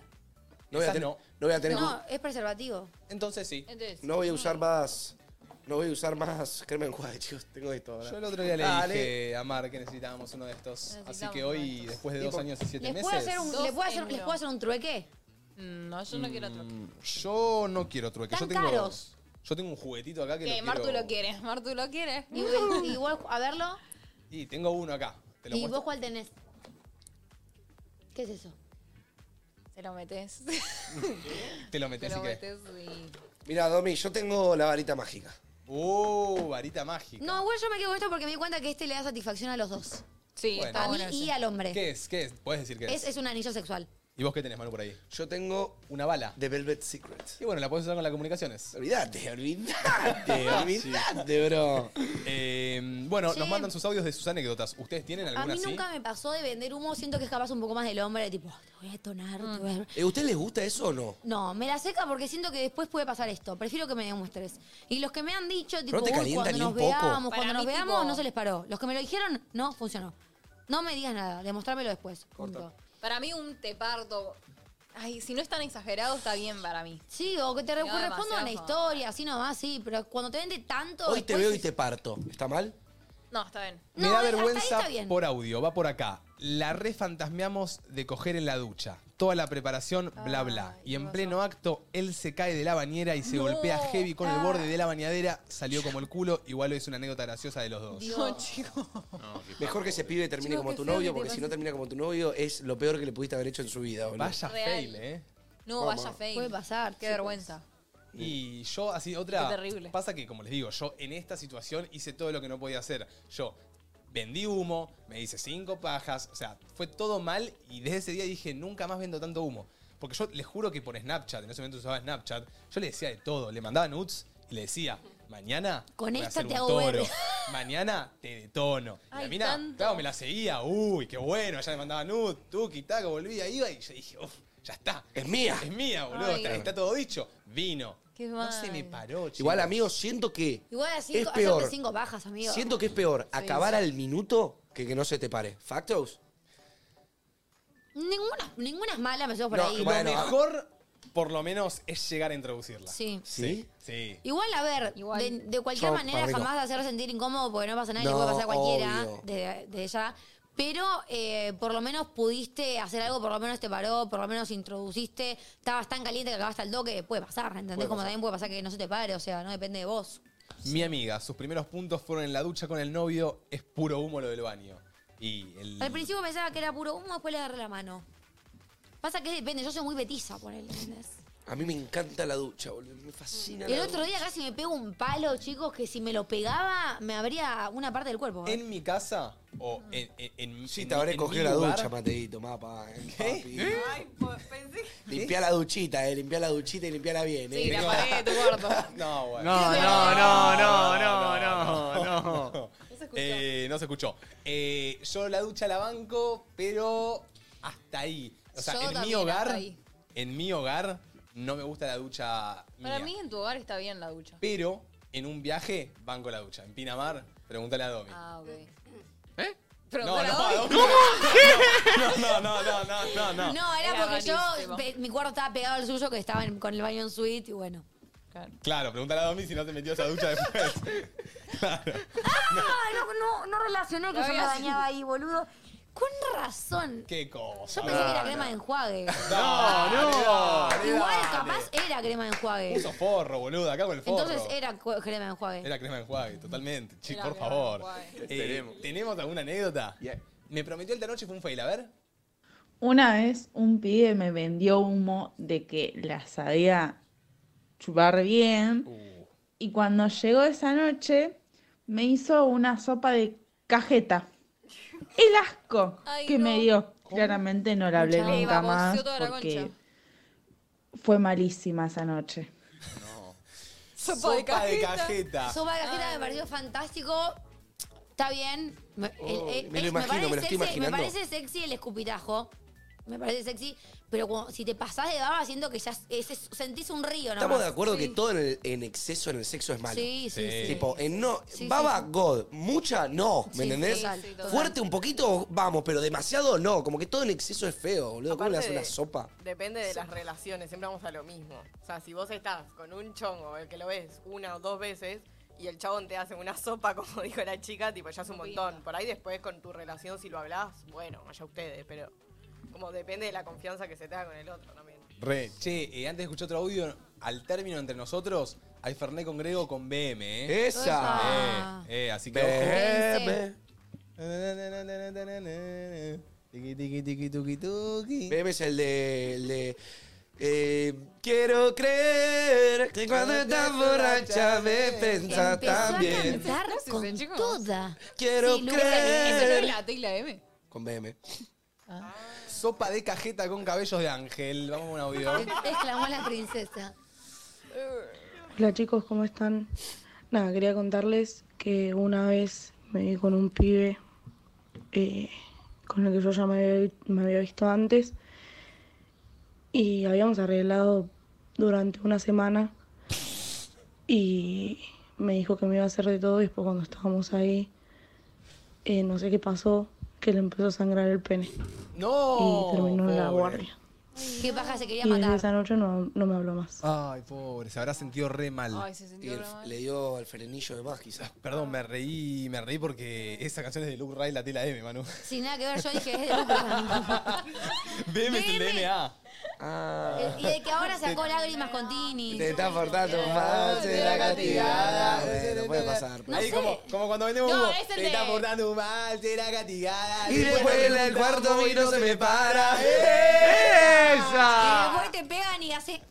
[SPEAKER 2] No voy a,
[SPEAKER 1] Esas
[SPEAKER 2] tener-
[SPEAKER 1] no.
[SPEAKER 2] no voy a tener.
[SPEAKER 3] No, es preservativo.
[SPEAKER 1] Entonces sí.
[SPEAKER 3] Entonces,
[SPEAKER 2] No voy a usar más. No voy a usar más crema en enjuague, chicos. Tengo esto ahora.
[SPEAKER 1] Yo el otro día le
[SPEAKER 2] Dale.
[SPEAKER 1] dije a Mar que necesitábamos uno de estos. Así que hoy, después de dos
[SPEAKER 2] Tipo,
[SPEAKER 1] años y siete
[SPEAKER 3] ¿Les
[SPEAKER 1] meses.
[SPEAKER 3] puedo, hacer un,
[SPEAKER 4] Dos
[SPEAKER 3] ¿les, puedo hacer,
[SPEAKER 4] en
[SPEAKER 3] ¿Les
[SPEAKER 4] uno.
[SPEAKER 3] puedo hacer un trueque?
[SPEAKER 4] No, yo no quiero otro.
[SPEAKER 1] Mm, Yo no quiero trueque. Yo
[SPEAKER 3] Tan
[SPEAKER 1] tengo,
[SPEAKER 3] caros.
[SPEAKER 1] yo tengo un juguetito acá que
[SPEAKER 4] Que
[SPEAKER 1] lo
[SPEAKER 4] Martu
[SPEAKER 1] quiero-
[SPEAKER 4] lo quiere. Martu lo quiere.
[SPEAKER 3] Y, vos- y vos, a verlo.
[SPEAKER 1] Y tengo uno acá. Te lo
[SPEAKER 3] ¿Y
[SPEAKER 1] muestro.
[SPEAKER 3] vos cuál tenés? ¿Qué es eso?
[SPEAKER 4] Se lo metes.
[SPEAKER 1] Te lo metes
[SPEAKER 4] Se lo
[SPEAKER 1] y qué.
[SPEAKER 4] metes y.
[SPEAKER 2] Mira, Domi, yo tengo la varita mágica.
[SPEAKER 1] Uh, varita mágica.
[SPEAKER 3] No, igual yo me quedo con esto porque me di cuenta que este le da satisfacción a los dos.
[SPEAKER 4] Sí,
[SPEAKER 1] Bueno.
[SPEAKER 3] a mí y al hombre.
[SPEAKER 1] ¿Qué es? ¿Qué es? Puedes decir qué es.
[SPEAKER 3] Es, es un anillo sexual.
[SPEAKER 1] ¿Y vos qué tenés, mano por ahí?
[SPEAKER 2] Yo tengo
[SPEAKER 1] una bala.
[SPEAKER 2] De Velvet Secret.
[SPEAKER 1] Y bueno, la podés usar con las comunicaciones. Ah,
[SPEAKER 2] Olvídate, olvídate, olvídate, bro.
[SPEAKER 1] Eh, bueno,
[SPEAKER 3] Che.
[SPEAKER 1] nos mandan sus audios de sus anécdotas. ¿Ustedes tienen
[SPEAKER 3] A
[SPEAKER 1] alguna
[SPEAKER 3] mí
[SPEAKER 1] así?
[SPEAKER 3] nunca me pasó de vender humo, siento que es capaz un poco más del hombre, de tipo, "Ah, te voy a detonar, te voy a...
[SPEAKER 2] Eh, ¿Ustedes les gusta eso o no?
[SPEAKER 3] No, me la seca porque siento que después puede pasar esto. Prefiero que me demuestres. Y los que me han dicho, tipo,
[SPEAKER 2] ¿No te
[SPEAKER 3] "Uy,
[SPEAKER 2] calienta
[SPEAKER 3] cuando
[SPEAKER 2] ni
[SPEAKER 3] nos
[SPEAKER 2] un poco?
[SPEAKER 3] veamos,
[SPEAKER 2] Para
[SPEAKER 3] cuando nos
[SPEAKER 2] mí,
[SPEAKER 3] veamos,
[SPEAKER 2] tipo-
[SPEAKER 3] no se les paró. Los que me lo dijeron, no funcionó. No me digas nada, demostrármelo después. Punto.
[SPEAKER 4] Para mí un te parto. Ay, si no es tan exagerado, está bien para mí.
[SPEAKER 3] Sí, o que te
[SPEAKER 4] No,
[SPEAKER 3] corresponda una
[SPEAKER 4] demasiado.
[SPEAKER 3] historia, así nomás, ah, sí, pero cuando te vende tanto.
[SPEAKER 2] Hoy te
[SPEAKER 3] después
[SPEAKER 2] veo y
[SPEAKER 3] es-
[SPEAKER 2] te parto. ¿Está mal?
[SPEAKER 4] No, está bien.
[SPEAKER 1] Me da vergüenza
[SPEAKER 3] está bien.
[SPEAKER 1] por audio, va por acá. La refantasmeamos de coger en la ducha. Toda la preparación, bla, bla. Y en pleno acto, él se cae de la bañera y se
[SPEAKER 6] No.
[SPEAKER 1] golpea heavy con el
[SPEAKER 6] Ah.
[SPEAKER 1] borde de la bañadera. Salió como el culo. Igual es una anécdota graciosa de los dos.
[SPEAKER 2] No,
[SPEAKER 4] chico.
[SPEAKER 2] Mejor que ese pibe termine
[SPEAKER 4] Chico,
[SPEAKER 2] como
[SPEAKER 4] qué
[SPEAKER 2] tu
[SPEAKER 4] feo que
[SPEAKER 2] novio,
[SPEAKER 4] te
[SPEAKER 2] porque si
[SPEAKER 4] pase.
[SPEAKER 2] no termina como tu novio, es lo peor que le pudiste haber hecho en su vida, boludo.
[SPEAKER 1] Vaya
[SPEAKER 4] Real. fail,
[SPEAKER 1] ¿eh?
[SPEAKER 4] No,
[SPEAKER 1] Vamos.
[SPEAKER 4] vaya fail.
[SPEAKER 3] Puede pasar.
[SPEAKER 4] Qué
[SPEAKER 3] chicos.
[SPEAKER 4] vergüenza.
[SPEAKER 1] Y yo, así, otra.
[SPEAKER 4] Qué terrible.
[SPEAKER 1] Pasa que, como les digo, yo en esta situación hice todo lo que no podía hacer. Yo vendí humo, me hice cinco pajas, o sea, fue todo mal y desde ese día dije, nunca más vendo tanto humo. Porque yo les juro que por Snapchat, en ese momento usaba Snapchat, yo le decía de todo, le mandaba nudes y le decía, mañana
[SPEAKER 3] Con
[SPEAKER 1] voy a
[SPEAKER 3] esta
[SPEAKER 1] hacer
[SPEAKER 3] te
[SPEAKER 1] un
[SPEAKER 3] hago
[SPEAKER 1] toro,
[SPEAKER 3] ver".
[SPEAKER 1] mañana te detono. Y la
[SPEAKER 3] Ay,
[SPEAKER 1] mina,
[SPEAKER 3] tanto.
[SPEAKER 1] claro, me la seguía, uy, qué bueno, ya le mandaba nudes, tú, quitaca, volvía, iba y yo dije, uff, ya está.
[SPEAKER 2] Es mía.
[SPEAKER 1] Es mía, boludo,
[SPEAKER 2] Ay.
[SPEAKER 1] está- está todo dicho. Vino,
[SPEAKER 3] Qué
[SPEAKER 1] no se me
[SPEAKER 3] mal.
[SPEAKER 1] paró, chicos.
[SPEAKER 2] Igual, amigo, siento que
[SPEAKER 3] Igual a
[SPEAKER 2] es
[SPEAKER 3] cinco,
[SPEAKER 2] peor.
[SPEAKER 3] hacerte cinco bajas, amigo.
[SPEAKER 2] Siento que es peor acabar al minuto que que no se te pare. ¿Factos?
[SPEAKER 3] Ninguna, ninguna es mala, me llevo por
[SPEAKER 1] No,
[SPEAKER 3] ahí.
[SPEAKER 1] Lo mejor, por lo menos, es llegar a introducirla.
[SPEAKER 3] Sí.
[SPEAKER 1] ¿Sí? Sí.
[SPEAKER 3] Igual, a ver, De, de cualquier
[SPEAKER 1] Yo,
[SPEAKER 3] manera
[SPEAKER 1] para mí no.
[SPEAKER 3] jamás hacer sentir incómodo porque no pasa nada y le
[SPEAKER 1] No,
[SPEAKER 3] puede pasar a cualquiera
[SPEAKER 1] obvio.
[SPEAKER 3] de, de ya. Pero eh, por lo menos pudiste hacer algo, por lo menos te paró, por lo menos introduciste, estabas tan caliente que acabaste al toque, puede pasar, ¿entendés?
[SPEAKER 1] Puede
[SPEAKER 3] Como
[SPEAKER 1] pasar.
[SPEAKER 3] también puede pasar que no se te pare, o sea, no depende de vos.
[SPEAKER 1] Mi amiga, sus primeros puntos fueron en la ducha con el novio, es puro humo lo del baño. Y el...
[SPEAKER 3] Al principio pensaba que era puro humo, después le agarré la mano. Pasa que depende, yo soy muy betiza por él, ¿entendés?
[SPEAKER 2] A mí me encanta la ducha, boludo. Me fascina
[SPEAKER 3] El
[SPEAKER 2] la
[SPEAKER 3] otro día casi me pego un palo, chicos, que si me lo pegaba me abría una parte del cuerpo. ¿eh?
[SPEAKER 1] En mi casa, o en, en, en-
[SPEAKER 2] Sí,
[SPEAKER 1] en
[SPEAKER 2] te
[SPEAKER 1] mi-
[SPEAKER 2] habré
[SPEAKER 1] en
[SPEAKER 2] cogido
[SPEAKER 1] mi
[SPEAKER 2] la
[SPEAKER 1] lugar,
[SPEAKER 2] ducha, Mateito, mapa. eh, Papi.
[SPEAKER 5] pensé
[SPEAKER 2] Limpiá la duchita, eh. Limpiá la duchita y limpiala bien, eh.
[SPEAKER 5] Sí, la pared de tu gordo.
[SPEAKER 1] No, bueno.
[SPEAKER 6] No, no, no, no, no, no, no.
[SPEAKER 1] Eh, no se escuchó. Eh, yo la ducha la banco, pero hasta ahí. O sea,
[SPEAKER 4] Yo
[SPEAKER 1] en mi
[SPEAKER 4] también, hasta
[SPEAKER 1] hogar,
[SPEAKER 4] ahí.
[SPEAKER 1] en mi hogar, no me gusta la ducha
[SPEAKER 4] Para
[SPEAKER 1] mía.
[SPEAKER 4] mí en tu hogar está bien la ducha.
[SPEAKER 1] Pero en un viaje, banco la ducha. En Pinamar, pregúntale a Domi.
[SPEAKER 4] Ah, ok. ¿Eh?
[SPEAKER 1] No, no, a Domi. No, no, no, no, no, no, no.
[SPEAKER 3] No, era,
[SPEAKER 4] Era
[SPEAKER 3] porque yo,
[SPEAKER 4] rarísimo.
[SPEAKER 3] pe- mi cuarto estaba pegado al suyo, que estaba en- con el baño en suite, y bueno.
[SPEAKER 1] Claro, pregúntale a Domi si no te metió a esa ducha después.
[SPEAKER 3] ¡Ah! No, no, no relacioné que
[SPEAKER 4] La
[SPEAKER 3] yo me
[SPEAKER 4] había-
[SPEAKER 3] bañaba ahí, boludo. Con razón.
[SPEAKER 1] Qué cosa.
[SPEAKER 3] Yo pensé que era
[SPEAKER 1] No,
[SPEAKER 3] crema de enjuague.
[SPEAKER 1] No, no. dale,
[SPEAKER 3] Igual,
[SPEAKER 1] dale.
[SPEAKER 3] capaz era crema de enjuague.
[SPEAKER 1] Puso forro, boludo, acá con el forro.
[SPEAKER 3] Entonces era cu- crema de enjuague.
[SPEAKER 1] Era crema de enjuague, totalmente. Chi,
[SPEAKER 3] Era
[SPEAKER 1] por
[SPEAKER 3] crema de
[SPEAKER 1] favor.
[SPEAKER 3] enjuague.
[SPEAKER 1] Eh,
[SPEAKER 6] Esperemos.
[SPEAKER 1] ¿Tenemos alguna anécdota? Me prometió esta noche y fue un fail. A ver.
[SPEAKER 11] Una vez un pibe me vendió humo de que la sabía chupar bien y cuando llegó esa noche me hizo una sopa de cajeta. El asco que me dio. Claramente no la hablé
[SPEAKER 4] Mucha- Le
[SPEAKER 11] nunca
[SPEAKER 4] baboseó
[SPEAKER 11] más
[SPEAKER 4] toda la
[SPEAKER 11] porque
[SPEAKER 4] concha.
[SPEAKER 11] fue malísima esa noche.
[SPEAKER 1] Sopa de Sopa de cajeta. cajeta.
[SPEAKER 3] Sopa de cajeta me pareció fantástico. Está bien. Me,
[SPEAKER 2] Oh,
[SPEAKER 3] el- el-
[SPEAKER 2] me lo
[SPEAKER 3] es-
[SPEAKER 2] imagino, me lo estoy
[SPEAKER 3] sexy,
[SPEAKER 2] imaginando.
[SPEAKER 3] Me parece sexy el escupitajo. Me parece sexy. Pero cuando- si te pasás de baba, siento que ya es- es- sentís un río, ¿no?
[SPEAKER 2] Estamos de acuerdo que todo en, el- en exceso en el sexo es malo.
[SPEAKER 3] Sí, sí, Sí. sí.
[SPEAKER 2] Tipo, en no,
[SPEAKER 3] Sí,
[SPEAKER 2] baba,
[SPEAKER 3] sí, sí.
[SPEAKER 2] God. Mucha, no. ¿Me
[SPEAKER 3] Sí,
[SPEAKER 2] entendés?
[SPEAKER 3] sí, sí, total.
[SPEAKER 2] Fuerte un poquito, vamos, pero demasiado no. Como que todo en exceso es feo, boludo. ¿Cómo le
[SPEAKER 5] Aparte
[SPEAKER 2] haces una
[SPEAKER 5] de-
[SPEAKER 2] sopa?
[SPEAKER 5] Depende de las relaciones, siempre vamos a lo mismo. O sea, si vos estás con un chongo, el que lo ves una o dos veces, y el chabón te hace una sopa, como dijo la chica, tipo, ya es un montón. Por ahí después con tu relación, si lo hablás, bueno, allá ustedes, pero como depende de la confianza que se tenga con el otro también.
[SPEAKER 1] Re. Che, eh, antes de escuchar otro audio, al término entre nosotros, hay Ferné con Grego con BM, ¿eh?
[SPEAKER 2] ¡Esa!
[SPEAKER 1] Eh, eh, así que.
[SPEAKER 2] BM.
[SPEAKER 1] ojo. Tiki, tiki, tiki, tuki, tuki.
[SPEAKER 2] BM es el de, el de Eh, quiero creer que cuando estás borracha me pensas también.
[SPEAKER 3] con toda.
[SPEAKER 2] Quiero
[SPEAKER 4] ¿Esa
[SPEAKER 2] creer.
[SPEAKER 4] es la T y la M?
[SPEAKER 2] Con BM.
[SPEAKER 3] Ah.
[SPEAKER 1] Sopa de cajeta con cabellos de ángel. Vamos a un audio.
[SPEAKER 3] Exclamó la princesa.
[SPEAKER 14] Hola chicos, ¿cómo están? Nada, quería contarles que una vez me vi con un pibe eh, con el que yo ya me había, me había visto antes y habíamos arreglado durante una semana y me dijo que me iba a hacer de todo y después cuando estábamos ahí, eh, no sé qué pasó, que le empezó a sangrar el pene.
[SPEAKER 1] No,
[SPEAKER 14] Y terminó en la
[SPEAKER 1] pobre.
[SPEAKER 14] guardia.
[SPEAKER 3] Qué paja se
[SPEAKER 14] Y
[SPEAKER 3] quería
[SPEAKER 14] desde
[SPEAKER 3] matar.
[SPEAKER 14] esa noche no, no me habló más.
[SPEAKER 1] Ay, pobre, se habrá sentido re mal.
[SPEAKER 2] Y el- le dio al frenillo de más, quizás.
[SPEAKER 1] Perdón, me reí, me reí porque esa canción es de Luke Ray, la tela M, Manu.
[SPEAKER 3] Sin nada que ver, yo dije, es de Lucas.
[SPEAKER 1] DM es el DNA.
[SPEAKER 2] Ah,
[SPEAKER 3] Y de que ahora sacó lágrimas con Tini.
[SPEAKER 2] Te está portando más de la castigada. Bueno, puede pasar. pues. puede
[SPEAKER 1] Ahí
[SPEAKER 2] pasar.
[SPEAKER 1] como, como cuando vendemos
[SPEAKER 2] No,
[SPEAKER 1] humo.
[SPEAKER 2] es el
[SPEAKER 1] Te
[SPEAKER 2] de-
[SPEAKER 1] está portando mal, será castigada.
[SPEAKER 2] Y después en el cuarto vino se me para.
[SPEAKER 3] Y
[SPEAKER 1] ¡Esa!
[SPEAKER 3] después Eh, te pegan y hace.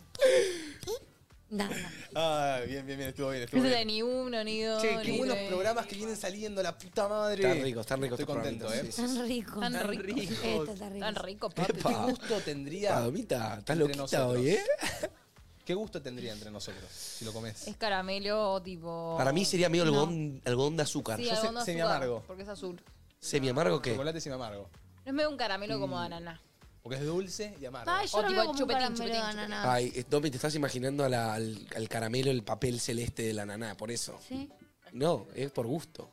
[SPEAKER 3] Nada.
[SPEAKER 1] Ah, bien, bien, bien, estuvo bien, estuvo
[SPEAKER 4] No se da
[SPEAKER 1] bien.
[SPEAKER 4] ni uno, ni dos,
[SPEAKER 1] Che, qué
[SPEAKER 4] ni
[SPEAKER 1] buenos
[SPEAKER 4] tres.
[SPEAKER 1] programas que vienen saliendo, la puta madre.
[SPEAKER 2] Están ricos, están ricos
[SPEAKER 1] Estoy
[SPEAKER 2] estos
[SPEAKER 1] contento, ¿eh?
[SPEAKER 2] programitas, sí,
[SPEAKER 3] Tan rico.
[SPEAKER 4] Tan rico.
[SPEAKER 3] Esto está rico.
[SPEAKER 4] Tan rico,
[SPEAKER 1] ¿Qué
[SPEAKER 4] papi.
[SPEAKER 1] gusto tendría?
[SPEAKER 2] Palomita, estás
[SPEAKER 1] entre
[SPEAKER 2] loquita
[SPEAKER 1] nosotros?
[SPEAKER 2] hoy, ¿eh?
[SPEAKER 1] ¿Qué gusto tendría entre nosotros si lo comes?
[SPEAKER 4] Es caramelo tipo...
[SPEAKER 2] Para mí sería medio
[SPEAKER 4] No.
[SPEAKER 2] algodón, algodón de azúcar.
[SPEAKER 4] Sí,
[SPEAKER 2] Yo
[SPEAKER 4] algodón
[SPEAKER 2] se-
[SPEAKER 4] de amargo. Porque es azul.
[SPEAKER 2] ¿Semi amargo qué?
[SPEAKER 1] Chocolate semi amargo.
[SPEAKER 4] No es medio un caramelo como
[SPEAKER 2] Mm.
[SPEAKER 4] de ananá.
[SPEAKER 1] Porque es dulce y amargo.
[SPEAKER 3] Ay, yo
[SPEAKER 4] O
[SPEAKER 3] lo
[SPEAKER 4] tipo
[SPEAKER 3] veo como un
[SPEAKER 4] chupetín,
[SPEAKER 3] caramelo de
[SPEAKER 4] chupetín,
[SPEAKER 3] ananá.
[SPEAKER 2] Ay, eh, Domi, te estás imaginando a la- al, al caramelo el papel celeste de la naná, por eso.
[SPEAKER 3] Sí,
[SPEAKER 2] No, es por gusto.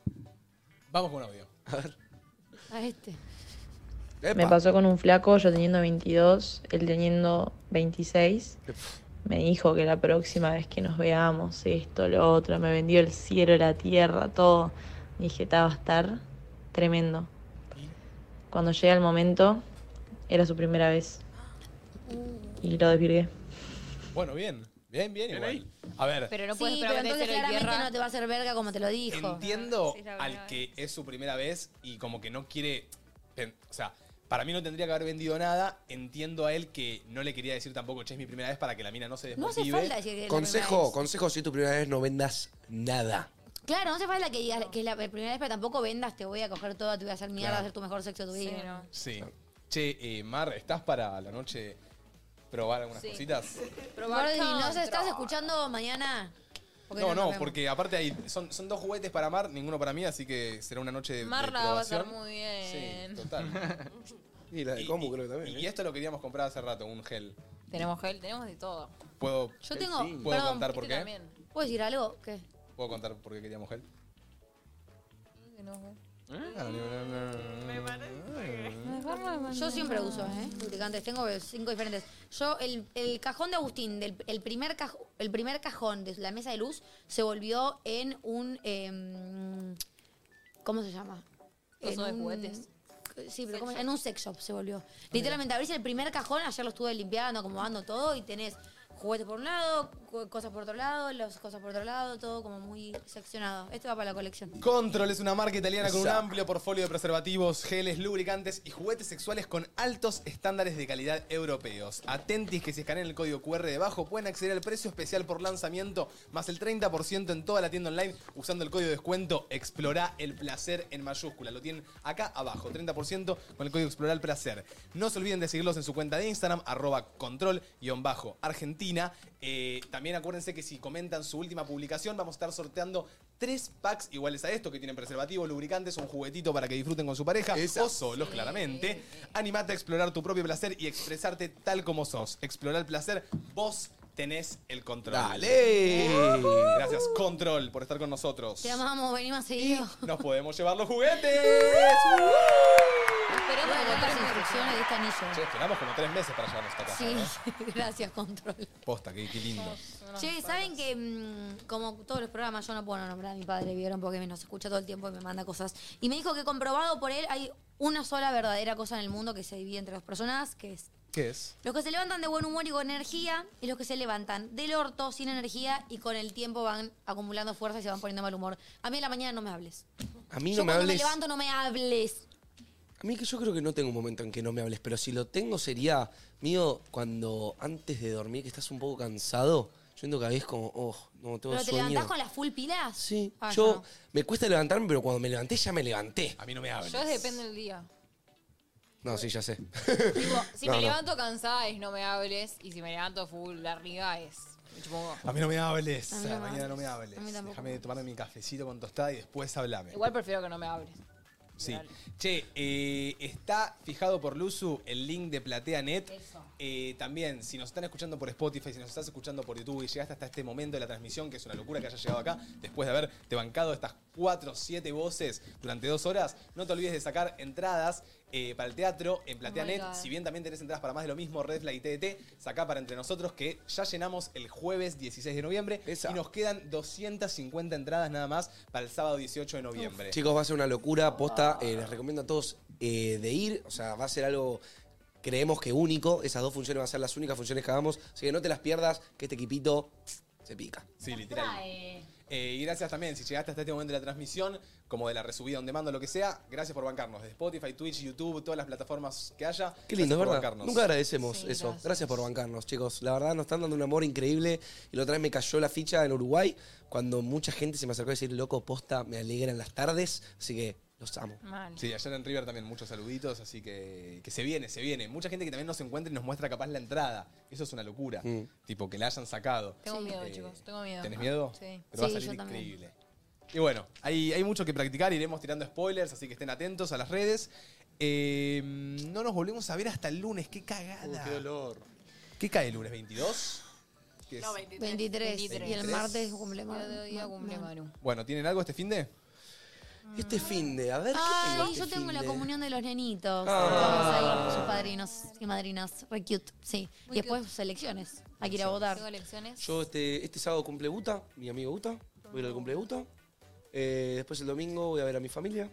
[SPEAKER 1] Vamos con un audio.
[SPEAKER 2] A ver.
[SPEAKER 3] a este.
[SPEAKER 11] Me pasó con un flaco, yo teniendo 22, él teniendo 26. Me dijo que la próxima vez que nos veamos, esto, lo otro, me vendió el cielo, la tierra, todo. Dije, "Ta, va a estar tremendo. Cuando llega el momento, era su primera vez. Y lo desvirgué.
[SPEAKER 1] Bueno, bien. Bien, bien, igual. A ver.
[SPEAKER 4] Pero no puedes
[SPEAKER 3] Sí, pero
[SPEAKER 4] prometer
[SPEAKER 3] entonces
[SPEAKER 4] cielo y
[SPEAKER 3] claramente
[SPEAKER 4] tierra.
[SPEAKER 3] no te va a hacer verga como te lo dijo. Ah,
[SPEAKER 1] Entiendo al que es su primera vez y como que no quiere. pen- O sea, para mí no tendría que haber vendido nada. Entiendo a él que no le quería decir tampoco, che, es mi primera vez para que la mina no se
[SPEAKER 3] No hace
[SPEAKER 1] desmotive.
[SPEAKER 3] falta decir que es la primera
[SPEAKER 2] Consejo, consejo, si es tu primera vez no vendas nada.
[SPEAKER 3] Claro, no hace falta que digas que es la primera vez, pero tampoco vendas, te voy a coger toda, te voy a hacer mierda,
[SPEAKER 1] Claro.
[SPEAKER 3] a hacer tu mejor sexo de tu vida.
[SPEAKER 1] Sí. Che, eh, Mar, ¿estás para la noche probar algunas
[SPEAKER 3] Sí.
[SPEAKER 1] cositas?
[SPEAKER 3] Gordi, no se estás escuchando mañana. Porque
[SPEAKER 1] No,
[SPEAKER 3] nos
[SPEAKER 1] no,
[SPEAKER 3] vemos.
[SPEAKER 1] porque aparte hay, son, son dos juguetes para Mar, ninguno para mí, así que será una noche de,
[SPEAKER 4] Mar
[SPEAKER 1] de
[SPEAKER 4] la va a pasar
[SPEAKER 1] probación.
[SPEAKER 4] muy
[SPEAKER 1] Sí,
[SPEAKER 4] bien.
[SPEAKER 1] total.
[SPEAKER 2] y la de Comu creo que ¿eh?
[SPEAKER 1] también. Y esto lo queríamos comprar hace rato, un gel.
[SPEAKER 4] Tenemos gel, tenemos de todo.
[SPEAKER 1] ¿Puedo,
[SPEAKER 2] Eh,
[SPEAKER 3] Yo tengo-
[SPEAKER 1] ¿puedo
[SPEAKER 3] perdón,
[SPEAKER 1] contar por
[SPEAKER 4] Este
[SPEAKER 1] qué?
[SPEAKER 4] también.
[SPEAKER 3] ¿Puedo decir algo? ¿Qué?
[SPEAKER 1] ¿Puedo contar por qué queríamos gel?
[SPEAKER 2] Ah,
[SPEAKER 3] Yo siempre uso, ¿eh? Lubricantes. Tengo cinco diferentes. Yo, el, el cajón de Agustín, del, el, primer caj- el primer cajón de la mesa de luz se volvió en un. em, ¿Cómo se llama? En
[SPEAKER 4] Coso de
[SPEAKER 3] un-
[SPEAKER 4] juguetes.
[SPEAKER 3] Sí, pero
[SPEAKER 4] Sex
[SPEAKER 3] ¿cómo se-
[SPEAKER 4] shop.
[SPEAKER 3] en un sex shop se volvió. Literalmente, abrís el primer cajón, ayer lo estuve limpiando, acomodando todo y tenés juguetes por un lado, cu- cosas por otro lado, las cosas por otro lado, todo como muy seccionado. Este va para la colección.
[SPEAKER 1] Control es una marca italiana con un
[SPEAKER 2] Exacto.
[SPEAKER 1] amplio portfolio de preservativos, geles, lubricantes y juguetes sexuales con altos estándares de calidad europeos. Atentis que si escanean el código QR debajo pueden acceder al precio especial por lanzamiento más el 30% en toda la tienda online usando el código de descuento Explora el placer en mayúscula. Lo tienen acá abajo, 30% con el código Explora el placer. No se olviden de seguirlos en su cuenta de Instagram, arroba control-argentina. Eh, también acuérdense que si comentan su última publicación, vamos a estar sorteando tres packs iguales a esto, que tienen preservativos, lubricantes, un juguetito para que disfruten con su pareja o solos, claramente. Animate a explorar tu propio placer y expresarte tal como sos. Explorar el placer, vos tenés el control.
[SPEAKER 2] ¡Dale!
[SPEAKER 1] Gracias, Control, por estar con nosotros.
[SPEAKER 3] Te amamos, venimos más seguido.
[SPEAKER 1] Nos podemos llevar los juguetes.
[SPEAKER 3] Esperamos que las instrucciones de este anillo.
[SPEAKER 1] Che, esperamos como tres meses para llevarnos esta casa. ¿no?
[SPEAKER 3] Sí, gracias, control.
[SPEAKER 1] Posta, qué, qué lindo.
[SPEAKER 3] Che, ¿saben que mm, como todos los programas yo no puedo nombrar a mi padre, vieron, porque me nos escucha todo el tiempo y me manda cosas? Y me dijo que comprobado por él hay una sola verdadera cosa en el mundo que se divide entre dos personas, que es
[SPEAKER 1] ¿Qué es?
[SPEAKER 3] los que se levantan de buen humor y con energía y los que se levantan del orto sin energía y con el tiempo van acumulando fuerza y se van poniendo mal humor. A mí en la mañana no me hables.
[SPEAKER 2] A mí no
[SPEAKER 3] yo
[SPEAKER 2] me
[SPEAKER 3] cuando me
[SPEAKER 2] hables.
[SPEAKER 3] levanto no me hables.
[SPEAKER 2] Miki, yo creo que no tengo un momento en que no me hables, pero si lo tengo sería mío cuando antes de dormir, que estás un poco cansado, yo siento que a veces como, oh, no tengo
[SPEAKER 3] ¿Pero te
[SPEAKER 2] sueño.
[SPEAKER 3] levantás con las full pilas?
[SPEAKER 2] Sí.
[SPEAKER 3] Ah,
[SPEAKER 2] yo
[SPEAKER 3] no.
[SPEAKER 2] me cuesta levantarme, pero cuando me levanté ya me levanté.
[SPEAKER 1] A mí no me
[SPEAKER 4] Yo es depende del día.
[SPEAKER 2] No, sí, ya sé.
[SPEAKER 4] Si
[SPEAKER 2] No,
[SPEAKER 4] me
[SPEAKER 2] no.
[SPEAKER 4] levanto cansada es no me hables y si me levanto full arriba es me chupo un huevo.
[SPEAKER 1] A mí no me hables,
[SPEAKER 4] A
[SPEAKER 1] a
[SPEAKER 4] mí no
[SPEAKER 1] la
[SPEAKER 4] me
[SPEAKER 1] mañana no me hables.
[SPEAKER 4] hables. A mí tampoco.
[SPEAKER 1] Déjame tomarme mi cafecito con tostada y después hablame.
[SPEAKER 4] Igual prefiero que no me hables.
[SPEAKER 1] Sí. Che, eh, está fijado por Luzu el link de PlateaNet. Eh, también, si nos están escuchando por Spotify, si nos estás escuchando por YouTube y llegaste hasta este momento de la transmisión, que es una locura que hayas llegado acá, después de haberte bancado estas cuatro, siete voces durante dos horas, no te olvides de sacar entradas eh, para el teatro en PlateaNet.
[SPEAKER 15] Oh my God.
[SPEAKER 1] si bien también tenés entradas para más de lo mismo, Red Flag y TDT, sacá para entre nosotros que ya llenamos el jueves 16 de noviembre y nos quedan 250 entradas nada más para el sábado 18 de noviembre.
[SPEAKER 2] Chicos, va a ser una locura, posta. eh, les recomiendo a todos eh, de ir. O sea, va a ser algo, creemos que único. Esas dos funciones van a ser las únicas funciones que hagamos. Así que no te las pierdas, que este equipito se pica.
[SPEAKER 1] Sí, literal. Eh, y gracias también, si llegaste hasta este momento de la transmisión, como de la resubida, on demand o lo que sea, gracias por bancarnos. De Spotify, Twitch, YouTube, todas las plataformas que haya.
[SPEAKER 2] Qué lindo,
[SPEAKER 1] gracias por
[SPEAKER 2] es verdad.
[SPEAKER 1] bancarnos.
[SPEAKER 2] Nunca agradecemos eso. Gracias. por bancarnos, chicos. La verdad, nos están dando un amor increíble. Y la otra vez me cayó la ficha en Uruguay cuando mucha gente se me acercó a decir, loco, posta, me alegran las tardes. Así que los amo.
[SPEAKER 4] Mal.
[SPEAKER 1] Sí, ayer en River también muchos saluditos, así que, que se viene, se viene. Mucha gente que también nos encuentra y nos muestra capaz la entrada. Eso es una locura.
[SPEAKER 2] Mm.
[SPEAKER 1] Tipo, que la hayan sacado.
[SPEAKER 4] Tengo miedo,
[SPEAKER 1] Eh,
[SPEAKER 4] chicos. Tengo miedo.
[SPEAKER 1] ¿Tenés miedo?
[SPEAKER 4] Sí.
[SPEAKER 1] Pero va a salir increíble. Y bueno, hay, hay mucho que practicar, iremos tirando spoilers, así que estén atentos a las redes. Eh, no nos volvemos a ver hasta el lunes, qué cagada.
[SPEAKER 6] qué dolor.
[SPEAKER 1] ¿Qué cae el lunes? ¿22? ¿Qué es?
[SPEAKER 3] 23. Y el
[SPEAKER 1] 23.
[SPEAKER 3] martes cumple Manu.
[SPEAKER 4] Cada día cumple Manu.
[SPEAKER 1] Bueno, ¿tienen algo este fin de?
[SPEAKER 2] Este fin de, a ver este
[SPEAKER 3] Ay, yo tengo la comunión de los nenitos.
[SPEAKER 2] Ah.
[SPEAKER 3] Estamos ahí, sus padrinos y madrinas. Re cute, sí. y después elecciones. Hay que ir a votar.
[SPEAKER 4] Tengo elecciones.
[SPEAKER 2] Yo este, este sábado cumple Buta, mi amigo Buta. Voy a ir al cumple de Buta. Eh, después el domingo voy a ver a mi familia.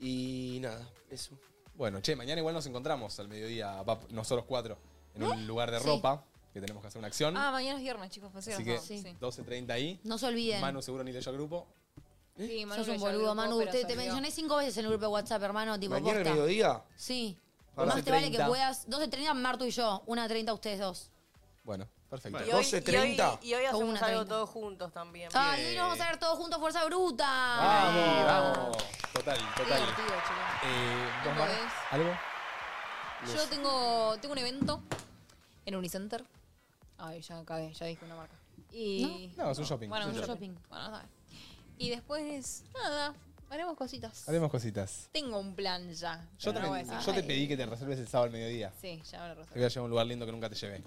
[SPEAKER 2] Y nada, eso.
[SPEAKER 1] Bueno, che, mañana igual nos encontramos al mediodía, va, nosotros cuatro, en un lugar de
[SPEAKER 4] Sí.
[SPEAKER 1] ropa, que tenemos que hacer una acción.
[SPEAKER 4] Ah, mañana es viernes, chicos. Así
[SPEAKER 1] así que 12.30 ahí.
[SPEAKER 3] No se olviden.
[SPEAKER 1] Manu seguro ni leyó grupo.
[SPEAKER 4] Sí, Manu
[SPEAKER 3] ¿Eh? Sos un
[SPEAKER 4] leyó el
[SPEAKER 3] boludo,
[SPEAKER 4] grupo,
[SPEAKER 3] Manu.
[SPEAKER 4] pero
[SPEAKER 3] Te,
[SPEAKER 4] se
[SPEAKER 3] te
[SPEAKER 4] olvidó.
[SPEAKER 3] mencioné cinco veces en el grupo de WhatsApp, hermano. Tipo,
[SPEAKER 2] ¿Mañana al
[SPEAKER 3] posta.
[SPEAKER 2] mediodía?
[SPEAKER 3] Sí.
[SPEAKER 2] Ahora
[SPEAKER 3] Más te vale que
[SPEAKER 2] 12:30.
[SPEAKER 3] puedas. 12.30 Martu y yo. 1.30 ustedes dos.
[SPEAKER 1] Bueno, perfecto.
[SPEAKER 5] Y hoy, y hoy, y hoy
[SPEAKER 3] O
[SPEAKER 5] hacemos algo
[SPEAKER 3] una treinta. Ah,
[SPEAKER 5] todos juntos también.
[SPEAKER 3] Ay, hoy nos vamos a ver todos juntos, Fuerza Bruta.
[SPEAKER 2] Ah,
[SPEAKER 1] Ahí, vamos. Total, total. Eh, ¿vos,
[SPEAKER 4] ¿Cómo
[SPEAKER 1] Mar?
[SPEAKER 4] ves?
[SPEAKER 1] ¿Algo?
[SPEAKER 4] Yo tengo, tengo un evento en Unicenter. Ay, ya acabé, ya dije una marca. Y
[SPEAKER 1] No, no, es un shopping,
[SPEAKER 4] Bueno,
[SPEAKER 1] es
[SPEAKER 4] un
[SPEAKER 1] un
[SPEAKER 4] shopping. Bueno, está bien. Y después, nada, haremos cositas.
[SPEAKER 1] Haremos cositas.
[SPEAKER 4] Tengo un plan ya.
[SPEAKER 1] Yo,
[SPEAKER 4] pero no
[SPEAKER 1] también,
[SPEAKER 4] voy a decir.
[SPEAKER 1] yo te pedí que te reserves el sábado al mediodía.
[SPEAKER 4] Sí, ya me lo
[SPEAKER 1] Te voy a llevar a un lugar lindo que nunca te llevé.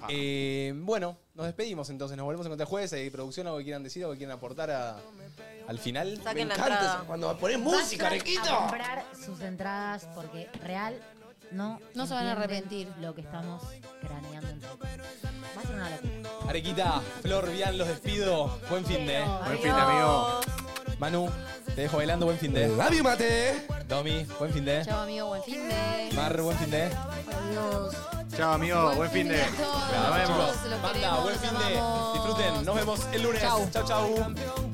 [SPEAKER 6] Ah.
[SPEAKER 1] Eh, bueno, nos despedimos entonces. Nos volvemos a encontrar jueves. Hay producción, algo que quieran decir, algo que quieran aportar a- al final.
[SPEAKER 5] Me la encanta entrada. eso,
[SPEAKER 2] cuando pones
[SPEAKER 7] Vayan A comprar sus entradas porque real no,
[SPEAKER 3] No se van a
[SPEAKER 7] entienden lo que estamos craneando. entre todos. Va a ser una locura.
[SPEAKER 1] Arequita, Flor, Bian, los despido. Buen fin de.
[SPEAKER 7] Buen fin de, amigo.
[SPEAKER 1] Manu, te dejo bailando. Buen fin de.
[SPEAKER 2] ¡Love you, mate!
[SPEAKER 1] Domi, buen fin de.
[SPEAKER 4] Chao, amigo, buen fin de.
[SPEAKER 1] Mar, buen fin de.
[SPEAKER 4] Adiós.
[SPEAKER 6] Chao, amigo. Buen fin de.
[SPEAKER 4] a todos.
[SPEAKER 1] Nos vemos.
[SPEAKER 4] Chicos, los
[SPEAKER 1] Banda,
[SPEAKER 4] queremos,
[SPEAKER 1] buen
[SPEAKER 4] los
[SPEAKER 1] fin de. Disfruten. Nos vemos el lunes.
[SPEAKER 4] Chau.
[SPEAKER 1] chau. chau.